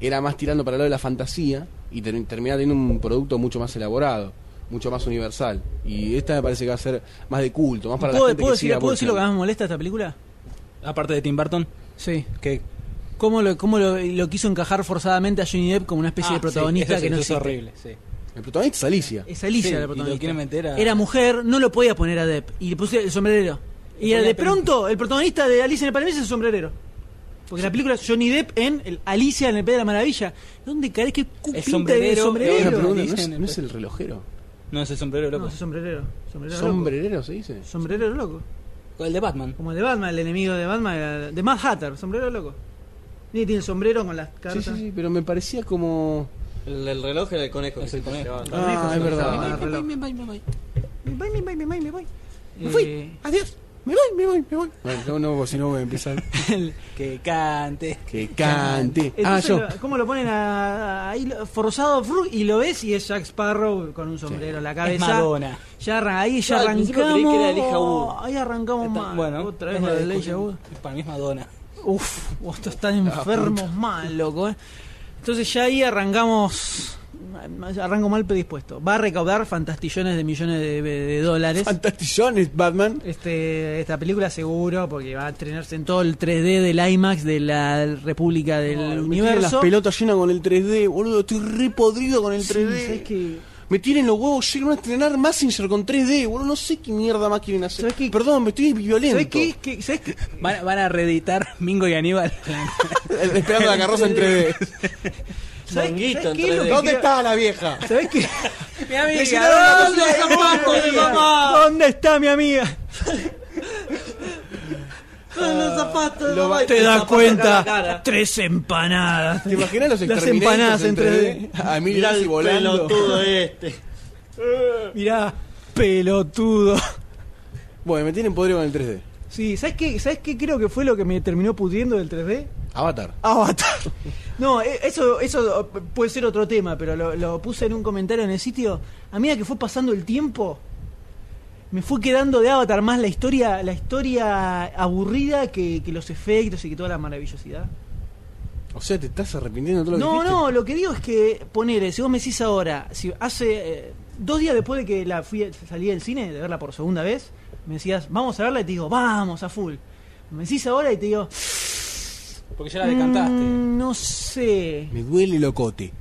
[SPEAKER 10] era más tirando para lo de la fantasía y ter- terminaba teniendo un producto mucho más elaborado, mucho más universal. Y esta me parece que va a ser más de culto, más para la
[SPEAKER 2] ¿Puedo,
[SPEAKER 10] gente
[SPEAKER 2] puedo
[SPEAKER 10] que sigue
[SPEAKER 2] decir,
[SPEAKER 10] a
[SPEAKER 2] ¿puedo decir lo que
[SPEAKER 10] Burton.
[SPEAKER 2] más me molesta de esta película?
[SPEAKER 9] Aparte de Tim Burton,
[SPEAKER 2] Sí.
[SPEAKER 9] que
[SPEAKER 2] ¿Cómo lo, cómo lo, lo quiso encajar forzadamente a Johnny Depp como una especie
[SPEAKER 9] Ah,
[SPEAKER 2] de protagonista
[SPEAKER 9] sí, eso-
[SPEAKER 2] que no
[SPEAKER 9] eso
[SPEAKER 2] existe?
[SPEAKER 9] es horrible, sí.
[SPEAKER 10] El protagonista es Alicia.
[SPEAKER 2] Es Alicia
[SPEAKER 9] Sí, y
[SPEAKER 2] la
[SPEAKER 9] lo
[SPEAKER 2] protagonista.
[SPEAKER 9] quiere meter a-
[SPEAKER 2] Era mujer, no lo podía poner a Depp. Y le puse el sombrerero. Y
[SPEAKER 9] ponía
[SPEAKER 2] de
[SPEAKER 9] pen-
[SPEAKER 2] pronto, el protagonista de Alicia en el País es el sombrerero. Porque la película es Johnny Depp en el Alicia en el País de la Maravilla. ¿Dónde caray que
[SPEAKER 9] El
[SPEAKER 2] pinta de
[SPEAKER 9] sombrerero-
[SPEAKER 10] Tengo una
[SPEAKER 2] sombrerero?
[SPEAKER 10] pregunta, ¿no,
[SPEAKER 9] Dicen
[SPEAKER 10] es,
[SPEAKER 9] en el
[SPEAKER 10] no es
[SPEAKER 9] pe-
[SPEAKER 10] el relojero?
[SPEAKER 9] no es el sombrero loco.
[SPEAKER 2] No, es sombrerero. Sombrerero loco.
[SPEAKER 10] ¿Sombrerero se dice?
[SPEAKER 2] Sombrerero loco.
[SPEAKER 9] El de Batman.
[SPEAKER 2] Como el de Batman, el enemigo de Batman, el- de Mad Hatter, sombrero loco. Y tiene el sombrero con las
[SPEAKER 10] Sí,
[SPEAKER 2] cartas.
[SPEAKER 10] sí, sí, pero me parecía como...
[SPEAKER 12] El, el reloj era el conejo.
[SPEAKER 9] Es
[SPEAKER 12] que
[SPEAKER 9] el
[SPEAKER 12] se
[SPEAKER 9] conejo.
[SPEAKER 12] llevaban.
[SPEAKER 10] Ah, es
[SPEAKER 2] Ah,
[SPEAKER 10] verdad.
[SPEAKER 2] el reloj.
[SPEAKER 16] Me voy, me voy, me voy, me voy.
[SPEAKER 2] Eh,
[SPEAKER 10] Adiós. Me voy, me voy, me voy. Bueno, no, no, si no voy a *laughs* empezar.
[SPEAKER 9] Que cante.
[SPEAKER 10] que cante. Ah,
[SPEAKER 2] Entonces,
[SPEAKER 10] yo.
[SPEAKER 2] lo- ¿cómo lo ponen a- a- ahí lo- forzado fru- y lo ves y es Jack Sparrow con un sombrero en la
[SPEAKER 9] Es
[SPEAKER 2] cabeza?
[SPEAKER 9] Madonna.
[SPEAKER 2] Ya arran- ahí ya
[SPEAKER 12] Yo al principio creí
[SPEAKER 2] arrancamos.
[SPEAKER 12] que era el Elijah Wood.
[SPEAKER 2] ahí arrancamos
[SPEAKER 9] Está-
[SPEAKER 2] mal.
[SPEAKER 9] bueno,
[SPEAKER 2] otra vez
[SPEAKER 9] es
[SPEAKER 2] lo
[SPEAKER 9] la
[SPEAKER 2] de Elijah
[SPEAKER 9] discusión. Ah,
[SPEAKER 2] Wood.
[SPEAKER 9] Para mí es Madonna.
[SPEAKER 2] Uf, vos todos están enfermos mal, loco. eh. Entonces ya ahí arrancamos. Arranco mal predispuesto. Va a recaudar fantastillones de millones de, de- de dólares.
[SPEAKER 10] Fantastillones, Batman.
[SPEAKER 2] Este, esta película seguro, porque va a estrenarse en todo el 3D del IMAX de la República del
[SPEAKER 10] Me tiran
[SPEAKER 2] Universo.
[SPEAKER 10] Las pelotas llenas con el 3D, boludo. Estoy re podrido con el
[SPEAKER 2] Sí,
[SPEAKER 10] 3D.
[SPEAKER 2] ¿sabes qué?
[SPEAKER 10] Me tienen los huevos llenos a estrenar Massinger con 3D, boludo. No sé qué mierda más quieren hacer.
[SPEAKER 2] ¿Sabés qué?
[SPEAKER 10] Perdón, me estoy violento.
[SPEAKER 2] ¿Sabés
[SPEAKER 10] *laughs*
[SPEAKER 2] qué? ¿Qué- sabés qué?
[SPEAKER 9] Van, a- van a reeditar *laughs* Mingo y Aníbal.
[SPEAKER 10] Esperando la carroza en 3D.
[SPEAKER 2] ¿Sabés-
[SPEAKER 12] Manguito
[SPEAKER 2] sabés qué
[SPEAKER 12] en
[SPEAKER 2] es lo
[SPEAKER 12] 3D.
[SPEAKER 2] que
[SPEAKER 10] ¿Dónde
[SPEAKER 2] quiero-
[SPEAKER 10] está la vieja?
[SPEAKER 2] ¿Sabés qué?
[SPEAKER 12] *laughs*
[SPEAKER 9] Mi amiga,
[SPEAKER 10] Le llenaron la
[SPEAKER 9] ¿dónde
[SPEAKER 10] cocina de
[SPEAKER 9] los zapatos de
[SPEAKER 10] comida?
[SPEAKER 9] mamá?
[SPEAKER 2] ¿Dónde está mi amiga?
[SPEAKER 12] *laughs* Con los zapatos,
[SPEAKER 10] Lo
[SPEAKER 12] mamá,
[SPEAKER 10] va-
[SPEAKER 12] y
[SPEAKER 10] Te
[SPEAKER 12] el
[SPEAKER 10] das
[SPEAKER 12] zapato acá en la cara.
[SPEAKER 2] Tres empanadas.
[SPEAKER 10] ¿Te imaginas los
[SPEAKER 2] Las empanadas
[SPEAKER 10] exterminators
[SPEAKER 2] en
[SPEAKER 10] en
[SPEAKER 2] 3D?
[SPEAKER 10] 3D? A mil
[SPEAKER 12] Mirá
[SPEAKER 10] y
[SPEAKER 12] el
[SPEAKER 10] volando.
[SPEAKER 12] pelotudo este.
[SPEAKER 2] Mirá, pelotudo.
[SPEAKER 10] Bueno, me tienen podrido con el 3D.
[SPEAKER 2] Sí, ¿sabes qué? ¿Sabes qué creo que fue lo que me terminó pudiendo del 3D?
[SPEAKER 10] Avatar.
[SPEAKER 2] Avatar. *laughs* No, e- eso, eso puede ser otro tema, pero lo, lo puse en un comentario en el sitio. A medida que fue pasando el tiempo, me fue quedando de Avatar más la historia, la historia aburrida que, que los efectos y que toda la maravillosidad.
[SPEAKER 10] O sea, te estás arrepintiendo de todo lo
[SPEAKER 2] No,
[SPEAKER 10] que dijiste.
[SPEAKER 2] no, lo que digo es que, ponele, si vos me decís ahora, si hace eh, dos días después de que la fui a- salí del cine, de verla por segunda vez, me decías, vamos a verla y te digo, vamos a full. Me decís ahora y te digo,
[SPEAKER 9] Porque ya la decantaste.
[SPEAKER 2] "Mm, no sé.
[SPEAKER 10] Me duele locote.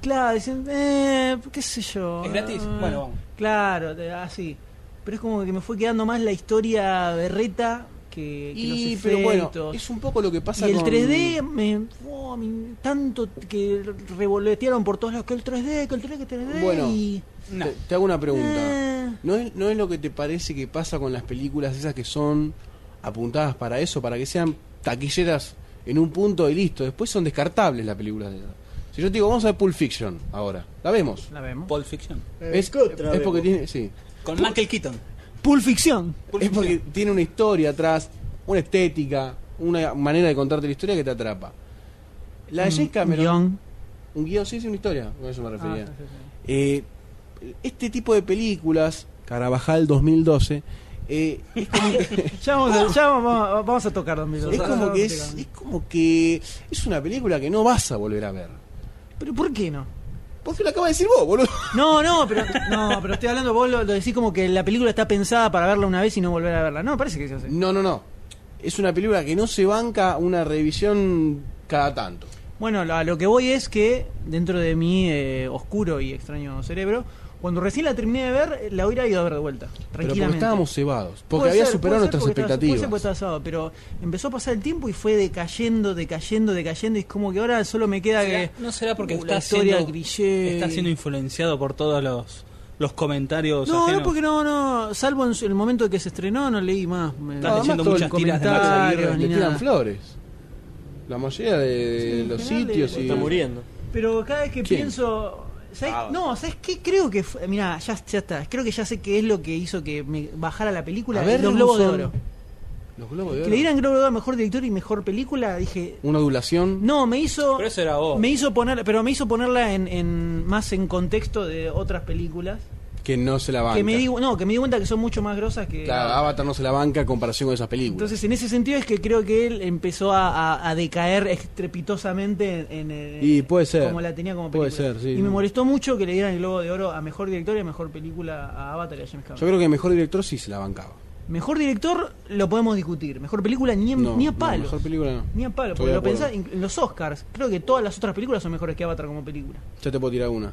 [SPEAKER 2] Claro, dicen, eh, qué sé yo.
[SPEAKER 9] ¿Es gratis?
[SPEAKER 2] eh,
[SPEAKER 9] Bueno, vamos.
[SPEAKER 2] Claro, te- así. Pero es como que me fue quedando más la historia berreta que, que
[SPEAKER 10] Y,
[SPEAKER 2] los
[SPEAKER 10] pero bueno,
[SPEAKER 2] efectos.
[SPEAKER 10] es un poco lo que pasa
[SPEAKER 2] y el
[SPEAKER 10] con...
[SPEAKER 2] 3D me, oh, me- tanto que revolotearon por todos lados que el 3D, que el 3D, que el 3D
[SPEAKER 10] Bueno,
[SPEAKER 2] y
[SPEAKER 9] No.
[SPEAKER 10] Te, te hago una pregunta.
[SPEAKER 2] eh,
[SPEAKER 10] ¿No es, ¿No es lo que te parece que pasa con las películas esas que son apuntadas para eso, para que sean taquilleras en un punto y listo? Después son descartables las películas de esas. Si yo te digo, vamos a ver Pulp Fiction ahora, la vemos.
[SPEAKER 2] la vemos.
[SPEAKER 9] Pulp Fiction.
[SPEAKER 10] Es, es porque tiene, sí.
[SPEAKER 9] Con Michael Keaton.
[SPEAKER 2] Pulp Ficción.
[SPEAKER 10] Es porque tiene una historia atrás, una estética, una manera de contarte la historia que te atrapa. La de James Cameron,
[SPEAKER 2] Guión.
[SPEAKER 10] un guión, sí, es una historia, a eso me
[SPEAKER 2] Ah,
[SPEAKER 10] refería.
[SPEAKER 2] sí, sí, sí.
[SPEAKER 10] Eh, este tipo de películas, Carabajal 2012, eh,
[SPEAKER 2] *laughs*
[SPEAKER 10] es como que,
[SPEAKER 2] Ya vamos a, ya vamos, vamos a tocar 2002.
[SPEAKER 10] es, como que es, es como que es una película que no vas a volver a ver.
[SPEAKER 2] Pero ¿por qué no?
[SPEAKER 10] Porque lo acabas de decir vos, boludo.
[SPEAKER 2] No, no, pero no, pero estoy hablando vos lo, lo decís como que la película está pensada para verla una vez y no volver a verla. No, me parece que se hace.
[SPEAKER 10] No, no, no. Es una película que no se banca una revisión cada tanto.
[SPEAKER 2] Bueno, lo- a lo que voy es que, dentro de mi eh, oscuro y extraño cerebro, cuando recién la terminé de ver, la hubiera ido a ver de vuelta,
[SPEAKER 10] Pero
[SPEAKER 2] tranquilamente.
[SPEAKER 10] porque estábamos cebados. Porque
[SPEAKER 2] Puede
[SPEAKER 10] había
[SPEAKER 2] ser,
[SPEAKER 10] superado
[SPEAKER 2] puede ser
[SPEAKER 10] nuestras
[SPEAKER 2] porque estaba- puede
[SPEAKER 10] expectativas.
[SPEAKER 2] ser porque estaba asado, pero empezó a pasar el tiempo y fue decayendo, decayendo, decayendo, y es como que ahora solo me queda
[SPEAKER 9] ¿Será-
[SPEAKER 2] que...
[SPEAKER 9] no será porque
[SPEAKER 2] Uh, la
[SPEAKER 9] está,
[SPEAKER 2] historia
[SPEAKER 9] siendo,
[SPEAKER 2] cliché.
[SPEAKER 9] está siendo influenciado por todos los, los comentarios.
[SPEAKER 2] No,
[SPEAKER 9] ajenos?
[SPEAKER 2] no, porque no, no, salvo en su- el momento que se estrenó, no leí más. me-
[SPEAKER 9] Estás
[SPEAKER 2] no,
[SPEAKER 9] leyendo
[SPEAKER 2] todo
[SPEAKER 9] muchas
[SPEAKER 2] el
[SPEAKER 9] tiras de Max
[SPEAKER 2] comentario,
[SPEAKER 10] Aguirre,
[SPEAKER 2] ni
[SPEAKER 10] le tiran
[SPEAKER 2] nada.
[SPEAKER 10] flores. La mayoría de
[SPEAKER 2] Sí,
[SPEAKER 10] los
[SPEAKER 2] en general eh, le-
[SPEAKER 10] sitios
[SPEAKER 2] le
[SPEAKER 10] y...
[SPEAKER 12] Está muriendo.
[SPEAKER 2] Pero cada vez que
[SPEAKER 10] ¿Quién?
[SPEAKER 2] pienso. ¿sabes?
[SPEAKER 10] Ah,
[SPEAKER 2] no, ¿sabes qué? Creo que. fue- Mirá, ya, ya está. Creo que ya sé qué es lo que hizo que me bajara la película.
[SPEAKER 10] A ver,
[SPEAKER 2] los Globos de
[SPEAKER 10] Rebuzón.
[SPEAKER 2] Oro.
[SPEAKER 10] Los globos de
[SPEAKER 2] Que
[SPEAKER 10] oro.
[SPEAKER 2] le dieran Globo de Oro a mejor director y mejor película. Dije.
[SPEAKER 10] Una adulación.
[SPEAKER 2] No, me hizo.
[SPEAKER 9] Pero eso era vos.
[SPEAKER 2] Me hizo poner, pero me hizo ponerla en, en- más en contexto de otras películas
[SPEAKER 10] que no se la banca.
[SPEAKER 2] que me di, no, que me di cuenta que son mucho más grosas que
[SPEAKER 10] Claro, Avatar no se la banca en comparación con esas películas.
[SPEAKER 2] entonces en ese sentido es que creo que él empezó a, a- a decaer estrepitosamente en, en el-
[SPEAKER 10] Y puede ser.
[SPEAKER 2] como la tenía como
[SPEAKER 10] Puede
[SPEAKER 2] película.
[SPEAKER 10] ser, sí,
[SPEAKER 2] y me
[SPEAKER 10] no.
[SPEAKER 2] molestó mucho que le dieran el Globo de Oro a Mejor Director y a Mejor Película a Avatar y a James
[SPEAKER 10] Yo
[SPEAKER 2] Cameron.
[SPEAKER 10] creo que mejor director sí se la bancaba.
[SPEAKER 2] Mejor Director lo podemos discutir. Mejor Película ni, en-
[SPEAKER 10] No,
[SPEAKER 2] ni a
[SPEAKER 10] no,
[SPEAKER 2] palo.
[SPEAKER 10] mejor película no.
[SPEAKER 2] Ni a palo, porque
[SPEAKER 10] Estoy de
[SPEAKER 2] lo
[SPEAKER 10] acuerdo.
[SPEAKER 2] pensás en en los Oscars. Creo que todas las otras películas son mejores que Avatar como película.
[SPEAKER 10] Ya te puedo tirar una.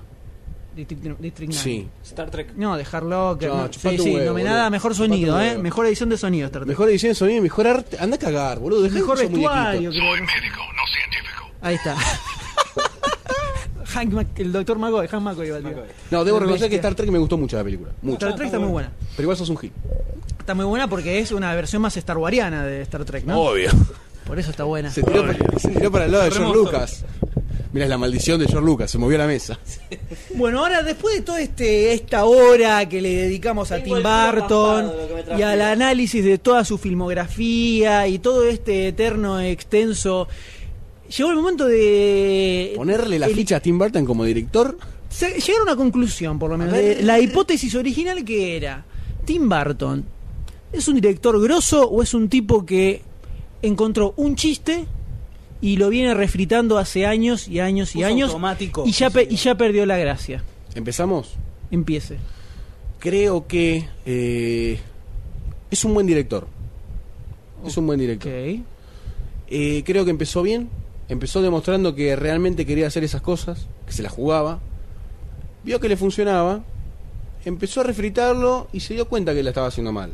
[SPEAKER 2] District, District Nine.
[SPEAKER 10] Sí.
[SPEAKER 9] Star Trek.
[SPEAKER 2] No, de Hard Locker.
[SPEAKER 10] No,
[SPEAKER 2] no.
[SPEAKER 10] chupate
[SPEAKER 2] Sí,
[SPEAKER 10] un
[SPEAKER 2] sí,
[SPEAKER 10] huevo,
[SPEAKER 2] nominada a
[SPEAKER 10] boludo.
[SPEAKER 2] mejor
[SPEAKER 10] Chupate un
[SPEAKER 2] sonido, ¿eh?
[SPEAKER 10] huevo.
[SPEAKER 2] Mejor edición de sonido, Star Trek.
[SPEAKER 10] Mejor edición de sonido y mejor arte. Anda a cagar, boludo. Dejá
[SPEAKER 2] Mejor
[SPEAKER 10] esos muñequitos.
[SPEAKER 2] vestuario, creo. Ahí está. Hank Mac- el doctor Mago de Hank Mago iba a decir.
[SPEAKER 10] No, debo reconocer que
[SPEAKER 2] Bestia.
[SPEAKER 10] Star Trek me gustó mucho la película. Mucho.
[SPEAKER 2] Star Trek está muy buena.
[SPEAKER 10] Pero igual sos un gil.
[SPEAKER 2] Está muy buena porque es una versión más starwariana de Star Trek, ¿no?
[SPEAKER 10] Obvio.
[SPEAKER 2] Por eso está buena.
[SPEAKER 10] Se tiró, para, se tiró para el lado de George
[SPEAKER 9] Remoto.
[SPEAKER 10] Lucas. Mira, es la maldición de George Lucas. Se movió la mesa.
[SPEAKER 2] Bueno, ahora después de toda este, esta hora que le dedicamos a Tim
[SPEAKER 12] Tengo el culo
[SPEAKER 2] Burton
[SPEAKER 12] papado de lo que me
[SPEAKER 2] y
[SPEAKER 12] trajeron.
[SPEAKER 2] al análisis de toda su filmografía y todo este eterno extenso, llegó el momento de
[SPEAKER 10] Ponerle la
[SPEAKER 2] Eh, el-
[SPEAKER 10] ficha a Tim Burton como director.
[SPEAKER 2] se- llegar a una conclusión, por lo menos,
[SPEAKER 10] A ver.
[SPEAKER 2] de la hipótesis original que era Tim Burton es un director grosso o es un tipo que encontró un chiste y lo viene refritando hace años y años y
[SPEAKER 9] Puso
[SPEAKER 2] años
[SPEAKER 9] automático.
[SPEAKER 2] y ya pe- y ya perdió la gracia.
[SPEAKER 10] Empezamos.
[SPEAKER 2] Empiece.
[SPEAKER 10] Creo que eh, es un buen director. Es un buen director.
[SPEAKER 2] Ok.
[SPEAKER 10] Eh, creo que empezó bien. Empezó demostrando que realmente quería hacer esas cosas, que se las jugaba. vio que le funcionaba, empezó a refritarlo y se dio cuenta que la estaba haciendo mal.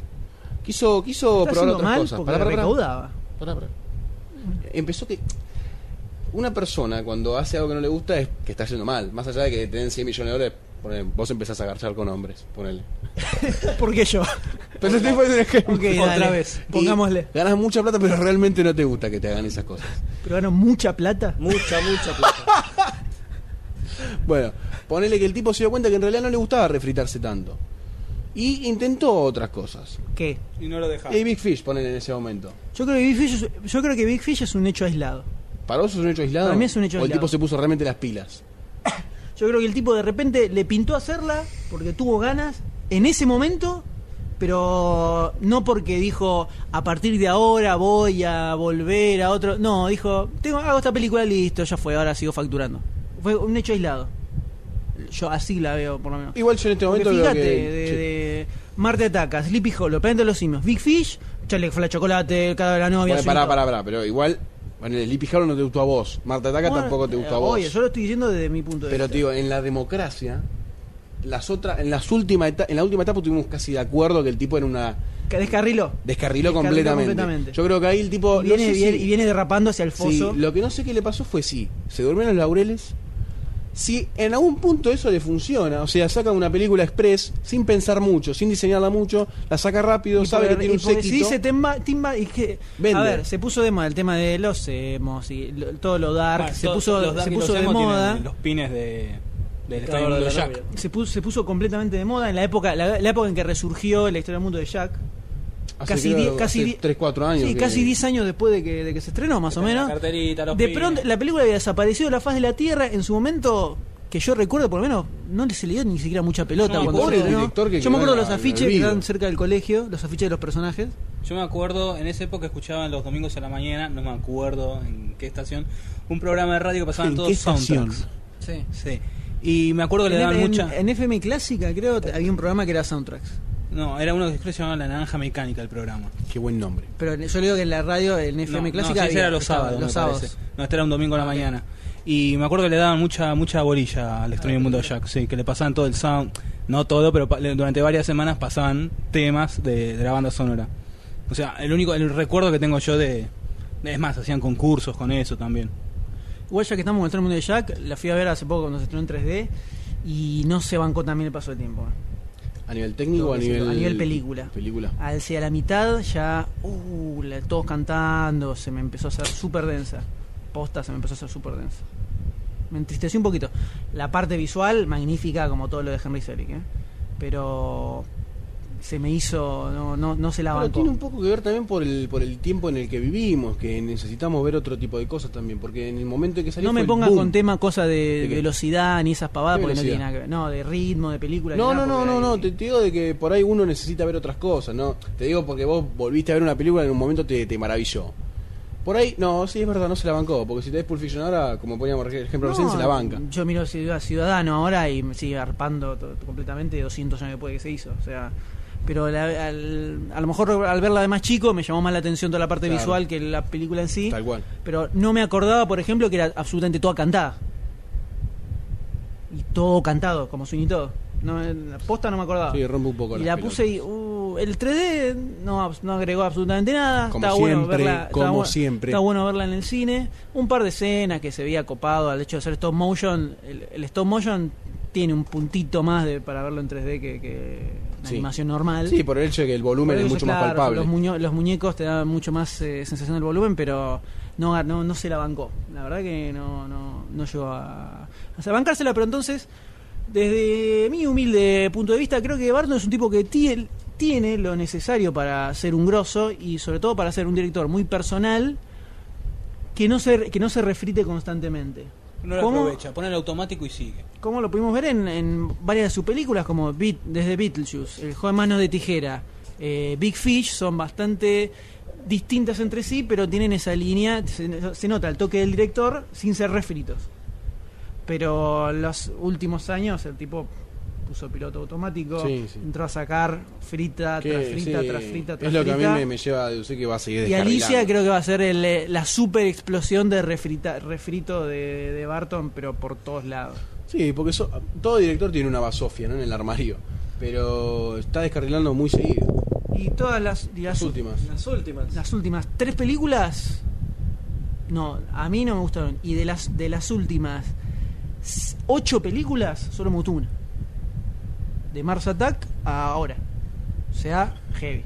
[SPEAKER 10] Quiso, quiso
[SPEAKER 2] Está
[SPEAKER 10] probar
[SPEAKER 2] haciendo
[SPEAKER 10] otras
[SPEAKER 2] mal
[SPEAKER 10] cosas.
[SPEAKER 2] porque
[SPEAKER 10] Pará, pará, pará.
[SPEAKER 2] recaudaba.
[SPEAKER 4] Pará, pará.
[SPEAKER 10] Empezó que. Una persona cuando hace algo que no le gusta es que está haciendo mal. Más allá de que te den 100 millones de dólares, ponele, vos empezás a agarrar con hombres. Ponele.
[SPEAKER 2] ¿Por qué yo?
[SPEAKER 10] Pero este fue un ejemplo.
[SPEAKER 2] Ok, dale.
[SPEAKER 10] Y
[SPEAKER 2] Pongámosle.
[SPEAKER 10] Ganas mucha plata, pero realmente no te gusta que te hagan esas cosas.
[SPEAKER 2] Pero gano mucha plata.
[SPEAKER 12] Mucha, mucha plata.
[SPEAKER 10] Bueno, ponele que el tipo se dio cuenta que en realidad no le gustaba refritarse tanto. Y intentó otras cosas.
[SPEAKER 2] ¿Qué?
[SPEAKER 9] Y no lo
[SPEAKER 2] Ah.
[SPEAKER 9] dejaba.
[SPEAKER 10] Y Big Fish, ponele en ese momento.
[SPEAKER 2] Yo creo que Big Fish es, yo creo que Big Fish es un hecho aislado.
[SPEAKER 10] ¿Para vos es un hecho aislado?
[SPEAKER 2] Para mí es un hecho
[SPEAKER 10] O el
[SPEAKER 2] aislado.
[SPEAKER 10] tipo se puso realmente las pilas.
[SPEAKER 2] Yo creo que el tipo de repente le pintó hacerla porque tuvo ganas en ese momento, pero no porque dijo a partir de ahora voy a volver a otro. No, dijo, tengo, hago esta película, listo, ya fue, ahora sigo facturando. Fue un hecho aislado. Yo así la veo, por lo menos.
[SPEAKER 10] Igual yo en este
[SPEAKER 2] Porque
[SPEAKER 10] momento
[SPEAKER 2] fíjate,
[SPEAKER 10] creo que.
[SPEAKER 2] de,
[SPEAKER 10] sí.
[SPEAKER 2] de Marte Ataca, Sleepy Hollow, Planeta de los Simios, Big Fish, Charlie Fla Chocolate, El Cadáver de la Novia.
[SPEAKER 10] Bueno,
[SPEAKER 2] Sweeney
[SPEAKER 10] pará,
[SPEAKER 2] Todd.
[SPEAKER 10] pará, pará, pero igual. Bueno, el Sleepy Hollow no te gustó a vos. Marta Ataca
[SPEAKER 2] Bueno,
[SPEAKER 10] tampoco te gustó a
[SPEAKER 2] eh,
[SPEAKER 10] vos.
[SPEAKER 2] Oye, yo lo estoy diciendo desde mi punto de
[SPEAKER 10] Pero
[SPEAKER 2] vista.
[SPEAKER 10] te digo, en la democracia, las otras, en las últimas eta- en la última etapa tuvimos casi de acuerdo que el tipo era una.
[SPEAKER 2] Que Descarriló.
[SPEAKER 10] Descarriló,
[SPEAKER 2] Descarriló
[SPEAKER 10] completamente.
[SPEAKER 2] completamente.
[SPEAKER 10] Yo creo que ahí el tipo.
[SPEAKER 2] Y viene,
[SPEAKER 10] no sé
[SPEAKER 2] viene-
[SPEAKER 10] si-
[SPEAKER 2] y viene derrapando hacia el
[SPEAKER 10] Sí,
[SPEAKER 2] foso.
[SPEAKER 10] lo que no sé qué le pasó fue si se durmió en los laureles, si en algún punto eso le funciona, o sea, saca una película express sin pensar mucho, sin diseñarla mucho, la saca rápido,
[SPEAKER 2] Y
[SPEAKER 10] sabe que
[SPEAKER 2] porque-
[SPEAKER 10] tiene un
[SPEAKER 2] y porque Si
[SPEAKER 10] séquito.
[SPEAKER 2] dice Timba, Timba y que.
[SPEAKER 10] Vende.
[SPEAKER 2] A ver, se puso de moda el tema de los emos y lo- todo lo dark.
[SPEAKER 9] Bueno,
[SPEAKER 2] se
[SPEAKER 9] todos
[SPEAKER 2] puso,
[SPEAKER 9] los Dark
[SPEAKER 2] se
[SPEAKER 9] y
[SPEAKER 2] puso
[SPEAKER 9] los
[SPEAKER 2] de
[SPEAKER 9] emo tienen
[SPEAKER 2] moda.
[SPEAKER 9] Los pines de, del
[SPEAKER 12] El
[SPEAKER 9] Estadio
[SPEAKER 12] Cadáver
[SPEAKER 9] de
[SPEAKER 12] de la
[SPEAKER 9] Jack.
[SPEAKER 12] Novia.
[SPEAKER 2] Se puso, se puso completamente de moda en la época, la, la época en que resurgió la historia del mundo de Jack.
[SPEAKER 10] Hace,
[SPEAKER 2] casi
[SPEAKER 10] creo,
[SPEAKER 2] die-
[SPEAKER 10] hace
[SPEAKER 2] casi die-
[SPEAKER 10] tres, cuatro años.
[SPEAKER 2] sí,
[SPEAKER 10] que-
[SPEAKER 2] casi 10 años después de que, de que se estrenó, más o
[SPEAKER 9] Está en la
[SPEAKER 2] menos.
[SPEAKER 9] carterita, los
[SPEAKER 2] De
[SPEAKER 9] pines.
[SPEAKER 2] pronto, la película había desaparecido de la faz de la Tierra en su momento. Que yo recuerdo, por lo menos, no le se le dio ni siquiera mucha pelota.
[SPEAKER 9] Yo me
[SPEAKER 2] cuando
[SPEAKER 9] acuerdo
[SPEAKER 2] se
[SPEAKER 9] del
[SPEAKER 2] estrenó.
[SPEAKER 10] director que
[SPEAKER 2] Yo me
[SPEAKER 10] quedó
[SPEAKER 2] acuerdo
[SPEAKER 10] en
[SPEAKER 2] los
[SPEAKER 10] la- en el
[SPEAKER 2] afiches que
[SPEAKER 10] olvido.
[SPEAKER 2] estaban cerca del colegio, los afiches de los personajes.
[SPEAKER 9] Yo me acuerdo, en esa época escuchaban los domingos a la mañana, no me acuerdo en qué estación, un programa de radio que pasaban
[SPEAKER 10] ¿En
[SPEAKER 9] todos
[SPEAKER 10] qué estación?
[SPEAKER 9] soundtracks. Sí. Y me acuerdo que
[SPEAKER 2] En,
[SPEAKER 9] le daban
[SPEAKER 2] en-
[SPEAKER 9] mucha.
[SPEAKER 2] en FM Clásica, creo, t- había un programa que era Soundtracks.
[SPEAKER 9] No, era uno que creo que se llamaba La Naranja Mecánica el programa.
[SPEAKER 10] Qué buen nombre.
[SPEAKER 2] Pero en- yo le digo que en la radio, en
[SPEAKER 9] No,
[SPEAKER 2] FM
[SPEAKER 9] no,
[SPEAKER 2] Clásica.
[SPEAKER 9] sí, ese
[SPEAKER 2] había-
[SPEAKER 9] era los
[SPEAKER 2] estaba,
[SPEAKER 9] sábados.
[SPEAKER 2] Los
[SPEAKER 9] me
[SPEAKER 2] sábados. Ah,
[SPEAKER 9] parece. No, este era un domingo a la mañana. Y me acuerdo que le daban mucha mucha bolilla al
[SPEAKER 2] Ah,
[SPEAKER 9] extraño mundo de Jack, sí, que le pasaban todo el sound, no todo, pero pa- le- durante varias semanas pasaban temas de, de la banda sonora. O sea, el único el recuerdo que tengo yo de es más, hacían concursos con eso también.
[SPEAKER 2] Igual ya que estamos con el Extraño mundo de Jack, la fui a ver hace poco cuando se estrenó en 3D. Y no se bancó también el paso de tiempo. ¿eh?
[SPEAKER 10] ¿A nivel técnico o a
[SPEAKER 2] Tengo que
[SPEAKER 10] nivel.
[SPEAKER 2] decirlo, a nivel película.
[SPEAKER 10] Película.
[SPEAKER 2] Hacia la mitad ya, uh, la- todos cantando, se me empezó a hacer súper densa. Posta, se me empezó a hacer súper densa. Me entristeció un poquito. La parte visual, magnífica, como todo lo de Henry Selick, ¿eh? Pero se me hizo, no, no, no se la
[SPEAKER 10] Pero
[SPEAKER 2] bancó.
[SPEAKER 10] tiene un poco que ver también por el, por el tiempo en el que vivimos, que necesitamos ver otro tipo de cosas también, porque en el momento en que salió
[SPEAKER 2] No me
[SPEAKER 10] fue el
[SPEAKER 2] pongas
[SPEAKER 10] boom.
[SPEAKER 2] con tema cosa de,
[SPEAKER 10] ¿De qué?
[SPEAKER 2] velocidad ni esas pavadas
[SPEAKER 10] ¿Qué
[SPEAKER 2] porque no
[SPEAKER 10] velocidad?
[SPEAKER 2] tiene nada que ver. No, de ritmo, de película. ni
[SPEAKER 10] No,
[SPEAKER 2] nada,
[SPEAKER 10] no, no,
[SPEAKER 2] porque
[SPEAKER 10] no, no,
[SPEAKER 2] hay-
[SPEAKER 10] te, te digo de que por ahí uno necesita ver otras cosas, ¿no? Te digo porque vos volviste a ver una película y en un momento te, te maravilló. Por ahí, no, sí, es verdad, no se la bancó, porque si te ves Pulp Fiction ahora, como poníamos por ejemplo recién,
[SPEAKER 2] No,
[SPEAKER 10] se la banca.
[SPEAKER 2] Yo miro Ciudad- Ciudadano ahora y me sigue arpando to- completamente 200 años después de que se hizo. O sea, pero la- al- a lo mejor al verla de más chico me llamó más la atención toda la parte
[SPEAKER 10] Claro.
[SPEAKER 2] visual que la película en sí.
[SPEAKER 10] Tal cual.
[SPEAKER 2] Pero no me acordaba, por ejemplo, que era absolutamente toda cantada. Y todo cantado, como sueño y todo. No, en la posta no me acordaba.
[SPEAKER 10] Sí, rompe un poco
[SPEAKER 2] Ah. y
[SPEAKER 10] las
[SPEAKER 2] la
[SPEAKER 10] pelotas.
[SPEAKER 2] puse y uh, el 3D no, abs- no agregó absolutamente nada.
[SPEAKER 10] Como
[SPEAKER 2] está bueno
[SPEAKER 10] siempre,
[SPEAKER 2] verla, está
[SPEAKER 10] como
[SPEAKER 2] bueno-
[SPEAKER 10] siempre.
[SPEAKER 2] Está bueno verla en el cine. Un par de escenas que se veía copado al hecho de hacer stop motion. El, el stop motion tiene un puntito más de, para verlo en 3D que, que la
[SPEAKER 10] Sí.
[SPEAKER 2] animación normal.
[SPEAKER 10] Sí, por el hecho de que el volumen
[SPEAKER 2] Por
[SPEAKER 10] es
[SPEAKER 2] eso,
[SPEAKER 10] mucho
[SPEAKER 2] claro,
[SPEAKER 10] más palpable.
[SPEAKER 2] Los, muñe- los muñecos te dan mucho más eh, sensación del volumen, pero no, no, no se la bancó. La verdad que no, no, no llegó a, o sea, bancársela, pero entonces, desde mi humilde punto de vista, creo que Barton es un tipo que tiene, tiene lo necesario para ser un grosso y sobre todo para ser un director muy personal que no se, que no se refrite constantemente.
[SPEAKER 9] No lo
[SPEAKER 2] ¿Cómo?
[SPEAKER 9] aprovecha, pone el automático y sigue.
[SPEAKER 2] como lo pudimos ver en, en varias de sus películas, como Beat- desde Beetlejuice, El Joven Manos de Tijera, eh, Big Fish, son bastante distintas entre sí, pero tienen esa línea, se, se nota el toque del director sin ser refritos. Pero en los últimos años el tipo puso piloto automático,
[SPEAKER 10] Sí, sí.
[SPEAKER 2] entró a sacar frita
[SPEAKER 10] Que,
[SPEAKER 2] tras frita
[SPEAKER 10] sí,
[SPEAKER 2] tras frita tras
[SPEAKER 10] es lo que a mí
[SPEAKER 2] frita.
[SPEAKER 10] me, me lleva a deducir que va a seguir
[SPEAKER 2] Y Alicia
[SPEAKER 10] descarrilando.
[SPEAKER 2] creo que va a ser el, eh, la super explosión de refrita- refrito de, de Barton, pero por todos lados.
[SPEAKER 10] Sí, porque so- todo director tiene una basofia, ¿no? En el armario. Pero está descarrilando muy seguido.
[SPEAKER 2] Y todas las, y las
[SPEAKER 10] Las últimas. *laughs*
[SPEAKER 12] Las últimas.
[SPEAKER 2] las últimas tres películas no a mí no me gustaron y de las de las últimas s- ocho películas solo me gustó una de Mars Attack a ahora o sea heavy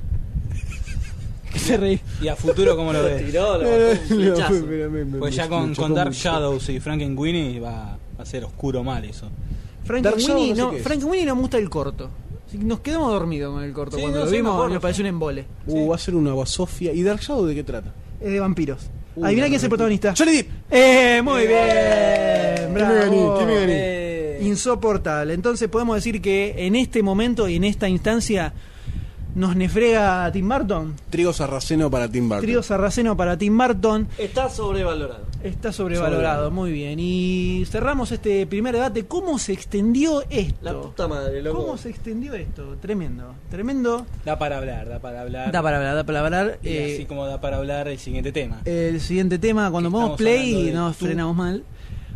[SPEAKER 2] que *laughs* se reí
[SPEAKER 9] ¿Y a futuro
[SPEAKER 2] *laughs*
[SPEAKER 9] cómo lo ves?
[SPEAKER 12] Tiró, lo mató un flechazo.
[SPEAKER 9] Pues ya con, con Dark Shadows y Frankenweenie va va a ser oscuro mal eso.
[SPEAKER 2] Frank
[SPEAKER 10] Dark
[SPEAKER 2] Winnie
[SPEAKER 10] Shadow no sé
[SPEAKER 2] no,
[SPEAKER 10] qué es.
[SPEAKER 2] Frank Winnie no me gusta el corto Así que nos quedamos dormidos con el corto
[SPEAKER 9] Sí,
[SPEAKER 2] cuando
[SPEAKER 9] no,
[SPEAKER 2] lo
[SPEAKER 9] sí, me
[SPEAKER 2] vimos
[SPEAKER 9] acuerdo,
[SPEAKER 2] nos pareció un embole
[SPEAKER 10] Uh, va a ser una basofia. ¿Y Dark Shadow de qué trata?
[SPEAKER 2] es de vampiros
[SPEAKER 10] Uh,
[SPEAKER 2] adivina
[SPEAKER 10] no,
[SPEAKER 2] quién es el
[SPEAKER 10] no,
[SPEAKER 2] protagonista
[SPEAKER 10] Johnny Depp.
[SPEAKER 2] eh muy bien
[SPEAKER 1] ¿Qué me gané?
[SPEAKER 2] bravo.
[SPEAKER 1] ¿Qué me gané?
[SPEAKER 2] insoportable. Entonces podemos decir que en este momento y en esta instancia nos nefrega a Tim Burton.
[SPEAKER 10] Trigo sarraceno para Tim Burton.
[SPEAKER 2] Trío sarraceno para Tim Burton
[SPEAKER 12] Está sobrevalorado.
[SPEAKER 2] está sobrevalorado, muy bien. Y cerramos este primer debate. ¿Cómo se extendió esto?
[SPEAKER 12] La puta madre, loco.
[SPEAKER 2] ¿Cómo se extendió esto? Tremendo, tremendo.
[SPEAKER 9] Da para hablar, da para hablar.
[SPEAKER 2] Da para hablar, da para hablar.
[SPEAKER 9] Y
[SPEAKER 2] Eh,
[SPEAKER 9] así como da para hablar el siguiente tema.
[SPEAKER 2] el siguiente tema, cuando
[SPEAKER 9] Que
[SPEAKER 2] ponemos
[SPEAKER 9] estamos
[SPEAKER 2] play,
[SPEAKER 9] hablando de
[SPEAKER 2] nos
[SPEAKER 9] tú.
[SPEAKER 2] frenamos mal.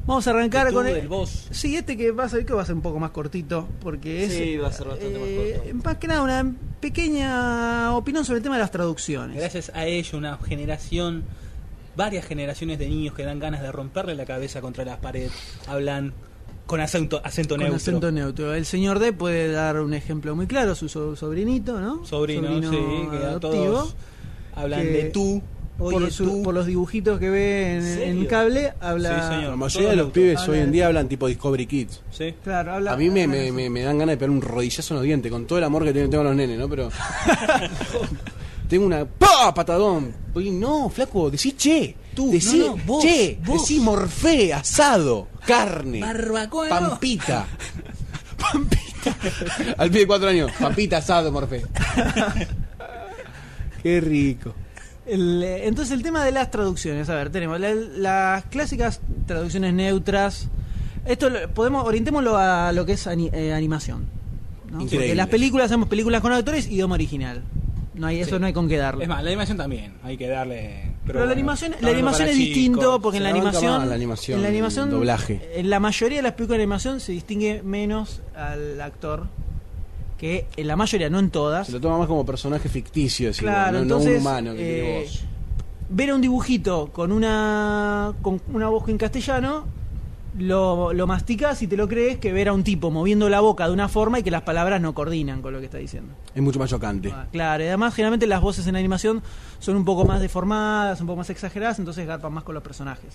[SPEAKER 2] Vamos a arrancar
[SPEAKER 9] Tú
[SPEAKER 2] con
[SPEAKER 9] del boss.
[SPEAKER 2] Sí, este que va a ser, que va a ser un poco más cortito, porque es... eh,
[SPEAKER 12] Sí, va a ser bastante más corto.
[SPEAKER 2] Más que nada, una pequeña opinión sobre el tema de las traducciones.
[SPEAKER 9] Gracias a ello, una generación, varias generaciones de niños que dan ganas de romperle la cabeza contra las paredes, hablan con acento, acento
[SPEAKER 2] Con
[SPEAKER 9] neutro.
[SPEAKER 2] acento neutro. El señor D puede dar un ejemplo muy claro, su so- sobrinito, ¿no?
[SPEAKER 9] Sobrino, sí, que a
[SPEAKER 2] adoptivo.
[SPEAKER 9] todos hablan
[SPEAKER 2] que-
[SPEAKER 9] de tú.
[SPEAKER 2] Por,
[SPEAKER 9] Oye,
[SPEAKER 2] su-
[SPEAKER 9] tú.
[SPEAKER 2] por los dibujitos que ve en,
[SPEAKER 12] ¿Serio?
[SPEAKER 2] en cable, habla...
[SPEAKER 9] Sí, señor.
[SPEAKER 10] La mayoría de los
[SPEAKER 9] Todo
[SPEAKER 10] pibes
[SPEAKER 2] neutro.
[SPEAKER 10] hoy en día hablan tipo Discovery Kids.
[SPEAKER 9] Sí.
[SPEAKER 2] Claro, habla...
[SPEAKER 10] A mí me,
[SPEAKER 2] habla
[SPEAKER 10] me,
[SPEAKER 2] así.
[SPEAKER 10] me- me dan ganas de pegar un rodillazo en los dientes, con todo el amor que tengo, tengo a los nenes, ¿no? Pero. tengo una. ¡Pah! Patadón. Oye, no, flaco, decí che. Tú, decí,
[SPEAKER 9] no, no, vos,
[SPEAKER 10] che,
[SPEAKER 9] vos.
[SPEAKER 10] decí morfé, asado, carne,
[SPEAKER 9] Barbacoa, ¿no?
[SPEAKER 10] pampita. pampita. *laughs* Al pie de cuatro años, pampita, asado, morfé. Qué rico.
[SPEAKER 2] El, eh, entonces el tema de las traducciones, a ver, tenemos la- las clásicas traducciones neutras. Esto lo- podemos orientémoslo a lo que es ani- eh, animación. ¿no?
[SPEAKER 10] Increíble.
[SPEAKER 2] Porque las películas hacemos películas con actores idioma original. No hay eso
[SPEAKER 9] Sí.
[SPEAKER 2] no hay con qué darle.
[SPEAKER 9] Es más, la animación también, hay que darle.
[SPEAKER 2] pero la
[SPEAKER 9] bueno,
[SPEAKER 2] animación,
[SPEAKER 9] está
[SPEAKER 2] la
[SPEAKER 9] hablando
[SPEAKER 2] animación
[SPEAKER 9] para
[SPEAKER 2] es
[SPEAKER 9] chicos.
[SPEAKER 2] distinto porque
[SPEAKER 10] Se
[SPEAKER 2] en la
[SPEAKER 10] la banca
[SPEAKER 2] animación,
[SPEAKER 10] más la animación,
[SPEAKER 2] en la animación
[SPEAKER 10] el doblaje.
[SPEAKER 2] en la mayoría de las películas de animación se distingue menos al actor que en la mayoría, no en todas.
[SPEAKER 10] Se lo toma más como personaje ficticio, es igual,
[SPEAKER 2] Claro,
[SPEAKER 10] no, No
[SPEAKER 2] entonces,
[SPEAKER 10] un humano que tiene
[SPEAKER 2] eh,
[SPEAKER 10] voz.
[SPEAKER 2] ver a un dibujito con una con una voz en castellano lo, lo masticas y te lo crees que ver a un tipo moviendo la boca de una forma y que las palabras no coordinan con lo que está diciendo.
[SPEAKER 10] Es mucho más chocante.
[SPEAKER 2] Ah, Claro, y además generalmente las voces en animación son un poco más deformadas, un poco más exageradas, entonces garpan más con los personajes.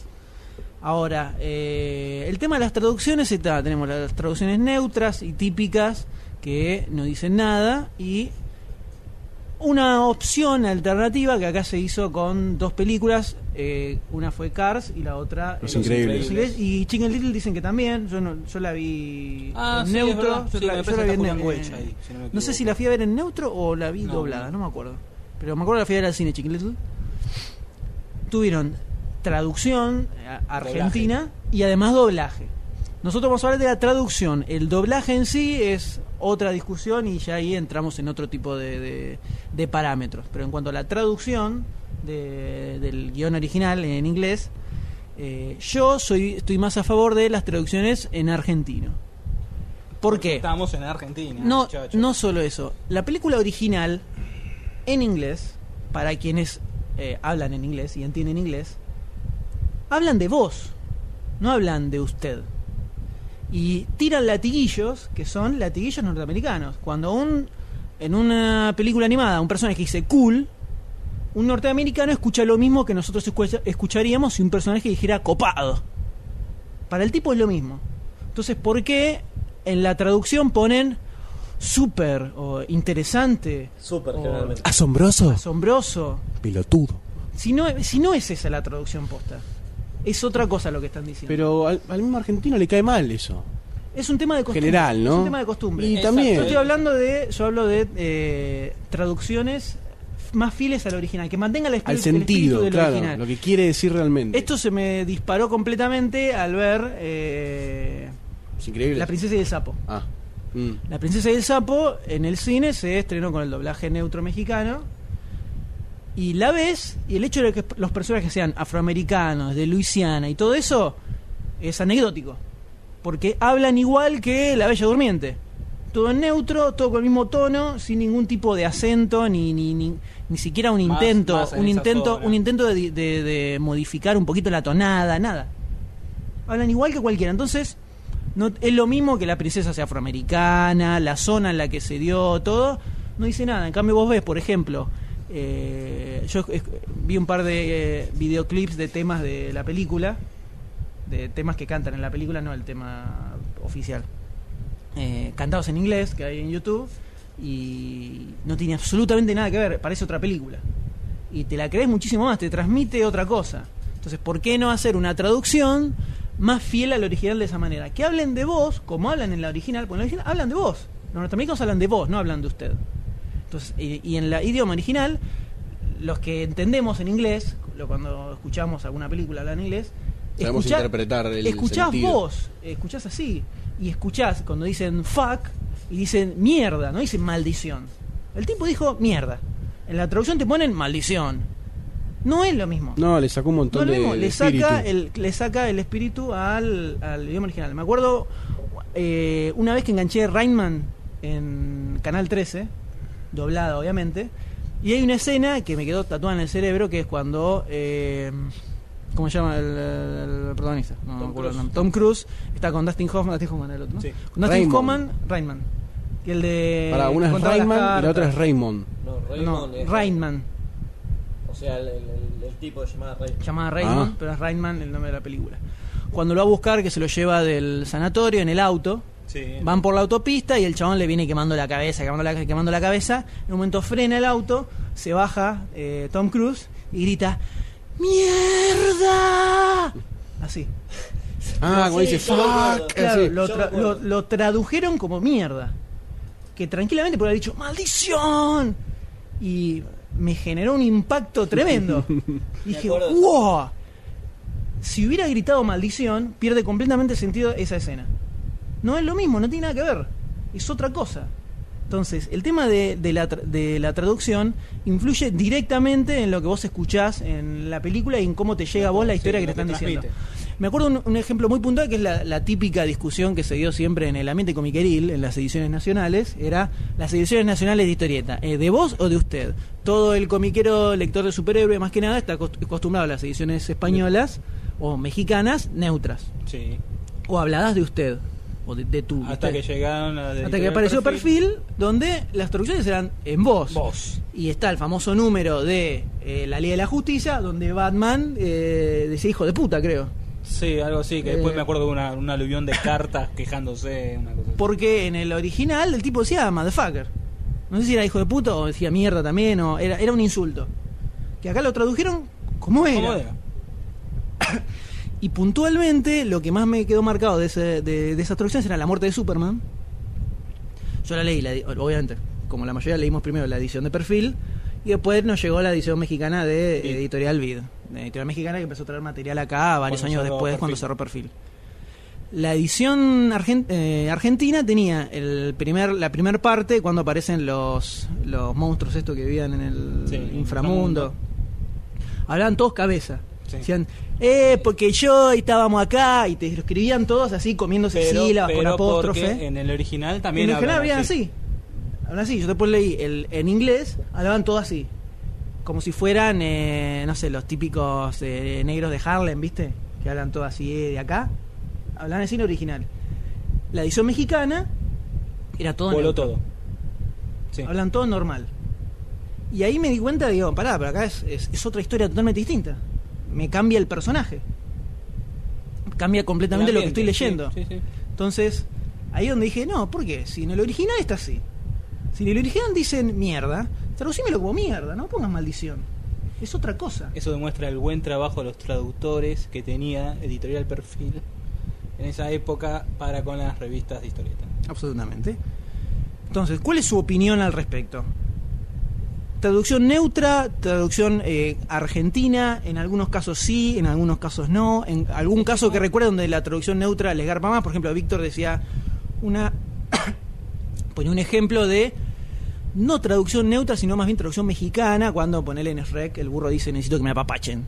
[SPEAKER 2] Ahora, eh, el tema de las traducciones está, tenemos las traducciones neutras y típicas que no dicen nada y una opción alternativa que acá se hizo con dos películas, eh, una fue Cars y la otra
[SPEAKER 10] Los
[SPEAKER 2] eh,
[SPEAKER 10] Increíbles.
[SPEAKER 2] Los y Chicken Little dicen que también, yo, no- yo la vi
[SPEAKER 9] Ah,
[SPEAKER 2] en
[SPEAKER 9] sí, es
[SPEAKER 2] neutro,
[SPEAKER 9] verdad.
[SPEAKER 2] yo
[SPEAKER 9] Sí,
[SPEAKER 2] la-
[SPEAKER 9] me
[SPEAKER 2] yo
[SPEAKER 9] parece
[SPEAKER 2] la vi
[SPEAKER 9] que
[SPEAKER 2] en
[SPEAKER 9] está Julián
[SPEAKER 2] eh,
[SPEAKER 9] Wedge ahí, si no me
[SPEAKER 2] no sé si
[SPEAKER 9] equivoco.
[SPEAKER 2] la fui a ver en neutro o la vi
[SPEAKER 9] No,
[SPEAKER 2] doblada,
[SPEAKER 9] no.
[SPEAKER 2] no me acuerdo. Pero me acuerdo que la fui a ver al cine Chicken Little. Tuvieron traducción eh, argentina y además doblaje. Nosotros vamos a hablar de la traducción. El doblaje en sí es otra discusión y ya ahí entramos en otro tipo de, de- de parámetros. Pero en cuanto a la traducción de- del guión original en inglés, eh, yo soy, estoy más a favor de las traducciones en argentino. ¿Por qué?
[SPEAKER 9] Estamos en Argentina.
[SPEAKER 2] No,
[SPEAKER 9] muchachos.
[SPEAKER 2] no solo eso. La película original, en inglés, para quienes eh, hablan en inglés y entienden inglés, hablan de vos, no hablan de usted. Y tiran latiguillos, que son latiguillos norteamericanos. Cuando un, en una película animada un personaje dice cool, un norteamericano escucha lo mismo que nosotros escucha- escucharíamos si un personaje dijera copado. Para el tipo es lo mismo. Entonces, ¿por qué en la traducción ponen súper o interesante,
[SPEAKER 12] Súper,
[SPEAKER 2] Oh.
[SPEAKER 12] generalmente.
[SPEAKER 10] Asombroso.
[SPEAKER 2] asombroso?
[SPEAKER 10] Pelotudo.
[SPEAKER 2] Si no, si no es esa la traducción posta. Es otra cosa lo que están diciendo.
[SPEAKER 10] Pero al, al mismo argentino le cae mal eso.
[SPEAKER 2] es un tema de costumbre.
[SPEAKER 10] General, ¿no?
[SPEAKER 2] Es un tema de costumbre.
[SPEAKER 10] Y
[SPEAKER 9] Exacto.
[SPEAKER 2] Yo estoy
[SPEAKER 10] también.
[SPEAKER 2] hablando de, yo hablo de eh, traducciones más fieles al original, que mantenga el, espí-
[SPEAKER 10] Al
[SPEAKER 2] el espíritu
[SPEAKER 10] sentido,
[SPEAKER 2] del
[SPEAKER 10] claro.
[SPEAKER 2] original.
[SPEAKER 10] Lo que quiere decir realmente.
[SPEAKER 2] Esto se me disparó completamente al ver eh,
[SPEAKER 10] es increíble.
[SPEAKER 2] La princesa y el sapo.
[SPEAKER 10] Ah. Mm.
[SPEAKER 2] La princesa y el sapo en el cine se estrenó con el doblaje neutro mexicano. Y la ves, y el hecho de que los personajes sean afroamericanos, de Luisiana y todo eso, es anecdótico. porque hablan igual que La Bella Durmiente. Todo en neutro, todo con el mismo tono, sin ningún tipo de acento, ni, ni, ni, ni siquiera un
[SPEAKER 9] Más-
[SPEAKER 2] intento,
[SPEAKER 9] más en
[SPEAKER 2] un
[SPEAKER 9] esa
[SPEAKER 2] intento,
[SPEAKER 9] zona.
[SPEAKER 2] un intento de, de- de modificar un poquito la tonada, nada. Hablan igual que cualquiera. Entonces, no, es lo mismo que la princesa sea afroamericana, la zona en la que se dio, todo. No dice nada. En cambio, vos ves, por ejemplo, eh, yo eh, vi un par de eh, videoclips de temas de la película, de temas que cantan en la película, no el tema oficial. Eh, cantados en inglés que hay en YouTube y no tiene absolutamente nada que ver, parece otra película. Y te la crees muchísimo más, te transmite otra cosa. Entonces, ¿por qué no hacer una traducción más fiel al original de esa manera? Que hablen de vos, como hablan en la original, porque en la original hablan de vos. Los norteamericanos hablan de vos, no hablan de usted. Entonces, y, y en la idioma original, los que entendemos en inglés, lo- cuando escuchamos alguna película hablar en inglés,
[SPEAKER 3] Sabemos
[SPEAKER 2] escuchá-
[SPEAKER 3] interpretar el
[SPEAKER 2] escuchás
[SPEAKER 3] sentido.
[SPEAKER 2] vos, escuchás así. Y escuchás cuando dicen fuck y dicen mierda, no dicen maldición. El tipo dijo mierda. En la traducción te ponen maldición. No es lo mismo.
[SPEAKER 10] No, le sacó un
[SPEAKER 2] No
[SPEAKER 10] montón
[SPEAKER 2] es lo
[SPEAKER 10] de,
[SPEAKER 2] mismo.
[SPEAKER 10] de
[SPEAKER 2] le, saca
[SPEAKER 10] espíritu.
[SPEAKER 2] el, le saca el espíritu al, al idioma original. Me acuerdo eh, una vez que enganché Rainman en Canal 13, doblada obviamente, y hay una escena que me quedó tatuada en el cerebro que es cuando... eh, ¿Cómo se llama el, el protagonista? No, no me acuerdo el
[SPEAKER 9] Cruise.
[SPEAKER 2] nombre. Tom Cruise está con Dustin Hoffman, Dustin Hoffman era el otro, ¿no?
[SPEAKER 9] Sí.
[SPEAKER 2] Con Dustin
[SPEAKER 10] Raymond.
[SPEAKER 2] Hoffman, Rainman. Y el de...
[SPEAKER 10] Pará, una es
[SPEAKER 2] contaba eh, las
[SPEAKER 10] Rayman y la
[SPEAKER 2] cartas.
[SPEAKER 10] otra es Raymond.
[SPEAKER 12] No,
[SPEAKER 2] No,
[SPEAKER 12] Raymond es-
[SPEAKER 2] Rainman.
[SPEAKER 12] O sea, el, el- el- el tipo que llamaba Raymond.
[SPEAKER 2] llamada Raymond,
[SPEAKER 10] Ah.
[SPEAKER 2] pero es Rainman el nombre de la película. Cuando lo va a buscar, que se lo lleva del sanatorio en el auto,
[SPEAKER 9] Sí.
[SPEAKER 2] van por la autopista y el chabón le viene quemando la cabeza, quemando la, quemando la cabeza. En un momento frena el auto, se baja eh, Tom Cruise y grita: ¡Mierda! Así.
[SPEAKER 10] Ah,
[SPEAKER 12] Sí,
[SPEAKER 10] como dice
[SPEAKER 12] yo me acuerdo.
[SPEAKER 10] fuck.
[SPEAKER 2] Claro,
[SPEAKER 10] así.
[SPEAKER 2] lo,
[SPEAKER 12] Yo
[SPEAKER 2] tra-
[SPEAKER 12] me acuerdo.
[SPEAKER 2] lo- lo tradujeron como mierda. Que tranquilamente podría haber dicho, ¡maldición! Y me generó un impacto tremendo.
[SPEAKER 10] *laughs*
[SPEAKER 2] Dije,
[SPEAKER 12] acuerdo.
[SPEAKER 2] ¡wow! Si hubiera gritado maldición, pierde completamente sentido esa escena. No es lo mismo, no tiene nada que ver. Es otra cosa. Entonces, el tema de, de la, tra- de la traducción influye directamente en lo que vos escuchás en la película y en cómo te llega a vos la
[SPEAKER 9] Sí,
[SPEAKER 2] historia que
[SPEAKER 9] lo
[SPEAKER 2] te están
[SPEAKER 9] que
[SPEAKER 2] diciendo.
[SPEAKER 9] transmite.
[SPEAKER 2] Me acuerdo un, un ejemplo muy puntual que es la, la típica discusión que se dio siempre en el ambiente comiqueril, en las ediciones nacionales, era las ediciones nacionales de historieta, eh, ¿de vos o de usted? Todo el comiquero lector de superhéroe, más que nada, está acost- acostumbrado a las ediciones españolas o mexicanas neutras,
[SPEAKER 9] Sí.
[SPEAKER 2] o habladas de usted, o de, de tú.
[SPEAKER 9] Hasta que
[SPEAKER 2] ¿viste?
[SPEAKER 9] llegaron a
[SPEAKER 2] Hasta que apareció perfil. donde las traducciones eran en voz.
[SPEAKER 9] Vos.
[SPEAKER 2] Y está el famoso número de eh, la Liga de la Justicia, donde Batman eh, decía hijo de puta, creo.
[SPEAKER 9] Sí, algo así, que después
[SPEAKER 2] Eh.
[SPEAKER 9] me acuerdo de una, un aluvión de cartas quejándose, una cosa así.
[SPEAKER 2] Porque en el original el tipo decía "Ah, motherfucker. No sé si era hijo de puta o decía mierda también, o era, era un insulto. Que acá lo tradujeron como era.
[SPEAKER 9] ¿Cómo era?
[SPEAKER 2] Y puntualmente lo que más me quedó marcado de, ese- de, de esas traducciones era la muerte de Superman. Yo la leí, la di- obviamente, como la mayoría leímos primero la edición de perfil y después nos llegó la edición mexicana de
[SPEAKER 9] Sí.
[SPEAKER 2] Editorial Vid. La editorial mexicana que empezó a traer material acá varios
[SPEAKER 9] Cuando
[SPEAKER 2] años
[SPEAKER 9] cerró
[SPEAKER 2] después cuando
[SPEAKER 9] Perfil.
[SPEAKER 2] cerró perfil. La edición argen- eh, argentina tenía el primer, la primera parte cuando aparecen los, los monstruos estos que vivían en el
[SPEAKER 9] Sí,
[SPEAKER 2] inframundo.
[SPEAKER 9] inframundo.
[SPEAKER 2] Hablaban todos cabeza.
[SPEAKER 9] Sí.
[SPEAKER 2] Decían, eh, porque yo y estábamos acá y te lo escribían todos así comiéndose sílabas
[SPEAKER 9] pero
[SPEAKER 2] por
[SPEAKER 9] porque
[SPEAKER 2] apóstrofe.
[SPEAKER 9] en el original
[SPEAKER 2] En,
[SPEAKER 9] también
[SPEAKER 2] el general
[SPEAKER 9] hablan
[SPEAKER 2] habían así. Hablan así. Yo después leí el, en inglés, hablaban todos así. Como si fueran, eh, no sé, los típicos eh, negros de Harlem, ¿viste? Que hablan todos así eh, de acá. Hablaban así en original. La edición mexicana era todo
[SPEAKER 9] Voló
[SPEAKER 2] neutro.
[SPEAKER 9] todo. Sí.
[SPEAKER 2] Hablan todo normal. Y ahí me di cuenta, digo, pará, pero acá es, es- es otra historia totalmente distinta. Me cambia el personaje. Cambia completamente lo que estoy
[SPEAKER 9] Ambiente, sí,
[SPEAKER 2] leyendo.
[SPEAKER 9] sí, sí.
[SPEAKER 2] Entonces, ahí donde dije, no, ¿por qué? Si en el original está así. Si en el original dicen mierda, traducímelo como mierda, no pongas maldición. Es otra cosa.
[SPEAKER 9] Eso demuestra el buen trabajo de los traductores que tenía Editorial Perfil en esa época para con las revistas de historieta.
[SPEAKER 2] Absolutamente. Entonces, ¿cuál es su opinión al respecto? Traducción neutra, traducción eh, argentina, en algunos casos sí, en algunos casos no, en algún caso que recuerdo donde la traducción neutra les garpa más, por ejemplo, Víctor decía una *coughs* ponía un ejemplo de no traducción neutra, sino más bien traducción mexicana, cuando ponele en Shrek el burro dice necesito que me apapachen.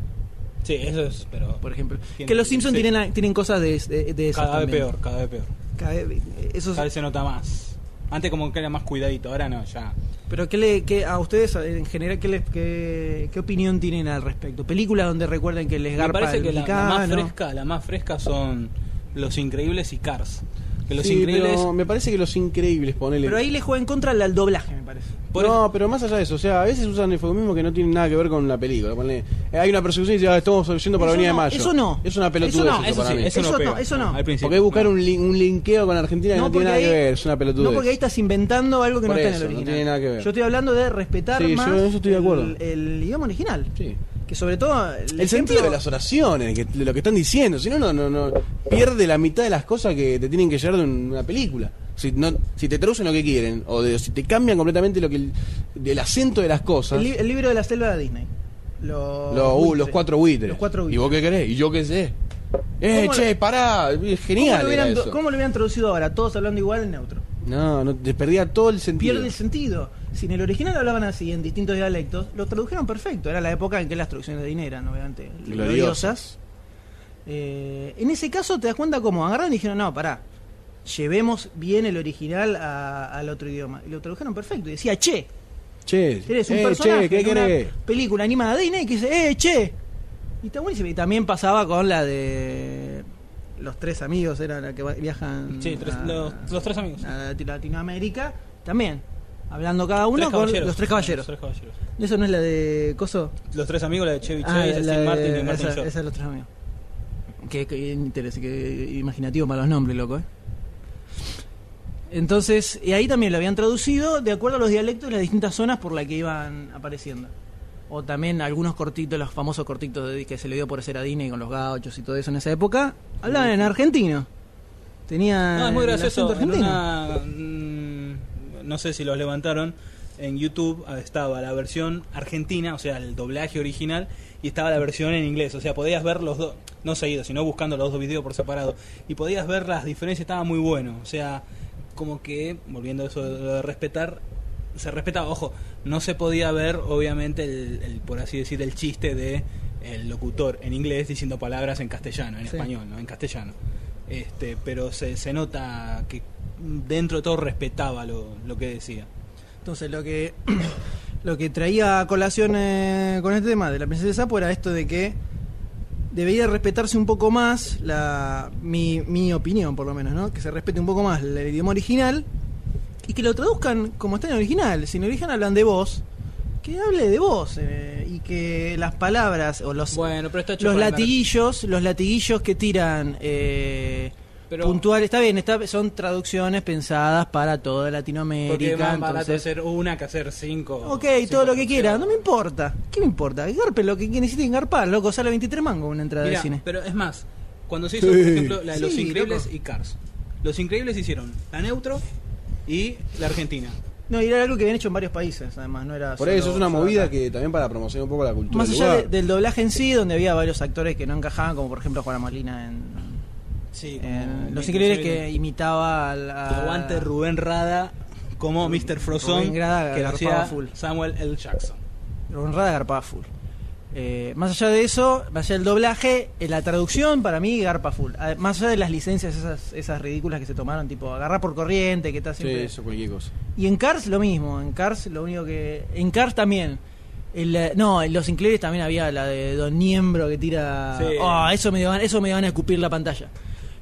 [SPEAKER 9] Sí, eso es, pero
[SPEAKER 2] por ejemplo.
[SPEAKER 9] Tiene-
[SPEAKER 2] que los Simpsons
[SPEAKER 9] sí.
[SPEAKER 2] tienen, tienen cosas de, de, de esas
[SPEAKER 9] cada vez
[SPEAKER 2] también.
[SPEAKER 9] peor, cada vez peor.
[SPEAKER 2] Cada vez- eso es-
[SPEAKER 9] Cada vez se nota más. Antes como que era más cuidadito, ahora no, ya.
[SPEAKER 2] pero ¿qué le, qué- a ustedes en general ¿qué, les, qué, qué opinión tienen al respecto? Películas donde recuerden que les
[SPEAKER 9] Me
[SPEAKER 2] garpa
[SPEAKER 9] parece
[SPEAKER 2] el
[SPEAKER 9] que la, la más
[SPEAKER 2] mexicano.
[SPEAKER 9] fresca, la más fresca son Los Increíbles y Cars. Que los
[SPEAKER 10] Sí,
[SPEAKER 9] Increíbles
[SPEAKER 10] pero me parece que los increíbles, ponele.
[SPEAKER 2] Pero ahí le juega en contra al al doblaje, me parece.
[SPEAKER 9] por
[SPEAKER 10] no, pero más allá de eso, o sea, a veces usan eufemismos que no tienen nada que ver con la película. ponele. Eh, hay una persecución y dicen, "Ah, estamos yendo para
[SPEAKER 2] Eso
[SPEAKER 10] Avenida
[SPEAKER 2] no,
[SPEAKER 10] de Mayo.
[SPEAKER 2] eso no.
[SPEAKER 10] Es una pelotudez.
[SPEAKER 2] Eso no,
[SPEAKER 10] eso
[SPEAKER 9] eso
[SPEAKER 10] para
[SPEAKER 9] sí,
[SPEAKER 10] mí.
[SPEAKER 9] eso,
[SPEAKER 2] Eso
[SPEAKER 9] no
[SPEAKER 2] no,
[SPEAKER 9] pega.
[SPEAKER 2] eso no.
[SPEAKER 9] al principio,
[SPEAKER 10] Porque hay buscar
[SPEAKER 9] no.
[SPEAKER 10] un, lin- un linkeo con Argentina que no, tiene nada
[SPEAKER 2] porque
[SPEAKER 10] que
[SPEAKER 2] ahí-
[SPEAKER 10] ver, es una pelotudez.
[SPEAKER 2] No, porque ahí estás inventando algo que
[SPEAKER 10] Por
[SPEAKER 2] no está en
[SPEAKER 10] eso,
[SPEAKER 2] el
[SPEAKER 10] no
[SPEAKER 2] original.
[SPEAKER 10] tiene nada que ver.
[SPEAKER 2] Yo estoy hablando de respetar
[SPEAKER 10] Sí, yo
[SPEAKER 2] más
[SPEAKER 10] en eso estoy de acuerdo.
[SPEAKER 2] El, el idioma original.
[SPEAKER 10] Sí.
[SPEAKER 2] Que sobre todo. El,
[SPEAKER 10] El,
[SPEAKER 2] ejemplo-
[SPEAKER 10] sentido de las oraciones, que- de lo que están diciendo, si no, no, no, no, pierde la mitad de las cosas que te tienen que llegar de un- una película. Si, no, si te traducen lo que quieren, o de- si te cambian completamente lo que el, del acento de las cosas,
[SPEAKER 2] El, li- el libro de la selva de Disney. Los,
[SPEAKER 10] los, uh,
[SPEAKER 2] buitres.
[SPEAKER 10] los cuatro buitres.
[SPEAKER 2] Los cuatro
[SPEAKER 10] ¿Y
[SPEAKER 2] buitres.
[SPEAKER 10] vos qué querés? ¿Y yo qué sé? Eh,
[SPEAKER 2] ¿Cómo
[SPEAKER 10] che,
[SPEAKER 2] lo-
[SPEAKER 10] pará,
[SPEAKER 2] ¿Cómo
[SPEAKER 10] genial.
[SPEAKER 2] lo,
[SPEAKER 10] era
[SPEAKER 2] hubieran,
[SPEAKER 10] eso.
[SPEAKER 2] cómo lo hubieran traducido ahora? Todos hablando igual en neutro.
[SPEAKER 10] No, no, te perdía todo el sentido.
[SPEAKER 2] Pierde el sentido. Si en el original hablaban así, en distintos dialectos, lo tradujeron perfecto. Era la época en que las traducciones de Disney eran, obviamente,
[SPEAKER 10] Gloriosas.
[SPEAKER 2] gloriosas. Eh, en ese caso, te das cuenta cómo agarraron y dijeron, no, pará, llevemos bien el original a- al otro idioma. Y lo tradujeron perfecto. Y decía, che,
[SPEAKER 10] Che,
[SPEAKER 2] eres un
[SPEAKER 10] eh,
[SPEAKER 2] personaje
[SPEAKER 10] che, ¿qué
[SPEAKER 2] de una
[SPEAKER 10] querés?
[SPEAKER 2] película animada de Disney que dice, eh, che. Y está buenísimo. Y también pasaba con la de... Los tres amigos era la que va- viajan
[SPEAKER 9] Sí, tres-
[SPEAKER 2] a-
[SPEAKER 9] los, los tres amigos.
[SPEAKER 2] a Latino- Latinoamérica, también. Hablando cada
[SPEAKER 9] Tres
[SPEAKER 2] uno con
[SPEAKER 9] caballeros.
[SPEAKER 2] los tres caballeros.
[SPEAKER 9] Los tres caballeros.
[SPEAKER 2] ¿Eso no es la de Coso?
[SPEAKER 9] Los tres amigos, la de Chevy
[SPEAKER 2] Ah,
[SPEAKER 9] Chase,
[SPEAKER 2] la
[SPEAKER 9] Steve
[SPEAKER 2] de-
[SPEAKER 9] Martin y Martin
[SPEAKER 2] esa,
[SPEAKER 9] Short.
[SPEAKER 2] esa es los tres amigos. Qué, qué interés, qué imaginativo para los nombres, loco, ¿eh? Entonces, y ahí también lo habían traducido de acuerdo a los dialectos de las distintas zonas por las que iban apareciendo. O también algunos cortitos, los famosos cortitos de- que se le dio por hacer a Disney con los gauchos y todo eso en esa época, hablaban en argentino. Tenía
[SPEAKER 9] No, es muy
[SPEAKER 2] el
[SPEAKER 9] gracioso.
[SPEAKER 2] acento
[SPEAKER 9] En
[SPEAKER 2] argentino.
[SPEAKER 9] una, mm, no sé si los levantaron. En YouTube ah, estaba la versión argentina, o sea, el doblaje original, y estaba la versión en inglés. O sea, podías ver los dos, no seguidos, sino buscando los dos videos por separado. Y podías ver las diferencias, estaba muy bueno. O sea, como que, volviendo a eso de, lo de respetar, se respetaba. Ojo, no se podía ver, obviamente, el, el, por así decir, el chiste de el locutor en inglés diciendo palabras en castellano, en
[SPEAKER 2] Sí.
[SPEAKER 9] español, ¿no? En castellano este pero se, se nota que dentro de todo respetaba lo, lo que decía
[SPEAKER 2] Entonces lo que *clears throat* lo que traía a colación eh, con este tema de la princesa sapo era esto de que debería respetarse un poco más la mi, mi opinión por lo menos, ¿no? Que se respete un poco más el, idioma original y que lo traduzcan como está en el original. Si en el original hablan de voz, que hable de voz eh, y que las palabras o los
[SPEAKER 9] bueno pero está
[SPEAKER 2] los latiguillos, los latiguillos que tiran eh, puntuales, está bien, está, son traducciones pensadas para toda
[SPEAKER 9] porque
[SPEAKER 2] Latinoamérica.
[SPEAKER 9] es más barato
[SPEAKER 2] entonces-
[SPEAKER 9] hacer una que hacer cinco
[SPEAKER 2] Ok,
[SPEAKER 9] cinco
[SPEAKER 2] todo lo que
[SPEAKER 9] opciones.
[SPEAKER 2] quiera, no me importa. ¿Qué me importa? Que Garpe lo que que necesiten garpar, loco, sale 23 mango una entrada
[SPEAKER 9] Mirá,
[SPEAKER 2] de cine.
[SPEAKER 9] pero es más cuando se hizo por ejemplo la de los
[SPEAKER 2] Sí,
[SPEAKER 9] increíbles
[SPEAKER 2] loco.
[SPEAKER 9] y cars los increíbles hicieron la neutro y la argentina
[SPEAKER 2] No, y era algo que habían hecho en varios países, además, no era
[SPEAKER 10] Por
[SPEAKER 2] solo-
[SPEAKER 10] eso es una
[SPEAKER 2] solo
[SPEAKER 10] movida
[SPEAKER 2] acá.
[SPEAKER 10] que también para promocionar un poco la cultura.
[SPEAKER 2] Más
[SPEAKER 10] del
[SPEAKER 2] allá de-
[SPEAKER 10] lugar.
[SPEAKER 2] del doblaje en sí, donde había varios actores que no encajaban, como por ejemplo Juana Molina en,
[SPEAKER 9] sí
[SPEAKER 2] en
[SPEAKER 9] como-
[SPEAKER 2] Los Increíbles, Eh, que imitaba al... a-
[SPEAKER 9] aguante Rubén Rada como Mr. Frozone
[SPEAKER 2] Rubén Rada
[SPEAKER 9] que lo
[SPEAKER 2] garpaba
[SPEAKER 9] hacía
[SPEAKER 2] full.
[SPEAKER 9] Samuel L. Jackson
[SPEAKER 2] Rubén Rada garpaba full. Eh, más allá de eso, más allá del doblaje, eh, la traducción para mí garpa full. A- Más allá de las licencias esas, esas ridículas que se tomaron, tipo agarrar por corriente, que está
[SPEAKER 10] Sí,
[SPEAKER 2] siempre...
[SPEAKER 10] eso, cualquier cosa.
[SPEAKER 2] Y en Cars lo mismo, en Cars lo único que... En Cars también. El, eh, no, en Los Increíbles también había la de Don Niembro que tira...
[SPEAKER 9] Sí.
[SPEAKER 2] Oh, eso me, van, eso me van a escupir la pantalla.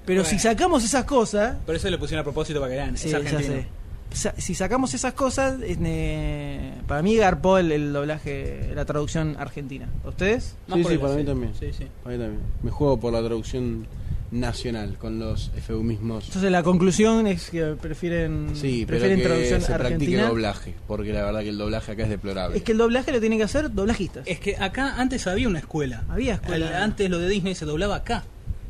[SPEAKER 2] Pero si
[SPEAKER 9] Bueno.
[SPEAKER 2] sacamos esas cosas...
[SPEAKER 9] Pero eso le pusieron a propósito para que vean,
[SPEAKER 2] Sí,
[SPEAKER 9] es
[SPEAKER 2] ya
[SPEAKER 9] argentino.
[SPEAKER 2] sé. Sa- Si sacamos esas cosas, es, eh, para mí garpó el, el doblaje, la traducción argentina. ¿A ¿Ustedes?
[SPEAKER 9] Más
[SPEAKER 10] Sí,
[SPEAKER 9] por
[SPEAKER 10] sí,
[SPEAKER 9] él,
[SPEAKER 10] para mí también.
[SPEAKER 9] Sí, sí.
[SPEAKER 10] A mí también. Me juego por la traducción nacional, con los eufemismos.
[SPEAKER 2] Entonces la conclusión es que prefieren,
[SPEAKER 10] Sí, pero
[SPEAKER 2] prefieren
[SPEAKER 10] que
[SPEAKER 2] traducción
[SPEAKER 10] se practique
[SPEAKER 2] argentina.
[SPEAKER 10] doblaje, porque la verdad que el doblaje acá es deplorable.
[SPEAKER 2] Es que el doblaje lo tienen que hacer doblajistas.
[SPEAKER 9] Es que acá antes había una escuela.
[SPEAKER 2] Había escuela.
[SPEAKER 9] El- antes lo de Disney se doblaba acá.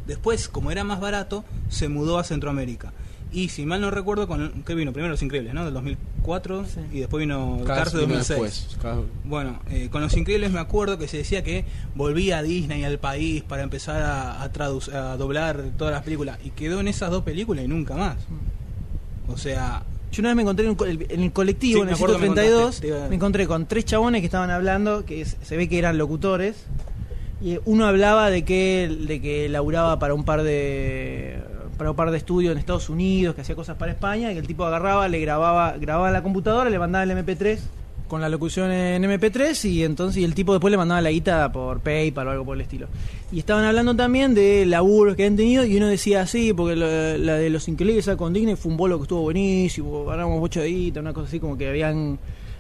[SPEAKER 9] Después, como era más barato, se mudó a Centroamérica. Y si mal no recuerdo, con ¿qué vino? Primero Los Increíbles, ¿no? Del 2004
[SPEAKER 2] Sí.
[SPEAKER 9] y después vino
[SPEAKER 10] Cada
[SPEAKER 9] Cars de
[SPEAKER 10] uno
[SPEAKER 9] 2006.
[SPEAKER 10] después, cada-
[SPEAKER 9] Bueno, eh, con Los Increíbles me acuerdo que se decía que volvía a Disney al país para empezar a, a, tradu- a doblar todas las películas. Y quedó en esas dos películas y nunca más. O sea,
[SPEAKER 2] Yo una vez me encontré en, un co- el- en el colectivo,
[SPEAKER 9] Sí,
[SPEAKER 2] en
[SPEAKER 9] me
[SPEAKER 2] el
[SPEAKER 9] acuerdo, me
[SPEAKER 2] 132,
[SPEAKER 9] contaste, te iba-
[SPEAKER 2] me encontré con tres chabones que estaban hablando, que es- se ve que eran locutores, Y uno hablaba de que, de que laburaba para un par de para un par de estudios en Estados Unidos, que hacía cosas para España, y que el tipo agarraba, le grababa, grababa en la computadora, le mandaba el MP3 con la locución en MP3 y entonces y el tipo después le mandaba la guita por PayPal o algo por el estilo. Y estaban hablando también de laburos que han tenido y uno decía así, porque la, la de los increíbles esa con Disney fue un bolo que estuvo buenísimo, ganamos mucho de guita, una cosa así como que habían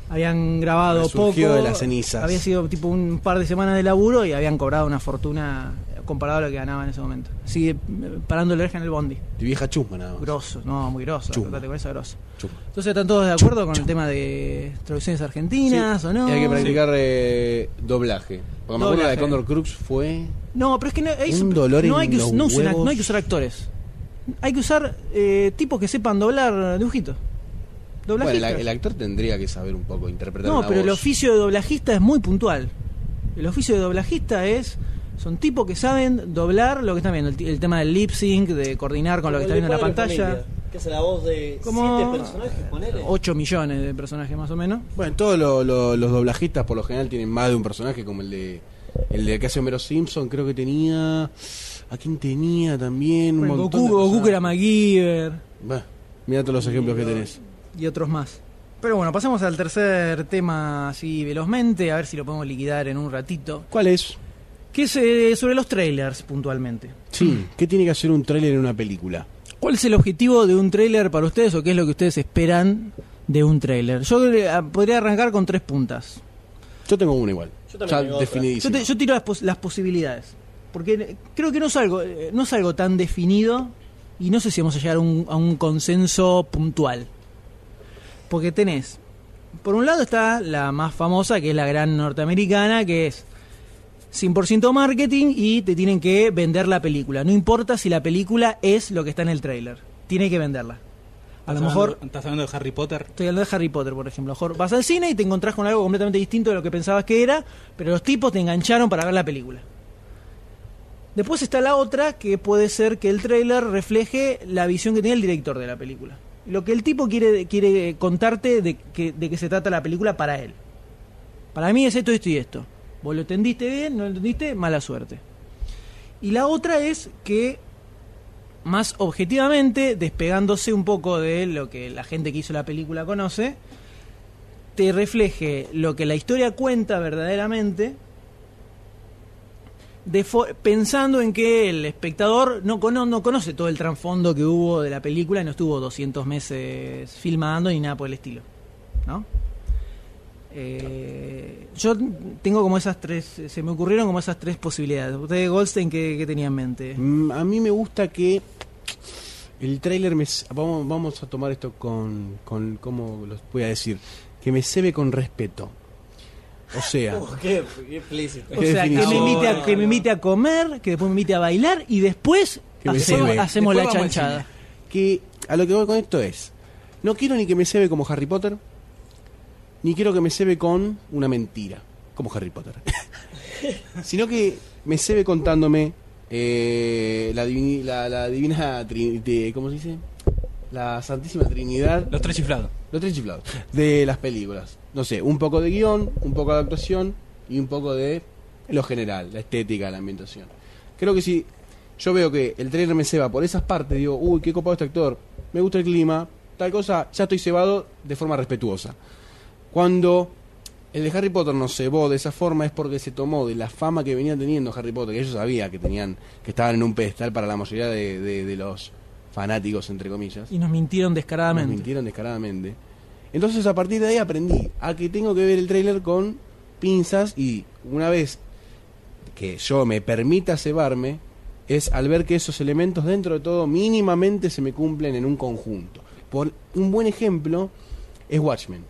[SPEAKER 2] habían grabado
[SPEAKER 10] Resurgió
[SPEAKER 2] poco.
[SPEAKER 10] de las cenizas.
[SPEAKER 2] Había sido tipo un par de semanas de laburo y habían cobrado una fortuna comparado a lo que ganaba en ese momento. Así eh, parando el oreja en el bondi.
[SPEAKER 10] Tu vieja chusma nada más.
[SPEAKER 2] Grosso, no, muy grosso,
[SPEAKER 10] Chuma.
[SPEAKER 2] acordate con esa grosso.
[SPEAKER 10] Chusma.
[SPEAKER 2] Entonces están todos de acuerdo con el tema de traducciones argentinas o no.
[SPEAKER 10] Y hay que practicar eh, doblaje. Porque me acuerdo la de
[SPEAKER 2] Doblaje.
[SPEAKER 10] Condor Crux fue.
[SPEAKER 2] No, pero es que no, ahí
[SPEAKER 10] Un
[SPEAKER 2] siempre-
[SPEAKER 10] dolor
[SPEAKER 2] no
[SPEAKER 10] en
[SPEAKER 2] hay que, us-
[SPEAKER 10] los
[SPEAKER 2] no, usen act-
[SPEAKER 10] huevos.
[SPEAKER 2] no hay que usar actores. Hay que usar eh, tipos que sepan doblar dibujitos.
[SPEAKER 10] Bueno, el,
[SPEAKER 2] Doblajistas.
[SPEAKER 10] el actor tendría que saber un poco interpretar.
[SPEAKER 2] no,
[SPEAKER 10] una
[SPEAKER 2] pero el
[SPEAKER 10] voz.
[SPEAKER 2] oficio de doblajista es muy puntual. El oficio de doblajista es. Son tipos que saben doblar lo que están viendo. El, t- el tema del lip sync, de coordinar con lo que está viendo en la pantalla.
[SPEAKER 12] Que hace la voz de
[SPEAKER 2] Como-
[SPEAKER 12] siete personajes, ponele.
[SPEAKER 2] 8 millones de personajes más o menos.
[SPEAKER 10] Bueno, todos lo- lo- los doblajistas por lo general tienen más de un personaje, como el de el de que hace Homero Simpson, creo que tenía. ¿A quién tenía también? Un
[SPEAKER 2] Bueno,
[SPEAKER 10] montón
[SPEAKER 2] Goku,
[SPEAKER 10] de
[SPEAKER 2] Goku que era
[SPEAKER 10] personajes.
[SPEAKER 2] MacGyver
[SPEAKER 10] Bah, Mira todos los ejemplos que tenés.
[SPEAKER 2] y otros más. Pero bueno, pasamos al tercer tema así velozmente, a ver si lo podemos liquidar en un ratito.
[SPEAKER 10] ¿Cuál es?
[SPEAKER 2] Que es eh, sobre los trailers puntualmente.
[SPEAKER 10] Sí. ¿Qué tiene que hacer un tráiler en una película?
[SPEAKER 2] ¿Cuál es el objetivo de un trailer para ustedes o qué es lo que ustedes esperan de un trailer? Yo eh, podría arrancar con tres puntas.
[SPEAKER 10] Yo tengo una igual.
[SPEAKER 12] Yo también
[SPEAKER 10] Ya
[SPEAKER 12] tengo otra.
[SPEAKER 2] Yo,
[SPEAKER 10] definidísima.
[SPEAKER 2] te- yo tiro las, pos- las posibilidades. Porque eh, creo que no es algo, eh, no es algo tan definido y no sé si vamos a llegar a un, a un consenso puntual. Porque tenés, por un lado está la más famosa, que es la gran norteamericana, que es 100% marketing y te tienen que vender la película. No importa si la película es lo que está en el tráiler. Tiene que venderla. A lo
[SPEAKER 9] ¿Estás
[SPEAKER 2] mejor
[SPEAKER 9] hablando- ¿Estás hablando de Harry Potter?
[SPEAKER 2] Estoy hablando de Harry Potter, por ejemplo. Jor- Vas al cine y te encontrás con algo completamente distinto de lo que pensabas que era, pero los tipos te engancharon para ver la película. Después está la otra que puede ser que el tráiler refleje la visión que tiene el director de la película. Lo que el tipo quiere, quiere contarte de que, de que se trata la película para él. Para mí es esto, esto y esto. Vos lo entendiste bien, no lo entendiste, mala suerte. Y la otra es que más objetivamente, despegándose un poco de lo que la gente que hizo la película conoce, te refleje lo que la historia cuenta verdaderamente, de fo- pensando en que el espectador no, cono- no conoce todo el trasfondo que hubo de la película y no estuvo 200 meses filmando ni nada por el estilo. ¿No? Eh, yo tengo como esas tres, se me ocurrieron como esas tres posibilidades. ¿Ustedes, Goldstein, qué, qué tenía en mente?
[SPEAKER 10] Mm, A mí me gusta que el tráiler me... s- Vamos, vamos a tomar esto con, con... ¿Cómo los voy a decir? Que me cebe con respeto. O
[SPEAKER 12] *laughs*
[SPEAKER 10] sea...
[SPEAKER 12] Uh, qué, qué explícito.
[SPEAKER 2] O sea, que me,
[SPEAKER 10] definición.
[SPEAKER 2] invite a,
[SPEAKER 12] No,
[SPEAKER 2] que me
[SPEAKER 12] no.
[SPEAKER 2] invite a comer, que después me invite a bailar y después
[SPEAKER 10] Que me
[SPEAKER 2] hacemos,
[SPEAKER 10] lleve.
[SPEAKER 2] hacemos
[SPEAKER 9] Después
[SPEAKER 2] la
[SPEAKER 9] vamos al
[SPEAKER 2] chanchada.
[SPEAKER 10] que a lo que voy con esto es, no quiero ni que me cebe como Harry Potter, ni quiero que me cebe con una mentira, como Harry Potter, *laughs* sino que me cebe contándome eh, la, divini- la- la divina Trinidad, ¿cómo se dice? La Santísima Trinidad,
[SPEAKER 9] Los tres chiflados.
[SPEAKER 10] los tres chiflados, de las películas. No sé, un poco de guión, un poco de actuación y un poco de lo general, la estética, la ambientación. Creo que si yo veo que el trailer me ceba por esas partes, digo, uy, qué copado este actor, me gusta el clima, tal cosa, ya estoy cebado de forma respetuosa. Cuando el de Harry Potter nos cebó de esa forma es porque se tomó de la fama que venía teniendo Harry Potter, que ellos sabían que tenían, que estaban en un pedestal para la mayoría de, de- de los fanáticos, entre comillas.
[SPEAKER 2] Y nos mintieron
[SPEAKER 10] Nos
[SPEAKER 2] descaradamente.
[SPEAKER 10] mintieron descaradamente. Entonces a partir de ahí aprendí a que tengo que ver el tráiler con pinzas y una vez que yo me permita cebarme es al ver que esos elementos dentro de todo mínimamente se me cumplen en un conjunto. Por un buen ejemplo es Watchmen.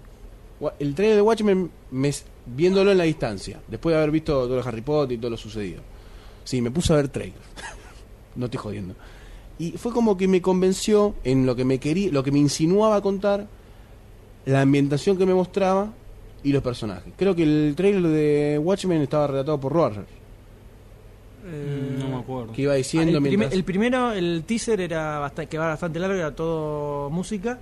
[SPEAKER 10] Wa- El trailer de Watchmen me, s- viéndolo en la distancia, después de haber visto todo el Harry Potter y todo lo sucedido. Sí, me puse a ver trailer. *laughs* no estoy jodiendo. Y fue como que me convenció en lo que me quería, lo que me insinuaba contar, la ambientación que me mostraba y los personajes. Creo que el trailer de Watchmen estaba relatado por Roger,
[SPEAKER 2] Eh,
[SPEAKER 9] No me acuerdo.
[SPEAKER 10] que iba
[SPEAKER 2] ah, el,
[SPEAKER 10] diciendo
[SPEAKER 2] prime-
[SPEAKER 10] mientras...
[SPEAKER 2] el primero, el teaser era basta- que va bastante largo, era todo música.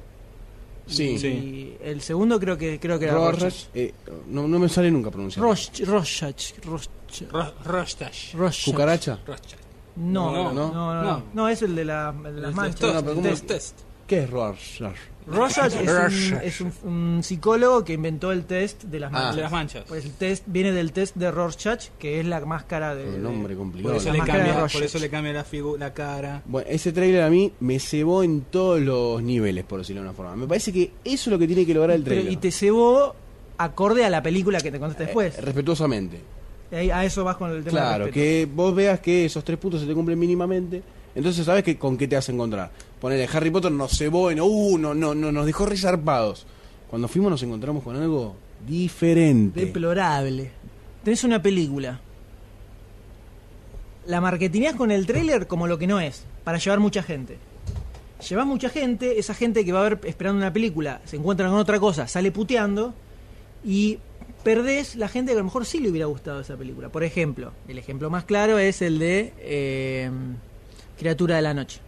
[SPEAKER 10] Sí.
[SPEAKER 2] Y
[SPEAKER 9] Sí.
[SPEAKER 2] el segundo creo que creo que era
[SPEAKER 10] Rorschach, eh, no, no me sale nunca pronunciar.
[SPEAKER 2] Rorschach. Rorschach, Rorschach,
[SPEAKER 9] Ro- Rostash.
[SPEAKER 2] Rush.
[SPEAKER 10] ¿Cucaracha?
[SPEAKER 9] Rostash.
[SPEAKER 2] No, no,
[SPEAKER 9] No,
[SPEAKER 2] no,
[SPEAKER 10] no,
[SPEAKER 2] no, no.
[SPEAKER 9] no.
[SPEAKER 2] es el de la, de las manchas.
[SPEAKER 9] Test,
[SPEAKER 10] No, pero ¿cómo-
[SPEAKER 9] test, test.
[SPEAKER 10] ¿Qué es Rush?
[SPEAKER 2] Rorschach es, un,
[SPEAKER 9] Rorschach.
[SPEAKER 2] es un- un psicólogo que inventó el test de las
[SPEAKER 10] Ah.
[SPEAKER 9] De Ah.
[SPEAKER 2] manchas.
[SPEAKER 9] las manchas.
[SPEAKER 2] Pues el test viene del test de Rorschach, que es la máscara de.
[SPEAKER 10] El nombre
[SPEAKER 9] Por
[SPEAKER 10] complicado.
[SPEAKER 9] eso,
[SPEAKER 2] la
[SPEAKER 9] le
[SPEAKER 2] máscara de
[SPEAKER 9] cambia,
[SPEAKER 2] Roger.
[SPEAKER 9] por eso le cambia la, figu- la cara.
[SPEAKER 10] Bueno, ese tráiler a mí me cebó en todos los niveles, por decirlo de una forma. Me parece que eso es lo que tiene que lograr el
[SPEAKER 2] Pero-
[SPEAKER 10] tráiler.
[SPEAKER 2] y te cebó acorde a la película que te contaste
[SPEAKER 10] Eh,
[SPEAKER 2] después.
[SPEAKER 10] respetuosamente.
[SPEAKER 2] Ahí- a eso vas con el tema del
[SPEAKER 10] Claro,
[SPEAKER 2] respeto.
[SPEAKER 10] que vos veas que esos tres puntos se te cumplen mínimamente. Entonces sabes que con qué te vas a encontrar. Ponele, Harry Potter nos cebó en uno, no, no, nos dejó resarpados. Cuando fuimos nos encontramos con algo diferente.
[SPEAKER 2] Deplorable. Tenés una película. La marketineás con el tráiler como lo que no es, para llevar mucha gente. Llevas mucha gente, esa gente que va a ver esperando una película, se encuentra con otra cosa, sale puteando y perdés la gente que a lo mejor sí le hubiera gustado esa película. Por ejemplo, el ejemplo más claro es el de eh, Criatura de la Noche,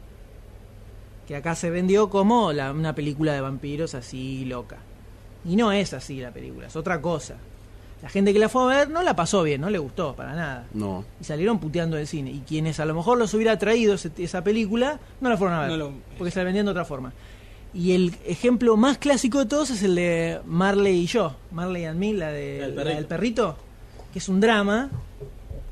[SPEAKER 2] que acá se vendió como la- una película de vampiros así loca. Y no es así la película, es otra cosa. La gente que la fue a ver no la pasó bien, no le gustó para nada.
[SPEAKER 10] No.
[SPEAKER 2] Y salieron puteando del cine. Y quienes a lo mejor los hubiera traído ese- esa película, no la fueron a ver.
[SPEAKER 9] No lo-
[SPEAKER 2] Porque se la vendían de otra forma. Y el ejemplo más clásico de todos es el de Marley y yo. Marley and Me, la, de,
[SPEAKER 9] El
[SPEAKER 2] la
[SPEAKER 9] perrito.
[SPEAKER 2] del perrito. Que es un drama.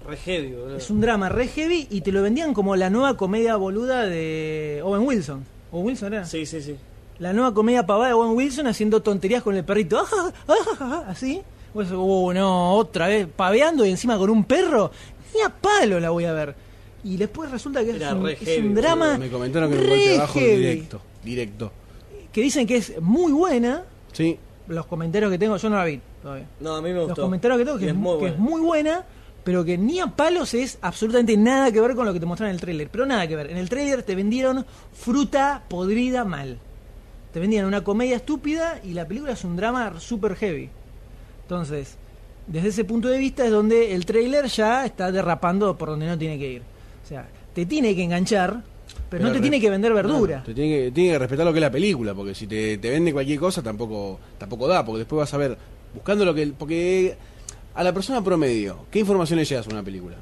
[SPEAKER 12] Re heavy, boludo.
[SPEAKER 2] Es un drama re heavy y te lo vendían como la nueva comedia boluda de Owen Wilson. ¿Owen Wilson era?
[SPEAKER 12] Sí, sí, sí.
[SPEAKER 2] La nueva comedia pavada de Owen Wilson haciendo tonterías con el perrito. Ah, Ajá, ajá, ajá, ah, Así. Vos decís, "Oh, no, otra vez paveando y encima con un perro. Ni a palo la voy a ver. Y después resulta que es
[SPEAKER 12] Era
[SPEAKER 2] un,
[SPEAKER 12] re
[SPEAKER 2] es un
[SPEAKER 12] heavy, boludo.
[SPEAKER 2] drama
[SPEAKER 10] Me comentaron que
[SPEAKER 2] re
[SPEAKER 10] me golpe bajo
[SPEAKER 2] heavy,
[SPEAKER 10] directo. Directo.
[SPEAKER 2] que dicen que es muy buena.
[SPEAKER 10] Sí.
[SPEAKER 2] Los comentarios que tengo, yo no la vi todavía.
[SPEAKER 12] No, a mí me gustó.
[SPEAKER 2] Los comentarios que tengo que,
[SPEAKER 12] Y
[SPEAKER 2] es,
[SPEAKER 12] muy
[SPEAKER 2] que es
[SPEAKER 12] buena.
[SPEAKER 2] muy buena, pero que ni a palos es absolutamente nada que ver con lo que te mostraron en el tráiler. Pero nada que ver. En el tráiler te vendieron fruta podrida mal. Te vendían una comedia estúpida y la película es un drama super heavy. Entonces, desde ese punto de vista es donde el tráiler ya está derrapando por donde no tiene que ir. O sea, te tiene que enganchar, pero, no te
[SPEAKER 10] re-
[SPEAKER 2] tiene que vender verdura.
[SPEAKER 10] Te tiene que, tiene que respetar lo que es la película, porque si te, te vende cualquier cosa tampoco tampoco da, porque después vas a ver buscando lo que porque a la persona promedio, ¿qué información le llegas a una película?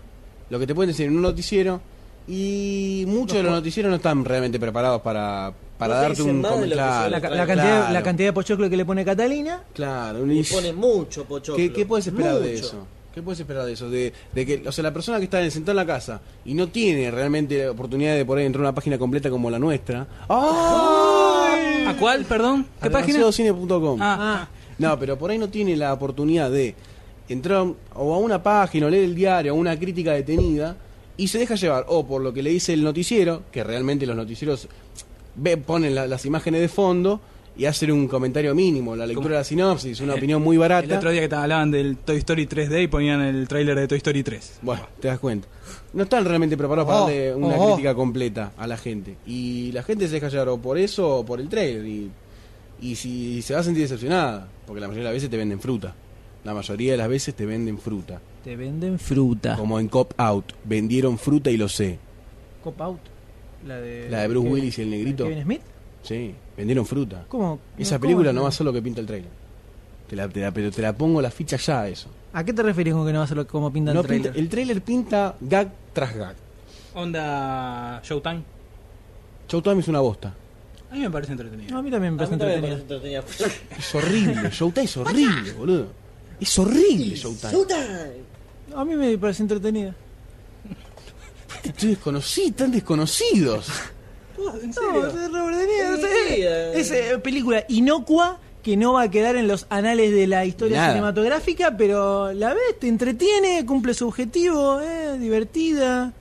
[SPEAKER 10] Lo que te pueden decir en un noticiero y muchos de los noticieros no están realmente preparados para, para
[SPEAKER 12] No te
[SPEAKER 10] darte
[SPEAKER 12] dicen
[SPEAKER 10] un
[SPEAKER 12] más de lo que
[SPEAKER 10] comentario.
[SPEAKER 12] son
[SPEAKER 2] la,
[SPEAKER 12] el
[SPEAKER 2] ca- la
[SPEAKER 12] tráiler,
[SPEAKER 2] cantidad,
[SPEAKER 10] claro,
[SPEAKER 2] la cantidad de pochoclo que le pone Catalina
[SPEAKER 10] claro, un-
[SPEAKER 12] Y pone mucho pochoclo.
[SPEAKER 10] ¿Qué, qué puedes esperar de
[SPEAKER 12] Mucho.
[SPEAKER 10] eso? ¿Qué puedes esperar de eso? De, de que, o sea, la persona que está sentada en la casa y no tiene realmente la oportunidad de poder entrar a una página completa como la nuestra. ¡Ay!
[SPEAKER 9] ¿A cuál, perdón? ¿Qué página?
[SPEAKER 10] Adelanceadocine.com.
[SPEAKER 9] Ah,
[SPEAKER 10] No, pero por ahí no tiene la oportunidad de entrar a un- o a una página o leer el diario o una crítica detenida y se deja llevar o por lo que le dice el noticiero, que realmente los noticieros ve- ponen la- las imágenes de fondo y hacen un comentario mínimo, la lectura de la sinopsis, una opinión muy barata.
[SPEAKER 9] Eh, el otro día que te hablaban del Toy Story 3D y ponían el tráiler de Toy Story 3.
[SPEAKER 10] Bueno, te das cuenta. No están realmente preparados para
[SPEAKER 1] Oh,
[SPEAKER 10] darle una
[SPEAKER 1] oh, oh.
[SPEAKER 10] crítica completa a la gente. Y la gente se deja llevar o por eso o por el trailer. Y, y si se va a sentir decepcionada, porque la mayoría de las veces te venden fruta. La mayoría de las veces te venden fruta.
[SPEAKER 2] te venden fruta.
[SPEAKER 10] Como en Cop Out, vendieron fruta y lo sé.
[SPEAKER 2] Cop Out. La de,
[SPEAKER 10] La de Bruce
[SPEAKER 2] Kevin-
[SPEAKER 10] Willis y el negrito.
[SPEAKER 2] Kevin Smith.
[SPEAKER 10] Sí, vendieron fruta.
[SPEAKER 2] ¿Cómo?
[SPEAKER 10] Esa
[SPEAKER 2] ¿Cómo?
[SPEAKER 10] película no va a ser lo que pinta el trailer. Te la, te la- pero te la pongo la ficha ya a eso.
[SPEAKER 2] ¿A qué te refieres con que no va a ser lo- como pinta
[SPEAKER 10] No
[SPEAKER 2] el
[SPEAKER 10] pinta-
[SPEAKER 2] trailer?
[SPEAKER 10] el trailer pinta gag tras gag.
[SPEAKER 9] Onda Showtime.
[SPEAKER 10] Showtime es una bosta.
[SPEAKER 9] A mí me parece entretenido.
[SPEAKER 2] No, a mí también me
[SPEAKER 12] A
[SPEAKER 2] parece
[SPEAKER 12] mí también me
[SPEAKER 2] entretenido.
[SPEAKER 12] parece entretenida.
[SPEAKER 10] Es horrible, Showtime es horrible, boludo. Es horrible Showtime.
[SPEAKER 2] A mí me parece entretenida.
[SPEAKER 10] Estoy desconocido, tan desconocidos.
[SPEAKER 9] ¿En
[SPEAKER 2] No, es Robert De Niro,
[SPEAKER 12] Sí,
[SPEAKER 2] es-
[SPEAKER 12] sí, eh.
[SPEAKER 2] Es eh, película inocua que no va a quedar en los anales de la historia
[SPEAKER 10] Nada.
[SPEAKER 2] cinematográfica, pero la ves, te entretiene, cumple su objetivo, eh, divertida.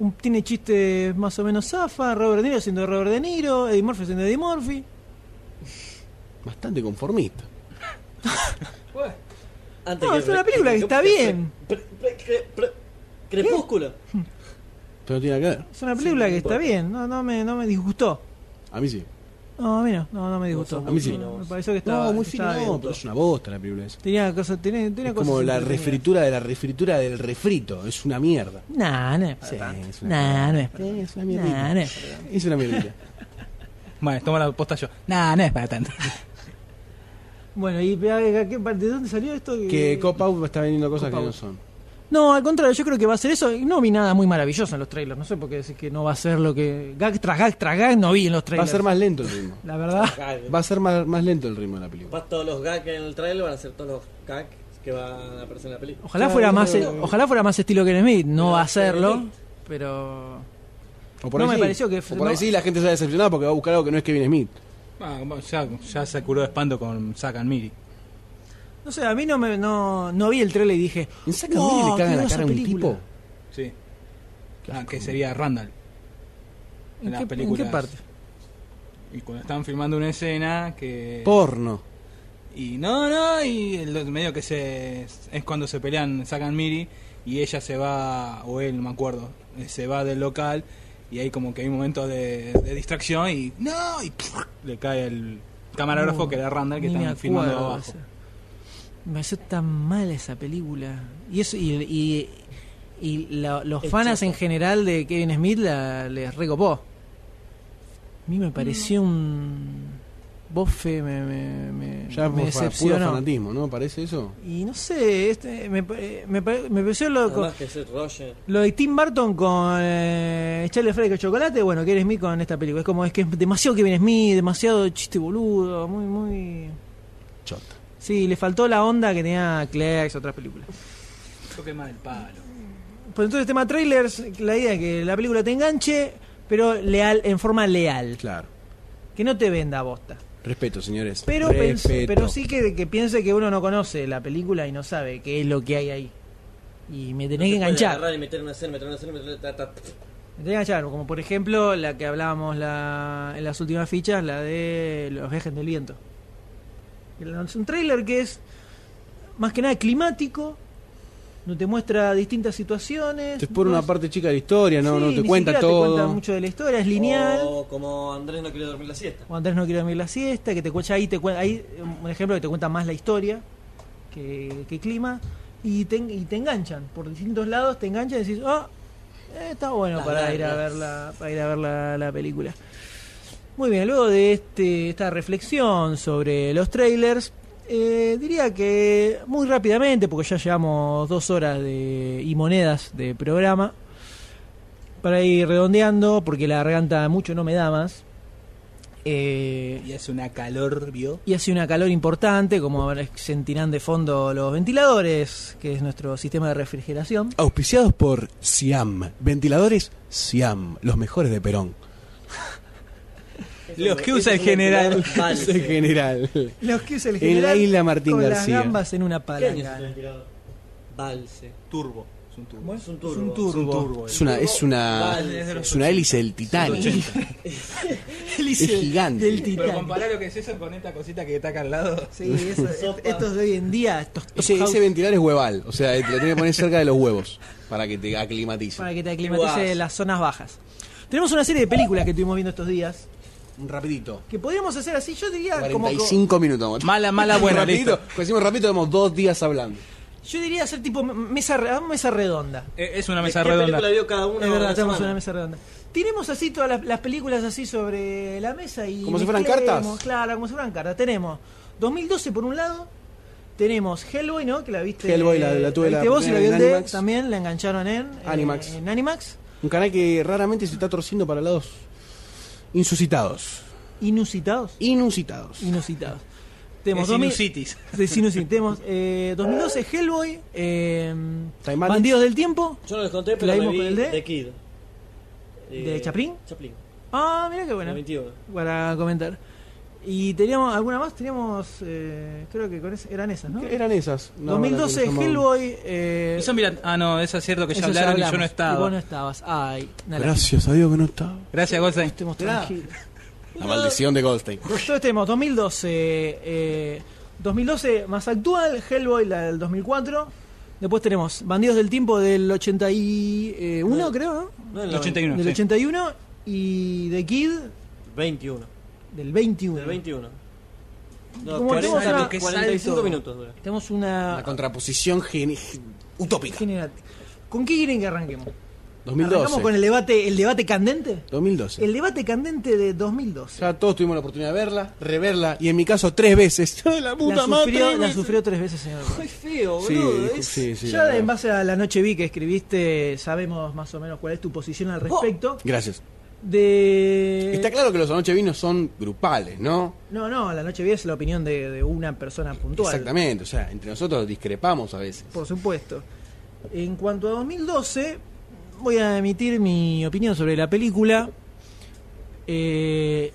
[SPEAKER 2] un- tiene chistes más o menos zafa. Robert De Niro siendo Robert De Niro, Eddie Murphy siendo Eddie Murphy.
[SPEAKER 10] Bastante conformista.
[SPEAKER 12] Antes
[SPEAKER 2] No,
[SPEAKER 12] que-
[SPEAKER 2] es una película que está bien.
[SPEAKER 12] Pre- pre- cre- pre- Crepúsculo.
[SPEAKER 10] Pero no tiene nada que ver.
[SPEAKER 2] Es una película que está bien, no, no, me, no me disgustó.
[SPEAKER 10] A mí sí.
[SPEAKER 2] No, a mí no, no, no me disgustó.
[SPEAKER 10] A mí sí.
[SPEAKER 2] No, Me pareció que estaba,
[SPEAKER 10] no, muy
[SPEAKER 2] que
[SPEAKER 10] fino,
[SPEAKER 2] estaba
[SPEAKER 10] no,
[SPEAKER 2] bien.
[SPEAKER 10] pero es una bosta la película esa.
[SPEAKER 2] Tenía cosas, tenía, tenía
[SPEAKER 10] Es
[SPEAKER 2] cosas
[SPEAKER 10] como la
[SPEAKER 2] entretenidas.
[SPEAKER 10] refritura de la refritura del refrito. Es una mierda.
[SPEAKER 2] Nah, no es para
[SPEAKER 10] Sí,
[SPEAKER 2] tanto.
[SPEAKER 10] Ah, es una
[SPEAKER 2] Nah, no es para
[SPEAKER 10] Sí, es una
[SPEAKER 2] tanto. Nah,
[SPEAKER 10] mierdita.
[SPEAKER 2] no es para tanto.
[SPEAKER 10] Es
[SPEAKER 2] *laughs*
[SPEAKER 10] una mierdita.
[SPEAKER 9] Bueno, toma la posta yo. Nah, no es para *laughs* tanto.
[SPEAKER 2] Bueno, ¿y a- a qué- ¿de dónde salió esto?
[SPEAKER 10] que Cop Out está vendiendo cosas
[SPEAKER 2] Cop
[SPEAKER 10] que no
[SPEAKER 2] Out.
[SPEAKER 10] son.
[SPEAKER 2] No, al contrario, yo creo que va a ser eso. Y no vi nada muy maravilloso en los trailers. No sé por qué decís que no va a ser lo que. Gag tras gag tras gag no vi en los
[SPEAKER 10] Va a
[SPEAKER 2] trailers.
[SPEAKER 10] ser más lento el ritmo.
[SPEAKER 2] La verdad.
[SPEAKER 10] Va a ser más, más lento el ritmo de la película.
[SPEAKER 12] Capaz todos los gags en el trailer van a ser todos los gags que van a aparecer en la película.
[SPEAKER 2] Ojalá fuera más, e- ojalá fuera más estilo que Smith. No va a serlo, pero.
[SPEAKER 10] O por
[SPEAKER 2] No
[SPEAKER 10] ahí
[SPEAKER 2] me
[SPEAKER 10] sí.
[SPEAKER 2] pareció que-
[SPEAKER 10] O por ahí
[SPEAKER 2] no.
[SPEAKER 10] sí la gente se ha decepcionado porque va a buscar algo que no es Kevin Smith.
[SPEAKER 9] Ah, bueno, ya, ya se curó de espanto con Zack and Miri.
[SPEAKER 2] No sé, a mí no me, no, no vi el trailer y dije.
[SPEAKER 10] ¿En Zack
[SPEAKER 2] "Wow,
[SPEAKER 10] Miri le
[SPEAKER 2] qué
[SPEAKER 10] cagan la
[SPEAKER 2] grosa
[SPEAKER 10] cara a un
[SPEAKER 2] película".
[SPEAKER 10] tipo?
[SPEAKER 9] Sí. Ah, que sería Randall.
[SPEAKER 2] ¿En,
[SPEAKER 9] en las
[SPEAKER 2] qué, en
[SPEAKER 9] películas.
[SPEAKER 2] qué parte?
[SPEAKER 9] Y cuando estaban filmando una escena que...
[SPEAKER 10] Porno.
[SPEAKER 9] Y no, no, y el- medio que se... Es cuando se pelean Zack and Miri y ella se va, o él, no me acuerdo, eh, se va del local y hay como que hay un momento de, de distracción y... No, y le cae el camarógrafo
[SPEAKER 2] No,
[SPEAKER 9] que era Randall que
[SPEAKER 2] ni me
[SPEAKER 9] están filmando
[SPEAKER 2] acuerdo de
[SPEAKER 9] abajo.
[SPEAKER 2] esa. Me pareció tan mal esa película. Y eso, y, y, y la- los
[SPEAKER 12] El
[SPEAKER 2] fans
[SPEAKER 12] chico.
[SPEAKER 2] en general de Kevin Smith la, les recopó. A mí me pareció un bofe, me, me, me, me
[SPEAKER 10] Ya por fa- puro
[SPEAKER 2] decepcionó.
[SPEAKER 10] fanatismo, ¿no? ¿Parece eso?
[SPEAKER 2] Y no sé, este, me, pa- me, pa- me pareció lo,
[SPEAKER 12] Además que es Roger.
[SPEAKER 2] lo de Tim Burton con eh, Charlie Fry con chocolate, bueno, Kevin Smith con esta película. Es como es que es demasiado Kevin Smith, demasiado chiste boludo, muy, muy.
[SPEAKER 10] Chota.
[SPEAKER 2] Sí, le faltó la onda que tenía Clex, otras películas.
[SPEAKER 9] Toque más del palo.
[SPEAKER 2] Pues entonces, tema trailers, la idea es que la película te enganche, pero leal, en forma leal.
[SPEAKER 10] Claro.
[SPEAKER 2] Que no te venda bosta.
[SPEAKER 10] Respeto, señores.
[SPEAKER 2] Pero, pens-
[SPEAKER 10] Respeto.
[SPEAKER 2] pero sí que, que piense que uno no conoce la película y no sabe qué es lo que hay ahí. Y me tenés que
[SPEAKER 12] No te pueden
[SPEAKER 2] enganchar.
[SPEAKER 12] agarrar y meter una escena, meter una escena, meter una ta, ta.
[SPEAKER 2] Me tenés que enganchar. Como por ejemplo la que hablábamos la- en las últimas fichas, la de Los Viajes del Viento. Es un trailer que es más que nada climático. No te muestra distintas situaciones.
[SPEAKER 10] Te expone una
[SPEAKER 2] no-
[SPEAKER 10] parte chica de la historia, no,
[SPEAKER 2] Sí,
[SPEAKER 10] no
[SPEAKER 2] ni
[SPEAKER 10] te cuenta
[SPEAKER 2] siquiera
[SPEAKER 10] todo. Oh.
[SPEAKER 2] Te cuenta mucho de la historia, es lineal.
[SPEAKER 12] O como Andrés no quiere dormir la siesta.
[SPEAKER 2] O Andrés no quiere dormir la siesta, que te cuenta ahí, te cuen- ahí um, un ejemplo que te cuenta más la historia que, que clima. Y te, en- y te enganchan, por distintos lados te enganchan y decís, oh, eh, está bueno
[SPEAKER 12] Las
[SPEAKER 2] para ir a
[SPEAKER 12] ganas.
[SPEAKER 2] ver la, para ir a ver la, la película. Muy bien, luego de este, esta reflexión sobre los trailers, eh, diría que muy rápidamente, porque ya llevamos dos horas de, y monedas de programa, para ir redondeando, porque la garganta mucho no me da más. Eh,
[SPEAKER 9] Y hace una calor, vio.
[SPEAKER 2] y hace una calor importante, como ahora sentirán de fondo los ventiladores, que es nuestro sistema de refrigeración.
[SPEAKER 10] Auspiciados por Siam. Ventiladores Siam. Los mejores de Perón.
[SPEAKER 9] Los que usa el general.
[SPEAKER 12] Vale,
[SPEAKER 10] Es el
[SPEAKER 12] sí.
[SPEAKER 10] general.
[SPEAKER 2] Los que es el
[SPEAKER 10] En la isla Martín
[SPEAKER 2] con
[SPEAKER 10] García.
[SPEAKER 2] las gambas en una
[SPEAKER 12] ¿Qué año es
[SPEAKER 2] palanca.
[SPEAKER 12] el ventilador? Valse.
[SPEAKER 9] Turbo. Es un turbo.
[SPEAKER 12] Es un
[SPEAKER 2] Es
[SPEAKER 12] turbo.
[SPEAKER 2] un turbo. *laughs*
[SPEAKER 10] Es una, es una,
[SPEAKER 12] Vale, es de los
[SPEAKER 10] es una hélice del Titanic.
[SPEAKER 9] 80.
[SPEAKER 2] Hélice
[SPEAKER 10] Es gigante.
[SPEAKER 2] Del
[SPEAKER 9] Pero
[SPEAKER 2] Titanic.
[SPEAKER 9] compará lo que es eso con esta cosita que está acá al lado.
[SPEAKER 2] Sí, eso- est- estos de hoy en día, estos top
[SPEAKER 10] Ese,
[SPEAKER 2] house,
[SPEAKER 10] ese ventilador es hueval. O sea, te lo tiene que poner cerca de los huevos para que te aclimatice.
[SPEAKER 2] para que te aclimatice
[SPEAKER 12] Guas.
[SPEAKER 2] las zonas bajas. Tenemos una serie de películas que estuvimos viendo estos días,
[SPEAKER 10] Rapidito.
[SPEAKER 2] que podríamos hacer así, yo diría como... co-
[SPEAKER 10] 45
[SPEAKER 9] *laughs*
[SPEAKER 10] minutos.
[SPEAKER 9] Mala, *laughs* mala, buena,
[SPEAKER 10] rapidito,
[SPEAKER 9] listo.
[SPEAKER 10] pues decimos rapidito, tenemos dos días hablando.
[SPEAKER 2] Yo diría hacer tipo mesa, re- hagamos mesa redonda.
[SPEAKER 9] Eh, Es una
[SPEAKER 12] ¿De
[SPEAKER 9] mesa
[SPEAKER 12] qué
[SPEAKER 9] redonda.
[SPEAKER 12] película vio cada uno?
[SPEAKER 2] Es verdad,
[SPEAKER 12] una
[SPEAKER 2] estamos en
[SPEAKER 12] semana?
[SPEAKER 2] una mesa redonda. Tiremos así todas las, las películas así sobre la mesa y.
[SPEAKER 10] ¿Como si fueran
[SPEAKER 2] mezclemos,
[SPEAKER 10] cartas?
[SPEAKER 2] Claro, como si fueran cartas. Tenemos 2012 por un lado. Tenemos Hellboy, ¿no? Que la viste.
[SPEAKER 10] Hellboy, la- la tuve la
[SPEAKER 2] viste vos y la
[SPEAKER 10] oportunidad
[SPEAKER 2] vio
[SPEAKER 10] en
[SPEAKER 2] el D,
[SPEAKER 10] Animax.
[SPEAKER 2] también. La engancharon en. eh,
[SPEAKER 10] Animax.
[SPEAKER 2] en Animax.
[SPEAKER 10] Un canal que raramente se está torciendo para lados insuscitados.
[SPEAKER 2] Inusitados.
[SPEAKER 10] Inusitados.
[SPEAKER 2] Inusitados.
[SPEAKER 9] Es
[SPEAKER 2] Tenemos 2000
[SPEAKER 9] sinusitis.
[SPEAKER 2] de sinusitis. Tenemos eh, 2012 Hellboy. eh,
[SPEAKER 10] Time Bandits.
[SPEAKER 2] Bandidos del Tiempo.
[SPEAKER 12] Yo no les conté,
[SPEAKER 2] ¿La
[SPEAKER 12] pero me
[SPEAKER 2] vimos
[SPEAKER 12] vi
[SPEAKER 2] con el D?
[SPEAKER 12] The Kid. Eh,
[SPEAKER 2] ¿De Chaplin?
[SPEAKER 12] Chaplin,
[SPEAKER 2] Ah, mira qué bueno.
[SPEAKER 12] la 21.
[SPEAKER 2] para comentar. Y teníamos alguna más, teníamos, eh, creo que con ese- eran esas, ¿no?
[SPEAKER 10] ¿Qué eran esas? No, no,
[SPEAKER 2] 2012,
[SPEAKER 10] no, no, no.
[SPEAKER 2] Hellboy. Eh,
[SPEAKER 9] Eso, mira, ah, no, es cierto que ya
[SPEAKER 2] eso
[SPEAKER 9] hablaron y yo no
[SPEAKER 2] hablamos. Y
[SPEAKER 9] estaba.
[SPEAKER 2] vos no estabas. Ay, una lástima.
[SPEAKER 10] Gracias a Dios que no estaba.
[SPEAKER 9] Gracias, Goldstein.
[SPEAKER 2] Estemos tranquilos.
[SPEAKER 10] La maldición de Goldstein.
[SPEAKER 2] Entonces tenemos 2012, eh, 2012 más actual, Hellboy la del 2004. Después tenemos Bandidos del Tiempo del 81,
[SPEAKER 12] No.
[SPEAKER 2] creo, ¿no?
[SPEAKER 12] No, en
[SPEAKER 9] El
[SPEAKER 12] la
[SPEAKER 9] 81,
[SPEAKER 2] Del
[SPEAKER 9] sí.
[SPEAKER 2] 81 y The Kid
[SPEAKER 12] 21.
[SPEAKER 2] del 21.
[SPEAKER 12] Del 21. No,
[SPEAKER 2] Como
[SPEAKER 12] cuarenta-
[SPEAKER 2] tenemos una-
[SPEAKER 9] que
[SPEAKER 12] 45
[SPEAKER 9] salto.
[SPEAKER 12] minutos dura.
[SPEAKER 2] Tenemos una
[SPEAKER 10] La contraposición gen- utópica.
[SPEAKER 2] Generati. ¿Con qué quieren que arranquemos?
[SPEAKER 3] 2012.
[SPEAKER 2] Arrancamos con el debate, el debate candente.
[SPEAKER 3] 2012.
[SPEAKER 2] El debate candente de 2012.
[SPEAKER 3] Ya todos tuvimos la oportunidad de verla, reverla y en mi caso
[SPEAKER 2] *laughs*
[SPEAKER 3] tres veces. la puta
[SPEAKER 2] La
[SPEAKER 3] madre!
[SPEAKER 2] sufrió,
[SPEAKER 3] tres
[SPEAKER 2] la
[SPEAKER 3] veces.
[SPEAKER 2] sufrió tres veces, señor.
[SPEAKER 12] Qué feo,
[SPEAKER 3] Sí,
[SPEAKER 12] boludo.
[SPEAKER 3] ju-
[SPEAKER 12] es-
[SPEAKER 3] sí, sí, la
[SPEAKER 2] ya
[SPEAKER 3] verdad.
[SPEAKER 2] en base a la noche vi que escribiste, sabemos más o menos cuál es tu posición al respecto.
[SPEAKER 3] Gracias.
[SPEAKER 2] De.
[SPEAKER 3] Está claro que los anoche vinos son grupales, ¿no?
[SPEAKER 2] No, no, la noche vi es la opinión de, de una persona puntual.
[SPEAKER 3] Exactamente, o sea, entre nosotros discrepamos a veces.
[SPEAKER 2] Por supuesto. En cuanto a 2012, voy a emitir mi opinión sobre la película. Eh,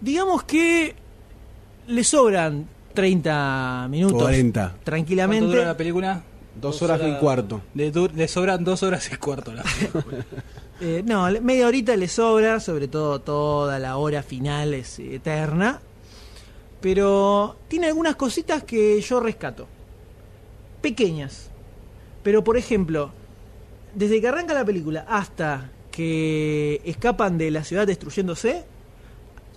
[SPEAKER 2] digamos que le sobran 30 minutos.
[SPEAKER 3] 40.
[SPEAKER 9] ¿Cuánto dura
[SPEAKER 2] Tranquilamente.
[SPEAKER 9] la película?
[SPEAKER 3] Dos horas y un cuarto.
[SPEAKER 9] Le, du- le sobran dos horas y cuarto. La
[SPEAKER 2] Eh, no, le- media horita le sobra, sobre todo toda la hora final es eterna. Pero tiene algunas cositas que yo rescato. Pequeñas. Pero por ejemplo, desde que arranca la película hasta que escapan de la ciudad destruyéndose,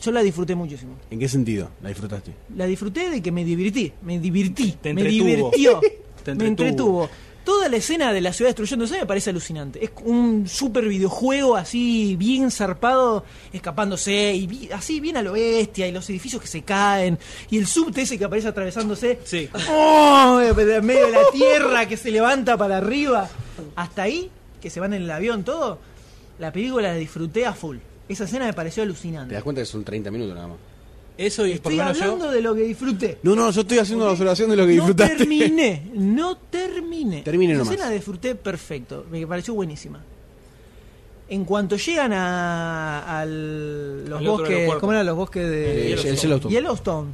[SPEAKER 2] yo la disfruté muchísimo.
[SPEAKER 3] ¿En qué sentido la disfrutaste?
[SPEAKER 2] La disfruté de que me divertí, me divertí,
[SPEAKER 9] Te
[SPEAKER 2] me
[SPEAKER 9] entretuvo. *laughs*
[SPEAKER 2] divirtió,
[SPEAKER 9] Te
[SPEAKER 2] me
[SPEAKER 9] entretuvo.
[SPEAKER 2] entretuvo. Toda la escena de la ciudad destruyéndose me parece alucinante. Es un super videojuego así, bien zarpado, escapándose, y vi- así bien a lo bestia, y los edificios que se caen, y el subte ese que aparece atravesándose,
[SPEAKER 9] Sí.
[SPEAKER 2] ¡Oh! en medio de la tierra que se levanta para arriba. Hasta ahí, que se van en el avión, todo, la película la disfruté a full. Esa escena me pareció
[SPEAKER 3] Te
[SPEAKER 2] alucinante.
[SPEAKER 3] das cuenta que son 30 minutos nada más.
[SPEAKER 9] Eso y por
[SPEAKER 2] Estoy
[SPEAKER 9] lo menos
[SPEAKER 2] hablando
[SPEAKER 9] yo.
[SPEAKER 2] de lo que disfruté.
[SPEAKER 3] No, no, yo estoy haciendo la observación de lo
[SPEAKER 2] No
[SPEAKER 3] que disfrutaste.
[SPEAKER 2] terminé, no terminé.
[SPEAKER 3] Termine
[SPEAKER 2] La
[SPEAKER 3] nomás.
[SPEAKER 2] escena disfruté perfecto, me pareció buenísima. En cuanto llegan a al, los
[SPEAKER 9] Al otro
[SPEAKER 2] bosques,
[SPEAKER 9] aeropuerto.
[SPEAKER 2] ¿cómo eran los bosques de
[SPEAKER 3] Eh, el Yellowstone.
[SPEAKER 2] Yellowstone?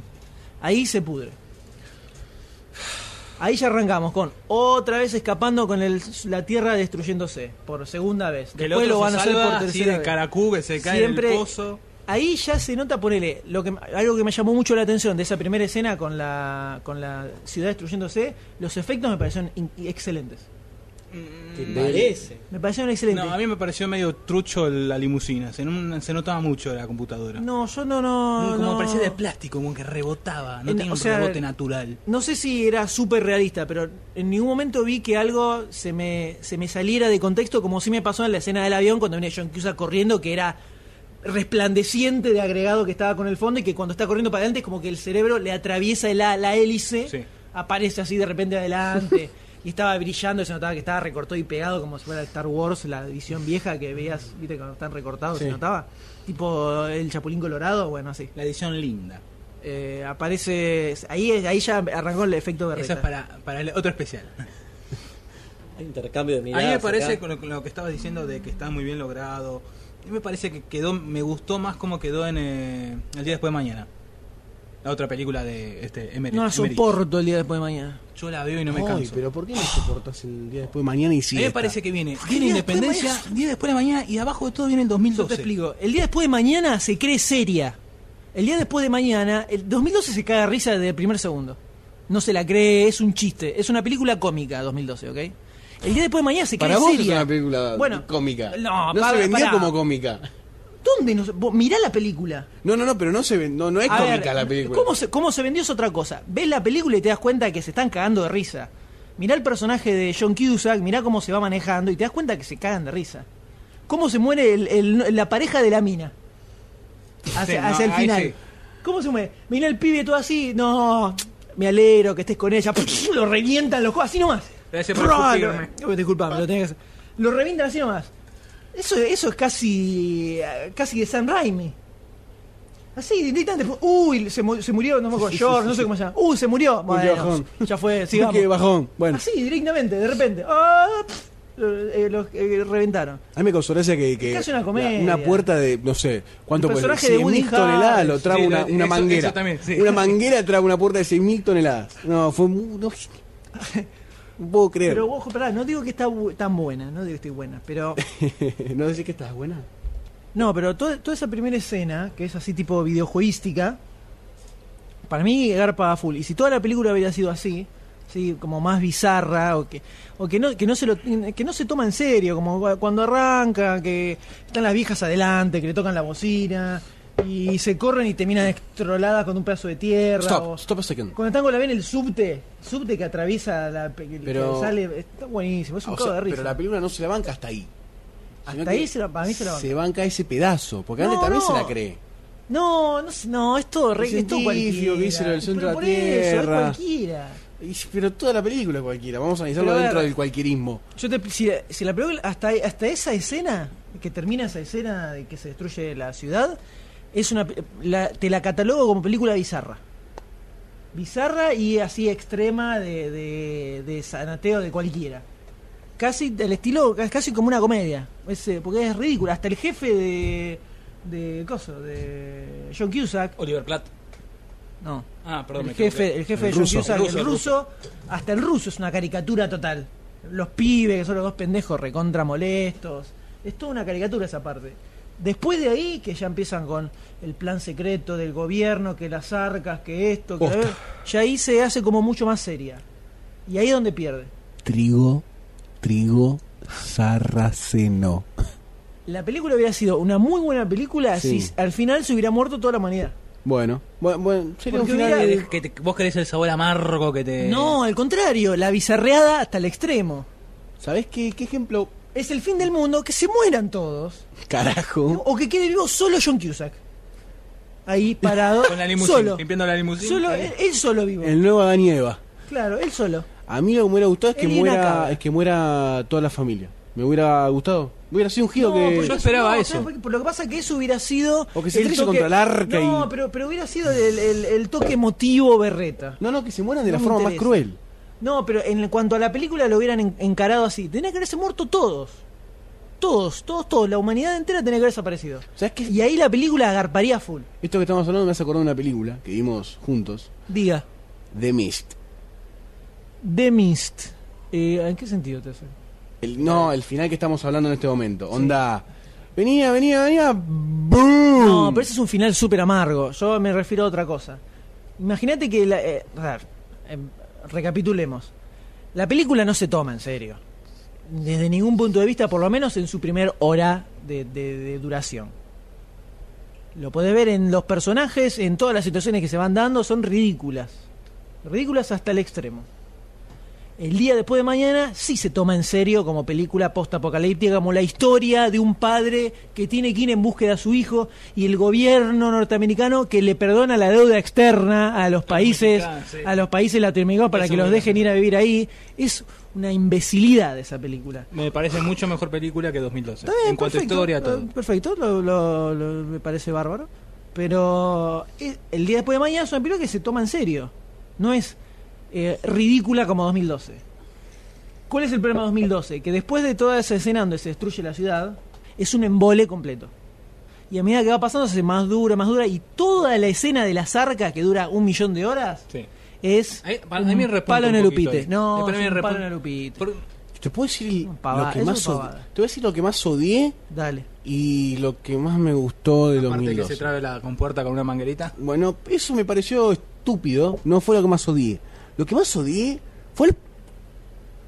[SPEAKER 2] Ahí se pudre. Ahí ya arrancamos con otra vez escapando con el- la tierra destruyéndose por segunda vez.
[SPEAKER 9] Que el
[SPEAKER 2] Después
[SPEAKER 9] otro
[SPEAKER 2] lo van
[SPEAKER 9] se
[SPEAKER 2] a hacer
[SPEAKER 9] salva,
[SPEAKER 2] por
[SPEAKER 9] así
[SPEAKER 2] tercera
[SPEAKER 9] de
[SPEAKER 2] vez.
[SPEAKER 9] Caracú que se cae en
[SPEAKER 2] Siempre-
[SPEAKER 9] el pozo.
[SPEAKER 2] Ahí ya se nota, ponele, lo que, algo que me llamó mucho la atención de esa primera escena con la, con la ciudad destruyéndose, los efectos me parecieron in- excelentes.
[SPEAKER 12] Parece.
[SPEAKER 2] Me parecieron excelentes.
[SPEAKER 9] No, a mí me pareció medio trucho la limusina. Se, no- se notaba mucho la computadora.
[SPEAKER 2] No, yo no, no,
[SPEAKER 9] como
[SPEAKER 2] no.
[SPEAKER 9] parecía de plástico, como que rebotaba. No
[SPEAKER 2] En-
[SPEAKER 9] tenía
[SPEAKER 2] o
[SPEAKER 9] un
[SPEAKER 2] sea,
[SPEAKER 9] rebote natural.
[SPEAKER 2] No sé si era súper realista, pero en ningún momento vi que algo se me, se me saliera de contexto, como sí me pasó en la escena del avión cuando venía John Cusack corriendo, que era resplandeciente de agregado que estaba con el fondo y que cuando está corriendo para adelante es como que el cerebro le atraviesa la, la hélice,
[SPEAKER 9] Sí.
[SPEAKER 2] aparece así de repente adelante *laughs* y estaba brillando y se notaba que estaba recortado y pegado como si fuera Star Wars, la edición vieja que veías, viste, cuando están recortados, se notaba, tipo el Chapulín Colorado, bueno, así.
[SPEAKER 9] La edición linda.
[SPEAKER 2] Eh, aparece. Ahí, ahí ya arrancó el efecto
[SPEAKER 9] Esa
[SPEAKER 2] berreta.
[SPEAKER 9] es para, para el otro especial.
[SPEAKER 12] Hay intercambio de
[SPEAKER 9] A
[SPEAKER 12] miradas.
[SPEAKER 9] mí me parece
[SPEAKER 12] acá.
[SPEAKER 9] con lo, con lo que estabas diciendo de que está muy bien logrado. A mí me parece que quedó, me gustó más como quedó en eh, El día después de mañana. La otra película de este Emery.
[SPEAKER 2] No soporto el día después de mañana.
[SPEAKER 9] Yo la veo y no me
[SPEAKER 3] Ay,
[SPEAKER 9] canso.
[SPEAKER 3] pero ¿por qué no soportás el día *laughs* después de mañana y
[SPEAKER 9] A
[SPEAKER 3] sí?
[SPEAKER 9] mí me parece que viene,
[SPEAKER 2] Porque
[SPEAKER 9] viene
[SPEAKER 2] día después de
[SPEAKER 9] Independencia, día después de mañana y abajo de todo viene el
[SPEAKER 2] Yo te
[SPEAKER 9] 2012.
[SPEAKER 2] explico. El día después de mañana se cree seria. El día después de mañana, el 2012 se cae de risa desde el primer segundo. No se la cree, es un chiste. Es una película cómica, 2012, ¿ok? El día después de mañana se cree
[SPEAKER 3] Para vos es
[SPEAKER 2] seria.
[SPEAKER 3] una película
[SPEAKER 2] Bueno,
[SPEAKER 3] cómica.
[SPEAKER 2] no,
[SPEAKER 3] no
[SPEAKER 2] para-
[SPEAKER 3] se vendía
[SPEAKER 2] para.
[SPEAKER 3] como cómica.
[SPEAKER 2] ¿Dónde nos.? vos mirá la película.
[SPEAKER 3] No, no, no, pero no se ven- no, no es
[SPEAKER 2] A
[SPEAKER 3] cómica
[SPEAKER 2] ver,
[SPEAKER 3] la película.
[SPEAKER 2] ¿cómo se, cómo se vendió es otra cosa. Ves la película y te das cuenta que se están cagando de risa. Mirá el personaje de John Cusack, mirá cómo se va manejando y te das cuenta que se cagan de risa. Cómo se muere el- el- la pareja de la mina. Hacia,
[SPEAKER 9] Sí, no,
[SPEAKER 2] hacia el
[SPEAKER 9] ahí
[SPEAKER 2] final.
[SPEAKER 9] sí.
[SPEAKER 2] ¿Cómo se muere? Mirá el pibe todo así. No, me alegro que estés con ella. *laughs* Lo revientan los ojos, así nomás.
[SPEAKER 9] Gracias por
[SPEAKER 2] Pro-
[SPEAKER 9] discutirme.
[SPEAKER 2] lo- Disculpame, lo tenía que hacer. Lo revientan así nomás. Eso, eso es casi, casi de San Raimi. Así, directamente. Uy, se, mu- se murió, no me acuerdo, George, no sé cómo se llama. Uy, se murió. Bueno,
[SPEAKER 3] bajón.
[SPEAKER 2] ya fue,
[SPEAKER 3] Sí,
[SPEAKER 2] sigamos.
[SPEAKER 3] qué bajón. Bueno,
[SPEAKER 2] Así, directamente, de repente. Ah, pf, lo- eh, los eh, reventaron.
[SPEAKER 3] a mí me causó gracia que, que
[SPEAKER 2] Es casi una
[SPEAKER 3] la-
[SPEAKER 2] comedia.
[SPEAKER 3] una puerta de, no sé, ¿cuánto
[SPEAKER 2] El
[SPEAKER 3] puede ser?
[SPEAKER 2] personaje de
[SPEAKER 3] 100.000
[SPEAKER 2] Woody
[SPEAKER 3] toneladas
[SPEAKER 2] Harrelson.
[SPEAKER 3] lo traba
[SPEAKER 9] Sí,
[SPEAKER 3] una,
[SPEAKER 9] lo-
[SPEAKER 3] una
[SPEAKER 9] eso-
[SPEAKER 3] manguera.
[SPEAKER 9] eso también, sí.
[SPEAKER 3] Una manguera traba una puerta de 6.000 toneladas. No, fue muy... No,
[SPEAKER 2] *laughs*
[SPEAKER 3] no puedo creer. *laughs*
[SPEAKER 2] Pero ojo, pará, no digo que está bu- tan buena, no digo que esté buena, pero.
[SPEAKER 3] ¿No decís que estás buena?
[SPEAKER 2] No, pero to- toda esa primera escena, que es así tipo videojueguística, para mí garpa a full. Y si toda la película hubiera sido así, sí, como más bizarra, o que, o que no, que no se lo, que no se toma en serio, como cu- cuando arranca, que están las viejas adelante, que le tocan la bocina, y se corren y terminan estroladas con un pedazo de tierra. o-
[SPEAKER 10] Stop, stop a second.
[SPEAKER 2] Cuando están con la ven el subte, subte que atraviesa la pe- que
[SPEAKER 10] Pero-
[SPEAKER 2] sale, está buenísimo, es un
[SPEAKER 10] Ah, o
[SPEAKER 2] cago
[SPEAKER 10] sea,
[SPEAKER 2] de risa.
[SPEAKER 10] pero la película no se la banca hasta ahí. Sino
[SPEAKER 2] Hasta ahí
[SPEAKER 10] que
[SPEAKER 2] se la, para mí se la banca.
[SPEAKER 10] banca ese pedazo, porque
[SPEAKER 2] No,
[SPEAKER 10] antes también
[SPEAKER 2] no.
[SPEAKER 10] se la cree.
[SPEAKER 2] No, no, sé, no, es todo re,
[SPEAKER 10] El
[SPEAKER 2] es todo cualquiera.
[SPEAKER 10] científico que hizo el centro
[SPEAKER 2] Pero
[SPEAKER 10] de
[SPEAKER 2] por
[SPEAKER 10] la
[SPEAKER 2] eso, es
[SPEAKER 10] Tierra.
[SPEAKER 2] cualquiera.
[SPEAKER 10] Y- pero toda la película es cualquiera, vamos a analizarlo
[SPEAKER 2] Pero a ver.
[SPEAKER 10] dentro del cualquierismo.
[SPEAKER 2] Yo te, si, si la película, hasta, hasta esa escena, que termina esa escena de que se destruye la ciudad, es una pe- la- te la catalogo como película bizarra. Bizarra y así extrema de, de, de sanateo de cualquiera. Casi del estilo, ca- casi como una comedia. Es, eh, porque es ridícula. Hasta el jefe de. de. coso, de. John Cusack.
[SPEAKER 9] Oliver Platt.
[SPEAKER 2] No.
[SPEAKER 9] Ah, perdón,
[SPEAKER 2] El
[SPEAKER 9] me equivoqué.
[SPEAKER 2] jefe, el jefe
[SPEAKER 10] El
[SPEAKER 2] de John
[SPEAKER 10] ruso.
[SPEAKER 2] Cusack,
[SPEAKER 9] El
[SPEAKER 2] el
[SPEAKER 9] ruso,
[SPEAKER 2] ruso,
[SPEAKER 9] el
[SPEAKER 2] hasta el ruso es una caricatura total. Los pibes, que son los dos pendejos recontra molestos. Es toda una caricatura esa parte. Después de ahí, que ya empiezan con el plan secreto del gobierno, que las arcas, que esto, que
[SPEAKER 10] Posta.
[SPEAKER 2] ya ahí se hace como mucho más seria. Y ahí es donde pierde.
[SPEAKER 10] Trigo, trigo sarraceno.
[SPEAKER 2] La película hubiera sido una muy buena película
[SPEAKER 10] Sí.
[SPEAKER 2] si al final se hubiera muerto toda la humanidad.
[SPEAKER 10] Bueno, bueno, bueno, sería un
[SPEAKER 2] Porque
[SPEAKER 10] final
[SPEAKER 2] hubiera-
[SPEAKER 10] de-
[SPEAKER 9] Que te- vos querés el sabor amargo que te.
[SPEAKER 2] No, al contrario, la bizarreada hasta el extremo.
[SPEAKER 10] ¿Sabés qué, qué ejemplo?
[SPEAKER 2] Es el fin del mundo, que se mueran todos.
[SPEAKER 10] Carajo.
[SPEAKER 2] O que quede vivo solo John Cusack. Ahí parado.
[SPEAKER 9] *laughs* Con la limusina,
[SPEAKER 2] solo.
[SPEAKER 9] limpiando la limusina.
[SPEAKER 2] Solo, él, él solo vivo.
[SPEAKER 10] El nuevo Adán y Eva.
[SPEAKER 2] Claro, él solo.
[SPEAKER 10] A mí lo que me hubiera gustado es que
[SPEAKER 2] Él y una
[SPEAKER 10] muera
[SPEAKER 2] cabra.
[SPEAKER 10] es que muera toda la familia. Me hubiera gustado. Me hubiera sido un giro
[SPEAKER 2] No,
[SPEAKER 10] que
[SPEAKER 2] porque-
[SPEAKER 9] pues yo esperaba
[SPEAKER 2] no,
[SPEAKER 9] eso.
[SPEAKER 2] ¿sabes por qué? Por lo que pasa que eso hubiera sido.
[SPEAKER 10] O que se estrelle contra el arca
[SPEAKER 2] No,
[SPEAKER 10] y-
[SPEAKER 2] pero, pero hubiera sido el, el- el toque emotivo berreta.
[SPEAKER 10] No, no, que se mueran de
[SPEAKER 2] No
[SPEAKER 10] la
[SPEAKER 2] me
[SPEAKER 10] forma más
[SPEAKER 2] interesa.
[SPEAKER 10] cruel.
[SPEAKER 2] No, pero en cuanto a la película lo hubieran en- encarado así. Tenía que haberse muerto todos. Todos, todos, todos. La humanidad entera tenía que haber desaparecido.
[SPEAKER 10] ¿Sabes qué?
[SPEAKER 2] Y ahí la película agarparía full.
[SPEAKER 10] Esto que estamos hablando me hace acordar de una película que vimos juntos,
[SPEAKER 2] Diga,
[SPEAKER 10] The Mist.
[SPEAKER 2] The Mist. Eh, ¿En qué sentido te hace?
[SPEAKER 10] El- no, el final que estamos hablando en este momento. Onda. Venía, venía, venía. ¡Boom!
[SPEAKER 2] No, pero ese es un final súper amargo. Yo me refiero a otra cosa. Imagínate que. La, eh, a ver, em, recapitulemos. La película no se toma en serio. Desde ningún punto de vista, por lo menos en su primer hora de, de- de duración. Lo podés ver en los personajes, en todas las situaciones que se van dando, son ridículas. Ridículas hasta el extremo. El día después de mañana sí se toma en serio como película postapocalíptica, como la historia de un padre que tiene que ir en búsqueda a su hijo y el gobierno norteamericano que le perdona la deuda externa a los países,
[SPEAKER 9] Latinoamericanos, sí.
[SPEAKER 2] a los países latinoamericanos para
[SPEAKER 9] Eso
[SPEAKER 2] que
[SPEAKER 9] me
[SPEAKER 2] los
[SPEAKER 9] encanta.
[SPEAKER 2] dejen ir a vivir ahí. Es una imbecilidad esa película.
[SPEAKER 9] Me parece mucho mejor película que 2012.
[SPEAKER 2] Está bien,
[SPEAKER 9] en cuanto a
[SPEAKER 2] perfecto,
[SPEAKER 9] historia,
[SPEAKER 2] eh,
[SPEAKER 9] todo.
[SPEAKER 2] Perfecto, lo- lo- lo- me parece bárbaro. Pero eh, el día después de mañana es una película que se toma en serio. No es eh, ridícula como 2012. ¿Cuál es el problema de 2012? Que después de toda esa escena donde se destruye la ciudad, es un embole completo. Y a medida que va pasando se hace más dura, más dura. Y toda la escena de las arcas, que dura un millón de horas,
[SPEAKER 9] Sí.
[SPEAKER 2] es
[SPEAKER 9] Ahí- para-
[SPEAKER 2] un
[SPEAKER 9] ahí me repunta
[SPEAKER 2] palo
[SPEAKER 9] un
[SPEAKER 2] en el
[SPEAKER 9] poquito
[SPEAKER 2] upite.
[SPEAKER 9] ahí.
[SPEAKER 2] No,
[SPEAKER 9] Ahí para
[SPEAKER 2] es
[SPEAKER 9] mí me
[SPEAKER 2] un palo en
[SPEAKER 9] repunta-
[SPEAKER 2] el upite.
[SPEAKER 9] Por-
[SPEAKER 10] Te puedo decir el-
[SPEAKER 2] Pavada,
[SPEAKER 10] lo que
[SPEAKER 2] es
[SPEAKER 10] más
[SPEAKER 2] una
[SPEAKER 10] odi-
[SPEAKER 2] pavada.
[SPEAKER 10] Te voy a decir lo que más odié
[SPEAKER 2] Dale.
[SPEAKER 10] y lo que más me gustó
[SPEAKER 9] Aparte
[SPEAKER 10] de
[SPEAKER 9] que se
[SPEAKER 10] 2012.
[SPEAKER 9] trabe la compuerta con una manguerita.
[SPEAKER 10] Bueno, eso me pareció estúpido. No fue lo que más odié. Lo que más odié fue el-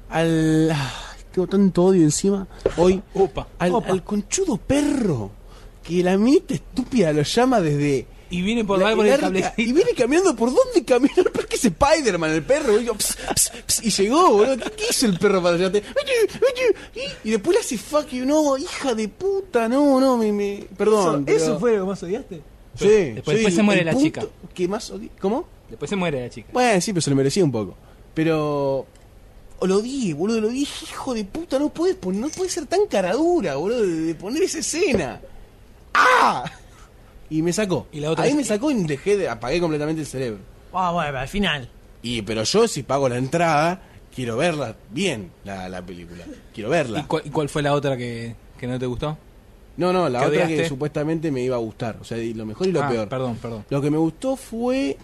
[SPEAKER 10] al. ah, Tengo tanto odio encima. Hoy.
[SPEAKER 9] Opa.
[SPEAKER 10] Al,
[SPEAKER 2] Opa.
[SPEAKER 10] al conchudo perro. Que la minita estúpida lo llama desde.
[SPEAKER 9] Y viene por
[SPEAKER 10] la-
[SPEAKER 9] Pues algo
[SPEAKER 10] el
[SPEAKER 9] el
[SPEAKER 10] arca,
[SPEAKER 9] cablecito.
[SPEAKER 10] y viene caminando por dónde caminó *laughs* el parque es Spider-Man, el perro. boludo. Ps, ps, ps, y llegó, boludo. ¿Qué, qué hizo el perro para llevarte? Y, y después le hace fuck you, no, hija de puta, no, no, me. me- perdón.
[SPEAKER 2] Eso- eso
[SPEAKER 10] pero-
[SPEAKER 2] fue lo que más odiaste.
[SPEAKER 10] Sí,
[SPEAKER 9] Después- después se muere
[SPEAKER 10] el
[SPEAKER 9] la
[SPEAKER 10] punto
[SPEAKER 9] chica.
[SPEAKER 10] que más odi- ¿Cómo?
[SPEAKER 9] Después se muere la chica.
[SPEAKER 10] Bueno, sí, pero se lo merecía un poco. Pero. o Lo di, boludo, lo di, hijo de puta, no puedes poner, no puedes ser tan caradura, boludo, de, de poner esa escena. ¡Ah! Y me sacó.
[SPEAKER 9] Y la otra
[SPEAKER 10] Ahí
[SPEAKER 9] es-
[SPEAKER 10] me sacó y dejé de, apagué completamente el cerebro.
[SPEAKER 2] Ah, bueno, al final.
[SPEAKER 10] Y pero yo si pago la entrada, quiero verla bien, la, la película. Quiero
[SPEAKER 9] ¿Y
[SPEAKER 10] verla.
[SPEAKER 9] cuál, y cuál fue la otra que, que no te gustó?
[SPEAKER 10] No, no, la
[SPEAKER 9] ¿Qué
[SPEAKER 10] otra que
[SPEAKER 9] odiaste?
[SPEAKER 10] supuestamente me iba a gustar. O sea, di lo mejor y lo
[SPEAKER 9] Ah,
[SPEAKER 10] peor.
[SPEAKER 9] Perdón, perdón.
[SPEAKER 10] Lo que me gustó fue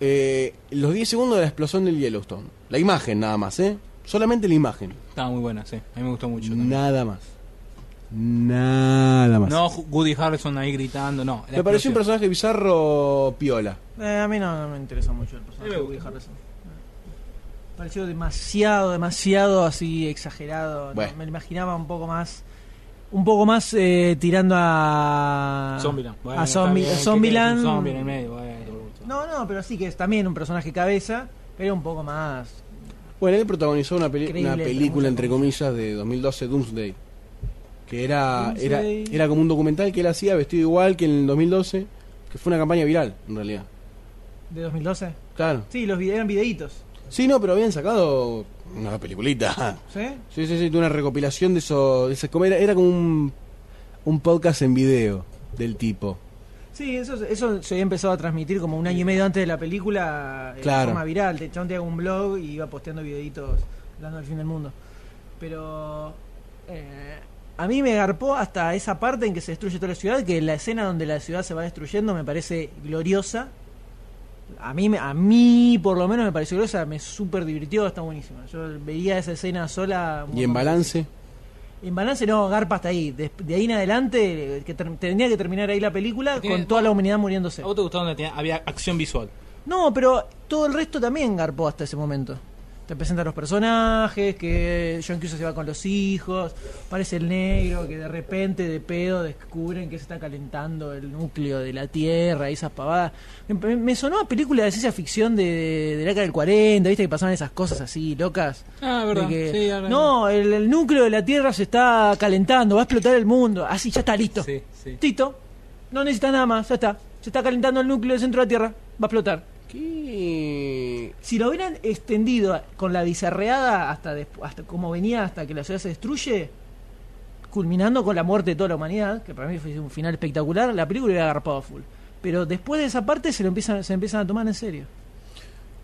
[SPEAKER 10] eh, los 10 segundos de la explosión del Yellowstone. La imagen nada más, ¿eh? Solamente la imagen.
[SPEAKER 9] Estaba muy buena, sí. A mí me gustó mucho. también.
[SPEAKER 10] Nada más. Nada más.
[SPEAKER 9] No, Woody Harrison ahí gritando, no. la
[SPEAKER 10] me
[SPEAKER 9] explosión.
[SPEAKER 10] pareció un personaje bizarro piola.
[SPEAKER 2] Eh, a mí no, no me interesa mucho el personaje
[SPEAKER 9] A mí
[SPEAKER 2] de
[SPEAKER 9] me
[SPEAKER 2] Woody
[SPEAKER 9] gusta.
[SPEAKER 2] Harrelson. Me Pareció demasiado, demasiado así exagerado. ¿no?
[SPEAKER 10] Bueno.
[SPEAKER 2] Me lo imaginaba un poco más un poco más eh, tirando a.
[SPEAKER 9] Zombieland. Bueno,
[SPEAKER 2] a
[SPEAKER 9] está
[SPEAKER 2] Zombi-
[SPEAKER 9] bien, ¿qué
[SPEAKER 2] Zombieland.
[SPEAKER 9] querés? Un zombie en el medio, bueno.
[SPEAKER 2] No, no, pero sí que es también un personaje cabeza, pero un poco más.
[SPEAKER 10] Bueno, él protagonizó una, peli-
[SPEAKER 2] Increíble,
[SPEAKER 10] una
[SPEAKER 2] pero
[SPEAKER 10] película,
[SPEAKER 2] mucho
[SPEAKER 10] entre comillas, de 2012, Doomsday. Que era, era,
[SPEAKER 2] Doomsday.
[SPEAKER 10] era como un documental que él hacía vestido igual que en el 2012, que fue una campaña viral, en realidad.
[SPEAKER 2] ¿De 2012?
[SPEAKER 10] Claro.
[SPEAKER 2] Sí, los vide- eran videitos.
[SPEAKER 10] Sí, no, pero habían sacado una peliculita.
[SPEAKER 2] ¿Sí?
[SPEAKER 10] Sí, sí, sí, de una recopilación de eso. de esas- como era, era como un, un podcast en video del tipo.
[SPEAKER 2] Sí, eso, eso se había empezado a transmitir como un año y medio antes de la película eh, de
[SPEAKER 10] Claro.
[SPEAKER 2] forma viral. Te chabón tenía un blog y iba posteando videitos hablando del fin del mundo. Pero eh, a mí me garpó hasta esa parte en que se destruye toda la ciudad, que la escena donde la ciudad se va destruyendo me parece gloriosa. A mí, me- a mí por lo menos me pareció gloriosa, me súper divirtió, está buenísima. Yo veía esa escena sola. un
[SPEAKER 10] Y en
[SPEAKER 2] montón de veces.
[SPEAKER 10] balance,
[SPEAKER 2] En balance no, Garpa hasta ahí. De, de ahí en adelante, eh, que ter- tendría que terminar ahí la película
[SPEAKER 9] Tiene-
[SPEAKER 2] con toda la humanidad muriéndose.
[SPEAKER 9] ¿A vos te gustó donde tenía- había acción visual?
[SPEAKER 2] No, pero todo el resto también garpó hasta ese momento. Te presentan los personajes, que John Cusack se va con los hijos, parece el negro, que de repente de pedo descubren que se está calentando el núcleo de la Tierra y esas pavadas. Me, me- me sonó a película de ciencia ficción de, de la década del 40, viste que pasaban esas cosas así, locas.
[SPEAKER 9] Ah, verdad.
[SPEAKER 2] De que,
[SPEAKER 9] Sí, ahora-
[SPEAKER 2] no, el, el núcleo de la Tierra se está calentando, va a explotar el mundo. Así, ya está listo.
[SPEAKER 9] Sí, sí.
[SPEAKER 2] Tito, no necesitas nada más, ya está. Se está calentando el núcleo del centro de la Tierra, va a explotar.
[SPEAKER 10] ¿qué?
[SPEAKER 2] Si lo hubieran extendido con la bizarreada hasta, despu- hasta como venía, hasta que la ciudad se destruye, culminando con la muerte de toda la humanidad, que para mí fue un final espectacular, la película hubiera agarpado a full. Pero después de esa parte se lo empiezan, se empiezan a tomar en serio.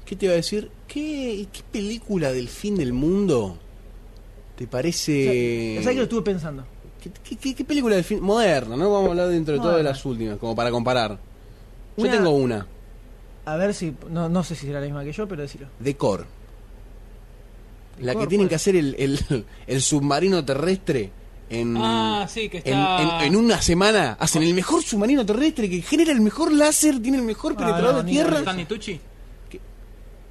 [SPEAKER 10] ¿Qué te iba a decir? ¿Qué, qué película del fin del mundo te parece.
[SPEAKER 2] O sea, que lo estuve pensando.
[SPEAKER 10] ¿Qué, qué- qué- qué película del fin moderna? No vamos a hablar dentro de todo de
[SPEAKER 2] Moderna.
[SPEAKER 10] las últimas, como para comparar. Yo
[SPEAKER 2] Una-
[SPEAKER 10] tengo una,
[SPEAKER 2] A ver si, no, no sé si será la misma que yo, pero decirlo.
[SPEAKER 10] Decor. La
[SPEAKER 2] Decor,
[SPEAKER 10] que tienen
[SPEAKER 2] pues.
[SPEAKER 10] que hacer el, el- *laughs* el submarino terrestre en,
[SPEAKER 9] Ah, sí, que
[SPEAKER 10] en,
[SPEAKER 9] está...
[SPEAKER 10] en- en una semana. Hacen el mejor submarino terrestre que genera el mejor láser, tiene el mejor
[SPEAKER 2] Ah,
[SPEAKER 10] penetrador
[SPEAKER 2] no,
[SPEAKER 10] de
[SPEAKER 2] ni
[SPEAKER 10] tierra.
[SPEAKER 9] ¿Está Nitucci?
[SPEAKER 10] ¿Qué?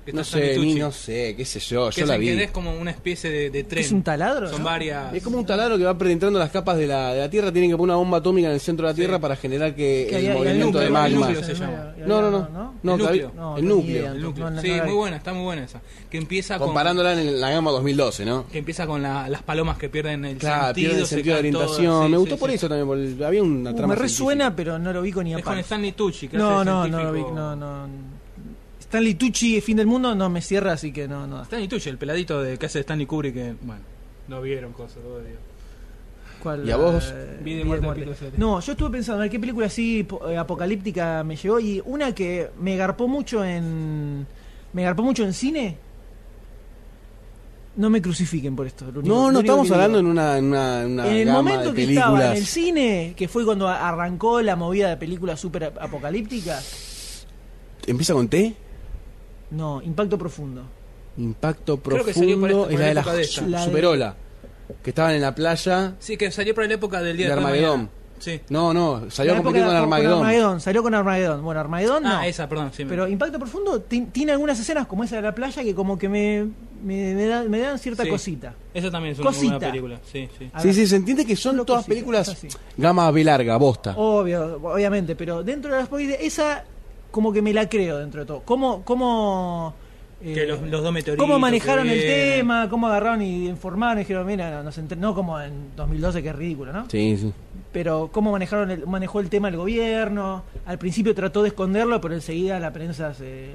[SPEAKER 9] Que
[SPEAKER 10] No
[SPEAKER 9] está
[SPEAKER 10] sé,
[SPEAKER 9] Nitucci.
[SPEAKER 10] ni- no sé, qué sé yo,
[SPEAKER 9] Que
[SPEAKER 10] yo
[SPEAKER 9] es
[SPEAKER 10] la
[SPEAKER 9] en
[SPEAKER 10] vi.
[SPEAKER 9] que es como una especie de, de tren.
[SPEAKER 2] ¿Es un taladro?
[SPEAKER 9] Son
[SPEAKER 2] no?
[SPEAKER 9] varias...
[SPEAKER 10] Es como un taladro que va penetrando las capas de la, de la Tierra, tienen que poner una bomba atómica en el centro de la Tierra para generar que,
[SPEAKER 2] Que
[SPEAKER 10] el
[SPEAKER 2] había- había
[SPEAKER 10] movimiento
[SPEAKER 2] núcleo,
[SPEAKER 10] de
[SPEAKER 2] había
[SPEAKER 10] magma.
[SPEAKER 9] núcleo se llama.
[SPEAKER 2] había-
[SPEAKER 10] No, no, no,
[SPEAKER 2] ¿no?
[SPEAKER 10] no,
[SPEAKER 9] El
[SPEAKER 10] que había-
[SPEAKER 9] núcleo.
[SPEAKER 2] No,
[SPEAKER 10] el
[SPEAKER 2] ni
[SPEAKER 10] núcleo.
[SPEAKER 2] idea.
[SPEAKER 9] El núcleo.
[SPEAKER 2] No, no,
[SPEAKER 9] sí,
[SPEAKER 2] no la
[SPEAKER 9] muy
[SPEAKER 2] vi.
[SPEAKER 9] buena, está muy buena esa. Que empieza con...
[SPEAKER 10] Comparándola en la gama 2012, ¿no?
[SPEAKER 9] Que empieza con la- las palomas que pierden el
[SPEAKER 10] Claro,
[SPEAKER 9] sentido.
[SPEAKER 10] pierde el
[SPEAKER 9] se
[SPEAKER 10] sentido de
[SPEAKER 9] caen todas.
[SPEAKER 10] orientación.
[SPEAKER 9] Sí,
[SPEAKER 10] Me
[SPEAKER 9] sí,
[SPEAKER 10] gustó
[SPEAKER 9] sí.
[SPEAKER 10] por eso también, porque había una
[SPEAKER 2] Uh,
[SPEAKER 10] trama.
[SPEAKER 2] me resuena,
[SPEAKER 10] científica.
[SPEAKER 2] pero no lo ubico ni a
[SPEAKER 9] Es con
[SPEAKER 2] palos.
[SPEAKER 9] Stanley Tucci, que
[SPEAKER 2] No,
[SPEAKER 9] hace el
[SPEAKER 2] no, no, lo vi,
[SPEAKER 9] científico-
[SPEAKER 2] no, no. Stanley Tucci, fin del mundo, no me cierra, así que no, no.
[SPEAKER 9] Stanley Tucci, el peladito de que hace Stanley Kubrick, que, bueno, no vieron cosas, todo Dios.
[SPEAKER 2] ¿Cuál,
[SPEAKER 10] ¿Y a vos?
[SPEAKER 2] eh,
[SPEAKER 9] Vi de
[SPEAKER 2] Vida y
[SPEAKER 9] muerte de
[SPEAKER 2] muerte?
[SPEAKER 9] Pico Ceres.
[SPEAKER 2] No, yo estuve pensando en qué película así po- eh, apocalíptica me llegó y una que me garpó mucho en me garpó mucho en cine. No me crucifiquen por esto. lo único-
[SPEAKER 10] No,
[SPEAKER 2] lo
[SPEAKER 10] no
[SPEAKER 2] único
[SPEAKER 10] estamos
[SPEAKER 2] que
[SPEAKER 10] hablando en
[SPEAKER 2] digo.
[SPEAKER 10] una, en una, en una
[SPEAKER 2] En el
[SPEAKER 10] gama
[SPEAKER 2] momento
[SPEAKER 10] de
[SPEAKER 2] que
[SPEAKER 10] películas.
[SPEAKER 2] estaba en el cine, que fue cuando a- arrancó la movida de películas super apocalípticas,
[SPEAKER 10] Empieza con T.
[SPEAKER 2] no, impacto profundo.
[SPEAKER 10] Impacto
[SPEAKER 9] Creo que salió por esta-
[SPEAKER 10] profundo.
[SPEAKER 9] por
[SPEAKER 10] Es la
[SPEAKER 9] la
[SPEAKER 10] de la,
[SPEAKER 9] época de esta.
[SPEAKER 10] su-
[SPEAKER 2] La de-
[SPEAKER 10] superola. Que estaban en la playa.
[SPEAKER 9] Sí, que salió para la época del día
[SPEAKER 10] De
[SPEAKER 9] después
[SPEAKER 10] Armagedón.
[SPEAKER 9] mañana. Sí.
[SPEAKER 10] No, no, salió
[SPEAKER 2] La
[SPEAKER 10] a
[SPEAKER 2] época
[SPEAKER 10] competir con
[SPEAKER 2] de-
[SPEAKER 10] Armagedón.
[SPEAKER 2] Salió con Armagedón. Bueno, Armagedón no.
[SPEAKER 9] Ah, esa, perdón. Sí, me-
[SPEAKER 2] Pero Impacto Profundo ti- tiene algunas escenas como esa de la playa que como que me, me, me da- me dan cierta
[SPEAKER 9] Sí.
[SPEAKER 2] cosita.
[SPEAKER 9] Esa también es una
[SPEAKER 2] Cosita.
[SPEAKER 9] buena película. Sí, sí.
[SPEAKER 2] A
[SPEAKER 10] Sí,
[SPEAKER 2] ver,
[SPEAKER 10] sí, se entiende que son
[SPEAKER 2] Solo
[SPEAKER 10] todas
[SPEAKER 2] cositas,
[SPEAKER 10] películas
[SPEAKER 2] así.
[SPEAKER 10] gama B larga, bosta.
[SPEAKER 2] Obvio, obviamente, pero dentro de las poquitas, esa como que me la creo dentro de todo. ¿Cómo, cómo, eh,
[SPEAKER 9] Que los- los dos meteoritos
[SPEAKER 2] cómo manejaron
[SPEAKER 9] que
[SPEAKER 2] el
[SPEAKER 9] vienen.
[SPEAKER 2] tema? ¿Cómo agarraron y informaron? Y dijeron, mira, no, nos enter- no como en 2012, que es ridículo, ¿no?
[SPEAKER 10] Sí, sí.
[SPEAKER 2] pero cómo manejaron el- manejó el tema el gobierno. Al principio trató de esconderlo, pero enseguida la prensa se,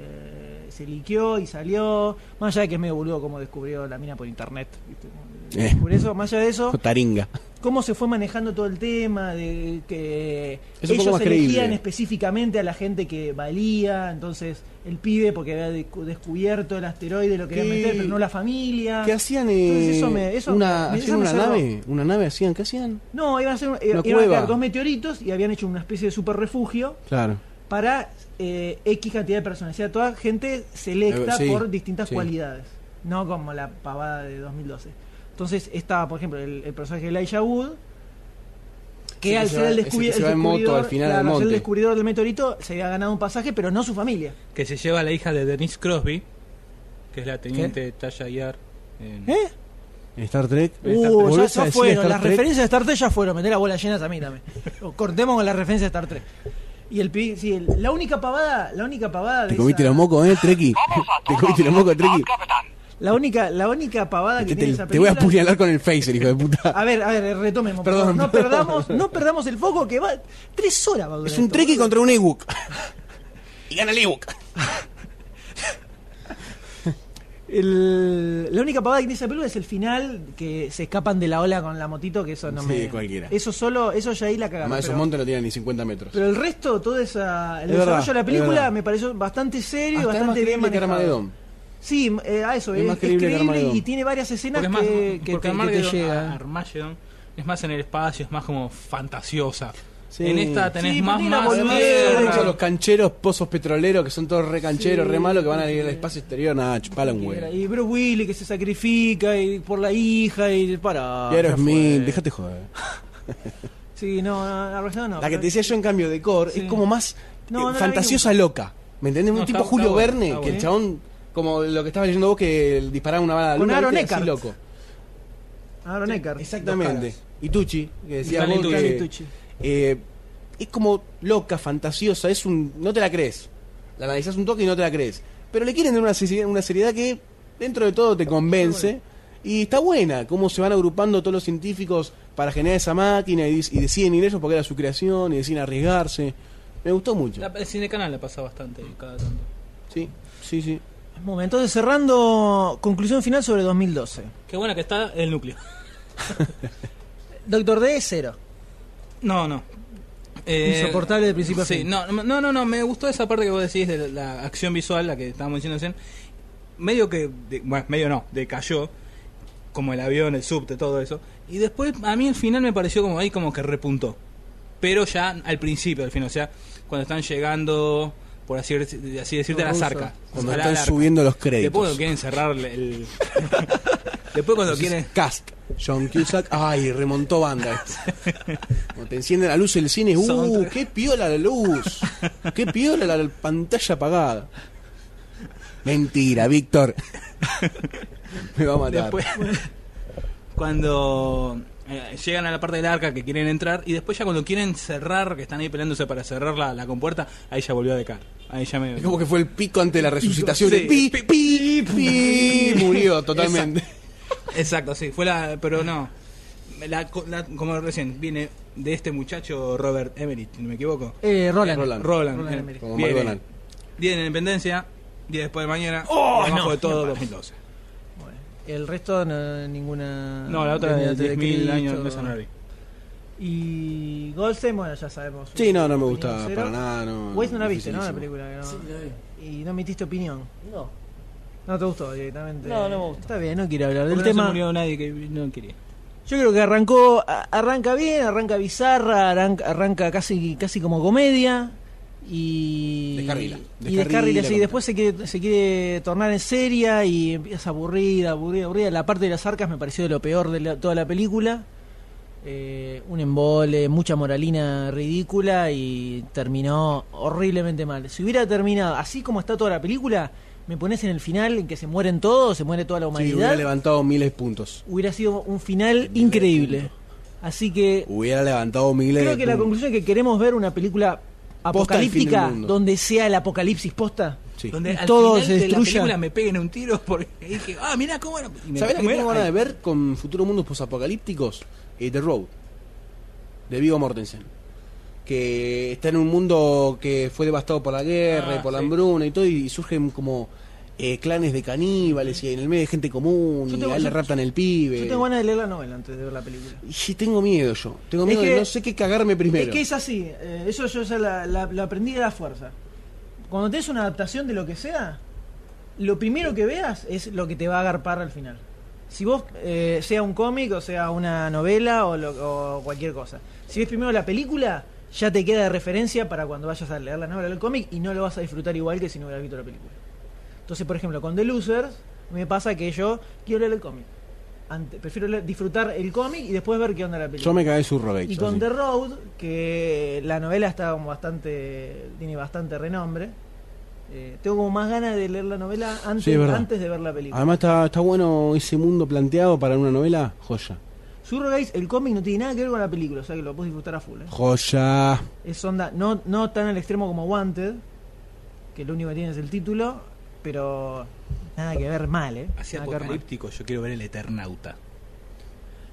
[SPEAKER 2] se liqueó y salió. Más allá de que es medio boludo como descubrió la mina por internet. ¿viste?
[SPEAKER 10] Eh.
[SPEAKER 2] Por eso, más allá de eso,
[SPEAKER 10] Taringa.
[SPEAKER 2] cómo se fue manejando todo el tema, de que
[SPEAKER 10] Es un poco
[SPEAKER 2] ellos
[SPEAKER 10] más
[SPEAKER 2] elegían
[SPEAKER 10] creíble.
[SPEAKER 2] específicamente a la gente que valía, entonces el pibe porque había descu- descubierto el asteroide lo querían
[SPEAKER 10] ¿Qué?
[SPEAKER 2] meter, pero no la familia.
[SPEAKER 10] ¿Qué hacían?
[SPEAKER 2] Ah. Entonces
[SPEAKER 10] eh,
[SPEAKER 2] eso me- eso-
[SPEAKER 10] una,
[SPEAKER 2] me-
[SPEAKER 10] hacían
[SPEAKER 2] eso me
[SPEAKER 10] una
[SPEAKER 2] cerró.
[SPEAKER 10] nave, una nave hacían, ¿qué hacían?
[SPEAKER 2] No, iban a, ser, eh,
[SPEAKER 10] Una
[SPEAKER 2] iban a
[SPEAKER 10] cueva.
[SPEAKER 2] quedar dos meteoritos y habían hecho una especie de super refugio
[SPEAKER 10] Claro.
[SPEAKER 2] para eh, X cantidad de personas. O sea, toda gente selecta
[SPEAKER 10] Eh, sí,
[SPEAKER 2] por distintas
[SPEAKER 10] sí.
[SPEAKER 2] cualidades, no como la pavada de 2012. Entonces estaba, por ejemplo, el, el personaje de Elijah Wood, que
[SPEAKER 10] Sí,
[SPEAKER 2] al
[SPEAKER 10] que se
[SPEAKER 2] ser
[SPEAKER 10] va-
[SPEAKER 2] el,
[SPEAKER 10] ese que
[SPEAKER 2] descubri-
[SPEAKER 10] se
[SPEAKER 2] el
[SPEAKER 10] va en moto
[SPEAKER 2] descubridor,
[SPEAKER 10] al final
[SPEAKER 2] claro,
[SPEAKER 10] del
[SPEAKER 2] al ser el
[SPEAKER 10] monte.
[SPEAKER 2] descubridor del meteorito, se había ganado un pasaje, pero no su familia.
[SPEAKER 9] Que se lleva a la hija de Denise Crosby, que es la teniente Tasha Yar. En,
[SPEAKER 2] ¿Eh?
[SPEAKER 10] En Star Trek.
[SPEAKER 2] Uh, ya,
[SPEAKER 10] ¿Volvés
[SPEAKER 2] ya
[SPEAKER 10] a decir
[SPEAKER 2] fueron,
[SPEAKER 10] Star
[SPEAKER 2] las
[SPEAKER 10] Trek?
[SPEAKER 2] referencias de Star Trek ya fueron, meter la bola llenas a mí también. *laughs* Cortemos con las referencias de Star Trek. Y el pibe, sí, el- la única pavada, la única pavada de
[SPEAKER 10] Te comiste
[SPEAKER 2] esa-
[SPEAKER 10] los mocos, ¿eh, Treki? *laughs* Te comiste los mocos, Treki.
[SPEAKER 2] la única, la única pavada que
[SPEAKER 10] Te,
[SPEAKER 2] tiene
[SPEAKER 10] te-
[SPEAKER 2] esa
[SPEAKER 10] te voy a
[SPEAKER 2] película-
[SPEAKER 10] apuñalar con el phaser, hijo de puta.
[SPEAKER 2] A ver, a ver, retomemos. por favor.
[SPEAKER 10] Perdón.
[SPEAKER 2] No perdamos, no perdamos el foco que va. Tres horas va a durar.
[SPEAKER 10] Es un
[SPEAKER 2] esto,
[SPEAKER 10] Treki
[SPEAKER 2] boludo.
[SPEAKER 10] contra un Ewok. *laughs* Y gana el Ewok.
[SPEAKER 2] El- la única pavada que tiene esa película es el final que se escapan de la ola con la motito, que eso no
[SPEAKER 10] Sí,
[SPEAKER 2] me.
[SPEAKER 10] cualquiera.
[SPEAKER 2] Eso solo, eso ya ahí la cagaron.
[SPEAKER 10] Además, esos
[SPEAKER 2] pero-
[SPEAKER 10] montes no tienen ni 50 metros.
[SPEAKER 2] Pero el resto, todo esa, el
[SPEAKER 10] Es verdad,
[SPEAKER 2] desarrollo de la
[SPEAKER 10] es
[SPEAKER 2] película
[SPEAKER 10] verdad.
[SPEAKER 2] me pareció bastante serio,
[SPEAKER 10] Hasta es más
[SPEAKER 2] bastante bien
[SPEAKER 10] creíble que
[SPEAKER 2] manejado.
[SPEAKER 10] Armagedón.
[SPEAKER 2] Sí, eh, a eso,
[SPEAKER 10] Es
[SPEAKER 2] es,
[SPEAKER 10] más
[SPEAKER 2] es
[SPEAKER 10] creíble que
[SPEAKER 2] creíble
[SPEAKER 10] Armagedón.
[SPEAKER 2] y tiene varias escenas que,
[SPEAKER 9] Porque es más,
[SPEAKER 2] que te-
[SPEAKER 9] porque
[SPEAKER 2] que te,
[SPEAKER 9] Armageddon,
[SPEAKER 2] llega.
[SPEAKER 9] Armageddon es más en el espacio, es más como fantasiosa.
[SPEAKER 10] Sí.
[SPEAKER 9] En esta tenés
[SPEAKER 2] Sí,
[SPEAKER 9] más
[SPEAKER 2] tiene la
[SPEAKER 9] más
[SPEAKER 2] boludez,
[SPEAKER 9] tierra.
[SPEAKER 2] mucho
[SPEAKER 10] los cancheros, pozos petroleros, que son todos re cancheros, re malos, que van a ir al espacio exterior, nada, chupala un huevo. Y
[SPEAKER 2] Y Bruce Willis que se sacrifica y por la hija y para.
[SPEAKER 10] Aerosmith, déjate joder.
[SPEAKER 2] Sí, no, no, Armagedón no.
[SPEAKER 10] La que
[SPEAKER 2] pero-
[SPEAKER 10] te decía yo, en cambio, de Core,
[SPEAKER 2] Sí.
[SPEAKER 10] es como más
[SPEAKER 2] No,
[SPEAKER 10] eh,
[SPEAKER 2] no la vi
[SPEAKER 10] fantasiosa loca. ¿Me entendés?
[SPEAKER 9] No,
[SPEAKER 10] un tipo
[SPEAKER 9] está-
[SPEAKER 10] Julio
[SPEAKER 9] está bueno,
[SPEAKER 10] Verne,
[SPEAKER 9] está
[SPEAKER 10] que el
[SPEAKER 2] bueno.
[SPEAKER 10] chabón, como lo que estabas leyendo vos, que disparaba una bala de
[SPEAKER 2] Con
[SPEAKER 10] luna,
[SPEAKER 2] Aaron
[SPEAKER 10] ¿viste? Así
[SPEAKER 2] Eckhart.
[SPEAKER 10] loco.
[SPEAKER 2] Aaron Eckhart.
[SPEAKER 10] Exactamente.
[SPEAKER 2] Dos caras.
[SPEAKER 10] Y Tucci, que decía
[SPEAKER 9] Stanley
[SPEAKER 10] vos
[SPEAKER 9] Tucci.
[SPEAKER 10] que,
[SPEAKER 9] Stanley
[SPEAKER 10] eh, es como loca, fantasiosa, es un no te la crees. La analizás un toque y no te la crees. Pero le quieren dar una seriedad, una seriedad que dentro de todo te convence. Y está buena cómo se van agrupando todos los científicos para generar esa máquina y, dis- y deciden ir ellos porque era su creación y deciden arriesgarse. Me gustó mucho.
[SPEAKER 9] La- el cinecanal la pasa bastante cada tanto.
[SPEAKER 10] Sí, sí, sí.
[SPEAKER 2] Bueno, entonces cerrando, conclusión final sobre 2012.
[SPEAKER 9] Qué buena que está el núcleo.
[SPEAKER 2] Doctor D, cero.
[SPEAKER 9] No, no. Eh,
[SPEAKER 2] Insoportable de principio a
[SPEAKER 9] sí,
[SPEAKER 2] fin.
[SPEAKER 9] No, no, no, no, me gustó esa parte que vos decís de la acción visual, la que estábamos diciendo recién. Medio que, de- bueno, medio no, decayó, como el avión, el subte, todo eso. Y después a mí el final me pareció como ahí como que repuntó. Pero ya al principio, al final, o sea, cuando están llegando, por así, dec- así decirte, a la
[SPEAKER 2] Ruso.
[SPEAKER 9] zarca.
[SPEAKER 10] Cuando
[SPEAKER 9] A la
[SPEAKER 10] están
[SPEAKER 9] zarca.
[SPEAKER 10] subiendo los
[SPEAKER 9] Después
[SPEAKER 10] créditos.
[SPEAKER 9] cuando quieren cerrar el... el- *laughs* después cuando quieren...
[SPEAKER 10] Cast. John Cusack. Ay, remontó banda. Cuando te enciende la luz del cine. Uh,
[SPEAKER 9] Soundtrack.
[SPEAKER 10] qué piola la luz. Qué piola la pantalla apagada. Mentira, Víctor. Me va a matar.
[SPEAKER 9] Después, *laughs* cuando eh, llegan a la parte del arca que quieren entrar, y después ya cuando quieren cerrar, que están ahí peleándose para cerrar la, la compuerta, ahí ya volvió a decar. Ahí ya me... *laughs*
[SPEAKER 10] Es como que fue el pico ante la resucitación.
[SPEAKER 9] Sí.
[SPEAKER 10] de Pi, pi, pi, Murió totalmente.
[SPEAKER 9] Exacto, sí, fue la... Pero no. La- la- como recién, viene de este muchacho Robert Emmerich, si no me equivoco.
[SPEAKER 2] Eh, Roland.
[SPEAKER 10] Roland.
[SPEAKER 9] Roland.
[SPEAKER 2] Roland
[SPEAKER 9] eh,
[SPEAKER 2] Emmerich.
[SPEAKER 10] Como
[SPEAKER 9] viene-
[SPEAKER 10] McDonald.
[SPEAKER 9] Día de la Independencia, día después de mañana,
[SPEAKER 10] ¡Oh!
[SPEAKER 9] y abajo de todo 2012.
[SPEAKER 2] El resto, no, ninguna.
[SPEAKER 9] No, la otra de
[SPEAKER 2] Antes
[SPEAKER 9] 10.000 años,
[SPEAKER 2] Cristo.
[SPEAKER 9] no sé, no la vi.
[SPEAKER 2] Y Goldstein, bueno, ya sabemos.
[SPEAKER 10] Sí, no, no me
[SPEAKER 2] Opinión
[SPEAKER 10] gusta
[SPEAKER 2] cero.
[SPEAKER 10] para nada. No,
[SPEAKER 2] Weiss no la viste, ¿no? La
[SPEAKER 10] dificilísimo.
[SPEAKER 2] película. ¿no?
[SPEAKER 12] Sí, la vi.
[SPEAKER 2] Y no emitiste opinión.
[SPEAKER 12] No.
[SPEAKER 2] No te gustó directamente.
[SPEAKER 12] No, no me gustó.
[SPEAKER 2] Está bien, no quiero hablar
[SPEAKER 9] Porque
[SPEAKER 2] del
[SPEAKER 9] no se
[SPEAKER 2] tema.
[SPEAKER 9] murió nadie que no quería.
[SPEAKER 2] Yo creo que arrancó, a- arranca bien, arranca bizarra, arranca, arranca casi, casi como comedia. Y
[SPEAKER 10] Descarrila,
[SPEAKER 2] Y
[SPEAKER 10] descarrila
[SPEAKER 2] descarrila, sí.
[SPEAKER 10] completamente.
[SPEAKER 2] Después se quiere, se quiere tornar en seria y empieza aburrida, aburrida, aburrida. La parte de las arcas me pareció de lo peor de la- toda la película. Eh, un embole, mucha moralina ridícula y terminó horriblemente mal. Si hubiera terminado así como está toda la película, me pones en el final en que se mueren todos, se muere toda la
[SPEAKER 10] Sí, hubiera
[SPEAKER 2] humanidad
[SPEAKER 10] levantado miles de puntos.
[SPEAKER 2] hubiera sido un final increíble. Así que
[SPEAKER 10] Hubiera levantado miles
[SPEAKER 2] creo
[SPEAKER 10] de
[SPEAKER 2] que la
[SPEAKER 10] puntos.
[SPEAKER 2] conclusión es que queremos ver una película
[SPEAKER 10] Posta al fin del
[SPEAKER 2] apocalíptica
[SPEAKER 10] mundo.
[SPEAKER 2] donde sea el apocalipsis posta.
[SPEAKER 10] Sí.
[SPEAKER 9] Donde
[SPEAKER 2] Y
[SPEAKER 9] al
[SPEAKER 2] todo
[SPEAKER 9] final
[SPEAKER 2] se
[SPEAKER 9] de
[SPEAKER 2] destruya.
[SPEAKER 9] La película me peguen un tiro porque *laughs* dije, ah, mirá cómo era. Y me-
[SPEAKER 10] ¿Sabés la que
[SPEAKER 9] me-
[SPEAKER 10] tengo ganas de ver con futuros mundos posapocalípticos? Eh, The Road, de Vigo Mortensen. Que está en un mundo que fue devastado por la guerra
[SPEAKER 9] Ah,
[SPEAKER 10] y por la
[SPEAKER 9] sí.
[SPEAKER 10] hambruna y todo, y surgen como eh, clanes de caníbales y en el medio de gente común,
[SPEAKER 2] Yo
[SPEAKER 10] y
[SPEAKER 2] tengo-
[SPEAKER 10] a él le
[SPEAKER 2] yo-
[SPEAKER 10] raptan el pibe.
[SPEAKER 2] Yo tengo ganas de leer la novela antes de ver la película.
[SPEAKER 10] Y sí, tengo miedo yo. Tengo miedo
[SPEAKER 2] Es
[SPEAKER 10] de
[SPEAKER 2] que-
[SPEAKER 10] no sé qué cagarme primero.
[SPEAKER 2] Es que es así, eh, eso yo ya la, la- la aprendí de la fuerza. Cuando tenés una adaptación de lo que sea, lo primero que veas es lo que te va a agarpar al final. Si vos, eh, sea un cómic o sea una novela o, lo- o cualquier cosa, si ves primero la película, ya te queda de referencia para cuando vayas a leer la novela o el cómic y no lo vas a disfrutar igual que si no hubieras visto la película. Entonces, por ejemplo, con The Losers me pasa que yo quiero leer el cómic. Ante- prefiero leer- disfrutar el cómic y después ver qué onda la película.
[SPEAKER 10] Yo me cagué su Roberts.
[SPEAKER 2] Y con The Road, que la novela está como bastante. tiene bastante renombre. eh, tengo como más ganas de leer la novela antes,
[SPEAKER 10] Sí, es verdad. Ah.
[SPEAKER 2] antes de ver la película.
[SPEAKER 10] Además está, está bueno ese mundo planteado para una novela, joya.
[SPEAKER 2] Surrogates, el cómic no tiene nada que ver con la película, o sea que lo puedes disfrutar a full. ¿eh?
[SPEAKER 10] Joya.
[SPEAKER 2] Es onda, no, no tan al extremo como Wanted, que lo único que tiene es el título, pero nada que ver mal, ¿eh?
[SPEAKER 9] Así
[SPEAKER 2] Nada que ver mal.
[SPEAKER 9] apocalíptico, yo quiero ver el Eternauta.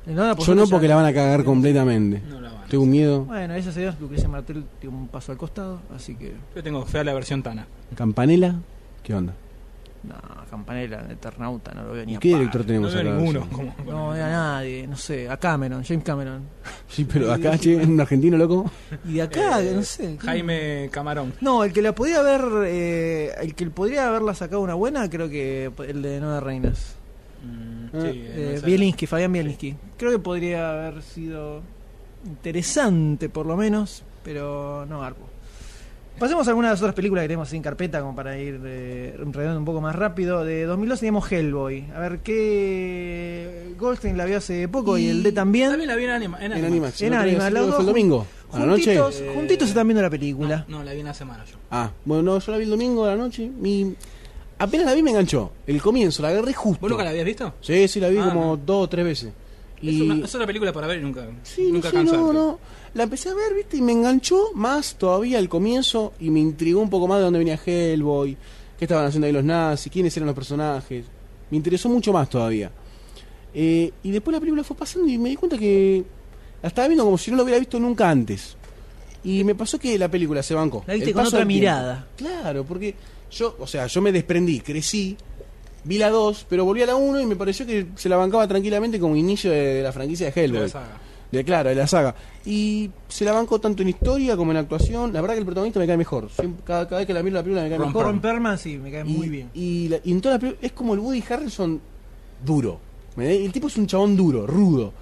[SPEAKER 2] No, no,
[SPEAKER 10] Yo no porque la van a cagar completamente.
[SPEAKER 9] No la van.
[SPEAKER 10] Tengo un miedo.
[SPEAKER 2] Bueno, esa se dio, Lucrecia Martel dio un paso al costado, así que.
[SPEAKER 9] Yo tengo fe a la versión Tana.
[SPEAKER 10] Campanela, ¿qué onda?
[SPEAKER 2] No, Campanella, Eternauta, no lo veo ni
[SPEAKER 10] ¿Y
[SPEAKER 2] a
[SPEAKER 10] qué
[SPEAKER 2] palo.
[SPEAKER 10] director
[SPEAKER 9] No
[SPEAKER 10] tenemos
[SPEAKER 9] veo
[SPEAKER 10] acá?
[SPEAKER 9] ninguno. como-
[SPEAKER 2] No veo a nadie, no sé, a Cameron, James Cameron.
[SPEAKER 10] Sí, pero acá, che, en un argentino loco.
[SPEAKER 2] Y de acá,
[SPEAKER 9] Eh,
[SPEAKER 2] no sé. ¿qué?
[SPEAKER 9] Jaime Camarón.
[SPEAKER 2] No, el que la podía haber. eh, el que podría haberla sacado una buena, creo que el de Nueve Reinas.
[SPEAKER 9] Mm,
[SPEAKER 10] Ah,
[SPEAKER 9] sí,
[SPEAKER 2] Eh,
[SPEAKER 9] no sé.
[SPEAKER 2] Bielinski, Fabián Bielinski. Creo que podría haber sido interesante, por lo menos, pero no garpo. Pasemos a algunas de las otras películas que tenemos en carpeta, como para ir eh, redondeando un poco más rápido. De 2002 teníamos Hellboy. A ver, ¿qué. Goldstein la vio hace poco y, el D también.
[SPEAKER 9] También la vi en Anima. En
[SPEAKER 10] En
[SPEAKER 9] Anima.
[SPEAKER 10] Animax.
[SPEAKER 2] En
[SPEAKER 10] ¿No crees
[SPEAKER 2] Animax,
[SPEAKER 10] que
[SPEAKER 2] los
[SPEAKER 10] fue
[SPEAKER 2] dos
[SPEAKER 10] el domingo? ¿A la noche? eh,
[SPEAKER 2] Juntitos, juntitos están viendo la película.
[SPEAKER 9] No, la vi en la semana yo.
[SPEAKER 10] Ah, bueno, no, yo la vi el domingo a la noche. Mi... Apenas la vi me enganchó. El comienzo, la agarré justo.
[SPEAKER 9] ¿Vos nunca la habías visto?
[SPEAKER 10] Sí, sí, la vi
[SPEAKER 9] Ah, no.
[SPEAKER 10] como dos o tres veces.
[SPEAKER 9] Es,
[SPEAKER 10] Y...
[SPEAKER 9] una, es otra película para ver y nunca,
[SPEAKER 10] Sí,
[SPEAKER 9] nunca
[SPEAKER 10] no, sé,
[SPEAKER 9] cansarte.
[SPEAKER 10] no, no. La empecé a ver, viste, y me enganchó más todavía al comienzo y me intrigó un poco más de dónde venía Hellboy, qué estaban haciendo ahí los nazis, quiénes eran los personajes. Me interesó mucho más todavía. Eh, y después la película fue pasando y me di cuenta que la estaba viendo como si no la hubiera visto nunca antes. Y me pasó que la película se bancó.
[SPEAKER 2] La viste
[SPEAKER 10] El
[SPEAKER 2] con
[SPEAKER 10] paso
[SPEAKER 2] otra
[SPEAKER 10] del tiempo.
[SPEAKER 2] mirada.
[SPEAKER 10] Claro, porque yo, o sea, yo me desprendí, crecí, vi la 2, pero volví a la 1 y me pareció que se la bancaba tranquilamente como inicio de, de la franquicia de
[SPEAKER 9] De la
[SPEAKER 10] Hellboy.
[SPEAKER 9] saga.
[SPEAKER 10] De, claro, de la saga. Y se la bancó tanto en historia como en actuación. La verdad que el protagonista me cae mejor. Siempre- cada, cada vez que la miro la película me cae
[SPEAKER 9] Ron
[SPEAKER 10] mejor.
[SPEAKER 2] Ron Perlman, sí, me cae
[SPEAKER 10] Y-
[SPEAKER 2] muy bien.
[SPEAKER 10] Y, la- y en toda la película es como el Woody Harrelson duro. ¿me- El tipo es un chabón duro, rudo.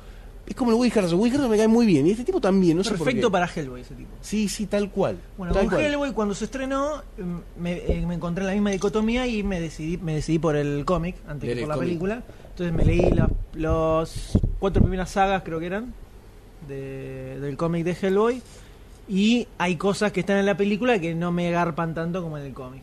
[SPEAKER 10] Es como el Woody Harrelson. Woody Harrelson me cae muy bien. Y este tipo también, no sé por
[SPEAKER 2] Perfecto
[SPEAKER 10] qué.
[SPEAKER 2] para Hellboy ese tipo.
[SPEAKER 10] Sí, sí, tal cual.
[SPEAKER 2] Bueno,
[SPEAKER 10] tal
[SPEAKER 2] con
[SPEAKER 10] cual.
[SPEAKER 2] Hellboy cuando se estrenó mm, me, eh, me encontré en la misma dicotomía y me decidí, me decidí por el cómic antes
[SPEAKER 10] Leer
[SPEAKER 2] que
[SPEAKER 10] el
[SPEAKER 2] por la
[SPEAKER 10] cómic.
[SPEAKER 2] película. Entonces me leí las los cuatro primeras sagas, creo que eran, de- del cómic de Hellboy. Y hay cosas que están en la película que no me garpan tanto como en el cómic.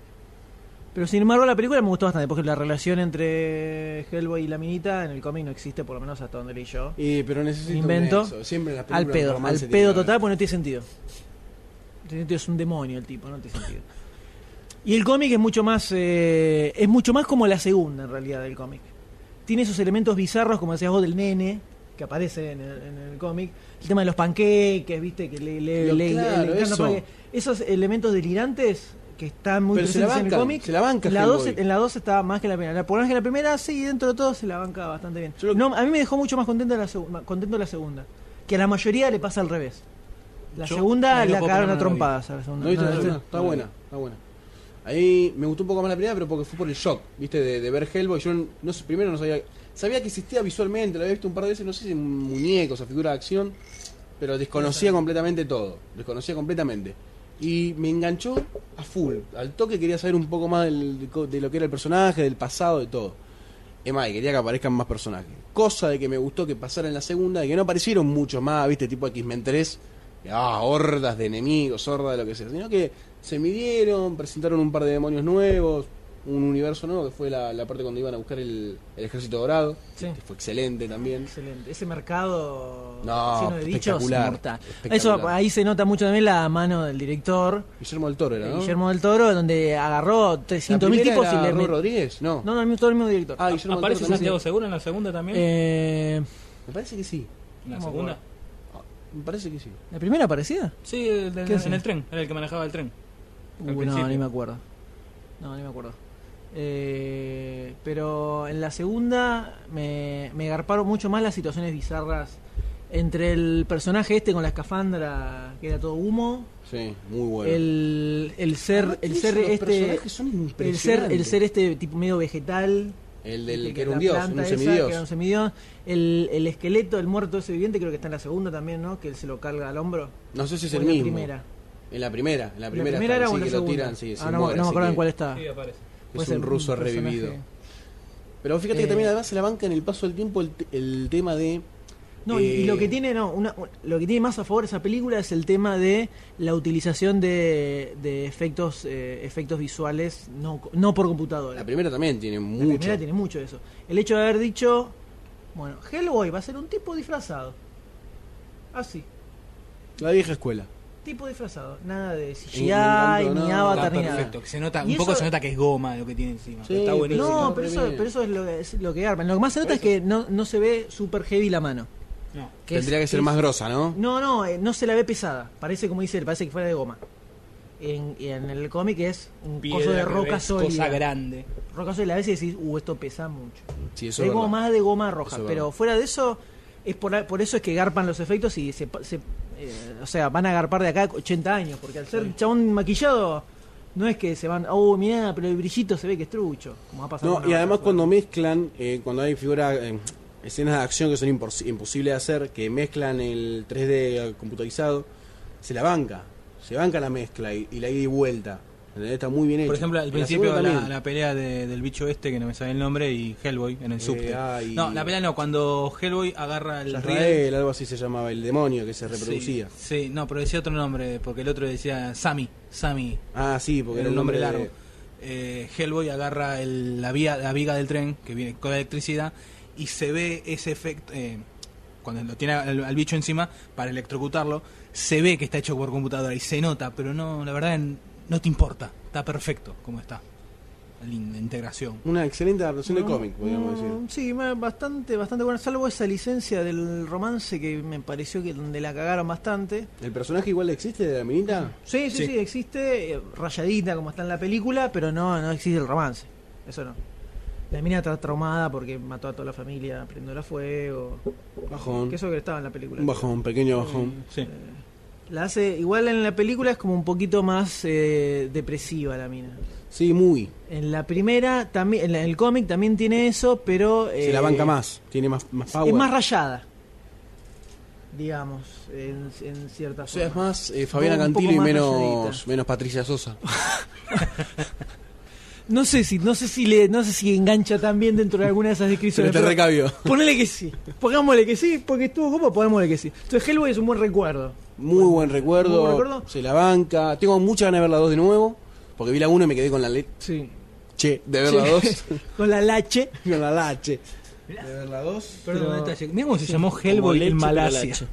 [SPEAKER 2] Pero sin embargo la película me gustó bastante, porque la relación entre Hellboy y la minita en el cómic no existe, por lo menos hasta donde leí yo.
[SPEAKER 10] Eh, pero necesito un
[SPEAKER 2] Invento.
[SPEAKER 10] nexo. Siempre en las
[SPEAKER 2] Al
[SPEAKER 10] películas de
[SPEAKER 2] pedo, al
[SPEAKER 10] romance tiene
[SPEAKER 2] pedo
[SPEAKER 10] que haber.
[SPEAKER 2] total, pues no tiene sentido. No tiene sentido, Es un demonio el tipo, no tiene sentido. Y el cómic es mucho más eh, es mucho más como la segunda en realidad del cómic. Tiene esos elementos bizarros, como decías vos, del nene, que aparece en el, en el cómic. El tema de los panqueques, viste, que le, le,
[SPEAKER 10] Lo-
[SPEAKER 2] le- le
[SPEAKER 10] claro,
[SPEAKER 2] encantan los
[SPEAKER 10] eso.
[SPEAKER 2] panqueques. Esos elementos delirantes que están muy
[SPEAKER 10] Pero se la
[SPEAKER 2] presentes en el
[SPEAKER 10] bancan,
[SPEAKER 2] cómic.
[SPEAKER 10] se la banca
[SPEAKER 2] En la dos-
[SPEAKER 10] Hellboy.
[SPEAKER 2] en la 2 estaba más que la primera. La, por más que la primera, sí, dentro de todo se la banca bastante bien.
[SPEAKER 10] Yo lo-
[SPEAKER 2] No, a mí me dejó mucho más contento la, segu- ma- contento la segunda. Que a la mayoría le pasa al revés. La
[SPEAKER 9] Yo
[SPEAKER 2] segunda
[SPEAKER 9] no lo
[SPEAKER 2] la
[SPEAKER 9] puedo
[SPEAKER 2] cagaron
[SPEAKER 9] poner,
[SPEAKER 2] a
[SPEAKER 9] no la vi.
[SPEAKER 2] trompadas. A la segunda.
[SPEAKER 10] ¿No viste
[SPEAKER 2] No,
[SPEAKER 10] la
[SPEAKER 2] no,
[SPEAKER 10] segunda?
[SPEAKER 2] no.
[SPEAKER 10] Está buena, está buena. Ahí me gustó un poco más la primera, pero porque fue por el shock, ¿viste? De, de ver Hellboy. Yo no sé, primero no sabía. Sabía que existía visualmente, lo había visto un par de veces, no sé si en muñecos o figura de acción, pero desconocía completamente todo. Desconocía completamente. Y me enganchó a full. Al toque quería saber un poco más del- de lo que era el personaje, del pasado, de todo. Es más, y quería que aparezcan más personajes. Cosa de que me gustó que pasara en la segunda, de que no aparecieron muchos más, ¿viste? Tipo X-Men 3, que, ah, hordas de enemigos, hordas de lo que sea. Sino que se midieron, presentaron un par de demonios nuevos, un universo nuevo, que fue la, la parte cuando iban a buscar el, el ejército dorado.
[SPEAKER 2] Sí.
[SPEAKER 10] que fue excelente también.
[SPEAKER 2] Excelente. Ese mercado
[SPEAKER 10] No,
[SPEAKER 2] lleno de bichos
[SPEAKER 10] espectacular,
[SPEAKER 2] mortal. Eso,
[SPEAKER 10] espectacular.
[SPEAKER 2] ahí se nota mucho también la mano del director, eh,
[SPEAKER 10] Guillermo del Toro era, ¿no?
[SPEAKER 2] Guillermo del Toro, donde agarró
[SPEAKER 10] La
[SPEAKER 2] 300.000
[SPEAKER 10] primera
[SPEAKER 2] tipos
[SPEAKER 10] era
[SPEAKER 2] y le
[SPEAKER 10] Rubén
[SPEAKER 2] met-
[SPEAKER 10] Rodríguez? No.
[SPEAKER 2] No, no, el mismo- todo el mismo director.
[SPEAKER 10] Ah, Guillermo del
[SPEAKER 9] ¿Aparece
[SPEAKER 10] Toro también.
[SPEAKER 9] Santiago Segura en la segunda también?
[SPEAKER 2] Eh,
[SPEAKER 10] Me parece que sí.
[SPEAKER 9] ¿En la
[SPEAKER 2] no me
[SPEAKER 9] segunda?
[SPEAKER 2] acuerdo.
[SPEAKER 10] Me parece que sí.
[SPEAKER 2] ¿La primera aparecida?
[SPEAKER 9] Sí, el de-
[SPEAKER 2] ¿Qué hace?
[SPEAKER 9] en el tren, era el que manejaba el tren.
[SPEAKER 2] Uh,
[SPEAKER 9] Al
[SPEAKER 2] no,
[SPEAKER 9] principio.
[SPEAKER 2] ni me acuerdo. No, ni me acuerdo. Eh, pero en la segunda me, me garparon mucho más las situaciones bizarras entre el personaje este con la escafandra que era todo humo,
[SPEAKER 10] Sí, muy bueno. Ah,
[SPEAKER 2] el, el ser, el
[SPEAKER 10] Los
[SPEAKER 2] ser este,
[SPEAKER 10] personajes son
[SPEAKER 2] el ser, el
[SPEAKER 10] impresionantes.
[SPEAKER 2] ser este tipo medio vegetal,
[SPEAKER 10] El del
[SPEAKER 2] Viste
[SPEAKER 10] que era un
[SPEAKER 2] la
[SPEAKER 10] dios,
[SPEAKER 2] planta
[SPEAKER 10] un
[SPEAKER 2] esa,
[SPEAKER 10] semidios.
[SPEAKER 2] que era un semidios. El, el esqueleto, el muerto ese viviente creo que está en la segunda también, ¿no? Que él se lo carga al hombro.
[SPEAKER 10] No sé si es
[SPEAKER 2] O
[SPEAKER 10] el
[SPEAKER 2] en la
[SPEAKER 10] mismo.
[SPEAKER 2] primera.
[SPEAKER 10] En la primera, en la primera.
[SPEAKER 2] la primera era
[SPEAKER 10] sí,
[SPEAKER 2] o en la
[SPEAKER 10] que lo
[SPEAKER 2] segunda.
[SPEAKER 10] tiran, sí, se
[SPEAKER 2] Ah, no,
[SPEAKER 10] muere,
[SPEAKER 2] no me
[SPEAKER 10] así
[SPEAKER 2] acuerdo en
[SPEAKER 10] que
[SPEAKER 2] cuál estaba.
[SPEAKER 9] Sí, aparece.
[SPEAKER 10] Es
[SPEAKER 2] Puede ser
[SPEAKER 10] un ruso
[SPEAKER 2] Pues personaje.
[SPEAKER 10] revivido. Pero fíjate
[SPEAKER 2] Eh.
[SPEAKER 10] que también además se la banca en el paso del tiempo el, te- el tema de
[SPEAKER 2] No, y- y
[SPEAKER 10] Eh,
[SPEAKER 2] lo que tiene, no, una- un- lo que tiene más a favor esa película es el tema de la utilización de, de efectos, eh, efectos visuales no, co- no por computadora.
[SPEAKER 10] La primera también tiene
[SPEAKER 2] La
[SPEAKER 10] mucho.
[SPEAKER 2] primera tiene mucho de eso. El hecho de haber dicho, bueno, Hellboy va a ser un tipo disfrazado. Así,
[SPEAKER 10] La vieja escuela.
[SPEAKER 2] tipo disfrazado. Nada de CGI,
[SPEAKER 10] Y me encantó,
[SPEAKER 2] ni
[SPEAKER 10] no,
[SPEAKER 2] avatar, ni nada.
[SPEAKER 9] perfecto. que se nota,
[SPEAKER 2] Ah, Y
[SPEAKER 9] un poco
[SPEAKER 2] eso-
[SPEAKER 9] se nota que es goma lo que tiene encima.
[SPEAKER 10] Sí,
[SPEAKER 9] está
[SPEAKER 10] pero-
[SPEAKER 9] buenísimo.
[SPEAKER 2] No,
[SPEAKER 10] buenísimo.
[SPEAKER 2] pero eso,
[SPEAKER 10] Re bien.
[SPEAKER 2] pero eso es lo, es lo que arman. Lo que más se nota es que no, no se ve super heavy la mano.
[SPEAKER 9] No.
[SPEAKER 2] Que
[SPEAKER 10] Tendría
[SPEAKER 2] es-
[SPEAKER 10] que ser
[SPEAKER 2] es-
[SPEAKER 10] más grosa, ¿no?
[SPEAKER 2] No, no, eh, no se la ve pesada. Parece como dice él, parece que fuera de goma. En, y en el cómic es un coso
[SPEAKER 9] Piedra
[SPEAKER 2] de
[SPEAKER 9] al
[SPEAKER 2] roca
[SPEAKER 9] revés, Cosa
[SPEAKER 2] sólida.
[SPEAKER 9] grande.
[SPEAKER 2] Roca sólida. A veces decís, uh, esto pesa mucho.
[SPEAKER 10] Sí, eso
[SPEAKER 2] Se
[SPEAKER 10] es
[SPEAKER 2] ve como
[SPEAKER 10] verdad.
[SPEAKER 2] más de goma roja.
[SPEAKER 10] Eso es
[SPEAKER 2] pero
[SPEAKER 10] verdad.
[SPEAKER 2] fuera de eso, es por, por eso es que garpan los efectos y se. pa- se, eh, o sea, van a garpar de acá 80 años. Porque al ser chabón maquillado, no es que se van, oh, mirá, pero el brillito se ve que es trucho. Como ha pasado
[SPEAKER 10] No,
[SPEAKER 2] con
[SPEAKER 10] y
[SPEAKER 2] Avatar,
[SPEAKER 10] además
[SPEAKER 2] bueno.
[SPEAKER 10] cuando mezclan, eh, cuando hay figuras, eh, escenas de acción que son impos- imposibles de hacer, que mezclan el 3D computarizado, se la banca, se banca la mezcla y, y la ida y vuelta. ¿Entendés? Está muy bien hecho.
[SPEAKER 9] Por ejemplo, al
[SPEAKER 10] En la
[SPEAKER 9] principio
[SPEAKER 10] segunda
[SPEAKER 9] la,
[SPEAKER 10] también.
[SPEAKER 9] la pelea de- del bicho este, que no me sabe el nombre, y Hellboy en el subte.
[SPEAKER 10] Eh, ay.
[SPEAKER 9] No, la pelea no, cuando Hellboy agarra el riel.
[SPEAKER 10] Israel, algo así se llamaba, el demonio que se reproducía.
[SPEAKER 9] Sí, sí, no, pero decía otro nombre, porque el otro decía Sammy, Sammy,
[SPEAKER 10] Ah, sí, porque
[SPEAKER 9] era un nombre largo.
[SPEAKER 10] de-
[SPEAKER 9] Eh, Hellboy agarra el- la, vía, la viga del tren que viene con la electricidad y se ve ese efecto, eh, cuando lo tiene al, al bicho encima para electrocutarlo, se ve que está hecho por computadora y se nota, pero no, la verdad n- no te importa, está perfecto como está, la in- la integración.
[SPEAKER 10] Una excelente adaptación de
[SPEAKER 2] No,
[SPEAKER 10] cómic, podríamos
[SPEAKER 2] no,
[SPEAKER 10] decir.
[SPEAKER 2] Mm, Sí, ma- bastante, bastante buena, salvo esa licencia del romance que me pareció que donde la cagaron bastante.
[SPEAKER 10] ¿El personaje igual existe de la minita?
[SPEAKER 2] Sí, sí, sí,
[SPEAKER 9] Sí.
[SPEAKER 2] existe, eh, rayadita como está en la película, pero no, no existe el romance. Eso no. La mina está traumada porque mató a toda la familia, prendió a fuego.
[SPEAKER 10] Bajón.
[SPEAKER 2] Que eso que estaba en la película.
[SPEAKER 10] Un bajón, pequeño bajón.
[SPEAKER 9] Sí.
[SPEAKER 2] La hace, igual en la película es como un poquito más eh, depresiva la mina.
[SPEAKER 10] Sí, muy.
[SPEAKER 2] En la primera, también, en la- en el cómic también tiene eso, pero...
[SPEAKER 10] Se la
[SPEAKER 2] eh,
[SPEAKER 10] banca más, tiene más, más power.
[SPEAKER 2] Es más rayada. Digamos, en, en cierta
[SPEAKER 10] O sea, es
[SPEAKER 2] forma.
[SPEAKER 10] más eh, Fabiana
[SPEAKER 2] Un poco
[SPEAKER 10] Cantilo y
[SPEAKER 2] más
[SPEAKER 10] menos,
[SPEAKER 2] rayadita.
[SPEAKER 10] menos Patricia *laughs* Sosa.
[SPEAKER 2] No sé si, no sé si le, no sé si engancha tan bien dentro de alguna de esas
[SPEAKER 10] Pero
[SPEAKER 2] descripciones.
[SPEAKER 10] te
[SPEAKER 2] pero
[SPEAKER 10] recabio.
[SPEAKER 2] ponele que sí. Pongámosle que sí, porque estuvo como pongámosle que sí. Entonces Hellboy es un buen recuerdo.
[SPEAKER 10] Muy buen recuerdo.
[SPEAKER 2] Muy buen recuerdo.
[SPEAKER 10] Se la banca. Tengo muchas ganas de ver la 2 de nuevo. Porque vi la 1 y me quedé con la leche
[SPEAKER 2] Sí.
[SPEAKER 10] de ver la 2.
[SPEAKER 2] *laughs*
[SPEAKER 10] *laughs*
[SPEAKER 2] Con la lache.
[SPEAKER 10] con la lache. De ver la 2.
[SPEAKER 9] Perdón,
[SPEAKER 2] Pero-
[SPEAKER 9] detalle. Mirá cómo se llamó
[SPEAKER 12] Como
[SPEAKER 9] Hellboy
[SPEAKER 12] leche,
[SPEAKER 9] en
[SPEAKER 12] pero
[SPEAKER 9] Malasia.
[SPEAKER 12] leche.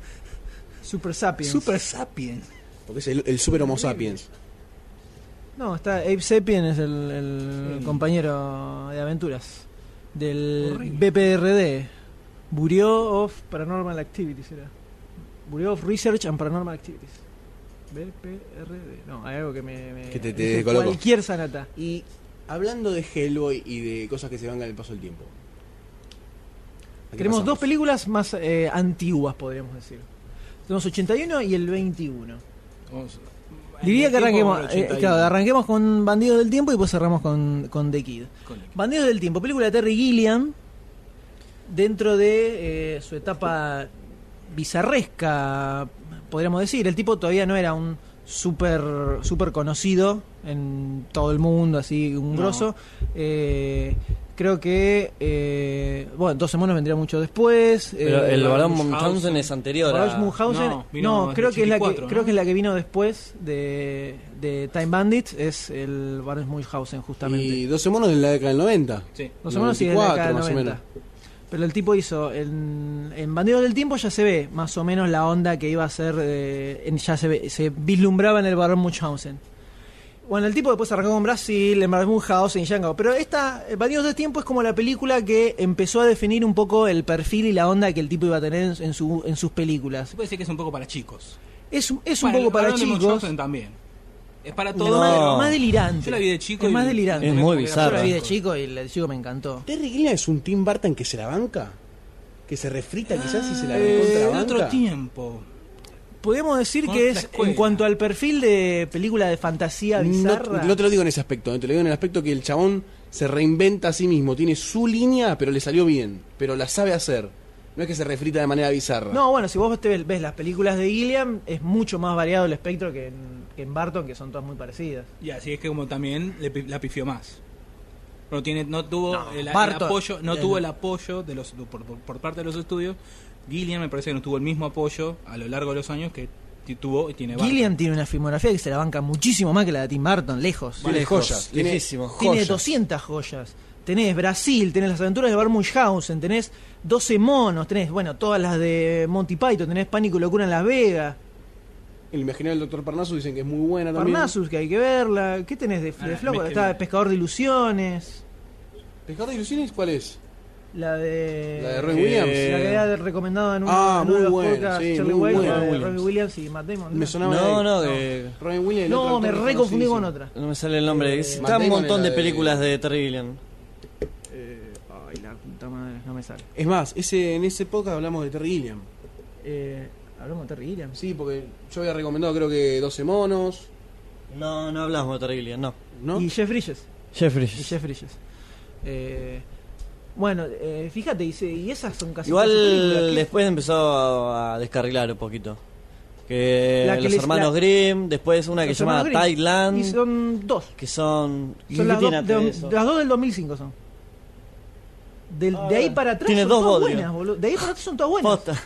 [SPEAKER 2] Super Sapiens.
[SPEAKER 9] Super Sapien.
[SPEAKER 10] Porque es el, el super homo sapiens.
[SPEAKER 2] No, está Abe Sapien es el, el compañero de aventuras del BPRD. Bureau of Paranormal Activities era. Bureau of Research and Paranormal Activities. BPRD. No, hay algo que me... me-
[SPEAKER 10] Que te- te
[SPEAKER 2] dije
[SPEAKER 10] descolocó.
[SPEAKER 2] Cualquier sanata.
[SPEAKER 10] Y hablando de Hellboy y de cosas que se van con el paso del tiempo. ¿A qué
[SPEAKER 2] Tenemos
[SPEAKER 10] pasamos?
[SPEAKER 2] dos películas más eh, antiguas, podríamos decir. Tenemos 81 y el 21. Diría que arranquemos, eh, claro, arranquemos con Bandidos del Tiempo y después cerramos con, con The Kid. Bandidos del Tiempo, película de Terry Gilliam, dentro de eh, su etapa bizarresca, podríamos decir. El tipo todavía no era un súper super conocido en todo el mundo, así, un
[SPEAKER 9] No.
[SPEAKER 2] grosso. Eh, creo que, eh, bueno, 12 monos vendría mucho después.
[SPEAKER 12] Pero
[SPEAKER 2] eh,
[SPEAKER 12] el varón
[SPEAKER 9] Munchausen.
[SPEAKER 12] Munchausen es anterior a...
[SPEAKER 2] Barbs Munchausen,
[SPEAKER 9] No,
[SPEAKER 2] no,
[SPEAKER 9] vino de
[SPEAKER 2] creo, que es la que,
[SPEAKER 9] 84, ¿no?
[SPEAKER 2] creo que es la que vino después de, de Time Bandits, es el Barnes Munchausen justamente.
[SPEAKER 10] Y 12 monos de la década del 90.
[SPEAKER 9] Sí.
[SPEAKER 2] Los hermanos sí, es de
[SPEAKER 10] 94,
[SPEAKER 2] acá del
[SPEAKER 10] más o
[SPEAKER 2] 90.
[SPEAKER 10] menos.
[SPEAKER 2] Pero el tipo hizo, en, en Bandidos del Tiempo ya se ve más o menos la onda que iba a ser, eh, en- ya se, ve- se vislumbraba en el Barón Munchausen. Bueno, el tipo después arrancó con Brasil, en Barón Munchausen y Shanghai. Pero esta, eh, Bandidos del Tiempo es como la película que empezó a definir un poco el perfil y la onda que el tipo iba a tener en, en su- en sus películas.
[SPEAKER 9] Se puede decir que es un poco para chicos.
[SPEAKER 2] Es, un- es un
[SPEAKER 9] Bueno,
[SPEAKER 2] poco
[SPEAKER 9] el
[SPEAKER 2] para
[SPEAKER 9] varón de
[SPEAKER 2] chicos.
[SPEAKER 9] Munchausen también. Es para
[SPEAKER 2] Es
[SPEAKER 9] todos.
[SPEAKER 2] más, más delirante.
[SPEAKER 9] Yo la vi de chico.
[SPEAKER 2] Es
[SPEAKER 9] y
[SPEAKER 2] más
[SPEAKER 9] me-
[SPEAKER 2] delirante.
[SPEAKER 12] Es
[SPEAKER 9] me-
[SPEAKER 12] muy
[SPEAKER 9] me-
[SPEAKER 2] Yo
[SPEAKER 12] bizarra.
[SPEAKER 2] la vi de chico y la de chico me encantó.
[SPEAKER 10] ¿Terry Gilliam es un Tim Burton que se la banca? ¿Que se refrita quizás y se la
[SPEAKER 9] Eh,
[SPEAKER 10] recontra
[SPEAKER 9] de
[SPEAKER 10] banca?
[SPEAKER 9] otro tiempo.
[SPEAKER 2] Podemos decir
[SPEAKER 9] Con
[SPEAKER 2] que
[SPEAKER 9] otra
[SPEAKER 2] es,
[SPEAKER 9] escuela.
[SPEAKER 2] en cuanto al perfil de película de fantasía bizarra,
[SPEAKER 10] No, no te lo digo en ese aspecto, no te lo digo en el aspecto que el chabón se reinventa a sí mismo, tiene su línea, pero le salió bien, pero la sabe hacer. No es que se refrita de manera bizarra.
[SPEAKER 2] No, bueno, si vos te ves, ves las películas de Gilliam, es mucho más variado el espectro que en, que en Barton, que son todas muy parecidas.
[SPEAKER 9] Y así es que como también le pi- la pifió más. No tiene, no tuvo el, el
[SPEAKER 2] Barton.
[SPEAKER 9] apoyo, no
[SPEAKER 2] Ya,
[SPEAKER 9] tuvo
[SPEAKER 2] no.
[SPEAKER 9] el apoyo de los por, por- por parte de los estudios Gillian me parece que no tuvo el mismo apoyo a lo largo de los años que ti- tuvo y tiene Barton.
[SPEAKER 2] Gillian tiene una filmografía que se la banca muchísimo más que la de Tim Burton, lejos.
[SPEAKER 10] Tiene joyas. Tiene
[SPEAKER 12] lejísimo.
[SPEAKER 10] joyas.
[SPEAKER 2] Tiene 200 joyas. Tenés Brasil, tenés las aventuras de Bar Munchausen, tenés 12 monos, tenés, bueno, todas las de Monty Python, tenés Pánico y Locura en Las Vegas,
[SPEAKER 10] El imaginario del Doctor Parnassus dicen que es muy buena también.
[SPEAKER 2] Parnassus, que hay que verla. ¿Qué tenés de, de
[SPEAKER 9] Ah,
[SPEAKER 2] Flow?
[SPEAKER 9] viste,
[SPEAKER 2] Está
[SPEAKER 9] me-
[SPEAKER 2] Pescador de Ilusiones,
[SPEAKER 10] ¿Pescador de ilusiones cuál es?
[SPEAKER 2] la de.
[SPEAKER 10] La de Roy Williams.
[SPEAKER 2] Eh, La que había recomendado en un
[SPEAKER 10] Ah,
[SPEAKER 2] en uno de
[SPEAKER 10] muy
[SPEAKER 2] los
[SPEAKER 10] buena,
[SPEAKER 2] podcasts,
[SPEAKER 10] sí,
[SPEAKER 2] Charlie
[SPEAKER 10] muy
[SPEAKER 2] White,
[SPEAKER 10] buena,
[SPEAKER 2] la de
[SPEAKER 10] Williams.
[SPEAKER 2] Roy Williams y Matt Damon.
[SPEAKER 10] Me sonaba
[SPEAKER 12] No,
[SPEAKER 10] de-
[SPEAKER 12] no, que
[SPEAKER 10] Robin Williams. el
[SPEAKER 2] No,
[SPEAKER 10] otro
[SPEAKER 2] me
[SPEAKER 10] actor
[SPEAKER 2] reconfundí
[SPEAKER 10] conocidísimo.
[SPEAKER 2] con otra.
[SPEAKER 12] no me sale el nombre.
[SPEAKER 2] Eh,
[SPEAKER 12] Está
[SPEAKER 10] Matt
[SPEAKER 12] un
[SPEAKER 10] Damon
[SPEAKER 12] montón
[SPEAKER 10] era
[SPEAKER 12] de
[SPEAKER 10] de-
[SPEAKER 12] películas de Terry Gilliam.
[SPEAKER 2] Eh, ay, la puta madre, no me sale.
[SPEAKER 10] Es más, ese, en ese podcast hablamos de Terry Gilliam.
[SPEAKER 2] Eh, Hablamos de Terry Gilliams.
[SPEAKER 10] Sí, porque yo había recomendado creo que 12 monos,
[SPEAKER 12] No, no hablamos de Terry Gilliam, no.
[SPEAKER 10] ¿no?
[SPEAKER 2] Y Jeff Bridges.
[SPEAKER 12] Jeffrey.
[SPEAKER 2] Y Jeff Bridges. Eh, bueno, eh, fíjate, y, se- y esas son casi. todas sus películas,
[SPEAKER 12] Igual
[SPEAKER 2] que-
[SPEAKER 12] después empezó a descarrilar un poquito. Que
[SPEAKER 2] La que
[SPEAKER 12] los
[SPEAKER 2] les-
[SPEAKER 12] hermanos
[SPEAKER 2] la-
[SPEAKER 12] Grimm, después una que
[SPEAKER 2] Los
[SPEAKER 12] se llama
[SPEAKER 2] hermanos Grimm.
[SPEAKER 12] Thailand,
[SPEAKER 2] Y son dos.
[SPEAKER 12] que son... ¿y qué
[SPEAKER 2] Son las,
[SPEAKER 12] tiene
[SPEAKER 2] dos,
[SPEAKER 12] antes
[SPEAKER 2] de-
[SPEAKER 12] de eso?
[SPEAKER 2] las dos del 2005 son. Del- de ahí para atrás
[SPEAKER 12] Tiene
[SPEAKER 2] son
[SPEAKER 12] dos
[SPEAKER 2] todas
[SPEAKER 12] bodrios.
[SPEAKER 2] buenas, boludo. De ahí para atrás son todas buenas.
[SPEAKER 12] Posta.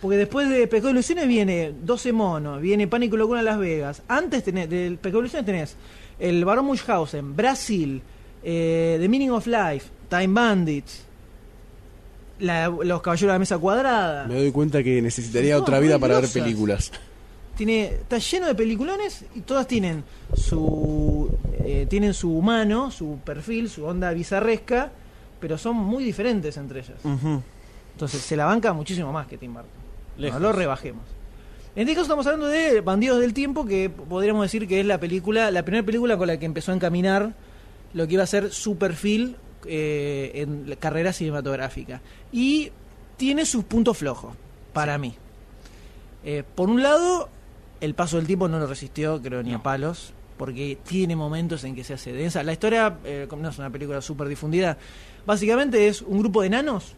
[SPEAKER 2] Porque después de Pecado de Ilusiones viene 12 monos, viene Pánico y Locura en Las Vegas. Antes tenés, del Pecado de Ilusiones tenés El Barón Munchausen, Brasil, eh, The Meaning of Life, Time Bandits, la- Los Caballeros de la Mesa Cuadrada.
[SPEAKER 10] Me doy cuenta que necesitaría
[SPEAKER 2] Son
[SPEAKER 10] otra
[SPEAKER 2] muy
[SPEAKER 10] vida para ver
[SPEAKER 2] grosas.
[SPEAKER 10] películas.
[SPEAKER 2] tiene está lleno de peliculones y todas tienen su eh, tienen su humano su perfil su onda bizarresca pero son muy diferentes entre ellas
[SPEAKER 12] Ujú.
[SPEAKER 2] entonces se la banca muchísimo más que Tim Burton
[SPEAKER 12] Lejos.
[SPEAKER 2] no lo rebajemos en este caso estamos hablando de Bandidos del Tiempo que podríamos decir que es la película la primera película con la que empezó a encaminar lo que iba a ser su perfil eh, en la carrera cinematográfica y tiene sus puntos flojos para mí eh, por un lado, el paso del tiempo no lo resistió, creo, ni a palos, porque tiene momentos en que se hace densa. La historia, eh, como no es una película súper difundida, básicamente es un grupo de enanos.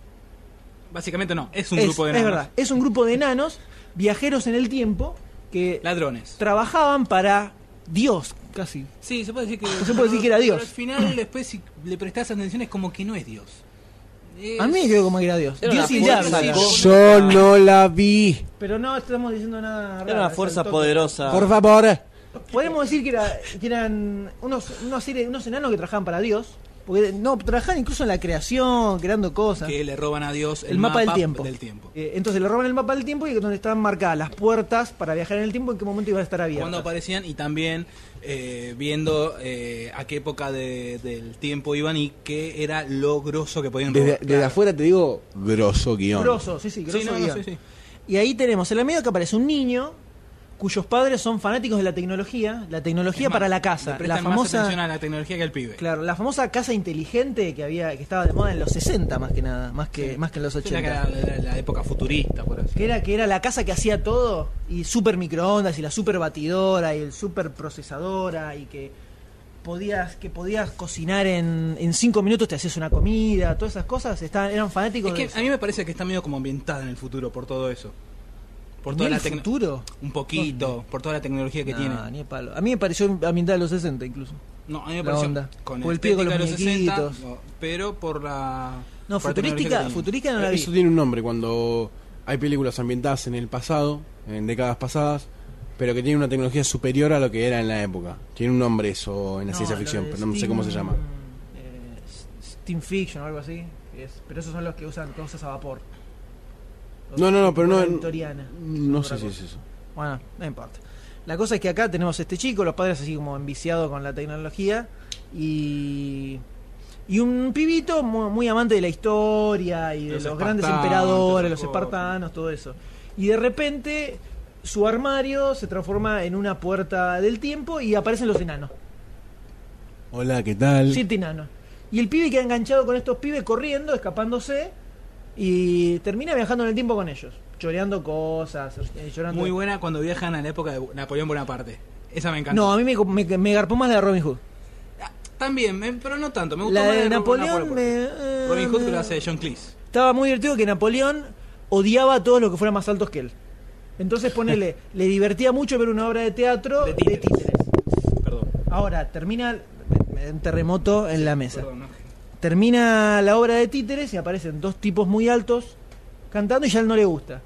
[SPEAKER 9] Básicamente no, es un
[SPEAKER 2] es,
[SPEAKER 9] grupo de
[SPEAKER 2] es
[SPEAKER 9] enanos.
[SPEAKER 2] verdad, es un grupo de enanos, viajeros en el tiempo, que
[SPEAKER 9] Ladrones.
[SPEAKER 2] trabajaban para Dios, casi.
[SPEAKER 9] Sí, se puede decir que.
[SPEAKER 2] No *laughs* se puede decir que era Dios.
[SPEAKER 9] Pero al final, después, si le prestás atención, es como que no es Dios. Es-
[SPEAKER 2] A mí me quedó como que era Dios.
[SPEAKER 12] Era
[SPEAKER 2] Dios
[SPEAKER 12] una
[SPEAKER 2] y
[SPEAKER 12] fuerza,
[SPEAKER 2] diablo.
[SPEAKER 12] ¿no?
[SPEAKER 1] Yo no la vi.
[SPEAKER 2] Pero no estamos diciendo nada raro.
[SPEAKER 12] Era una
[SPEAKER 2] es
[SPEAKER 12] fuerza
[SPEAKER 2] al toque.
[SPEAKER 9] Ah.
[SPEAKER 12] poderosa.
[SPEAKER 1] Por favor.
[SPEAKER 9] Eh,
[SPEAKER 2] Podemos decir que, era- que eran unos, unos, seres- unos enanos que trabajaban para Dios. Porque no, trabajaban incluso en la creación, creando cosas.
[SPEAKER 9] Que le roban a Dios el,
[SPEAKER 2] el mapa del tiempo.
[SPEAKER 9] del tiempo.
[SPEAKER 2] Eh, entonces le roban el mapa del tiempo y donde están marcadas las puertas para viajar en el tiempo, en qué momento iban a estar abiertas.
[SPEAKER 9] Cuando aparecían y también eh, viendo eh, a qué época de- del tiempo iban y qué era lo grosso que podían
[SPEAKER 10] Desde,
[SPEAKER 9] robar.
[SPEAKER 10] desde afuera te digo, grosso guión.
[SPEAKER 2] Grosso, sí, sí, grosso
[SPEAKER 9] Sí, no, no,
[SPEAKER 2] guión.
[SPEAKER 9] sí, sí.
[SPEAKER 2] Y ahí tenemos en la medio que aparece un niño cuyos padres son fanáticos de la tecnología, la tecnología
[SPEAKER 9] Es más,
[SPEAKER 2] para la
[SPEAKER 9] le
[SPEAKER 2] casa, la
[SPEAKER 9] prestan más atención
[SPEAKER 2] famosa
[SPEAKER 9] a la tecnología que al pibe.
[SPEAKER 2] claro, la famosa casa inteligente que había que estaba de moda en los 60 más que nada, más que más que en los
[SPEAKER 9] Sí, la
[SPEAKER 2] 80.
[SPEAKER 9] que era la, la época futurista, por así
[SPEAKER 2] que era que era la casa que hacía todo y super microondas y la super batidora y el super procesadora y que podías que podías cocinar en, en cinco minutos te hacías una comida todas esas cosas estaban eran fanáticos
[SPEAKER 9] Es
[SPEAKER 2] de
[SPEAKER 9] que
[SPEAKER 2] eso.
[SPEAKER 9] a mí me parece que está medio como ambientada en el futuro por todo eso. Por
[SPEAKER 2] ¿Ni
[SPEAKER 9] toda
[SPEAKER 2] el
[SPEAKER 9] la tecno-
[SPEAKER 2] futuro
[SPEAKER 9] Un poquito, por toda la tecnología que
[SPEAKER 2] Nah,
[SPEAKER 9] tiene.
[SPEAKER 2] ni de palo. a mí me pareció ambiental de los 60 incluso
[SPEAKER 9] No, a mí me
[SPEAKER 2] La
[SPEAKER 9] pareció
[SPEAKER 2] onda.
[SPEAKER 9] con
[SPEAKER 2] Por
[SPEAKER 9] el
[SPEAKER 2] el pibe con
[SPEAKER 9] de
[SPEAKER 2] los
[SPEAKER 9] los 60,
[SPEAKER 2] muñequitos.
[SPEAKER 9] no, pero por la
[SPEAKER 2] no
[SPEAKER 9] por la tecnología que
[SPEAKER 2] futurística
[SPEAKER 9] tenía.
[SPEAKER 2] futurística no la vi
[SPEAKER 10] Eh, Eso tiene un nombre cuando hay películas ambientadas en el pasado, en décadas pasadas, pero que tienen una tecnología superior a lo que era en la época. Tiene un nombre eso en la
[SPEAKER 2] No,
[SPEAKER 10] ciencia
[SPEAKER 2] lo
[SPEAKER 10] ficción,
[SPEAKER 2] de
[SPEAKER 10] pero no sé cómo se
[SPEAKER 2] steam,
[SPEAKER 10] llama.
[SPEAKER 2] eh, s- steam fiction o algo así que es- pero esos son los que usan cosas a vapor
[SPEAKER 10] No, no, no, pero no.
[SPEAKER 2] Victoriana.
[SPEAKER 10] No sé si es eso.
[SPEAKER 2] Bueno, no importa. La cosa es que acá tenemos este chico, los padres así como enviciados con la tecnología y y un pibito muy, muy amante de la historia y de
[SPEAKER 9] Los
[SPEAKER 2] los, grandes
[SPEAKER 9] espartanos,
[SPEAKER 2] emperadores,
[SPEAKER 9] esas
[SPEAKER 2] los
[SPEAKER 9] cosas.
[SPEAKER 2] espartanos, todo eso. Y de repente su armario se transforma en una puerta del tiempo y aparecen los enanos,
[SPEAKER 10] Hola, ¿qué tal?
[SPEAKER 2] siete enanos. Y el pibe queda enganchado con estos pibes corriendo, escapándose y termina viajando en el tiempo con ellos, choreando cosas, eh, llorando.
[SPEAKER 9] Muy buena cuando viajan a la época de Napoleón Bonaparte. Esa me encanta.
[SPEAKER 2] No, a mí me, me, me garpó más la de Robin Hood.
[SPEAKER 9] Ah, También, me- pero no tanto. Me gustó
[SPEAKER 2] La
[SPEAKER 9] más
[SPEAKER 2] de
[SPEAKER 9] Robin
[SPEAKER 2] Napoleón
[SPEAKER 9] Bonaparte.
[SPEAKER 2] me, eh,
[SPEAKER 9] Robin Hood que lo
[SPEAKER 2] me-
[SPEAKER 9] hace John Cleese.
[SPEAKER 2] Estaba muy divertido que Napoleón odiaba a todos los que fueran más altos que él. Entonces,
[SPEAKER 9] *laughs*
[SPEAKER 2] ponele, le divertía mucho ver una obra de teatro
[SPEAKER 9] De
[SPEAKER 2] de
[SPEAKER 9] títeres.
[SPEAKER 2] títeres.
[SPEAKER 9] Perdón.
[SPEAKER 2] Ahora, termina un terremoto en la mesa.
[SPEAKER 9] Perdón, no.
[SPEAKER 2] Termina la obra de títeres y aparecen dos tipos muy altos, cantando y ya él no le gusta.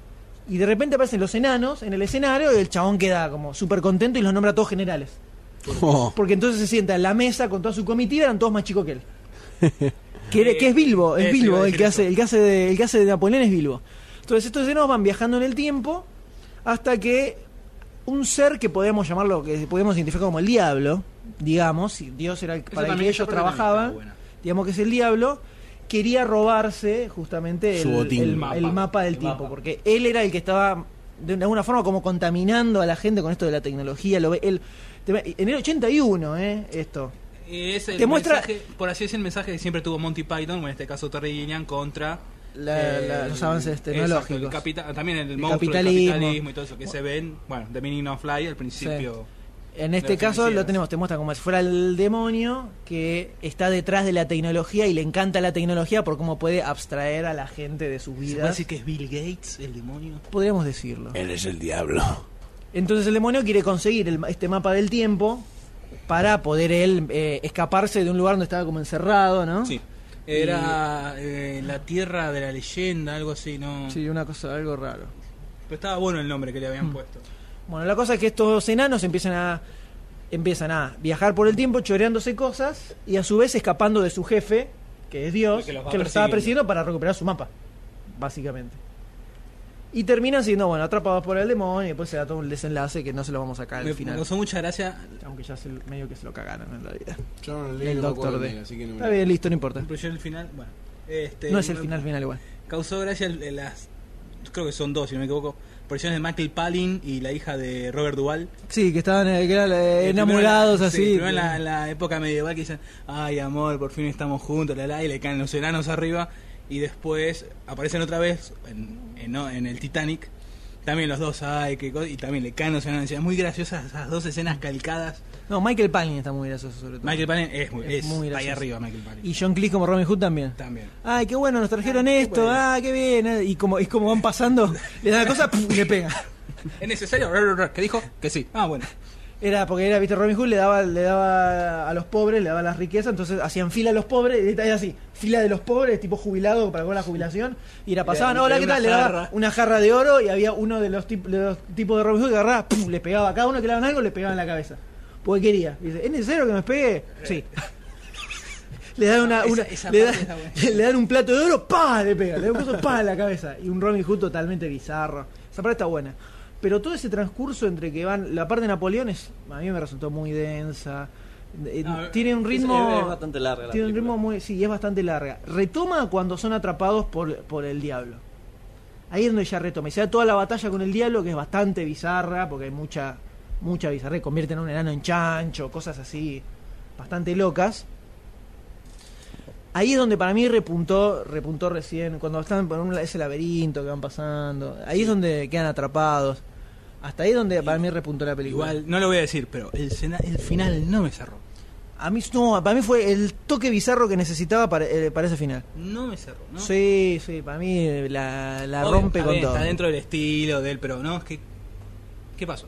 [SPEAKER 2] Y de repente aparecen los enanos en el escenario y el chabón queda como súper contento y los nombra a todos generales. Porque entonces se sienta en la mesa con toda su comitiva, eran todos más chicos que él. Que, era- que es Bilbo,
[SPEAKER 9] Eh,
[SPEAKER 2] es
[SPEAKER 9] sí, iba
[SPEAKER 2] Bilbo, el
[SPEAKER 9] a decir
[SPEAKER 2] que,
[SPEAKER 9] eso.
[SPEAKER 2] hace, el, que hace de, el que hace de Napoleón es Bilbo. Entonces estos enanos van viajando en el tiempo hasta que un ser que podemos llamarlo, que podemos identificar como el diablo, digamos, si Dios era el
[SPEAKER 9] Eso
[SPEAKER 2] para el que
[SPEAKER 9] también, esa
[SPEAKER 2] ellos
[SPEAKER 9] parte también
[SPEAKER 2] trabajaban,
[SPEAKER 9] está buena.
[SPEAKER 2] digamos que es el diablo, quería robarse justamente
[SPEAKER 3] Su
[SPEAKER 2] el,
[SPEAKER 3] botín.
[SPEAKER 2] el-
[SPEAKER 3] El
[SPEAKER 2] el
[SPEAKER 9] mapa.
[SPEAKER 2] mapa. del
[SPEAKER 12] El
[SPEAKER 2] tiempo,
[SPEAKER 12] mapa.
[SPEAKER 2] porque él era el que estaba de alguna forma como contaminando a la gente con esto de la tecnología. Lo ve, él, te ve- en el 81, ¿eh? Esto.
[SPEAKER 9] Y es el
[SPEAKER 2] Te muestra-
[SPEAKER 9] mensaje, por así es el mensaje que siempre tuvo Monty Python, o en este caso Terry Gilliam, contra
[SPEAKER 2] La- la- los avances
[SPEAKER 9] exacto,
[SPEAKER 2] tecnológicos.
[SPEAKER 9] el capita- también el,
[SPEAKER 2] El
[SPEAKER 9] monstruo del
[SPEAKER 2] capitalismo.
[SPEAKER 9] capitalismo y todo eso que se ven, bueno, The Meaning of Life al principio.
[SPEAKER 2] En este
[SPEAKER 9] Los
[SPEAKER 2] caso
[SPEAKER 9] financieros.
[SPEAKER 2] lo tenemos, te muestra como si fuera el demonio que está detrás de la tecnología y le encanta la tecnología por cómo puede abstraer a la gente de sus
[SPEAKER 9] ¿Se puede
[SPEAKER 2] vidas.
[SPEAKER 9] decir que es Bill Gates, el demonio?
[SPEAKER 2] Podríamos decirlo.
[SPEAKER 1] Él es el diablo.
[SPEAKER 2] Entonces el demonio quiere conseguir el- este mapa del tiempo para poder él eh, escaparse de un lugar donde estaba como encerrado, ¿no?
[SPEAKER 9] Sí. Era eh, la tierra de la leyenda, algo así, ¿no?
[SPEAKER 2] Sí, una cosa, algo raro.
[SPEAKER 9] Pero estaba bueno el nombre que le
[SPEAKER 2] Mm.
[SPEAKER 9] habían puesto.
[SPEAKER 2] Bueno, la cosa es que estos enanos empiezan a empiezan a viajar por el tiempo choreándose cosas y a su vez escapando de su jefe, que es Dios,
[SPEAKER 9] Que
[SPEAKER 2] que los
[SPEAKER 9] los va
[SPEAKER 2] estaba
[SPEAKER 9] persiguiendo.
[SPEAKER 2] persiguiendo para recuperar su mapa, básicamente. Y terminan siendo, bueno, atrapados por el demonio y después se da todo un desenlace que no se lo vamos a sacar
[SPEAKER 9] Me,
[SPEAKER 2] al
[SPEAKER 9] me
[SPEAKER 2] final.
[SPEAKER 9] causó mucha gracia.
[SPEAKER 2] Aunque ya se, medio que se lo cagaron en la vida.
[SPEAKER 3] Yo no leí,
[SPEAKER 2] El
[SPEAKER 3] no me
[SPEAKER 2] Doctor
[SPEAKER 3] acuerdo
[SPEAKER 2] D.
[SPEAKER 3] bien, así que no me-
[SPEAKER 2] Está bien, listo, no importa.
[SPEAKER 9] Incluyó el final. Bueno, este,
[SPEAKER 2] No es el
[SPEAKER 9] me-
[SPEAKER 2] final final igual.
[SPEAKER 9] Causó gracia el- el- las. Creo que son dos, si no me equivoco. Apariciones de Michael Palin y la hija de Robert Duvall.
[SPEAKER 2] Sí, que estaban eh, que eran, eh,
[SPEAKER 9] Eh, primero
[SPEAKER 2] enamorados
[SPEAKER 9] en la- sí,
[SPEAKER 2] así. eh.
[SPEAKER 9] primero en la, en la época medieval que dicen, ay amor, por fin estamos juntos, la, la", y le caen los enanos arriba. Y después aparecen otra vez en, en- no, en el Titanic. También los dos, ay, qué cosa", Y también le caen los enanos. Es muy graciosas esas dos escenas calcadas.
[SPEAKER 2] No, Michael Palin está muy gracioso sobre todo.
[SPEAKER 9] Michael Palin es muy,
[SPEAKER 2] Es
[SPEAKER 9] es
[SPEAKER 2] muy
[SPEAKER 9] ahí
[SPEAKER 2] gracioso.
[SPEAKER 9] arriba, Michael Palin.
[SPEAKER 2] Y John Cleese como Robin Hood también.
[SPEAKER 9] También.
[SPEAKER 2] Ay, qué bueno, nos trajeron
[SPEAKER 9] Ah, qué
[SPEAKER 2] esto,
[SPEAKER 9] bueno.
[SPEAKER 2] ah, qué bien. eh, Y como, y como van pasando, le da la cosa puf, y le pega.
[SPEAKER 9] ¿Es necesario? ¿Qué dijo? Que sí. Ah, bueno.
[SPEAKER 2] Era porque era, viste, Robin Hood le daba, le daba a los pobres, le daba las riquezas, entonces hacían fila a los pobres, y era así, fila de los pobres, tipo jubilado para con la jubilación, y era pasaban,
[SPEAKER 9] Era-
[SPEAKER 2] hola,
[SPEAKER 9] era
[SPEAKER 2] ¿qué
[SPEAKER 9] una
[SPEAKER 2] tal? Le daba
[SPEAKER 9] jarra.
[SPEAKER 2] una jarra de oro y había uno de los, tip- de los tipos de Robin Hood que agarraba, puf, le pegaba a cada uno que le daban algo, le pegaba en la cabeza. Porque quería. Y dice, ¿es necesario que me pegue? Sí. *laughs* Le dan, una,
[SPEAKER 9] Eh. Esa-
[SPEAKER 2] una-
[SPEAKER 9] esa
[SPEAKER 2] le,
[SPEAKER 9] parte
[SPEAKER 2] dan-
[SPEAKER 9] está
[SPEAKER 2] *laughs*
[SPEAKER 9] buena.
[SPEAKER 2] le dan un plato de oro, pa Le pega, le dan un coso, pa en la cabeza. Y un Robin Hood totalmente bizarro. Esa parte está buena. Pero todo ese transcurso entre que van. La parte de Napoleón es, a mí me resultó muy densa. Eh,
[SPEAKER 9] No,
[SPEAKER 2] tiene un ritmo.
[SPEAKER 12] Es, es bastante larga. La
[SPEAKER 2] tiene un
[SPEAKER 12] película.
[SPEAKER 2] ritmo muy. Sí, es bastante larga. Retoma cuando son atrapados por, por el diablo. Ahí es donde ya retoma. Y se da toda la batalla con el diablo, que es bastante bizarra, porque hay mucha, mucha bizarra. Convierten a un enano en chancho, cosas así, bastante locas. Ahí es donde para mí repuntó, repuntó recién, cuando están por un, ese laberinto que van pasando. Ahí es donde quedan atrapados. Hasta ahí es donde para mí repuntó la película.
[SPEAKER 9] Igual, no lo voy a decir, pero el, cena- el final no me cerró.
[SPEAKER 2] A mí, no, para mí fue el toque bizarro que necesitaba para, eh, para ese final.
[SPEAKER 9] No me cerró, ¿no?
[SPEAKER 2] Sí, sí, para mí eh, la, la
[SPEAKER 9] Obvio,
[SPEAKER 2] rompe
[SPEAKER 9] está
[SPEAKER 2] con
[SPEAKER 9] bien,
[SPEAKER 2] todo.
[SPEAKER 9] Está dentro del estilo de él, pero no, es que. ¿Qué pasó?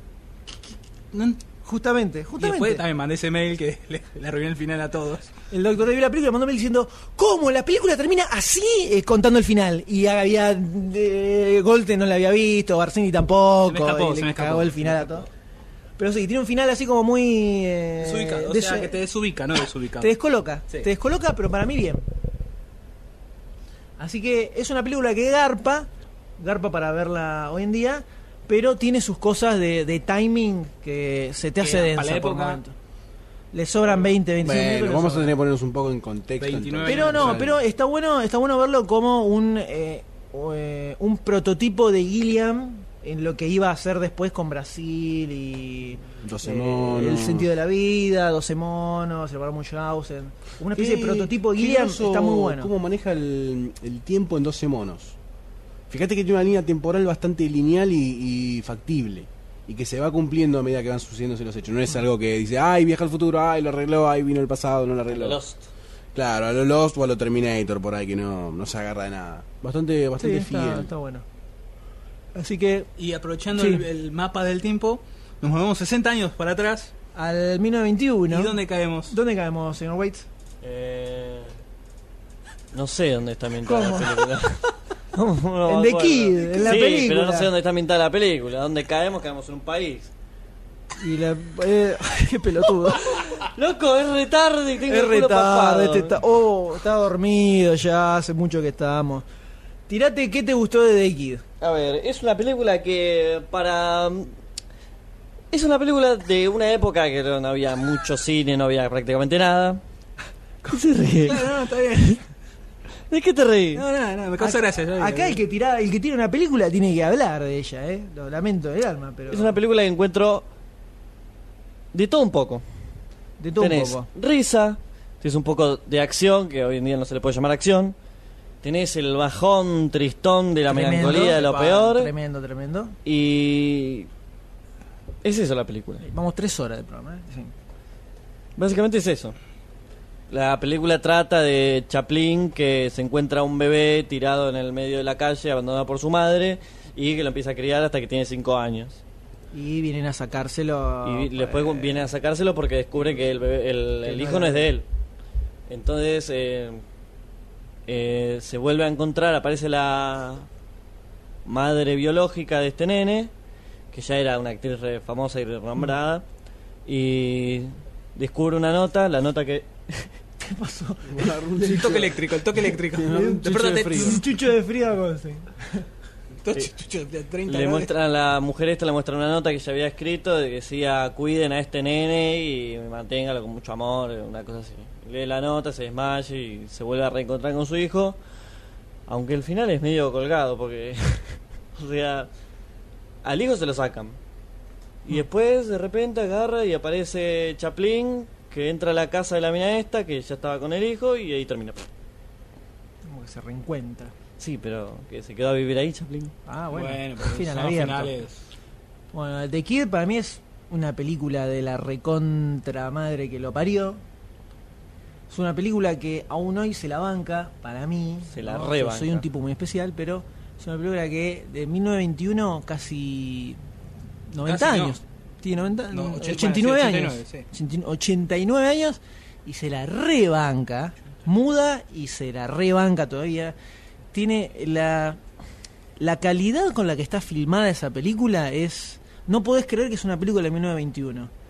[SPEAKER 9] No ent-
[SPEAKER 2] Justamente,
[SPEAKER 9] y después
[SPEAKER 2] justamente.
[SPEAKER 9] también mandé ese mail que *laughs* le, le arruiné el final a todos.
[SPEAKER 2] El doctor de la película mandó mail diciendo, ¿cómo? La película termina así eh, contando el final. Y había... eh, Golte no la había visto, Barcini tampoco.
[SPEAKER 9] Se me escapó,
[SPEAKER 2] y
[SPEAKER 9] se
[SPEAKER 2] le
[SPEAKER 9] me escapó,
[SPEAKER 2] cagó el
[SPEAKER 9] se me
[SPEAKER 2] final a
[SPEAKER 9] escapó.
[SPEAKER 2] todo. Pero sí, tiene un final así como muy... eh,
[SPEAKER 9] Desubicado, o
[SPEAKER 2] des-
[SPEAKER 9] sea, que te desubica, no desubicado.
[SPEAKER 2] te descoloca.
[SPEAKER 9] Sí.
[SPEAKER 2] Te descoloca, pero para mí bien. Así que es una película que garpa, garpa para verla hoy en día, pero tiene sus cosas de, de timing que se te hace
[SPEAKER 9] para
[SPEAKER 2] densa
[SPEAKER 9] la
[SPEAKER 2] por
[SPEAKER 9] época-
[SPEAKER 2] momento. Le sobran 20, 25 minutos.
[SPEAKER 3] Bueno,
[SPEAKER 2] le
[SPEAKER 3] vamos a
[SPEAKER 2] sobran.
[SPEAKER 3] tener que ponernos un poco en contexto.
[SPEAKER 9] 29
[SPEAKER 3] entonces.
[SPEAKER 2] Pero no,
[SPEAKER 3] Dale.
[SPEAKER 2] pero está bueno, está bueno verlo como un eh, o, eh, un prototipo de Gilliam en lo que iba a hacer después con Brasil y
[SPEAKER 3] Doce
[SPEAKER 2] eh,
[SPEAKER 3] monos.
[SPEAKER 2] el sentido de la vida, 12 monos, el barón Munchausen, como una especie
[SPEAKER 3] Eh,
[SPEAKER 2] de prototipo de
[SPEAKER 3] qué
[SPEAKER 2] Gilliam,
[SPEAKER 3] groso
[SPEAKER 2] está muy bueno.
[SPEAKER 3] ¿Cómo maneja el, el tiempo en 12 monos? Fíjate que tiene una línea temporal bastante lineal y, y factible. Y que se va cumpliendo a medida que van sucediéndose los hechos. No es algo que dice, ay, viaja al futuro, ay, lo arregló, ay, vino el pasado, no lo arregló.
[SPEAKER 12] Lost.
[SPEAKER 3] Claro, a lo Lost o a lo Terminator por ahí que no, no se agarra de nada. Bastante,
[SPEAKER 2] Sí,
[SPEAKER 3] bastante
[SPEAKER 2] está,
[SPEAKER 3] fiel.
[SPEAKER 2] está bueno. Así que
[SPEAKER 9] Y aprovechando
[SPEAKER 2] Sí.
[SPEAKER 9] el, el mapa del tiempo, nos movemos 60 años para atrás.
[SPEAKER 2] al 1921.
[SPEAKER 9] ¿Y dónde caemos?
[SPEAKER 2] ¿Dónde caemos, señor Waits?
[SPEAKER 12] Eh, no sé dónde está
[SPEAKER 2] ¿Cómo?
[SPEAKER 12] ambientada
[SPEAKER 2] *laughs*
[SPEAKER 12] la película. *laughs* ¿Cómo no me
[SPEAKER 2] En The
[SPEAKER 12] acuerdo?
[SPEAKER 2] Kid, en la
[SPEAKER 12] sí,
[SPEAKER 2] película.
[SPEAKER 12] pero no sé dónde está ambientada la película. ¿Dónde caemos? Caemos en un país.
[SPEAKER 2] Y la. eh, *laughs* qué pelotudo.
[SPEAKER 12] Loco, es retarde y *laughs* tengo
[SPEAKER 2] Es
[SPEAKER 12] el culo
[SPEAKER 2] retarde,
[SPEAKER 12] papado.
[SPEAKER 2] este está, oh, está dormido ya, hace mucho que estamos. Tirate, ¿qué te gustó de The Kid?
[SPEAKER 12] A ver, es una película que para... mm, Es una película de una época que no había mucho cine, no había prácticamente nada. ¿Qué se *laughs* ríe?
[SPEAKER 2] no, está bien.
[SPEAKER 12] ¿De qué te reís?
[SPEAKER 9] No, no, no, me causa gracia. ya-
[SPEAKER 2] Acá el que, tira, el que tira una película tiene que hablar de ella, ¿eh? Lo lamento del alma, pero.
[SPEAKER 12] Es una película que encuentro de todo un poco.
[SPEAKER 2] de todo
[SPEAKER 12] tenés
[SPEAKER 2] un poco.
[SPEAKER 12] risa, tenés un poco de acción, que hoy en día no se le puede llamar acción. Tenés el bajón tristón de la
[SPEAKER 2] Tremendo,
[SPEAKER 12] melancolía de lo
[SPEAKER 2] pa,
[SPEAKER 12] peor.
[SPEAKER 2] Tremendo, tremendo.
[SPEAKER 12] Y. Es eso la película.
[SPEAKER 2] Vamos tres horas de programa, ¿eh? Sí.
[SPEAKER 12] Básicamente es eso. La película trata de Chaplin que se encuentra un bebé tirado en el medio de la calle, abandonado por su madre, y que lo empieza a criar hasta que tiene 5 años.
[SPEAKER 2] Y vienen a sacárselo.
[SPEAKER 12] y vi- después
[SPEAKER 9] pues.
[SPEAKER 2] eh,
[SPEAKER 12] viene a sacárselo porque descubre que el, bebé- el,
[SPEAKER 2] Que
[SPEAKER 12] el
[SPEAKER 2] no
[SPEAKER 12] hijo
[SPEAKER 2] era
[SPEAKER 12] no es
[SPEAKER 2] de
[SPEAKER 12] de
[SPEAKER 2] él.
[SPEAKER 12] él. Entonces eh, eh, se vuelve a encontrar, aparece la madre biológica de este nene, que ya era una actriz re famosa y renombrada, y descubre una nota, la nota que...
[SPEAKER 9] El toque eléctrico, el toque eléctrico.
[SPEAKER 2] un chucho de
[SPEAKER 9] Despertate.
[SPEAKER 2] frío. Un chucho de frío, Goldstein.
[SPEAKER 9] Todo chucho de 30
[SPEAKER 12] Le
[SPEAKER 9] grados.
[SPEAKER 12] muestra a la mujer esta, le muestra una nota que ya había escrito de que decía cuiden a este nene y manténgalo con mucho amor, una cosa así. Lee la nota, se desmaya y se vuelve a reencontrar con su hijo. Aunque el final es medio colgado porque, *laughs* o sea, al hijo se lo sacan. Y después de repente agarra y aparece Chaplin que entra a la casa de la mina esta que ya estaba con el hijo y ahí termina.
[SPEAKER 2] Como que se reencuentra.
[SPEAKER 12] Sí, pero que se quedó a vivir ahí Chaplin.
[SPEAKER 2] Ah, bueno.
[SPEAKER 9] Bueno, pero
[SPEAKER 2] final
[SPEAKER 9] son
[SPEAKER 2] abierto.
[SPEAKER 9] finales.
[SPEAKER 2] Bueno, The Kid para mí es una película de la recontra madre que lo parió. Es una película que aún hoy se la banca, para mí.
[SPEAKER 12] Se la
[SPEAKER 2] Yo
[SPEAKER 12] rebanca.
[SPEAKER 2] Soy un tipo muy especial, pero es una película que de 1921 casi 90
[SPEAKER 9] Casi no.
[SPEAKER 2] años. Tiene 90,
[SPEAKER 9] No,
[SPEAKER 2] no,
[SPEAKER 9] ochenta-
[SPEAKER 2] 89
[SPEAKER 9] sí,
[SPEAKER 2] años.
[SPEAKER 9] 89,
[SPEAKER 2] 80 89 años y se la rebanca, muda y se la rebanca todavía. Tiene la la calidad con la que está filmada esa película es. No podés creer que es una película de 1921.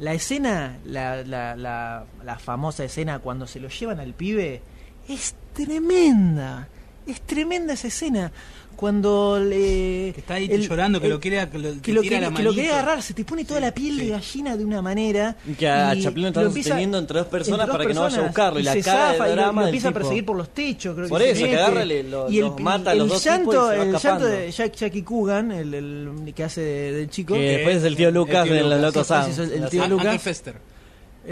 [SPEAKER 2] La escena, la, la, la, la famosa escena cuando se lo llevan al pibe, es tremenda. Es tremenda esa escena. Cuando le.
[SPEAKER 9] Que está ahí
[SPEAKER 2] el-
[SPEAKER 9] llorando, que
[SPEAKER 2] el-
[SPEAKER 9] lo quiere, que lo,
[SPEAKER 2] que lo,
[SPEAKER 9] tira
[SPEAKER 2] quiere,
[SPEAKER 9] la
[SPEAKER 2] que lo quiere
[SPEAKER 9] manito.
[SPEAKER 2] agarrar, se te pone toda la piel de
[SPEAKER 9] sí.
[SPEAKER 2] gallina de una manera.
[SPEAKER 12] Y que a
[SPEAKER 2] y
[SPEAKER 12] Chaplin lo
[SPEAKER 2] lo
[SPEAKER 12] están
[SPEAKER 2] empieza-
[SPEAKER 12] sosteniendo entre dos personas
[SPEAKER 2] entre dos
[SPEAKER 12] para que no vaya a
[SPEAKER 2] personas,
[SPEAKER 12] buscarlo. Y, la
[SPEAKER 2] se
[SPEAKER 12] cara
[SPEAKER 2] zafa, y
[SPEAKER 12] de
[SPEAKER 2] lo-
[SPEAKER 12] drama
[SPEAKER 2] lo
[SPEAKER 12] del
[SPEAKER 2] empieza
[SPEAKER 12] tipo.
[SPEAKER 2] a perseguir por los techos, creo
[SPEAKER 12] Por
[SPEAKER 2] que se
[SPEAKER 12] eso, que
[SPEAKER 2] mete.
[SPEAKER 12] agarra, le- lo-
[SPEAKER 2] y el,
[SPEAKER 12] los mata a
[SPEAKER 2] el
[SPEAKER 12] los dos tipos y
[SPEAKER 2] llanto,
[SPEAKER 12] se va
[SPEAKER 2] el llanto
[SPEAKER 12] escapando.
[SPEAKER 2] de Jack, Jackie Coogan, el, el que hace de- del chico.
[SPEAKER 12] Que después es el tío Lucas
[SPEAKER 9] tío
[SPEAKER 12] de
[SPEAKER 9] Lucas,
[SPEAKER 12] los locos
[SPEAKER 2] sí,
[SPEAKER 12] Sam.
[SPEAKER 2] sí, sí, el
[SPEAKER 12] La
[SPEAKER 2] tío
[SPEAKER 9] Ah,
[SPEAKER 2] Lucas.
[SPEAKER 9] Uncle Fester.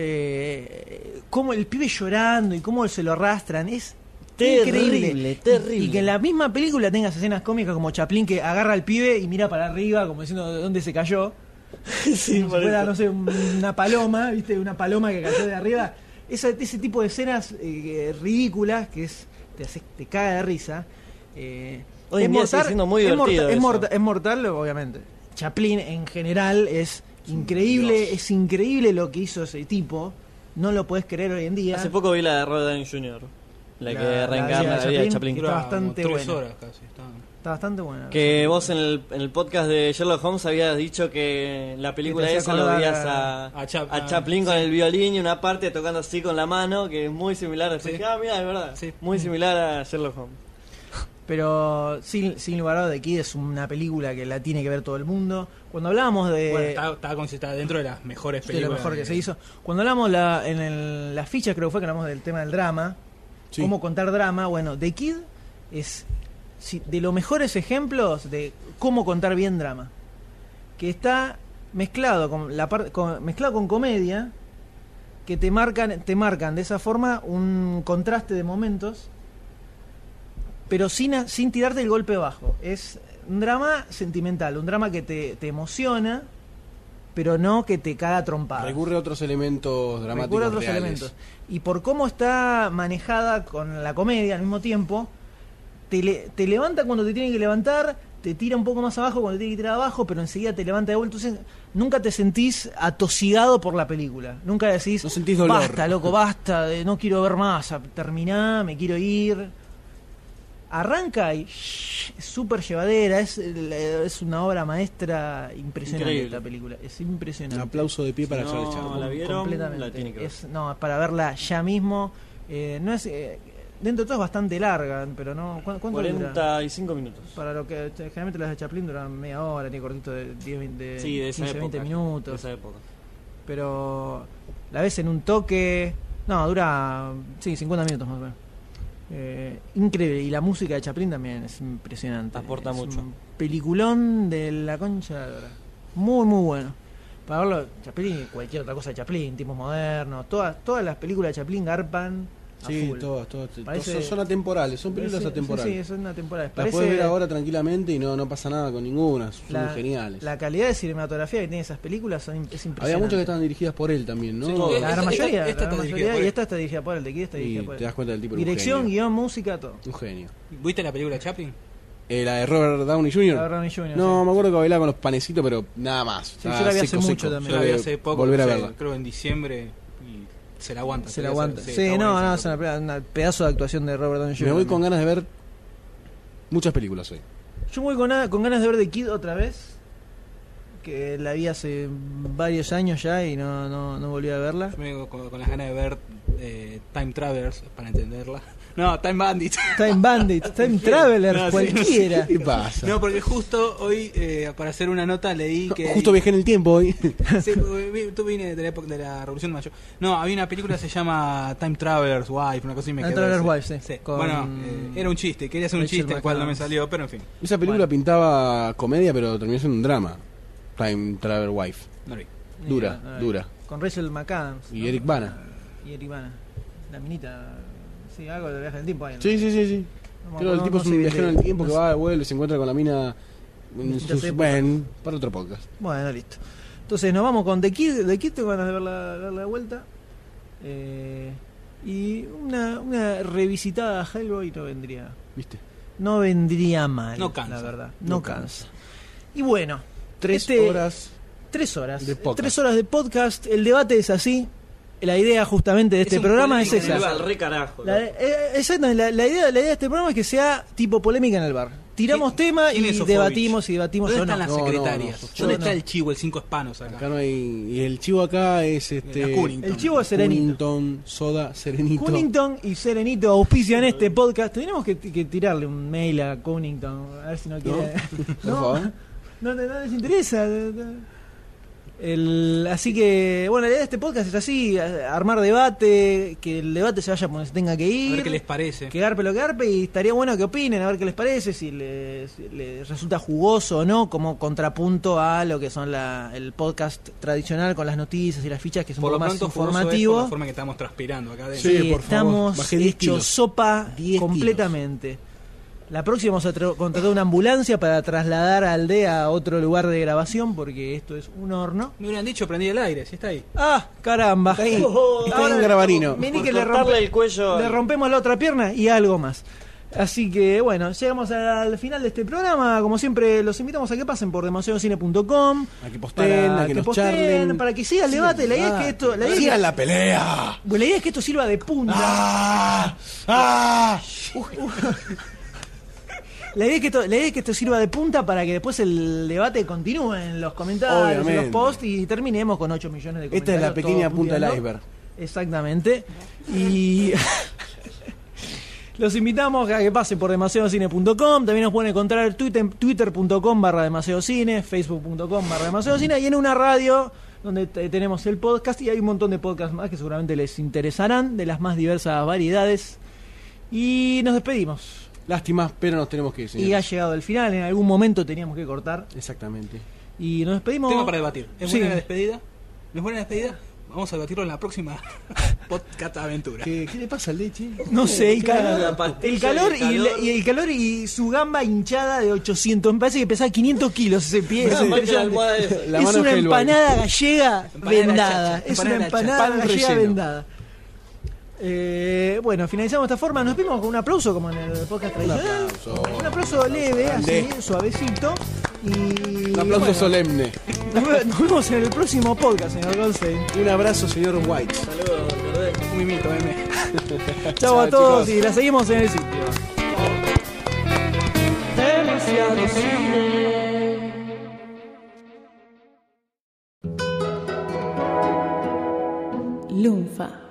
[SPEAKER 2] eh, cómo el pibe llorando y cómo se lo arrastran es
[SPEAKER 12] Terrible,
[SPEAKER 2] increíble
[SPEAKER 12] terrible.
[SPEAKER 2] y que en la misma película tengas escenas cómicas como Chaplin que agarra al pibe y mira para arriba como diciendo de dónde se cayó
[SPEAKER 12] *laughs* Sí,
[SPEAKER 2] como si
[SPEAKER 12] por
[SPEAKER 2] fuera,
[SPEAKER 12] eso.
[SPEAKER 2] no sé un- una paloma viste una paloma que cayó de arriba Esa- ese tipo de escenas eh, ridículas que es te hace- te caga de risa eh,
[SPEAKER 12] Hoy en día sigue siendo muy
[SPEAKER 2] es
[SPEAKER 12] divertido
[SPEAKER 2] morta- es
[SPEAKER 12] eso.
[SPEAKER 2] morta- es mortal, obviamente. Chaplin en general es increíble, es increíble lo que hizo ese tipo. No lo puedes creer hoy en día.
[SPEAKER 12] Hace poco vi la de Robert Downey Jr. La,
[SPEAKER 2] La-
[SPEAKER 12] que
[SPEAKER 2] la
[SPEAKER 12] reencarna la vida de Chaplin.
[SPEAKER 2] Está
[SPEAKER 9] Duraba
[SPEAKER 2] bastante
[SPEAKER 9] como tres
[SPEAKER 2] bueno.
[SPEAKER 9] horas casi. está.
[SPEAKER 2] Está bastante bueno.
[SPEAKER 12] Que vos en el, en el podcast de Sherlock Holmes habías dicho que la película
[SPEAKER 2] Que te hacía
[SPEAKER 12] esa lo
[SPEAKER 2] acordar
[SPEAKER 12] veías
[SPEAKER 2] a-
[SPEAKER 12] a,
[SPEAKER 9] a Chap-
[SPEAKER 12] a Chaplin con el violín y una parte tocando así con la mano, que es muy similar. Después
[SPEAKER 9] Sí.
[SPEAKER 12] dije, ah, mira, es verdad.
[SPEAKER 9] Sí.
[SPEAKER 12] Muy similar a Sherlock Holmes.
[SPEAKER 2] Pero sin, sin lugar a dudas, The Kid es una película que la tiene que ver todo el mundo. Cuando hablábamos de,
[SPEAKER 9] Bueno, estaba, estaba con- estaba dentro de las
[SPEAKER 2] eh,
[SPEAKER 9] mejores
[SPEAKER 2] de
[SPEAKER 9] películas.
[SPEAKER 2] lo mejor que
[SPEAKER 9] de-
[SPEAKER 2] se hizo, cuando hablamos la, en el- las fichas, creo que fue que hablamos del tema del drama, cómo contar drama, bueno, The Kid es si- de los mejores ejemplos de cómo contar bien drama. que está mezclado con la par- con, mezclado con comedia que te marcan te marcan de esa forma un contraste de momentos pero sin a- sin tirarte el golpe bajo es un drama sentimental un drama que te, te emociona pero no que te caga trompada
[SPEAKER 3] Recurre a otros elementos dramáticos.
[SPEAKER 2] Recuerda otros
[SPEAKER 3] reales.
[SPEAKER 2] elementos. Y por cómo está manejada con la comedia al mismo tiempo, te, le- te levanta cuando te tiene que levantar, te tira un poco más abajo cuando te tiene que tirar abajo, pero enseguida te levanta de vuelta. Entonces, nunca te sentís atosigado por la película. Nunca decís,
[SPEAKER 3] No sentís dolor.
[SPEAKER 2] basta, loco, basta, de- no quiero ver más, a- terminá, me quiero ir. Arranca y shh, es súper llevadera, es, es una obra maestra impresionante
[SPEAKER 12] Increíble.
[SPEAKER 2] esta película, es
[SPEAKER 3] Un
[SPEAKER 2] impresionante.
[SPEAKER 3] aplauso de pie para Charlie
[SPEAKER 12] no,
[SPEAKER 3] Chaplin.
[SPEAKER 12] la vieron,
[SPEAKER 2] completamente.
[SPEAKER 12] la tiene que ver.
[SPEAKER 2] Es- no, es para verla ya mismo. Eh, no es, eh, dentro de todo es bastante larga, pero no. ¿cu- ¿Cuánto dura?
[SPEAKER 12] 45 minutos.
[SPEAKER 2] Para lo que eh, generalmente las de Chaplin duran media hora, ni cortito de 10, 20,
[SPEAKER 12] Sí, de esa
[SPEAKER 2] 15, 20
[SPEAKER 12] época. De
[SPEAKER 2] minutos.
[SPEAKER 12] esa época.
[SPEAKER 2] Pero la ves en un toque. No, dura. Sí, 50 minutos más o menos. Eh, increíble. Y la música de Chaplin también es impresionante.
[SPEAKER 12] Aporta
[SPEAKER 2] Es
[SPEAKER 12] mucho.
[SPEAKER 2] Un peliculón de la concha de la lora. Muy, muy bueno. Para verlo, Chaplin y cualquier otra cosa de Chaplin, tipos modernos. Todas, todas las películas de Chaplin garpan. A
[SPEAKER 3] Sí,
[SPEAKER 2] full.
[SPEAKER 3] todas, todas.
[SPEAKER 2] Parece-
[SPEAKER 3] son, son atemporales, son películas
[SPEAKER 2] Sí, sí,
[SPEAKER 3] atemporales.
[SPEAKER 2] Sí, son atemporales.
[SPEAKER 3] Las puedes ver ahora tranquilamente y no, no pasa nada con ninguna, son
[SPEAKER 2] La-
[SPEAKER 3] geniales.
[SPEAKER 2] La calidad de cinematografía que tienen esas películas son, im- es impresionante.
[SPEAKER 3] Había muchas que estaban dirigidas por él también, ¿no?
[SPEAKER 9] Sí,
[SPEAKER 2] La
[SPEAKER 9] todas.
[SPEAKER 3] Y-
[SPEAKER 9] Esta-
[SPEAKER 2] gran mayoría.
[SPEAKER 9] esta-
[SPEAKER 2] la
[SPEAKER 9] esta
[SPEAKER 2] gran
[SPEAKER 9] está dirigida
[SPEAKER 2] mayoría,
[SPEAKER 9] por
[SPEAKER 2] y
[SPEAKER 9] él.
[SPEAKER 2] esta está dirigida por él. De aquí está dirigida
[SPEAKER 3] y
[SPEAKER 2] por él.
[SPEAKER 3] te das cuenta del tipo era un
[SPEAKER 2] Dirección,
[SPEAKER 3] genio.
[SPEAKER 2] guión, música, todo.
[SPEAKER 3] Un genio.
[SPEAKER 9] ¿Viste la película de Chaplin?
[SPEAKER 3] Eh, la de Robert Downey
[SPEAKER 2] La
[SPEAKER 3] Jr.
[SPEAKER 2] Downey Jr.
[SPEAKER 3] No,
[SPEAKER 2] sí.
[SPEAKER 3] me acuerdo que bailaba con los panecitos, pero nada más.
[SPEAKER 2] yo
[SPEAKER 3] Estaba
[SPEAKER 2] la vi hace mucho también.
[SPEAKER 3] Yo
[SPEAKER 9] Yo la vi
[SPEAKER 3] de
[SPEAKER 9] hace poco,
[SPEAKER 3] Volver a
[SPEAKER 9] no sé,
[SPEAKER 3] verla.
[SPEAKER 9] creo en diciembre y se la aguanta.
[SPEAKER 2] Se la aguanta. Sí,
[SPEAKER 9] está
[SPEAKER 2] no, no,
[SPEAKER 9] buenísima esa
[SPEAKER 2] es una,
[SPEAKER 9] película.
[SPEAKER 2] pe- una pedazo de actuación de Robert Downey Jr.
[SPEAKER 3] Me voy con
[SPEAKER 2] también.
[SPEAKER 3] ganas de ver muchas películas hoy.
[SPEAKER 2] Yo voy con, nada- con ganas de ver The Kid otra vez. Que la vi hace varios años ya y no, no, no volví a verla.
[SPEAKER 9] Yo me vengo con, con las ganas de ver eh, Time Travelers para entenderla. *laughs* No, Time Bandit.
[SPEAKER 2] Time Bandit,
[SPEAKER 3] *laughs*
[SPEAKER 2] Time Traveler,
[SPEAKER 9] No, sí,
[SPEAKER 2] cualquiera.
[SPEAKER 3] ¿Qué pasa?
[SPEAKER 9] No, porque justo hoy, eh, para hacer una nota, leí
[SPEAKER 2] *laughs*
[SPEAKER 9] que.
[SPEAKER 3] Justo viajé en el tiempo hoy.
[SPEAKER 9] *laughs* Sí, porque vi- tú vine de la época de la Revolución de Mayo. No, había una película que se llama Time Traveler's Wife, una cosa así me
[SPEAKER 2] Time
[SPEAKER 9] quedó
[SPEAKER 2] Traveler's
[SPEAKER 9] ese.
[SPEAKER 2] Wife, sí, con-
[SPEAKER 9] Bueno, eh, era un chiste, quería hacer un
[SPEAKER 2] Rachel
[SPEAKER 9] chiste, el cual no me
[SPEAKER 2] McAdams.
[SPEAKER 9] salió, pero en fin,
[SPEAKER 3] Esa película pintaba comedia, pero terminó siendo un drama. Time Travel Wife.
[SPEAKER 9] no lo vi.
[SPEAKER 3] Dura,
[SPEAKER 2] Mira, a ver,
[SPEAKER 3] dura.
[SPEAKER 2] eh, Con Rachel McAdams.
[SPEAKER 3] Y
[SPEAKER 2] ¿no?
[SPEAKER 3] Eric Bana.
[SPEAKER 2] Y Eric Bana. La minita. Sí, algo de viaje del tiempo ahí. ¿no?
[SPEAKER 3] Sí, sí, sí, sí.
[SPEAKER 2] No me
[SPEAKER 3] Creo que el
[SPEAKER 2] acuerdo, no
[SPEAKER 3] tipo es
[SPEAKER 2] sé
[SPEAKER 3] un
[SPEAKER 2] bien
[SPEAKER 3] viajero
[SPEAKER 2] de-
[SPEAKER 3] en el tiempo
[SPEAKER 2] no
[SPEAKER 3] que
[SPEAKER 2] sé.
[SPEAKER 3] va, vuelve, se encuentra con la mina. En
[SPEAKER 2] Distintas
[SPEAKER 3] sus,
[SPEAKER 2] épocas.
[SPEAKER 3] bueno, para otro podcast.
[SPEAKER 2] Bueno, listo. Entonces nos vamos con The Kid. The Kid tengo ganas de ver la, dar la vuelta. Eh, y una, una revisitada a Hellboy no vendría.
[SPEAKER 3] ¿Viste?
[SPEAKER 2] No vendría mal.
[SPEAKER 9] No cansa.
[SPEAKER 2] La verdad. No,
[SPEAKER 3] No
[SPEAKER 2] cansa. Y bueno,
[SPEAKER 3] Tres
[SPEAKER 2] Este-
[SPEAKER 3] horas.
[SPEAKER 2] tres horas.
[SPEAKER 3] De podcast.
[SPEAKER 2] tres horas de podcast. El debate es así. La idea justamente de este
[SPEAKER 9] un
[SPEAKER 2] programa es
[SPEAKER 9] polémico
[SPEAKER 2] esa.
[SPEAKER 9] en el
[SPEAKER 12] Al re carajo.
[SPEAKER 2] La,
[SPEAKER 12] loco.
[SPEAKER 2] eh, exacto, la, la idea, la idea de este programa es que sea tipo polémica en el bar. Tiramos
[SPEAKER 9] ¿Quién-
[SPEAKER 2] tema
[SPEAKER 9] quién es
[SPEAKER 2] y
[SPEAKER 9] Sofovich?
[SPEAKER 2] debatimos y debatimos
[SPEAKER 9] ¿Dónde
[SPEAKER 2] o no.
[SPEAKER 9] están las
[SPEAKER 3] No, no,
[SPEAKER 9] secretarias?
[SPEAKER 3] no,
[SPEAKER 2] yo
[SPEAKER 9] ¿Dónde
[SPEAKER 2] no.
[SPEAKER 9] está el chivo, el cinco hispanos acá? Eh,
[SPEAKER 3] Acá no hay. Y el chivo acá es este.
[SPEAKER 9] La Cunnington.
[SPEAKER 2] El chivo es serenito.
[SPEAKER 3] Cunnington, soda, serenito.
[SPEAKER 2] Cunnington y Serenito auspician este podcast. Tenemos que, que tirarle un mail a Cunnington, a ver si no *laughs* quiere.
[SPEAKER 3] Por *laughs* favor.
[SPEAKER 2] No, no, no les interesa. El- así que, bueno, la idea de este podcast es así: a- armar debate, que el debate se vaya por donde se tenga que
[SPEAKER 9] A
[SPEAKER 2] ir.
[SPEAKER 9] ver qué les parece.
[SPEAKER 2] que garpe lo que garpe y estaría bueno que opinen, a ver qué les parece, si les, si les resulta jugoso o no, como contrapunto a lo que son la- el podcast tradicional con las noticias y las fichas, que es un
[SPEAKER 9] Por lo
[SPEAKER 2] poco más
[SPEAKER 9] pronto, informativo.
[SPEAKER 2] informativo.
[SPEAKER 9] la forma que estamos transpirando acá adentro.
[SPEAKER 2] Sí,
[SPEAKER 3] Sí, por favor.
[SPEAKER 2] estamos
[SPEAKER 3] Bajé 10
[SPEAKER 2] hechos
[SPEAKER 3] kilos.
[SPEAKER 2] sopa
[SPEAKER 3] 10
[SPEAKER 2] completamente. La próxima vamos a tra- contratar una ambulancia para trasladar a Aldea a otro lugar de grabación porque esto es un horno.
[SPEAKER 9] Me hubieran dicho, prendí el aire, si está ahí.
[SPEAKER 2] ¡Ah, caramba!
[SPEAKER 3] Está
[SPEAKER 2] *laughs*
[SPEAKER 3] ahí, está
[SPEAKER 2] Ahora-
[SPEAKER 3] en Gravarino.
[SPEAKER 2] Vení
[SPEAKER 12] Por
[SPEAKER 2] que le,
[SPEAKER 12] cortarle
[SPEAKER 2] rompe-
[SPEAKER 12] el cuello.
[SPEAKER 2] le
[SPEAKER 12] al-
[SPEAKER 2] rompemos la otra pierna y algo más. Así que bueno, llegamos al final de este programa. Como siempre, los invitamos a que pasen por demasiadocine.com.
[SPEAKER 3] A que posten,
[SPEAKER 2] Para
[SPEAKER 3] a que,
[SPEAKER 2] eh, que
[SPEAKER 3] nos
[SPEAKER 2] posteen,
[SPEAKER 3] charlen.
[SPEAKER 2] para que siga el
[SPEAKER 3] Sigan
[SPEAKER 2] debate. La idea es que esto, la idea es que-
[SPEAKER 3] ¡Sigan la pelea!
[SPEAKER 2] bueno, la idea es que esto sirva de punta.
[SPEAKER 3] ¡Ah! ¡Ah!
[SPEAKER 2] La idea, es que esto, la idea es que esto sirva de punta para que después el debate continúe en los comentarios, en los
[SPEAKER 3] Obviamente.
[SPEAKER 2] posts y terminemos con 8 millones de comentarios.
[SPEAKER 3] Esta Este es la pequeña
[SPEAKER 2] todos
[SPEAKER 3] punta del
[SPEAKER 2] puteando.
[SPEAKER 3] iceberg.
[SPEAKER 2] Exactamente. Y *laughs* los invitamos a que pasen por demasiadocine.com. También nos pueden encontrar en Twitter, twitter.com barra demasiadocine, facebook.com barra demasiadocine y en una radio donde te- tenemos el podcast y hay un montón de podcasts más que seguramente les interesarán de las más diversas variedades. Y nos despedimos.
[SPEAKER 3] Lástima, pero nos tenemos que ir,
[SPEAKER 2] Y ha
[SPEAKER 3] señores.
[SPEAKER 2] llegado el final, en algún momento teníamos que cortar.
[SPEAKER 3] Exactamente.
[SPEAKER 2] Y nos despedimos.
[SPEAKER 9] Tema para debatir. ¿Es
[SPEAKER 2] Sí.
[SPEAKER 9] buena la despedida? ¿No es buena la despedida? Vamos a debatirlo en la próxima *laughs* podcast aventura.
[SPEAKER 3] ¿Qué, qué le pasa al leche?
[SPEAKER 2] No sé, el
[SPEAKER 12] La
[SPEAKER 2] calor.
[SPEAKER 12] pastilla
[SPEAKER 2] El calor,
[SPEAKER 12] del
[SPEAKER 2] y, la-
[SPEAKER 12] calor.
[SPEAKER 2] y el calor y su gamba hinchada de 800. Me parece que pesaba 500 kilos ese pie. Es,
[SPEAKER 12] Más que la
[SPEAKER 2] impresionante.
[SPEAKER 12] almohada esa.
[SPEAKER 3] La
[SPEAKER 2] Es
[SPEAKER 3] mano
[SPEAKER 2] una
[SPEAKER 3] Hellboy.
[SPEAKER 2] empanada gallega
[SPEAKER 9] Empanada
[SPEAKER 2] vendada.
[SPEAKER 9] chacha,
[SPEAKER 2] Es una
[SPEAKER 9] empanada
[SPEAKER 2] empanada
[SPEAKER 3] chacha. Pan
[SPEAKER 2] gallega
[SPEAKER 3] relleno.
[SPEAKER 2] vendada. Eh, bueno, finalizamos de esta forma. Nos vimos con un aplauso como en el podcast tradicional.
[SPEAKER 3] aplauso.
[SPEAKER 2] Un aplauso leve, así,
[SPEAKER 3] Grande.
[SPEAKER 2] suavecito. Y
[SPEAKER 3] Un aplauso
[SPEAKER 2] bueno,
[SPEAKER 3] solemne.
[SPEAKER 2] Nos ve- nos vemos en el próximo podcast, señor Goldstein.
[SPEAKER 3] Un abrazo, señor White.
[SPEAKER 12] Saludos, Lourdes.
[SPEAKER 9] Un mimito, meme.
[SPEAKER 2] Chau a
[SPEAKER 3] Chao,
[SPEAKER 2] todos
[SPEAKER 3] chicos.
[SPEAKER 2] y la seguimos en el sitio.
[SPEAKER 1] Lunfa.